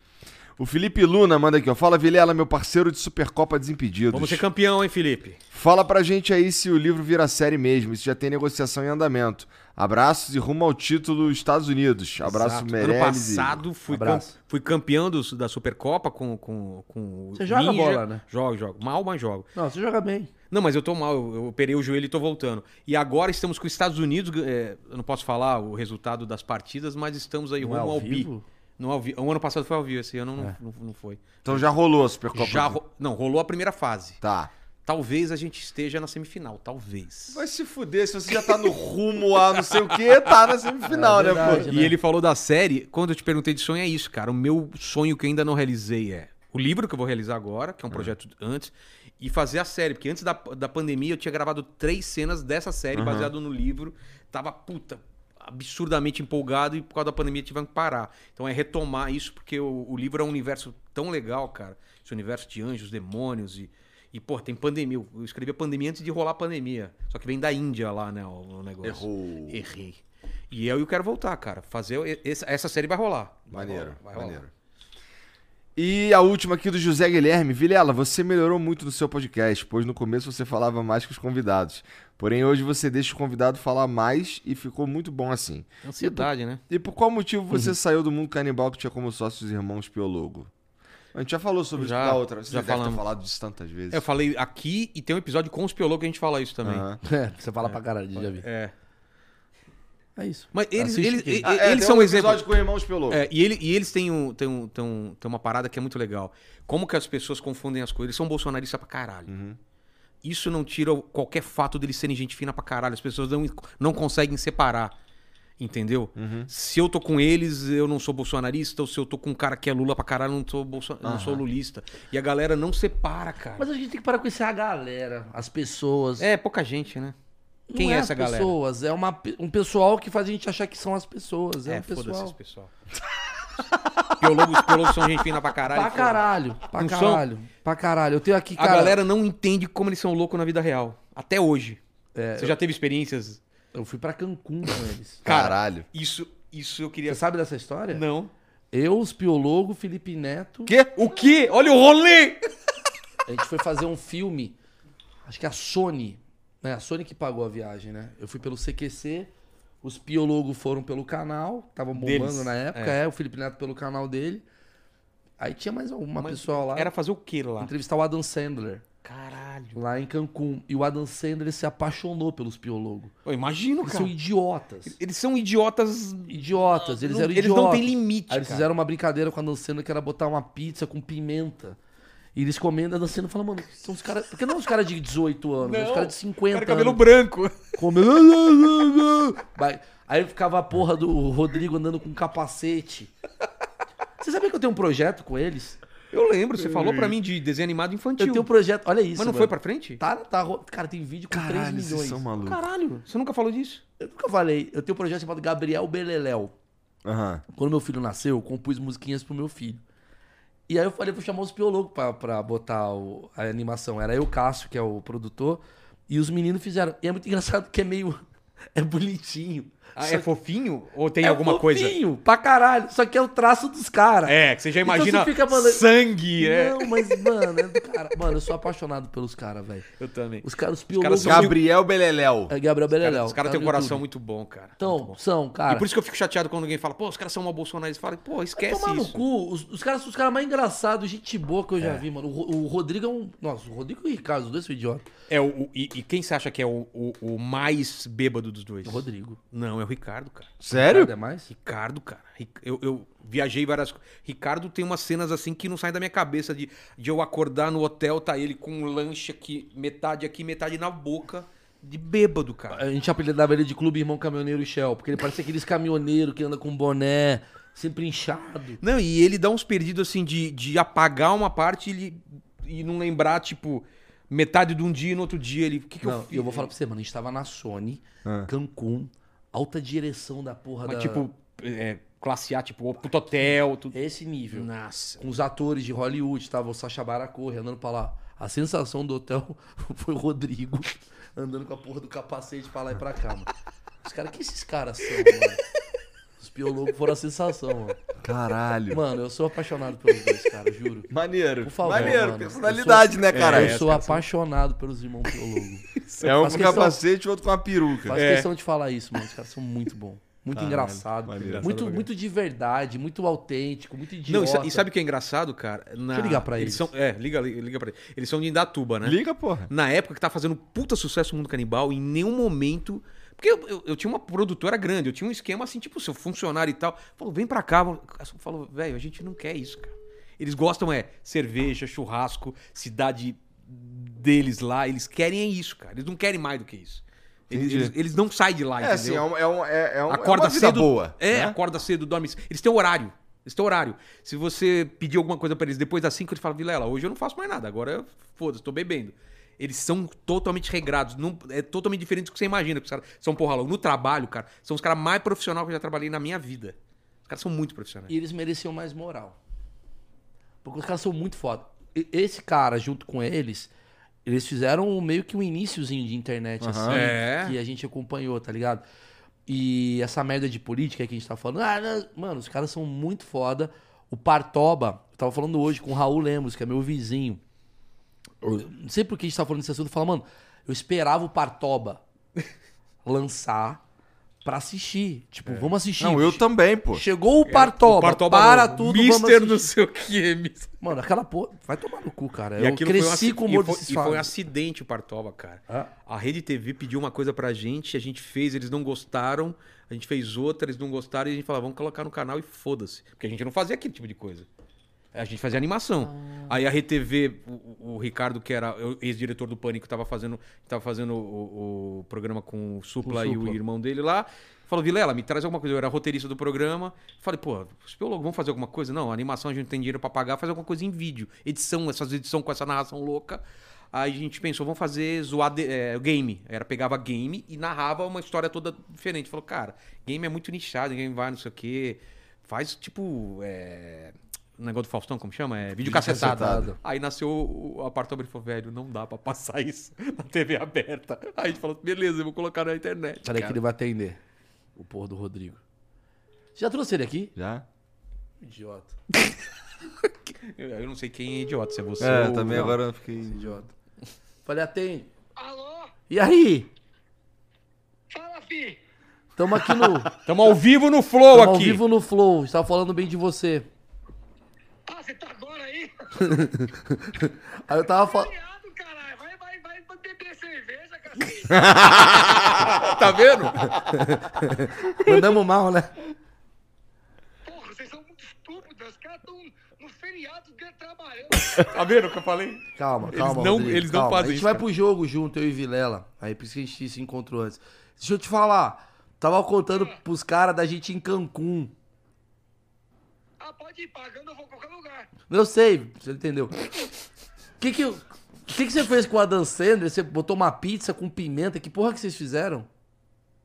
B: O Felipe Luna manda aqui, ó. Fala, Vilela, meu parceiro de Supercopa Desimpedidos.
C: Vamos ser campeão, hein, Felipe?
B: Fala pra gente aí se o livro vira série mesmo, se já tem negociação em andamento. Abraços e rumo ao título Estados Unidos. Abraço,
D: Exato.
B: Meirelles.
C: ano
B: e-
C: passado fui, cam-
D: Abraço.
C: fui campeão do- da Supercopa com, com, com o
D: Você joga
C: Ninja.
D: bola, né?
C: Jogo, jogo. Mal, mas jogo.
D: Não, você joga bem.
C: Não, mas eu tô mal, eu, eu operei o joelho e tô voltando. E agora estamos com os Estados Unidos, é, eu não posso falar o resultado das partidas, mas estamos aí
D: Não
C: rumo
D: é ao
C: um ao bi.
D: vivo? É.
C: Não é ao vi- O ano passado foi ao vivo, esse ano não, não, não foi.
B: Então já rolou a Supercopa.
C: Já ro- Não, rolou a primeira fase.
B: Tá.
C: Talvez a gente esteja na semifinal, talvez.
B: Vai se fuder, se você já tá no rumo a não sei o que, tá na semifinal,
D: É
B: né,
D: verdade, né?
B: pô?
C: E ele falou da série, quando eu te perguntei de sonho, é isso, cara. O meu sonho que eu ainda não realizei é o livro que eu vou realizar agora, que é um projeto antes, e fazer a série. Porque antes da, da pandemia eu tinha gravado três cenas dessa série baseado no livro. Tava, puta, absurdamente empolgado e por causa da pandemia tivemos que parar. Então é retomar isso, porque o, o livro é um universo tão legal, cara. Esse universo de anjos, demônios e, E, pô, tem pandemia. Eu escrevi a pandemia antes de rolar a pandemia. Só que vem da Índia lá, né, o, o negócio.
B: Errou.
C: Errei. E eu, eu quero voltar, cara. Fazer. Essa, essa série vai rolar. Vai
B: Maneiro,
C: rolar, vai rolar.
B: maneiro. E a última aqui do José Guilherme. Vilela, você melhorou muito no seu podcast, pois no começo você falava mais que os convidados. Porém, hoje você deixa o convidado falar mais e ficou muito bom assim.
C: Ansiedade, né?
B: E por qual motivo você saiu do mundo canibal que tinha como sócios os irmãos Piologo? A gente já falou sobre
C: Já,
B: isso na outra. Você
C: já
B: já deve ter
C: falamos.
B: falado disso tantas vezes.
C: Eu falei aqui e tem um episódio com os piologos que a gente fala isso também.
B: Aham.
D: É, você fala pra caralho, já vi.
C: É.
D: É isso.
C: Mas eles,
D: Assiste
C: eles,
D: aqui.
C: e-
B: Ah, é,
C: eles
B: tem
C: são
B: um
C: um
B: episódio
C: exemplo.
B: com irmãos Piologo.
C: É, e, ele- e eles têm, um, têm, um, têm, um- têm uma parada que é muito legal. Como que as pessoas confundem as coisas? Eles são bolsonaristas pra caralho.
B: Uhum,
C: Isso não tira o- qualquer fato deles serem gente fina pra caralho. As pessoas não, não conseguem separar. Entendeu?
B: uhum.
C: Se eu tô com eles, eu não sou bolsonarista. Ou se eu tô com um cara que é Lula pra caralho, eu não sou, bolso... eu não sou lulista. E a galera não separa, cara.
D: Mas a gente tem que parar com isso, é a galera, as pessoas.
C: É, pouca gente, né?
D: Não
C: Quem é, essa
D: as
C: galera?
D: pessoas, é uma, pe- um pessoal que faz a gente achar que são as pessoas. É, um
C: foda-se esse
D: pessoal.
C: pessoal. Biólogos, biólogos são gente fina pra caralho.
D: Pra
C: foda-se.
D: caralho, pra
C: Não são?
D: caralho, pra caralho. Eu tenho aqui, cara...
C: A galera não entende como eles são loucos na vida real. Até hoje.
D: É,
C: Você já teve experiências?
D: Eu fui pra Cancún com eles.
C: Cara,
B: Caralho.
C: Isso, isso eu
D: Você
C: queria.
D: sabe dessa história?
C: Não.
D: Eu, os piologos, Felipe Neto...
B: Quê?
C: O quê? Olha o rolê!
D: A gente foi fazer um filme, acho que é a Sony, né? A Sony que pagou a viagem, né? Eu fui pelo CQC, os piologos foram pelo canal, estavam bombando
C: Deles,
D: na época, é. o Felipe Neto pelo canal dele. Aí tinha mais uma
C: Mas
D: pessoa lá,
C: Era fazer o quê lá?
D: entrevistar o Adam Sandler,
C: Caralho.
D: lá em Cancún. E o Adam Sandler se apaixonou pelos piologos.
C: Eu imagino,
D: Eles
C: cara.
D: são idiotas.
C: Eles são idiotas.
D: Idiotas, eles
C: não-
D: eram idiotas.
C: eles não têm limite,
D: Aí eles
C: cara.
D: fizeram uma brincadeira com a Dan Sandler que era botar uma pizza com pimenta. E eles comendo, a Dan Sandler fala, mano, são os caras... Por que não os caras de 18 anos?
C: Não,
D: os caras de
C: Cara,
D: 50
C: cabelo
D: anos.
C: branco.
D: Comendo... Vai. Aí ficava a porra do Rodrigo andando com um capacete. Você sabia que eu tenho um projeto com eles?
C: Eu lembro, você falou pra mim de desenho animado infantil.
D: Eu tenho um projeto... Olha isso,
C: Mas não
D: mano.
C: foi pra frente?
D: Tá, tá, ro- cara, tem vídeo com
B: Caralho,
D: 3
B: vocês
D: milhões. É
B: são malucos.
C: Caralho, você nunca falou disso?
D: Eu nunca falei. Eu tenho um projeto chamado Gabriel Beleléu.
B: Aham.
D: Quando meu filho nasceu, eu compus musiquinhas pro meu filho. E aí eu falei, vou chamar os piologos pra, pra botar o- a animação. Era eu, Cássio, que é o produtor, e os meninos fizeram. E é muito engraçado porque é meio. É bonitinho.
C: Ah,
D: Só
C: é
D: que-
C: fofinho? Ou tem
D: é
C: alguma coisa?
D: fofinho pra caralho. Só que é o traço dos caras.
C: É, que você já
D: Então
C: imagina
D: você fica falando-
C: sangue, é.
D: Não, mas, mano, é do cara. Mano, eu sou apaixonado pelos caras, velho.
C: Eu também.
D: Os caras, os piologos.
C: são
D: Gabriel,
B: Gabriel Beleléu.
D: é Gabriel Beleléu.
C: Os caras
D: tá
C: têm um
D: no
C: coração
D: YouTube.
C: muito bom, cara. Muito bom.
D: Então, são, cara.
C: E por isso que eu fico chateado quando alguém fala, pô, os caras são uma bolsonarista. Fala, pô, esquece
D: Tomar no
C: isso.
D: cu, os, os caras os caras mais engraçados, gente boa que eu já vi, mano. O, Ro- o Rodrigo é um. Nossa, o Rodrigo e o Ricardo, os dois são idiotas.
C: É, o, o- e, e quem você acha que é o, o- o mais bêbado dos dois?
D: O Rodrigo.
C: Não, é o Ricardo, cara.
B: Sério?
D: Ricardo é mais?
C: Ricardo, cara. Ri- Eu, eu viajei várias coisas. Ricardo tem umas cenas assim que não saem da minha cabeça de, de eu acordar no hotel, tá ele com um lanche aqui, metade aqui, metade na boca, de bêbado, cara.
D: A gente apelidava ele de Clube Irmão Caminhoneiro Shell, porque ele parece aqueles caminhoneiros que anda com boné, sempre inchado.
C: Não, e ele dá uns perdidos assim de, de apagar uma parte e, ele- e não lembrar, tipo, metade de um dia e no outro dia ele. O que, que
D: Não,
C: eu fiz? Ah.
D: e eu vou falar pra você, mano, a gente tava na Sony, Cancún, alta direção da porra
C: Mas
D: da...
C: tipo, é, classe A, tipo, o puto hotel, tudo.
D: é Esse nível.
C: Nossa.
D: Com os atores de Hollywood, tava o Sacha Baron Cohen andando pra lá. A sensação do hotel foi o Rodrigo andando com a porra do capacete pra lá e pra cá, mano. Os caras, que esses caras são, mano? Os piologos foram a sensação, mano.
B: Caralho.
D: Mano, eu sou apaixonado pelos dois, cara, juro.
B: Maneiro.
D: Por favor,
B: Maneiro,
D: mano.
B: personalidade,
D: Eu
B: né, cara?
D: eu sou apaixonado pelos irmãos piologos.
B: É um
D: Faz
B: com
D: questão- É.
B: capacete É. e outro com uma peruca.
D: Faz questão de falar isso, mano. Os caras são muito bons. Muito engraçado. Muito, muito de verdade, muito autêntico, muito idiota.
C: Não, e sa- e sabe o que é engraçado, cara? Na-
D: Deixa eu ligar pra eles.
C: São, é, liga, liga pra eles. Eles são de Indatuba, né?
B: Liga, porra.
C: Na época que tá fazendo puta sucesso o mundo canibal, em nenhum momento. Porque eu, eu- eu tinha uma produtora grande, eu tinha um esquema assim, tipo, seu funcionário e tal. Falou, vem pra cá. Falou, velho, a gente não quer isso, cara. Eles gostam é cerveja, churrasco, cidade deles lá. Eles querem é isso, cara. Eles não querem mais do que isso. Eles,
B: Entendi.
C: eles- eles não saem de lá,
B: É assim, é, um, é, um, é, é um,
C: acorda
B: é uma vida
C: cedo,
B: boa.
C: É,
B: né?
C: acorda cedo, dorme. cedo. Eles têm horário. Eles têm horário. Se você pedir alguma coisa pra eles depois das 5, eles falam, Vilela, hoje eu não faço mais nada, agora foda-se, tô bebendo. Eles são totalmente regrados. não- é totalmente diferente do que você imagina. que os caras são porra louca. No trabalho, cara, são os caras mais profissionais que eu já trabalhei na minha vida. Os caras são muito
B: né?
C: profissionais.
D: E eles mereciam mais moral. Porque os caras são muito foda. E- Esse cara, junto com eles, Eles fizeram um- meio que um iníciozinho de internet, assim,
C: É.
D: que a gente acompanhou, tá ligado? E essa merda de política que a gente tá falando, ah, não, mano, os caras são muito foda. O Partoba, eu tava falando hoje com o Raul Lemos, que é meu vizinho. Eu não sei por que a gente tá falando desse assunto, eu falo, mano, eu esperava o Partoba lançar pra assistir. Tipo, vamos assistir.
B: É. Não, eu também, pô.
D: Chegou o Partoba,
C: é, Partoba
D: para
C: não,
D: tudo, vamos
C: Mister não
D: assistir.
C: sei o que, Mister.
D: Mano, aquela porra, vai tomar no cu, cara.
C: E
D: eu
C: aquilo foi um
D: cresci
C: aci-
D: com o
C: e
D: humor
C: foi-
D: desses
C: E foi um
D: fatos.
C: acidente o Partoba, cara.
D: Ah.
C: A Rede TV pediu uma coisa pra gente, a gente fez, eles não gostaram. A gente fez outra, eles não gostaram. E a gente falava, vamos colocar no canal e foda-se. Porque a gente não fazia aquele tipo de coisa. A gente fazia animação.
D: Ah.
C: Aí a RTV, o- o, o Ricardo, que era o ex-diretor do Pânico, tava fazendo, tava fazendo o, o programa com o Supla,
D: O
C: e o
D: Supla.
C: irmão dele lá. Falou, Vilela, me traz alguma coisa. Eu era roteirista do programa. Falei, pô, Spiologo, vamos fazer alguma coisa? Não, animação a gente não tem dinheiro pra pagar, faz alguma coisa em vídeo. Edição, essas edições com essa narração louca. Aí a gente pensou, vamos fazer zoar de- é, game. Era pegava game e narrava uma história toda diferente. Falou, cara, game é muito nichado, game vai, não sei o quê. Faz tipo. É... Um negócio do Faustão, como chama? É vídeo cacetado.
D: cacetado.
C: Aí nasceu o apartamento e falou, velho, não dá pra passar isso na TV aberta. Aí a gente falou, beleza, eu vou colocar na internet.
D: Peraí é que ele vai atender. O porra do Rodrigo. Já trouxe ele aqui?
B: Já?
D: Idiota.
C: Eu eu não sei quem é idiota, se é você
B: É,
C: ou...
B: também
C: não.
B: agora eu fiquei.
D: Idiota. Falei, atende.
I: Alô?
D: E aí?
I: Fala, fi!
D: Tamo aqui no.
C: Tamo ao vivo no Flow
D: Tamo ao
C: aqui.
D: vivo no Flow. Estava falando bem de você.
I: Ah, você tá agora aí?
D: Aí eu tava falando.
I: Viado, caralho! Vai, vai, vai beber cerveja, cacete!
C: Tá vendo?
D: Mandamos mal, né?
I: Porra, vocês são muito estúpidos! Os caras tão no feriado de- trabalhando!
C: Tá vendo o que eu falei?
D: Calma,
C: Eles
D: calma.
C: não-
D: Rodrigo,
C: eles não
D: calma.
C: fazem
D: A gente
C: isso,
D: vai
C: cara.
D: pro jogo junto, eu e Vilela. Aí por isso que a gente se encontrou antes. Deixa eu te falar. Tava contando pros caras da gente em Cancún.
I: Ah, pode ir pagando, eu vou a qualquer lugar!
D: Eu sei, você entendeu. O que que, eu- que que você fez com a Dan Sandler? Você botou uma pizza com pimenta? Que porra que vocês fizeram?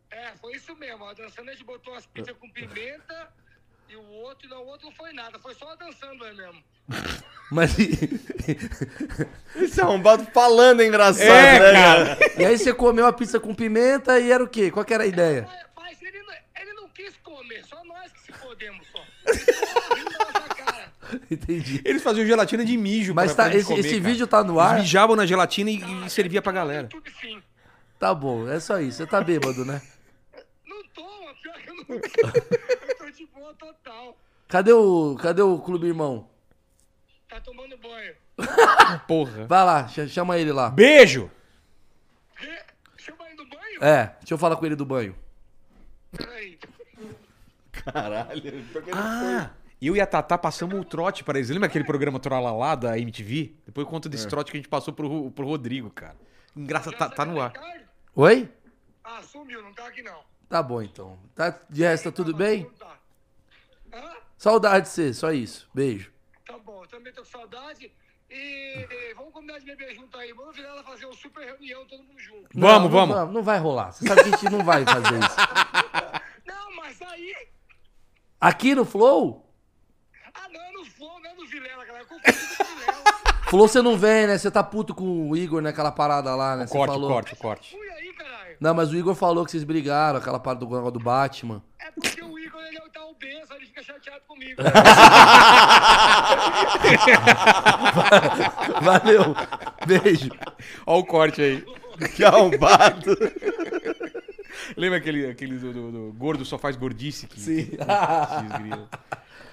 I: É, foi isso mesmo. A dançando a gente botou as pizzas com pimenta e o outro, não, o outro não foi nada, foi só a dançando aí mesmo.
D: Mas e,
B: Esse arrombado falando é engraçado,
C: É,
B: né,
C: cara.
D: e aí você comeu a pizza com pimenta e era o quê? Qual que era a ideia?
I: Mas, É, mas ele, não- ele não quis comer, só nós que se podemos, só. Ele só riu da nossa cara.
D: Entendi.
C: Eles faziam gelatina de mijo
D: Mas
C: pra- pra
D: tá,
C: gente
D: esse,
C: comer,
D: esse
C: cara.
D: vídeo tá no
C: Eles
D: ar?
C: mijavam na gelatina e, e servia pra galera.
I: Tudo sim.
D: Tá bom, é só isso. Você tá bêbado, né?
I: Não toma, pior que eu não Eu tô de boa total.
D: Cadê o, cadê o clube irmão?
I: Tá tomando banho.
C: Porra.
D: Vai lá, ch- chama ele lá.
C: Beijo!
I: Quê? Chama ele no banho?
D: É, deixa eu falar com ele do banho.
I: Peraí.
C: Ah, eu e a Tatá passamos o trote pra eles. Lembra aquele programa Trolalá da MTV? Depois conta
D: É.
C: desse trote que a gente passou pro, Ro- pro Rodrigo, cara. Engraça, tá, tá no ar.
I: Ricardo?
D: Oi?
I: Ah, sumiu, não tá aqui não.
D: Tá bom então. Tá, de resto, tá tudo bem?
I: Tá. Hã?
D: Saudade de você, só isso. Beijo.
I: Tá bom, eu também tô com saudade. E, e vamos combinar de beber junto aí. Vamos virar ela fazer uma super reunião, todo mundo junto.
C: Vamos,
D: Não, não
C: vamos.
D: va- Não vai rolar. Você sabe que a gente não vai fazer isso.
I: Não, mas aí.
D: Aqui no Flow?
I: Ah, não, é no Flow, não é no Vilela, galera. Eu confundi com o Vilela.
D: Falou você não vem, né? Você tá puto com o Igor naquela parada lá, né? Você
C: Corte,
D: falou.
C: corte, corte.
I: Fui aí, caralho.
D: Não, mas o Igor falou que vocês brigaram, aquela parada do negócio do Batman.
I: É porque o Igor ele tá obeso, ele fica chateado comigo. né?
D: Valeu. Beijo.
C: Ó o corte aí.
B: Que arrombado.
C: Lembra aquele, aquele do, do- do gordo só faz gordice? Que, Sim.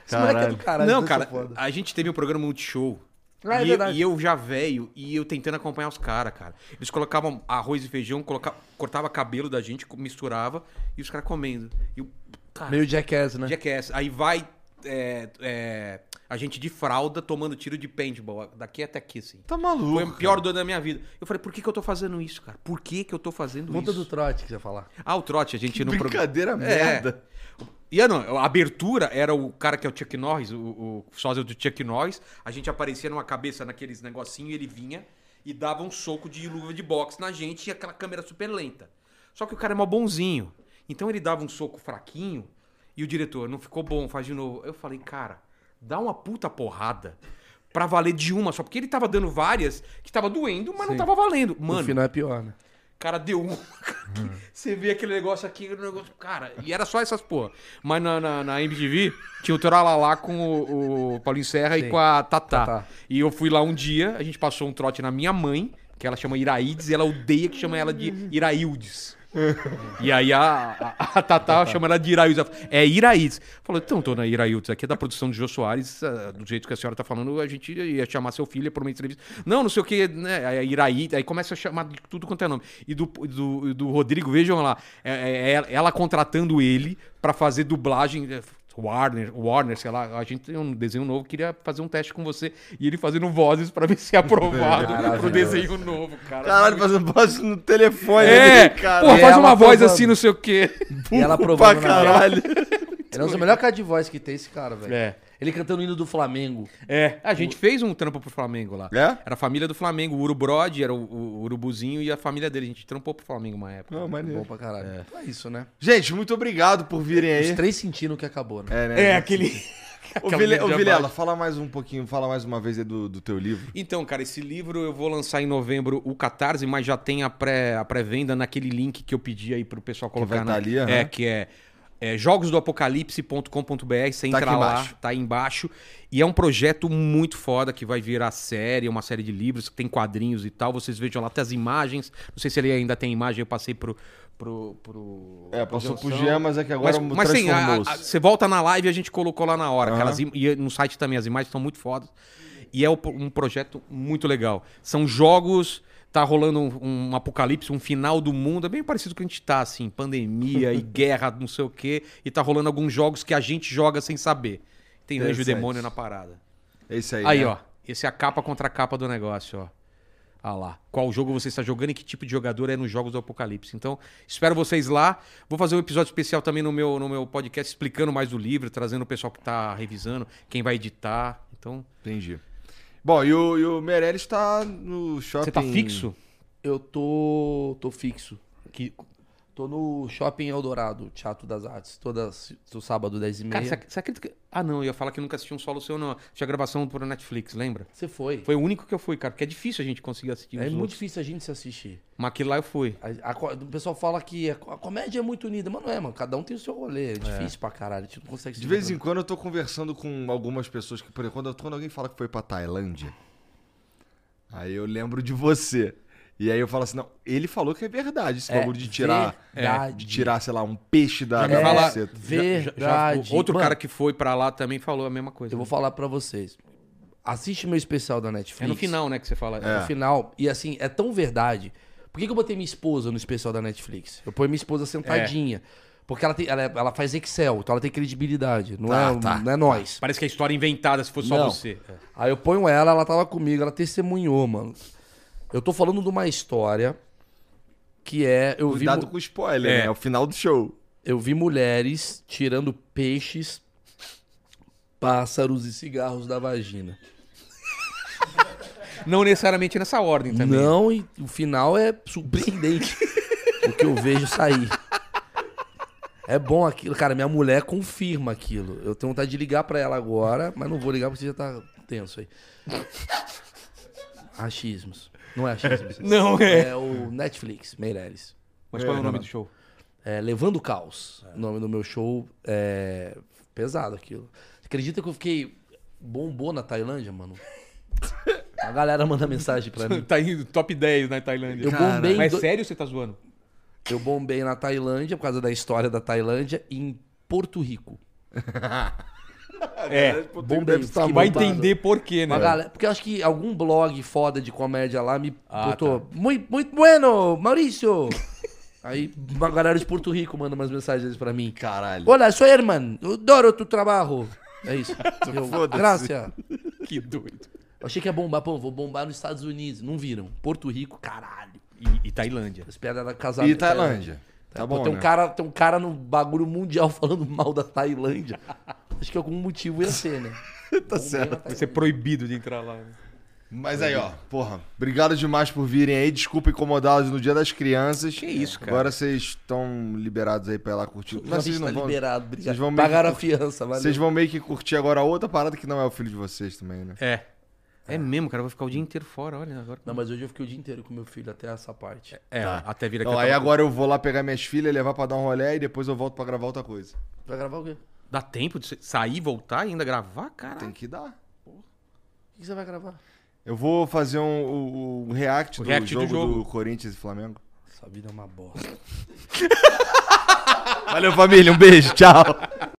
D: Esse moleque é do caralho.
C: não,
D: vocês
C: cara,
D: são foda.
C: a gente teve um programa Multishow.
D: Ah, é
C: e,
D: verdade.
C: e eu já velho, e eu tentando acompanhar os caras, cara. Eles colocavam arroz e feijão, coloca, cortava cabelo da gente, co- misturava, e os caras comendo. E o cara,
D: Meio jackass, né?
C: jackass. Aí vai é, é, a gente de fralda tomando tiro de paintball, daqui até aqui, assim.
B: Tá
C: Foi
B: maluco.
C: a pior dor da minha vida. Eu falei, por que, que eu tô fazendo isso, cara? Por que, que eu tô fazendo
D: Conta
C: isso?
D: do trote que você ia falar.
C: Ah, o trote, a gente no programa.
B: Brincadeira merda.
C: E eu não, a abertura era o cara que é o Chuck Norris, o, o sósia do Chuck Norris. A gente aparecia numa cabeça naqueles negocinho e ele vinha e dava um soco de luva de boxe na gente e aquela câmera super lenta. Só que o cara é mó bonzinho. Então ele dava um soco fraquinho e o diretor, não ficou bom, faz de novo. Eu falei, cara, dá uma puta porrada. pra valer de uma só. Porque ele tava dando várias que tava doendo, mas não tava valendo.
D: No
C: Mano,
D: final é pior, né?
C: cara deu uma. Você vê aquele negócio aqui, aquele negócio. Cara, e era só essas porra. Mas na, na, na MTV tinha o Tralalá com o, o Paulinho Serra e com a Tatá.
D: Tatá.
C: E eu fui lá um dia, a gente passou um trote na minha mãe, que ela chama Iraides, e ela odeia que chama ela de Iraildes. E aí a, a, a Tatá chama ela de Iraildes. Ela fala, É Iraides. Falou, então, dona Iraildes, aqui é da produção de Jô Soares, ah, do jeito que a senhora tá falando, a gente ia chamar seu filho para uma entrevista. Não, não sei o que, né? Aí Iraí, aí começa a chamar de tudo quanto é nome. E do, do, do Rodrigo, vejam lá, é- é ela- ela contratando ele para fazer dublagem. é, Warner, Warner, sei lá, a gente tem um desenho novo, queria fazer um teste com você e ele fazendo vozes para ver se é aprovado pro desenho novo, cara.
B: Caralho, fazendo voz no telefone.
C: É,
B: cara.
C: pô,
D: E
C: faz
D: ela
C: uma voz
D: aprovando.
C: assim, não sei o quê.
D: E ela
B: pra
D: provando na
B: caralho.
D: Ele é um dos melhores cara de voz que tem esse cara, velho.
C: É.
D: Ele cantando o hino do Flamengo.
C: É, a gente fez um trampo pro Flamengo lá.
B: É?
C: Era a família do Flamengo, o Urubrod, era o, o Urubuzinho e a família dele. A gente trampou pro Flamengo uma época.
B: Não, maneiro.
D: Bom pra caralho. Então É. isso, né?
B: Gente, muito obrigado por virem
D: Os
B: aí.
D: três sentindo que acabou, né?
B: É, né?
C: aquele.
B: Ô, Vile- ô, Vilela, fala mais um pouquinho, fala mais uma vez aí do, do teu livro.
C: Então, cara, esse livro eu vou lançar em novembro o Catarse, mas já tem a pré- a pré-venda naquele link que eu pedi aí pro pessoal colocar
B: vai tá
C: na-
B: ali, aham.
C: É, que é, é jogosdoapocalipse.com.br, você
B: Tá
C: entra
B: aqui
C: lá,
B: embaixo.
C: tá aí embaixo. E é um projeto muito foda que vai virar série, uma série de livros, tem quadrinhos e tal. Vocês vejam lá até as imagens. Não sei se ele ainda tem imagem, eu passei pro. pro, pro
B: É, passou
C: pro
B: pro Jean, mas é que agora
C: mas,
B: mu-
C: mas sim, a- a-
B: transformou-se.
C: você volta na live e a gente colocou lá na hora.
B: Aham.
C: aquelas im- e no site também, as imagens estão muito fodas. E é o- um projeto muito legal. São jogos, tá rolando um, um apocalipse, um final do mundo. É bem parecido com o que a gente tá, assim, pandemia e guerra, não sei o quê. E tá rolando alguns jogos que a gente joga sem saber. Tem anjo e
B: Interessante.
C: demônio na parada.
B: É isso aí.
C: Aí,
B: né?
C: ó. Esse é a capa contra a capa do negócio, ó. Ah lá. Qual jogo você está jogando e que tipo de jogador é nos jogos do Apocalipse. Então, espero vocês lá. Vou fazer um episódio especial também no meu, no meu podcast explicando mais do livro, trazendo o pessoal que tá revisando, quem vai editar. Então,
B: Entendi. Bom, e o, e o Meirelles tá no shopping.
C: você tá fixo?
D: Eu tô. tô fixo. Que... Tô no Shopping Eldorado, Teatro das Artes, todas, todo sábado, 10 e
C: Cara,
D: meia.
C: você ac- você acredita que... Ah, não, eu ia falar que nunca assisti um solo seu, não. Tinha gravação por Netflix, lembra?
D: Você foi.
C: Foi o único que eu fui, cara, porque é difícil a gente conseguir assistir.
D: É
C: os
D: muito
C: outros.
D: difícil a gente se assistir.
C: Mas aquilo lá eu fui.
D: A- a co- o pessoal fala que a, co- a comédia é muito unida, mas não é, mano. Cada um tem o seu rolê. É difícil pra caralho. A gente não consegue se
B: De vez em
D: encontrar.
B: quando eu tô conversando com algumas pessoas que, por exemplo, quando, quando alguém fala que foi pra Tailândia, aí eu lembro de você. E aí eu falo assim, não, ele falou que é verdade esse bagulho de tirar,
D: verdade.
B: de tirar, sei lá, um peixe da,
C: Já me
B: da
C: fala-
B: caceta.
D: Verdade.
C: o outro
D: Mano,
C: cara que foi pra lá também falou a mesma coisa.
D: Eu vou falar pra vocês. Assiste meu especial da Netflix.
C: É no final, né, que você fala.
D: No final. E assim, é tão verdade. Por que, que eu botei minha esposa no especial da Netflix? Eu ponho minha esposa sentadinha. Porque ela, tem- ela, é, ela faz Excel, então ela tem credibilidade.
B: Tá,
D: Não, é, não é nós.
C: Parece que a história é inventada se fosse só
D: Não.
C: você.
D: Aí eu ponho ela, ela tava comigo, ela testemunhou, mano. Eu tô falando de uma história que é. Eu vi,
B: Cuidado
D: mu-
B: com o spoiler,
C: É.
B: né? É o final do show.
D: eu vi mulheres tirando peixes, pássaros e cigarros da vagina.
C: Não necessariamente nessa ordem também.
D: Não, e o final é surpreendente. o que eu vejo sair. É bom aquilo. Cara, minha mulher confirma aquilo. Eu tenho vontade de ligar pra ela agora, mas não vou ligar porque você já tá tenso aí. Achismos. Não é achismos.
C: Não é.
D: É o Netflix, Meirelles.
C: Mas qual é o nome do show?
D: É, Levando o Caos. O nome do meu show é pesado aquilo. Você acredita que eu fiquei bombou na Tailândia, mano? A galera manda mensagem pra mim.
C: Tá indo top 10 na Tailândia.
D: Eu bombei, em
C: Mas
D: do-
C: é sério ou você tá zoando?
D: eu bombei na Tailândia por causa da história da Tailândia e em Porto Rico.
C: É.
D: Bombei.
C: Que
D: fiquei
C: vai
D: bombado.
C: entender por quê, né?
D: tá Uma galera- porque eu acho que algum blog foda de comédia lá me
C: Ah,
D: botou muito, muito bueno, Maurício. Aí uma galera de Porto Rico manda umas mensagens pra mim.
B: Caralho.
D: Olá, sou Herman. Eu adoro tu trabalho. É isso. Eu-
B: Foda-se.
D: Graça.
C: Que doido.
D: Eu achei que ia bombar. Pô, vou bombar nos Estados Unidos. Não viram. Porto Rico, caralho.
C: E, e Tailândia.
D: As pedras da casamento.
B: E Tailândia. Tá
D: Pô,
B: bom,
D: tem, um
B: né?
D: cara, tem um cara no bagulho mundial falando mal da Tailândia. Acho que algum motivo ia ser, né?
B: Tá certo.
C: Vai ser proibido de entrar lá. né?
B: Mas aí, ó, porra, obrigado demais por virem aí. Desculpa incomodá-los no Dia das Crianças.
C: Que isso, cara.
B: Agora vocês estão liberados aí pra ir lá curtir.
D: Mas
B: Mas vocês
D: tá
B: não vão.
D: liberado, obrigado.
B: vocês vão meio
D: Pagaram a
B: que-
D: fiança, valeu.
B: Vocês vão meio que curtir agora outra parada que não é o filho de vocês também, né?
C: É. É mesmo, cara, eu vou ficar o dia inteiro fora, olha agora.
D: Não, mas hoje eu fiquei o dia inteiro com meu filho até essa parte.
C: É, até vir aqui.
B: Então, aí agora eu vou lá pegar minhas filhas, levar pra dar um rolê e depois eu volto pra gravar outra coisa.
D: Vai gravar o quê? O
C: Dá tempo de você sair, voltar e ainda gravar, cara?
B: Tem que dar.
D: que que você vai gravar?
B: Eu vou fazer um, o- o react,
C: O
B: do,
C: react do
B: jogo do
C: jogo.
B: Corinthians e Flamengo.
D: Essa vida é uma bosta.
B: Valeu, família. Um beijo. Tchau.